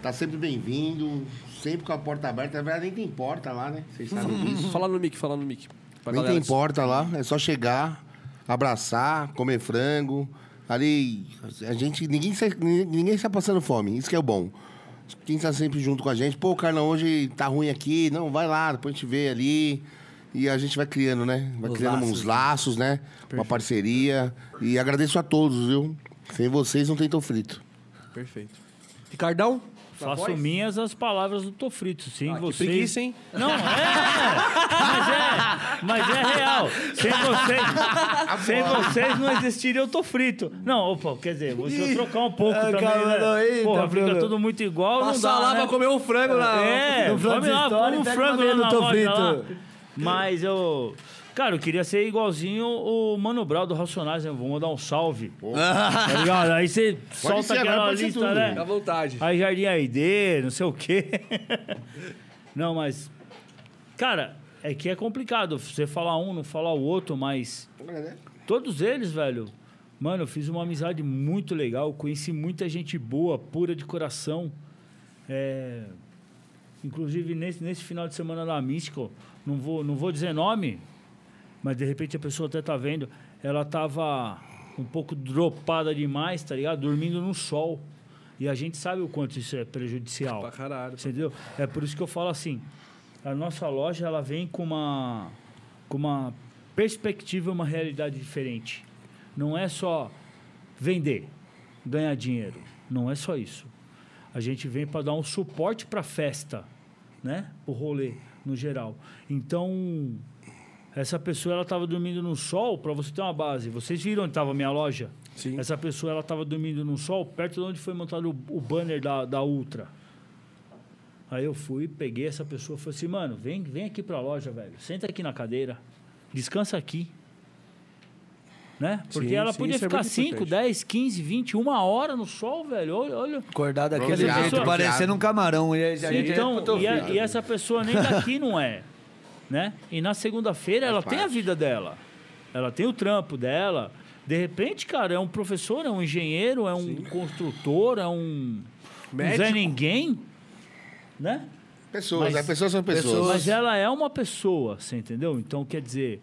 Tá sempre bem-vindo, sempre com a porta aberta. Na verdade, nem tem porta lá, né? Vocês sabem disso.
Fala no mic, fala no mic. Pra
Nem
galera
tem porta lá, é só chegar, abraçar, comer frango, Ali, a gente, ninguém está ninguém sai passando fome, isso que é o bom. Quem está sempre junto com a gente, pô, Carlão, hoje tá ruim aqui, não, vai lá, depois a gente vê ali. E a gente vai criando, né? Vai
Os
criando
laços,
uns
né?
laços, né? Uma parceria. E agradeço a todos, viu? Sem vocês não tem tão frito.
Perfeito. Ricardão?
Faço minhas as palavras do Tofrito, sim,
Que
vocês.
preguiça, hein?
Não, é! Mas é, mas é real. Sem vocês, sem vocês não existiria eu tô frito. Não, opa, quer dizer, você trocar um pouco
Ah,
também,
cara, não,
né?
eita,
Porra, fica
Bruno.
tudo muito igual, não
Passa
dá,
lá
né?
pra comer um frango lá.
É,
do Frango
vamos lá,
Story,
põe um
pega
frango
uma
lá
meia
na
do Tô
loja lá.
Frito.
Mas eu... Cara, eu queria ser igualzinho o Mano Brown do Racionais, né? Vou mandar um salve. Tá ligado? Aí você solta
ser agora,
aquela
pode ser
lista,
tudo.
né?
Fica à vontade.
Aí Jardim Aide, não sei o quê. [LAUGHS] não, mas. Cara, é que é complicado você falar um, não falar o outro, mas. Todos eles, velho. Mano, eu fiz uma amizade muito legal, conheci muita gente boa, pura de coração. É, Inclusive, nesse, nesse final de semana na Místico, não vou, não vou dizer nome, mas de repente a pessoa até tá vendo, ela tava um pouco dropada demais, tá ligado? Dormindo no sol. E a gente sabe o quanto isso é prejudicial.
Pra caralho.
Entendeu? É por isso que eu falo assim, a nossa loja, ela vem com uma, com uma perspectiva, uma realidade diferente. Não é só vender, ganhar dinheiro. Não é só isso. A gente vem para dar um suporte para a festa, né? O rolê no geral. Então, essa pessoa ela estava dormindo no sol, para você ter uma base. Vocês viram onde estava a minha loja?
Sim.
Essa pessoa ela estava dormindo no sol, perto de onde foi montado o, o banner da, da Ultra. Aí eu fui, peguei essa pessoa, falei assim: "Mano, vem, vem aqui para a loja, velho. Senta aqui na cadeira. Descansa aqui." Né? Porque
Sim,
ela
sim,
podia
isso é
ficar
muito
5,
importante.
10, 15, 20, uma hora no sol, velho. Olha, olha.
Acordado daquele
Bronzeado,
jeito,
bronzeado.
parecendo um camarão. E a
Sim,
gente é
então, e, a- e essa pessoa nem daqui não é. Né? E na segunda-feira ela tem a vida dela. Ela tem o trampo dela. De repente, cara, é um professor, é um engenheiro, é um construtor, é um. Não
Médico.
é ninguém. Né?
Pessoas,
Mas-
as pessoas são pessoas.
Mas ela é uma pessoa, você entendeu? Então, quer dizer.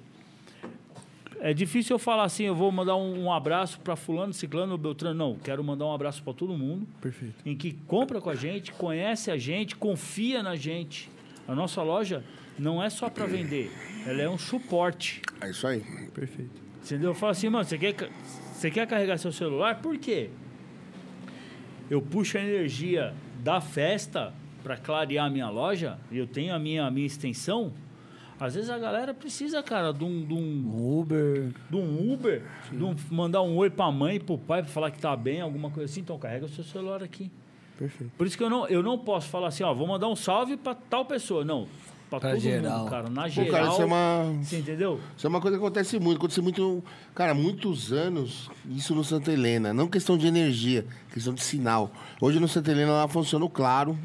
É difícil eu falar assim, eu vou mandar um, um abraço para fulano, ciclano, beltrano. Não, quero mandar um abraço para todo mundo
Perfeito.
em que compra com a gente, conhece a gente, confia na gente. A nossa loja não é só para vender, ela é um suporte.
É isso aí.
Perfeito.
Entendeu? Eu falo assim, mano, você quer, ca- você quer carregar seu celular? Por quê? Eu puxo a energia da festa para clarear a minha loja, e eu tenho a minha, a minha extensão. Às vezes a galera precisa, cara, de um, de um,
Uber.
de um Uber, de um, mandar um oi pra mãe, pro pai, pra falar que tá bem, alguma coisa assim. Então carrega o seu celular aqui.
Perfeito.
Por isso que eu não, eu não posso falar assim, ó, vou mandar um salve pra tal pessoa. Não, pra,
Pra
todo
geral.
mundo, cara. Na
Pô,
geral.
cara, isso é uma.
Você entendeu?
Isso é uma coisa que acontece muito. Acontece muito. Cara, muitos anos, isso no Santa Helena. Não questão de energia, questão de sinal. Hoje no Santa Helena lá funciona o claro.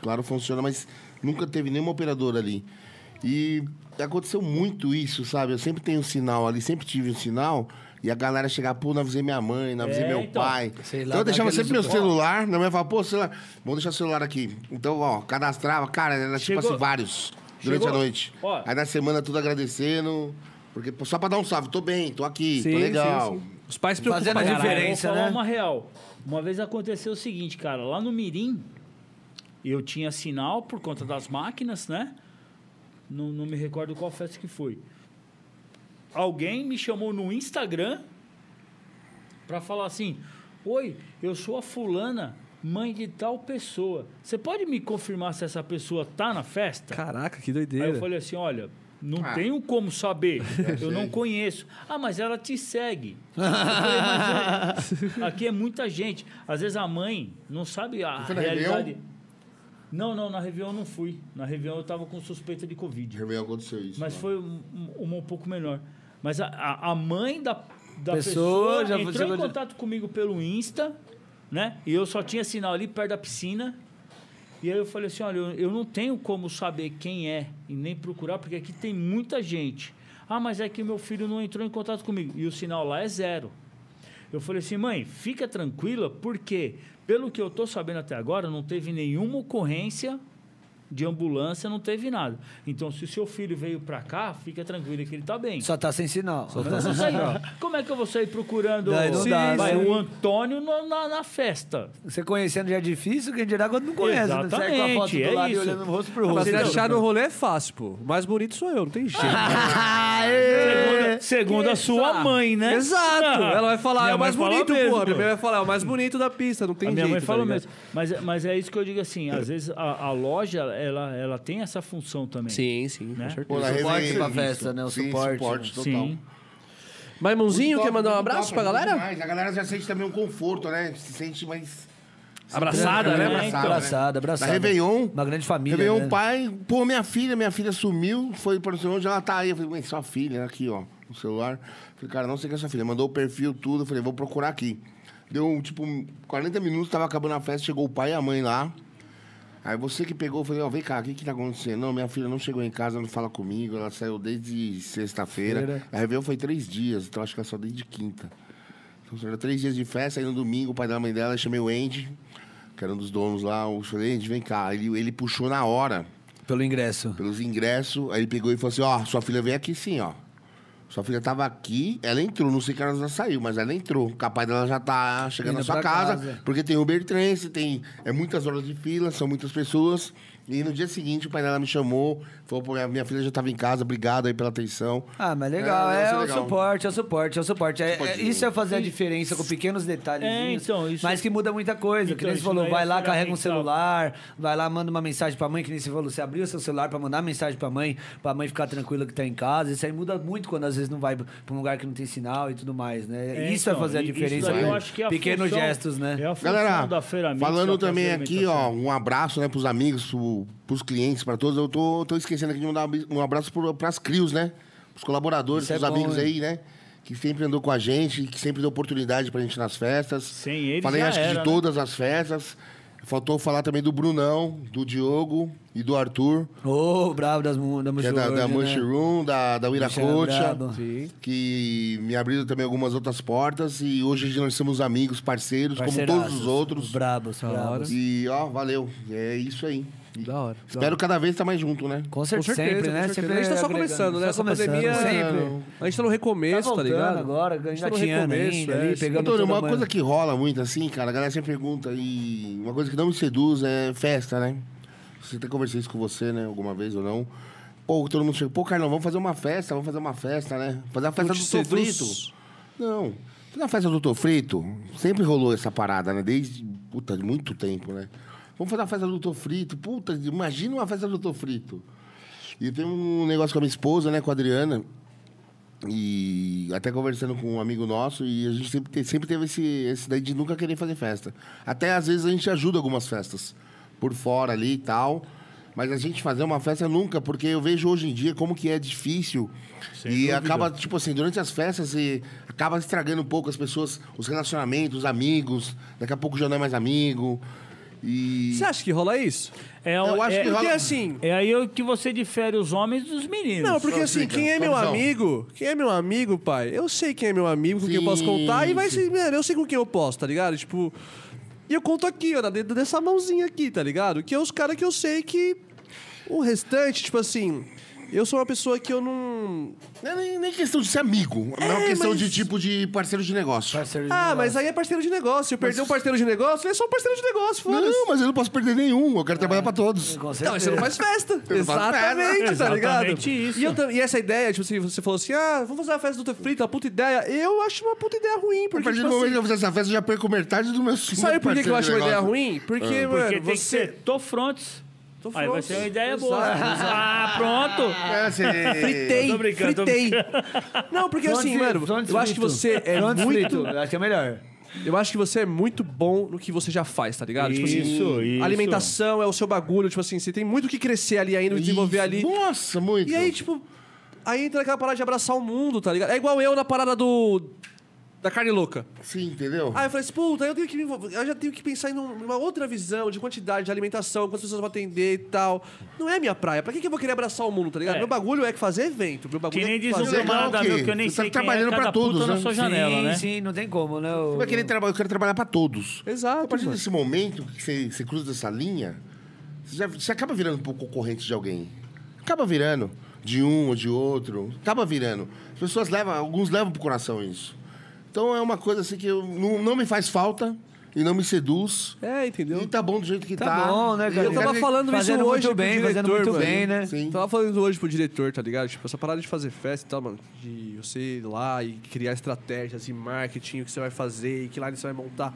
Claro funciona, mas nunca teve nenhuma operadora ali. E aconteceu muito isso, sabe? Eu sempre tenho um sinal ali, sempre tive um sinal. E a galera chegava, pô, não avisei minha mãe, não avisei
É,
meu
então.
pai.
Sei lá,
então
dá
eu deixava
aquele
sempre meu
suporte.
celular. Minha mãe falava, pô, celular, vou deixar o celular aqui. Então, ó, cadastrava. Cara, era tipo
Chegou-
assim, vários. Durante
Chegou-
a noite.
Ó.
Aí na semana tudo agradecendo. Porque pô, só pra dar um salve, tô bem, tô aqui,
Sim,
tô legal.
sim, sim. Os pais se preocupam
Fazendo a
pra caralho.
diferença.
Vou falar
né?
uma real. Uma vez aconteceu o seguinte, cara, lá no Mirim, eu tinha sinal por conta das máquinas, né? Não, não me recordo qual festa que foi. Alguém me chamou no Instagram pra falar assim: Oi, eu sou a fulana, mãe de tal pessoa. Você pode me confirmar se essa pessoa tá na festa?
Caraca, que
Aí
doideira.
eu falei assim, olha, não
Ah.
tenho
[LAUGHS]
como saber,
É
eu não conheço. Ah, mas ela
[LAUGHS]
te segue. Eu falei, mas é, aqui é muita gente. Às vezes a mãe não sabe a
foi na
realidade.
Réveillon?
Não, não, na Réveillon eu não fui. Na Réveillon eu tava com suspeita de Covid.
Réveillon aconteceu isso.
Mas
lá.
foi um- um- uma um pouco menor. Mas a, a, a mãe da,
Pessoa
da pessoa,
já
entrou
chegou
em
de-
contato comigo pelo Insta, né? E eu só tinha sinal ali perto da piscina. E aí eu falei assim, olha, eu, eu não tenho como saber quem é e nem procurar, porque aqui tem muita gente. Ah, mas é que meu filho não entrou em contato comigo. E o sinal lá é zero. Eu falei assim, mãe, fica tranquila, porque pelo que eu tô sabendo até agora, não teve nenhuma ocorrência de ambulância, não teve nada. Então, se o seu filho veio pra cá, fica tranquilo que ele tá bem.
Só tá sem sinal. [LAUGHS]
Não sei, como é que eu vou sair procurando
Daí não dá,
vai,
né?
o Antônio na, na- na festa?
Você conhecendo já é difícil, quem dirá quando não conhece. Né? Sai com a foto
Exatamente,
do
é
lado e
isso.
olhando rosto por
Mas
rosto.
se
né?
achar no rolê é fácil, pô. O mais bonito sou eu, não tem jeito.
Segundo, segundo a sua mãe, né?
Exato. Ela vai falar,
Minha
é o
mãe
mais
fala
bonito,
mesmo,
pô. A
pô.
minha mãe vai falar, é o mais bonito da pista, não tem
a minha
jeito.
mãe
tá
falou
ligado?
mesmo. Mas, mas é isso que eu digo assim, às vezes a, a loja, ela, ela tem essa função também.
Sim, sim,
Né?
com certeza.
Pô, na
suporte
resenha,
pra
serviço.
festa, né? O
Sim,
suporte,
suporte total.
Sim.
Maimãozinho,
Muito
quer
top,
mandar um
muito
abraço
top,
pra
muito
galera?
demais. A galera já sente também um conforto, né? Se sente mais.
Abraçada, né?
Abraçada,
Então,
Abraçada, abraçada.
Na Réveillon.
Uma grande família.
Reveillon,
né?
um pai, pô, minha filha, minha filha sumiu, foi para o senhor, já ela tá aí. Eu falei, mãe, sua filha, aqui, ó, no celular. Falei, cara, não sei quem é sua filha. Mandou o perfil, tudo. Eu Falei, vou procurar aqui. Deu, tipo, 40 minutos, tava acabando a festa, chegou o pai e a mãe lá. Aí você que pegou, eu falei, ó, vem cá, o que que tá acontecendo? Não, minha filha não chegou em casa, não fala comigo, ela saiu desde sexta-feira. A Réveillon foi três dias, então acho que ela só desde quinta. Então, foram três dias de festa, aí no domingo o pai da mãe dela, eu chamei o Andy, que era um dos donos lá, eu falei, Andy, vem cá. Ele, ele puxou na hora,
É, Pelo ingresso.
pelos ingressos, aí ele pegou e falou assim, ó, sua filha veio aqui sim, ó. Sua filha tava aqui, ela entrou, não sei que horas ela saiu, mas ela entrou. Capaz dela já tá chegando
Indo
na sua
pra
casa,
casa.
porque tem Uber Trance, tem é muitas horas de fila, são muitas pessoas. E no dia seguinte o pai dela me chamou, falou, pô, minha- minha filha já tava em casa, obrigado aí pela atenção.
Ah, mas legal. É,
isso
o
legal.
suporte, é o suporte, é o suporte. É- é- isso é fazer a diferença com pequenos detalhezinhos.
É, então, isso-
Mas que muda muita coisa. que
Então,
nem você
isso
falou,
daí
vai
é
lá, carrega um
fundamental.
celular, vai lá, manda uma mensagem pra mãe, que nem você falou, você abriu seu celular pra mandar mensagem pra mãe, pra mãe ficar tranquila que tá em casa. Isso aí muda muito quando às vezes não vai pra um lugar que não tem sinal e tudo mais, né?
É,
isso é
então,
fazer a
e- isso
diferença.
daí
né?
eu acho que é a
Pequenos
função-
gestos, né?
É a função
Galera,
da Feira Mix, é
falando
o
também
prazer
aqui, ó,
alimentação.
um abraço, né, pros amigos, pro, pros clientes, pra todos. Eu tô, tô esquecendo aqui de mandar um abraço pro, pras crios, né? Pros colaboradores,
Isso é
pros
bom,
amigos
hein?
aí, né? Que sempre andou com a gente, que sempre deu oportunidade pra gente nas festas.
Sem eles
Falei,
já
acho que
era,
de
né?
todas as festas. Faltou falar também do Brunão, do Diogo e do Arthur.
Ô, bravo das, mu- da
Que é da,
Mushroom,
da
né?
Mushroom, da, da
Bicho é
Wiracocha,
brabo.
que me abriram também algumas outras portas. E hoje nós somos amigos, parceiros, como todos
Parceiraços,
os outros.
Brabos, bravos.
E, ó, valeu. É isso aí.
Da hora.
Espero cada vez estar mais junto, né?
Com certeza, sempre,
com
né?
certeza.
Sempre
a gente tá só
agregando.
começando, né?
Só
Essa
começando,
pandemia.
sempre.
A gente tá no recomeço, tá,
voltando
ligado?
agora,
A gente tá no
engatinhando ainda ali,
é,
pegando-
Antônio,
toda
uma
manhã.
coisa que rola muito assim, cara, a galera sempre pergunta e uma coisa que não me seduz é festa, né? Você até conversei isso com você, né, alguma vez ou não. Pô, todo mundo chega, pô, Carlão, vamos fazer uma festa, vamos fazer uma festa, né? Fazer a festa
Não te
do sofrito.
seduz?
Não. Na festa do Tô Frito, sempre rolou essa parada, né? Desde, puta, de muito tempo, né? Vamos fazer a festa do Tô Frito. Puta, imagina uma festa do Tô Frito. E tem um negócio com a minha esposa, né? Com a Adriana. E até conversando com um amigo nosso. E a gente sempre, te- sempre teve esse, esse daí de nunca querer fazer festa. Até, às vezes, a gente ajuda algumas festas. Por fora ali e tal. Mas a gente fazer uma festa nunca, porque eu vejo hoje em dia como que é difícil. e acaba, tipo assim, durante as festas, e acaba estragando um pouco as pessoas, os relacionamentos, os amigos. Daqui a pouco já não é mais amigo. E.
Você acha que rola isso?
É, o-
Eu acho
é,
que
Porque
rola-
assim.
é aí que você difere os homens dos meninos.
Não, porque assim, quem é meu
Produção.
amigo, quem é meu amigo, pai, eu sei quem é meu amigo, com quem eu posso
Sim,
contar, e vai
sim.
ser, mano, eu sei com quem eu posso, tá ligado? Tipo, e eu conto aqui, ó, na dedo dessa mãozinha aqui, tá ligado? Que é os caras que eu sei que o restante, tipo assim, eu sou uma pessoa que eu não...
Não é nem, nem questão de ser amigo. É, uma questão
mas-
de tipo de parceiro de negócio.
Parceiro de
Ah,
negócio.
mas aí é parceiro de negócio, se eu perder um parceiro de negócio, é só um parceiro de negócio, É, foda-se.
Não, mas eu não posso perder nenhum. Eu quero trabalhar pra todos.
Com
Não, mas você não
certeza.
faz festa.
[LAUGHS] não faço
Exatamente, tá ligado?
Exatamente isso.
E, eu tam- e essa ideia, tipo assim, você falou assim, ah, vamos fazer a festa do Teu Frito, uma puta ideia. Eu acho uma puta ideia ruim,
A
porque,
partir
tipo
do momento
assim...
que eu fizer essa festa, eu já perco metade do meu
Sabe por que, que eu acho uma ideia
negócio.
ruim? Porque, mano,
Porque tem que
você...
ser tô frontes.
Tô
Aí vai
pronto.
ser uma ideia
Exato,
boa.
exato.
Ah, pronto.
É, você...
Fritei,
Tô brincando, tô
fritei. Não, porque assim, mano, eu acho que você é
Fronte frito,
muito...
eu acho que é melhor.
Eu acho que você é muito bom no que você já faz, tá ligado? tipo
Isso,
assim,
isso.
alimentação é o seu bagulho, tipo assim, você tem muito o que crescer ali ainda, desenvolver ali.
Nossa, muito.
E aí, tipo, aí entra aquela parada de abraçar o mundo, tá ligado? É igual eu na parada do. Da carne louca.
Sim, entendeu?
Aí eu falei assim, puta, eu tenho que me envolver- Eu já tenho que pensar em um- uma outra visão de quantidade de alimentação, quantas pessoas vão atender e tal. Não é minha praia. Pra que, que eu vou querer abraçar o mundo, tá ligado?
É.
Meu bagulho é que fazer evento. Meu bagulho
Que nem
é
diz
fazer.
um
Fazer
camarada
karaokê.
meu que eu nem
Você tá
sei quem
trabalhando
é,
pra
cada
todos,
puta na
né?
sua
Sim,
janela,
sim,
né?
sim, não tem como, né?
Eu, quero trabalhar, eu quero trabalhar pra todos. A
Exato.
partir
mano.
desse momento que você, você cruza essa linha, Você, já- você acaba virando um pouco concorrente de alguém. Acaba virando. De um ou de outro. Acaba virando. As pessoas levam, alguns levam pro coração isso. Então é uma coisa assim que eu- não, não me faz falta e não me seduz.
É, entendeu?
E tá bom do jeito que tá.
Tá bom, né,
E
cara?
Eu tava
Fazendo
falando isso
muito
hoje pro
bem,
diretor,
fazendo muito
mano.
bem, né?
Sim.
Tava falando isso hoje pro diretor, tá ligado? Tipo, essa parada de fazer festa e tal, mano. De você ir lá e criar estratégias e marketing, o que você vai fazer e que line você vai montar.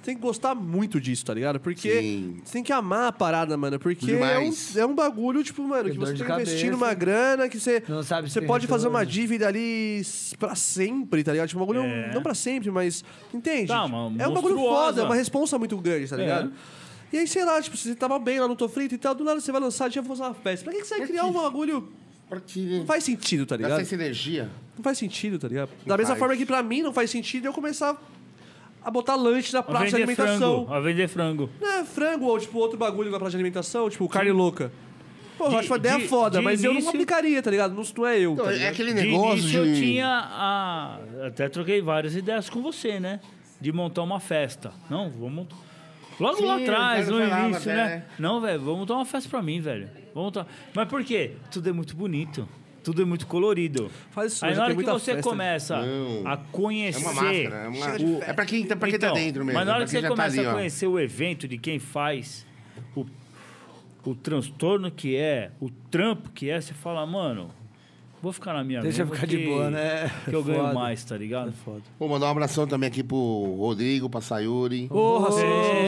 Você tem que gostar muito disso, tá ligado? Porque
Sim.
você tem que amar a parada, mano. Porque é um,
Demais.
é um bagulho, tipo, mano,
Que
que
dor
você
de
tá investindo
cabeça.
uma grana, que você,
Não sabe se
você
tem
pode fazer uma
retorno.
dívida ali s- pra sempre, tá ligado? Tipo, um bagulho,
É.
não pra sempre, mas, entende?
Tá, uma
é um bagulho foda,
monstruosa.
é uma responsa muito grande, tá
É.
ligado? E aí, sei lá, tipo, você tava bem lá no Tô Frito e tal, do nada você vai lançar, já vou fazer uma festa. Pra que, que você vai
é
criar um bagulho?
Pra que
Não faz sentido, tá
gastar
ligado?
essa energia.
Não faz sentido, tá ligado? Da mesma
faz.
forma que pra mim não faz sentido eu começar a botar lanche na
A
praça de
vender
alimentação.
frango. A vender frango.
Não é frango ou, tipo, outro bagulho na praça de alimentação, tipo, carne louca. Pô, eu
De-
acho uma ideia
de-
foda,
de
mas eu não
início-
aplicaria, tá ligado? Não, não é eu.
Então,
tá
é
ligado?
aquele
De
negócio de...
início eu tinha a... Até troquei várias ideias com você, né? De montar uma festa. Não, vamos montar... Logo
Sim,
lá
o cara
atrás, no
falava
início,
até,
né?
né?
Não, velho, vamos montar uma festa pra mim, velho. Vamos montar... Mas por quê? Tudo é muito bonito. Tudo é muito colorido.
Faz isso,
Aí
hoje
na
tem
hora que
muita
você
festa.
começa
Não.
a
É
conhecer...
uma máscara. É, uma...
Chega de
é pra quem, tá- pra quem tá
Então,
dentro mesmo.
Mas na hora
pra
que
quem
você
já tá
começa
ali,
a
ó.
conhecer o evento de quem faz, o, o transtorno que é, o trampo que é, você fala, mano, vou ficar na minha
Deixa eu
mesma
ficar de
que-
boa, né? [LAUGHS]
Que eu ganho
Foda.
mais, tá ligado?
Vou mandar um abração também aqui pro Rodrigo, pra Sayuri.
Porra,
Sim.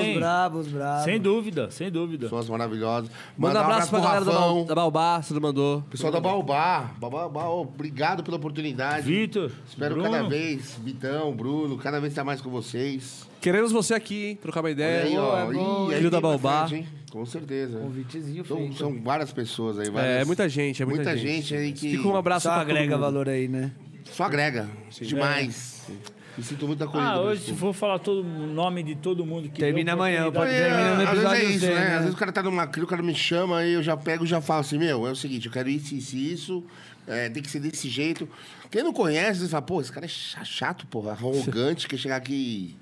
sim. Brabos, bravos.
Sem dúvida, sem dúvida.
Pessoas maravilhosas.
Manda um
Mandar
abraço pra galera tá da,
Rafão.
Bal, da Balbácia, do Mandou.
Pessoal da Baobá, Baobá, Baobá, obrigado pela oportunidade.
Vitor,
Espero
Bruno,
cada vez, Vitão, Bruno, cada vez estar mais com vocês.
Queremos você aqui, hein? Trocar uma
Olha
ideia.
aí, ó.
é bom,
Ih, aí
Filho da
tem
Baobá.
bastante, hein? Com certeza.
Convitezinho
São,
feito.
são várias pessoas aí, várias.
É, é muita gente, é muita, gente.
aí que
Fica um abraço
Só
pra
agrega
todo mundo.
valor aí, né?
só agrega. Demais.
É.
Me sinto muito acolhido.
Ah,
pelo
hoje se
povo.
for falar todo o nome de todo mundo que
Termina
deu
amanhã,
oportunidade-
pode terminar no
Às
episódio
vezes é isso,
zero,
né?
né?
Às vezes o cara tá numa crise, o cara me chama, aí eu já pego e já falo assim, meu, é o seguinte, eu quero isso, isso e isso, é, tem que ser desse jeito. Quem não conhece, às vezes fala, pô, esse cara é cha- chato, porra, arrogante, quer chegar aqui...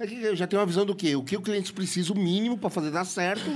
É que eu já tenho uma visão do quê? O que o cliente precisa, o mínimo, para fazer dar certo.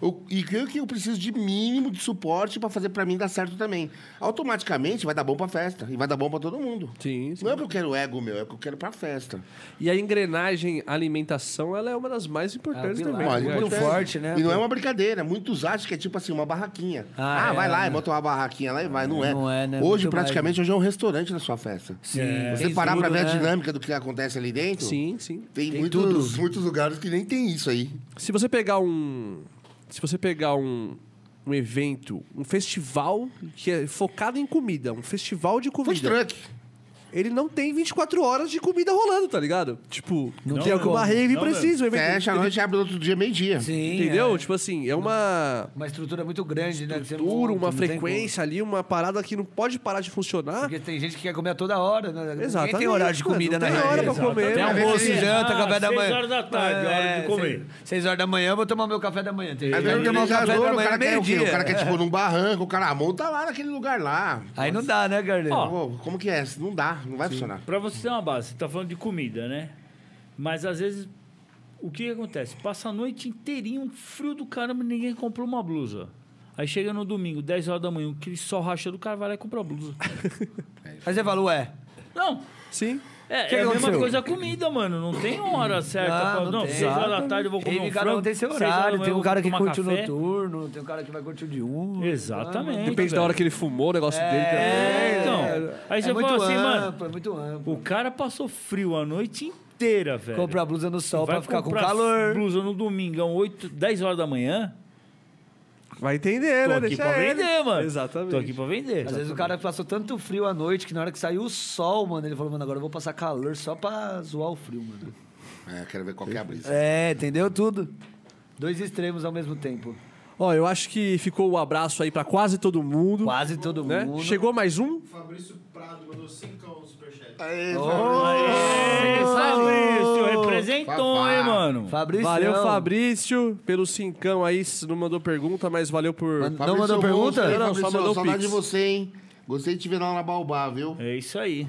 O, e o que o que eu preciso de mínimo de suporte para fazer para mim dar certo também. Automaticamente vai dar bom pra festa. E vai dar bom para todo mundo.
Sim, sim.
Não é que eu quero ego meu, é que eu quero pra festa.
E a engrenagem alimentação, ela é uma das mais importantes
É, o
também.
pilar.
tá
Muito
Mas
ligado?
acontece.
forte, né,
E não
pô?
é uma brincadeira. Muitos acham que é tipo assim, uma barraquinha.
Ah,
Ah,
é,
vai lá,
né?
e bota uma barraquinha lá e vai. Não é.
Não é, né?
Hoje,
Muito
praticamente, hoje é um restaurante na sua festa.
Sim.
Você
Tem
parar pra
tudo,
ver a
né?
dinâmica do que acontece ali dentro,
Sim, sim.
tem, muitos, muitos lugares que nem tem isso aí.
Se você pegar um. Se você pegar um. Um evento, um festival que é focado em comida, um festival de
Food
é.
comida.
truck.
Ele não tem 24 horas de comida rolando, tá ligado? Tipo,
Não
não
tem
tem alguma
como.
rave
Não
precisa. um evento-
Fecha a noite e abre outro dia, meio-dia.
Sim.
Entendeu?
é.
Tipo assim, é uma.
Uma estrutura muito grande, né? que você monta,
Duro,
não tem
uma
como.
frequência ali, uma parada que não pode parar de funcionar.
Porque tem gente que quer comer a toda hora, né? Ninguém
Exatamente,
tem horário de
mano,
comida
não
na
tem
rede.
hora pra comer.
Tem
Vai ver
almoço,
que-
janta,
Ah,
café da
seis
manhã.
horas da
É,
tarde, hora de comer.
6 horas da manhã eu vou tomar meu café da manhã. Tem
Aí
gente
vem
que um
o
toma
calor, é o cara quer o quê?
meio-dia. É.
O cara quer, tipo, num barranco, o cara ah, monta lá naquele lugar lá.
Aí não dá, né, Gardner?
Ó,
Pô, como que é? Não dá, não vai funcionar.
Pra você ter uma base, você tá falando de comida, né? Mas às vezes, o que, que acontece? Passa a noite inteirinha, um frio do caramba, ninguém comprou uma blusa. Aí chega no domingo, 10 horas da manhã, aquele sol racha do cara, vai lá e compra
[LAUGHS]
a blusa.
Aí você é. fala, ué,
Não,
Sim.
é,
que
é a mesma
aconteceu?
coisa a comida, mano. Não tem uma hora certa.
Ah, não
pra, tá não,
tem.
6 horas da tarde eu vou comer
Teve
um
cada
frango.
um tem seu
seis horas da
horário,
manhã
tem
eu
um
vou
cara que
tomar
curte o
café.
noturno, tem um cara que vai curtir o diurno.
Exatamente.
Depende da
velho.
hora que ele fumou, o negócio dele. também.
É, então. Aí você
é muito
fala assim, mano,
amplo, é muito amplo.
o cara passou frio a noite inteira, velho.
Compra a blusa no sol
Vai
pra ficar com
comprar
calor.
blusa no domingão, 8, 10 horas da manhã.
Vai entender,
Tô
né?
aqui
Deixa
pra
ele.
vender, mano.
Exatamente.
Tô aqui pra vender.
Às vezes o cara passou tanto frio à noite que na hora que saiu o sol, mano, ele falou, mano, agora eu vou passar calor só pra zoar o frio, mano.
É, quero ver qual que é a brisa.
É, entendeu tudo. Dois extremos ao mesmo tempo.
Ó, eu acho que ficou o abraço aí pra quase todo mundo.
Quase todo
né?
mundo.
Chegou mais um?
O Fabrício Prado mandou 5 no superchat.
Aê, Fabrício, representou,
Fafá.
hein, mano.
Fabrício.
Valeu, Fabrício, pelo cincão aí. se Não mandou pergunta, mas valeu por.
Mand-
Fabrício,
mandou
eu
pergunta?
gostei,
Não, não, só
Fabrício,
mandou
saudade
pix.
de você, hein? Gostei de te ver lá na Baobá, viu?
É isso aí.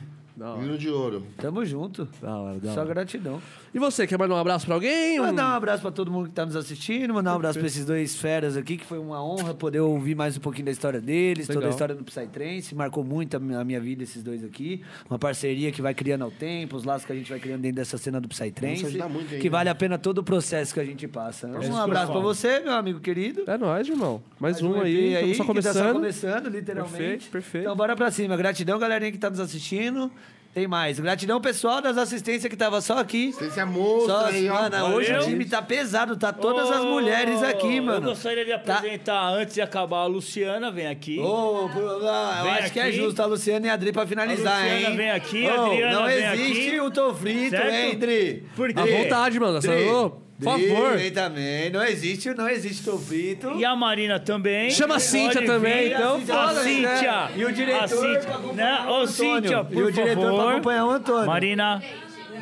Grilo de ouro.
Tamo junto.
Da hora, da
Só
hora.
gratidão.
E você, quer mandar um abraço pra alguém? Um-
Mandar um abraço pra todo mundo que tá nos assistindo, mandar um abraço pra esses dois feras aqui, que foi uma honra poder ouvir mais um pouquinho da história deles, toda a
Legal.
história do Psytrance, marcou muito a minha, a minha vida esses dois aqui. Uma parceria que vai criando ao tempo, os laços que a gente vai criando dentro dessa cena do Psytrance,
Nossa, ajuda muito ainda.
que vale a pena todo o processo que a gente passa. né? Um
escolar.
abraço pra você, meu amigo querido.
É nóis, irmão. Mais,
um
um
EP
aí,
que
estamos só
tá só
começando.
começando, literalmente.
Perfeito, perfeito.
Então bora pra cima. Gratidão, galerinha que tá nos assistindo. Tem mais. Gratidão, pessoal, das assistências que tava só aqui.
Vocês é monstro
Só,
aí, ó.
mano, hoje o
Valeu.
time tá pesado, tá todas as
Ô,
mulheres aqui, mano.
Eu gostaria de
Tá-
apresentar, antes de acabar, a Luciana vem aqui.
Ô, pô, ah, eu
Vem
acho que é
aqui.
justo a Luciana e a Adri pra finalizar,
A Luciana
hein?
vem aqui, a
Ô,
Adriana
Não
vem
existe
aqui.
o tô frito,
Certo?
hein, Dri?
Por
Porque
quê?
À vontade, mano. Essa... Ô, por favor.
também. Não existe, não existe tô frito.
E a Marina também.
Chama a
Pode
Cíntia também,
vir.
então,
A
foda, né?
Cíntia.
E o diretor
A Cíntia.
pra acompanhar o
Né? Ô,
Antônio.
Cíntia, por
E o diretor pra
favor.
acompanhar o Antônio.
Marina,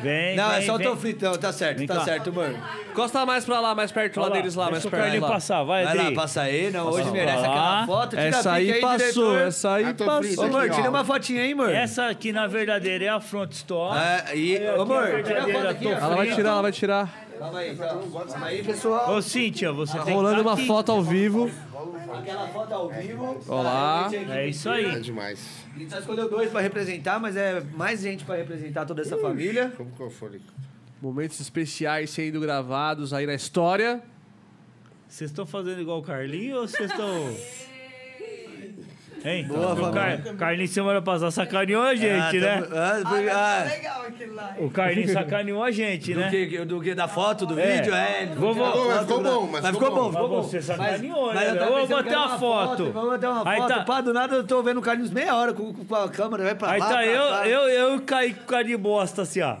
vem,
Não,
vem,
é só o
vem.
tô fritão, tá certo,
Vem
tá
cá.
certo, mano.
Costa mais pra lá, mais perto lá
Olha lá,
deles lá, mais
deixa o
perto
Carlinho
lá.
passar, vai,
Tá, Vai
Adri.
lá, passa aí. Não, hoje
lá.
merece aquela foto. Tira
Essa
a pica
aí passou,
diretor.
essa aí
Ah, tô
passou.
frito.
Ô, amor, tira
Ó.
uma fotinha aí, amor.
Essa aqui, na verdadeira, é a Front Store.
Ah, e, ô, amor, tira a foto
verdadeira
aqui, ó.
tô
Ela vai tirar, ela vai tirar.
Calma aí, calma Calma aí, pessoal.
Ô, Cíntia, você tem que
Rolando
tá
uma
aqui.
foto ao vivo.
Aquela foto ao vivo.
Olá.
É isso
É
aí.
demais.
A gente só escolheu dois pra representar, mas é mais gente pra representar toda essa família.
Como que eu falei?
Momentos especiais sendo gravados aí na história.
Vocês estão fazendo igual o Carlinho ou vocês estão... Hein?
Boa,
o Car... Carlinho semana passada sacaneou a
É,
gente,
Ah,
né?
tamo- ah, foi- ah,
O Carlinho sacaneou a gente, né?
do, que, do que da foto, do
É.
vídeo, é. do-
Vou- vou-
Bom, mas ficou bom, mas
Mas ficou bom, ficou bom.
Mas você sacaneou, né,
eu
velho?
tava
Ô,
pensando,
botei
quero
uma foto.
Vou botar uma
Aí
foto.
tá-
Pá, do nada eu tô vendo o Carlinhos meia hora com, com a câmera, vai pra
Aí
lá.
tá
pra
eu,
cá.
eu, eu caí com cara de bosta assim, ó.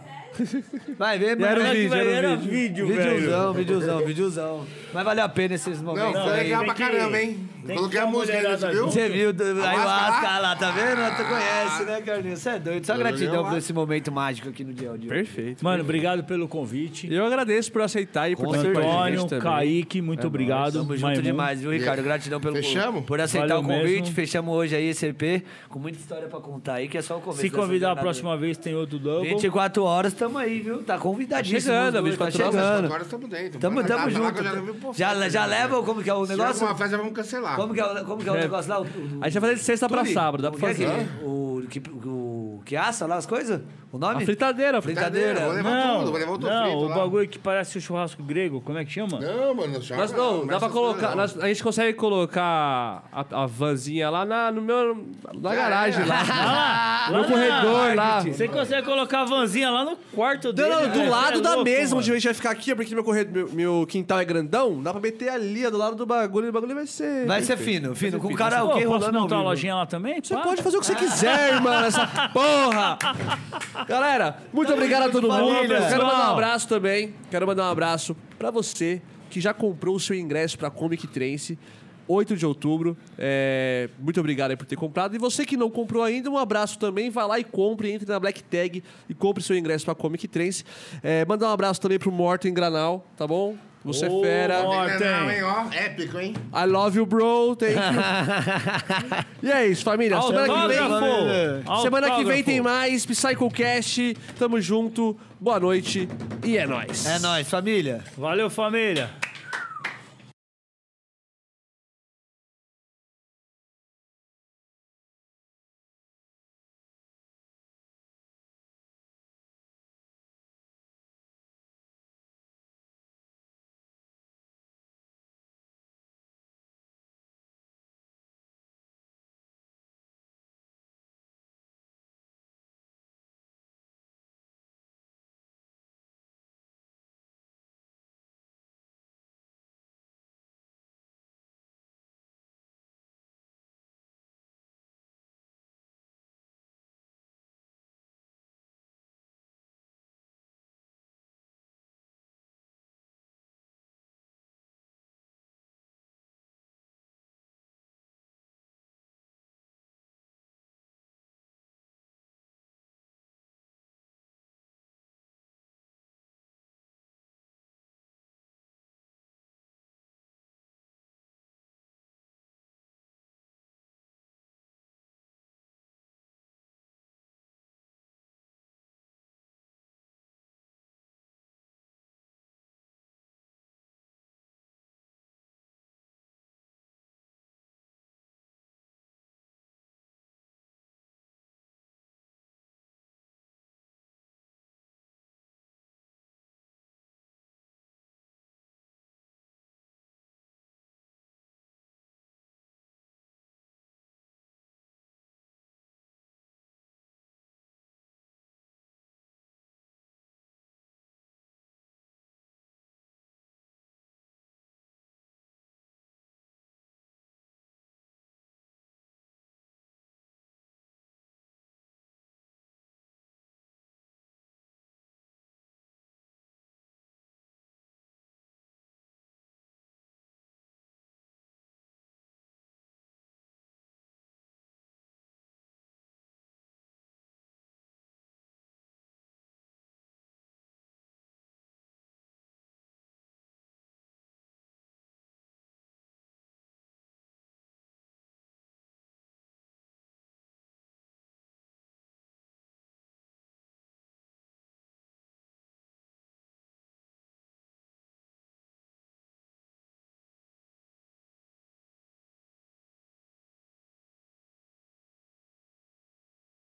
Vai ver, mano.
Era o
Olha que
vídeo,
vai-
era o
era
vídeo.
vídeo, velho.
Videozão, videozão, videozão. Mas valeu a pena esses
Não,
momentos.
foi
aí.
legal pra
tem que-
caramba, hein?
tem que
Coloquei
dar
a
uma
música
olhada
ainda, viu?
Você viu do
A
ayahuasca
máscara?
lá, tá vendo? Tu conhece, né, Carlinhos? Você é doido. Só
Eu
gratidão
lembro.
por esse momento mágico aqui no dia de hoje.
Perfeito.
Mano, obrigado pelo convite.
Eu agradeço por aceitar e por estar aqui com a gente
Antônio,
também.
Kaique,
É
muito obrigado.
Tamo junto
Maimun.
demais, viu, Ricardo? Gratidão pelo
Fechamos?
por aceitar
Valeu
o convite.
mesmo.
Fechamos hoje aí esse EP com muita história pra contar aí, que é só o começo.
Se
dessa
convidar a
jornada aí.
próxima vez, tem outro double.
24 horas, tamo aí, viu? Tá convidadíssimo.
chegando,
os dois,
24
tá
horas,
chegando.
Agora estamos dentro.
Tamo,
Bora
tamo
lá, lá que
junto.
eu já levei pro
Já,
fora.
já leva o- como que é o
Se tiver
negócio?
alguma festa, vamos cancelar.
Como que é, o- como que é o negócio lá? O, o-
A gente vai fazer de sexta pra
Tuli,
sábado, dá pra
como que
fazer.
é aquele- o, que, o que assa lá as coisas? O
A
nome?
fritadeira, a fritadeira.
Brincadeira.
Vou levar
Não,
tudo, vou levar o
não
frito
o
lá.
bagulho é que parece o churrasco grego, como é que chama?
Não, mano, já.
Nós não, dá
mas
pra
essas
colocar.
coisas
nós- a né? gente consegue colocar a, a vanzinha lá na, no meu, na garagem lá.
Ah, lá
No
na-
corredor lá.
Você consegue colocar a vanzinha lá no quarto dele.
Não, não,
né?
do
Você
lado
é
da
louco,
mesa
mano.
onde a gente vai ficar aqui, é porque meu, corredor, meu, meu quintal é grandão, dá pra meter ali, ó, do lado do bagulho, e o bagulho vai ser.
Vai ser fino, fino. Com
assim.
Pô,
karaokê
posso
rolando ao
montar uma
vivo.
lojinha lá também?
Você pode fazer o que você quiser, irmão, nessa porra! Galera, muito obrigado a todo
junto,
mundo.
Então, família.
Quero mandar um abraço também. Quero mandar um abraço pra você que já comprou o seu ingresso pra Comic Trance. 8 de outubro. É, muito obrigado aí por ter comprado. E você que não comprou ainda, um abraço também. Vai lá e compre, entre na Black Tag e compre seu ingresso pra Comic Trance. É, mandar um abraço também pro Morto em Granal, tá bom? Você é
Ô,
fera.
Morten.
lá. Não, hein, ó. Épico, hein?
I love you, bro. Thank you.
[LAUGHS]
e é isso, família. Semana que vem.
Autógrafo!
Semana que vem
Autógrafo.
tem mais PsychoCast. Tamo junto. Boa noite e é nóis.
É nóis, família.
Valeu, família.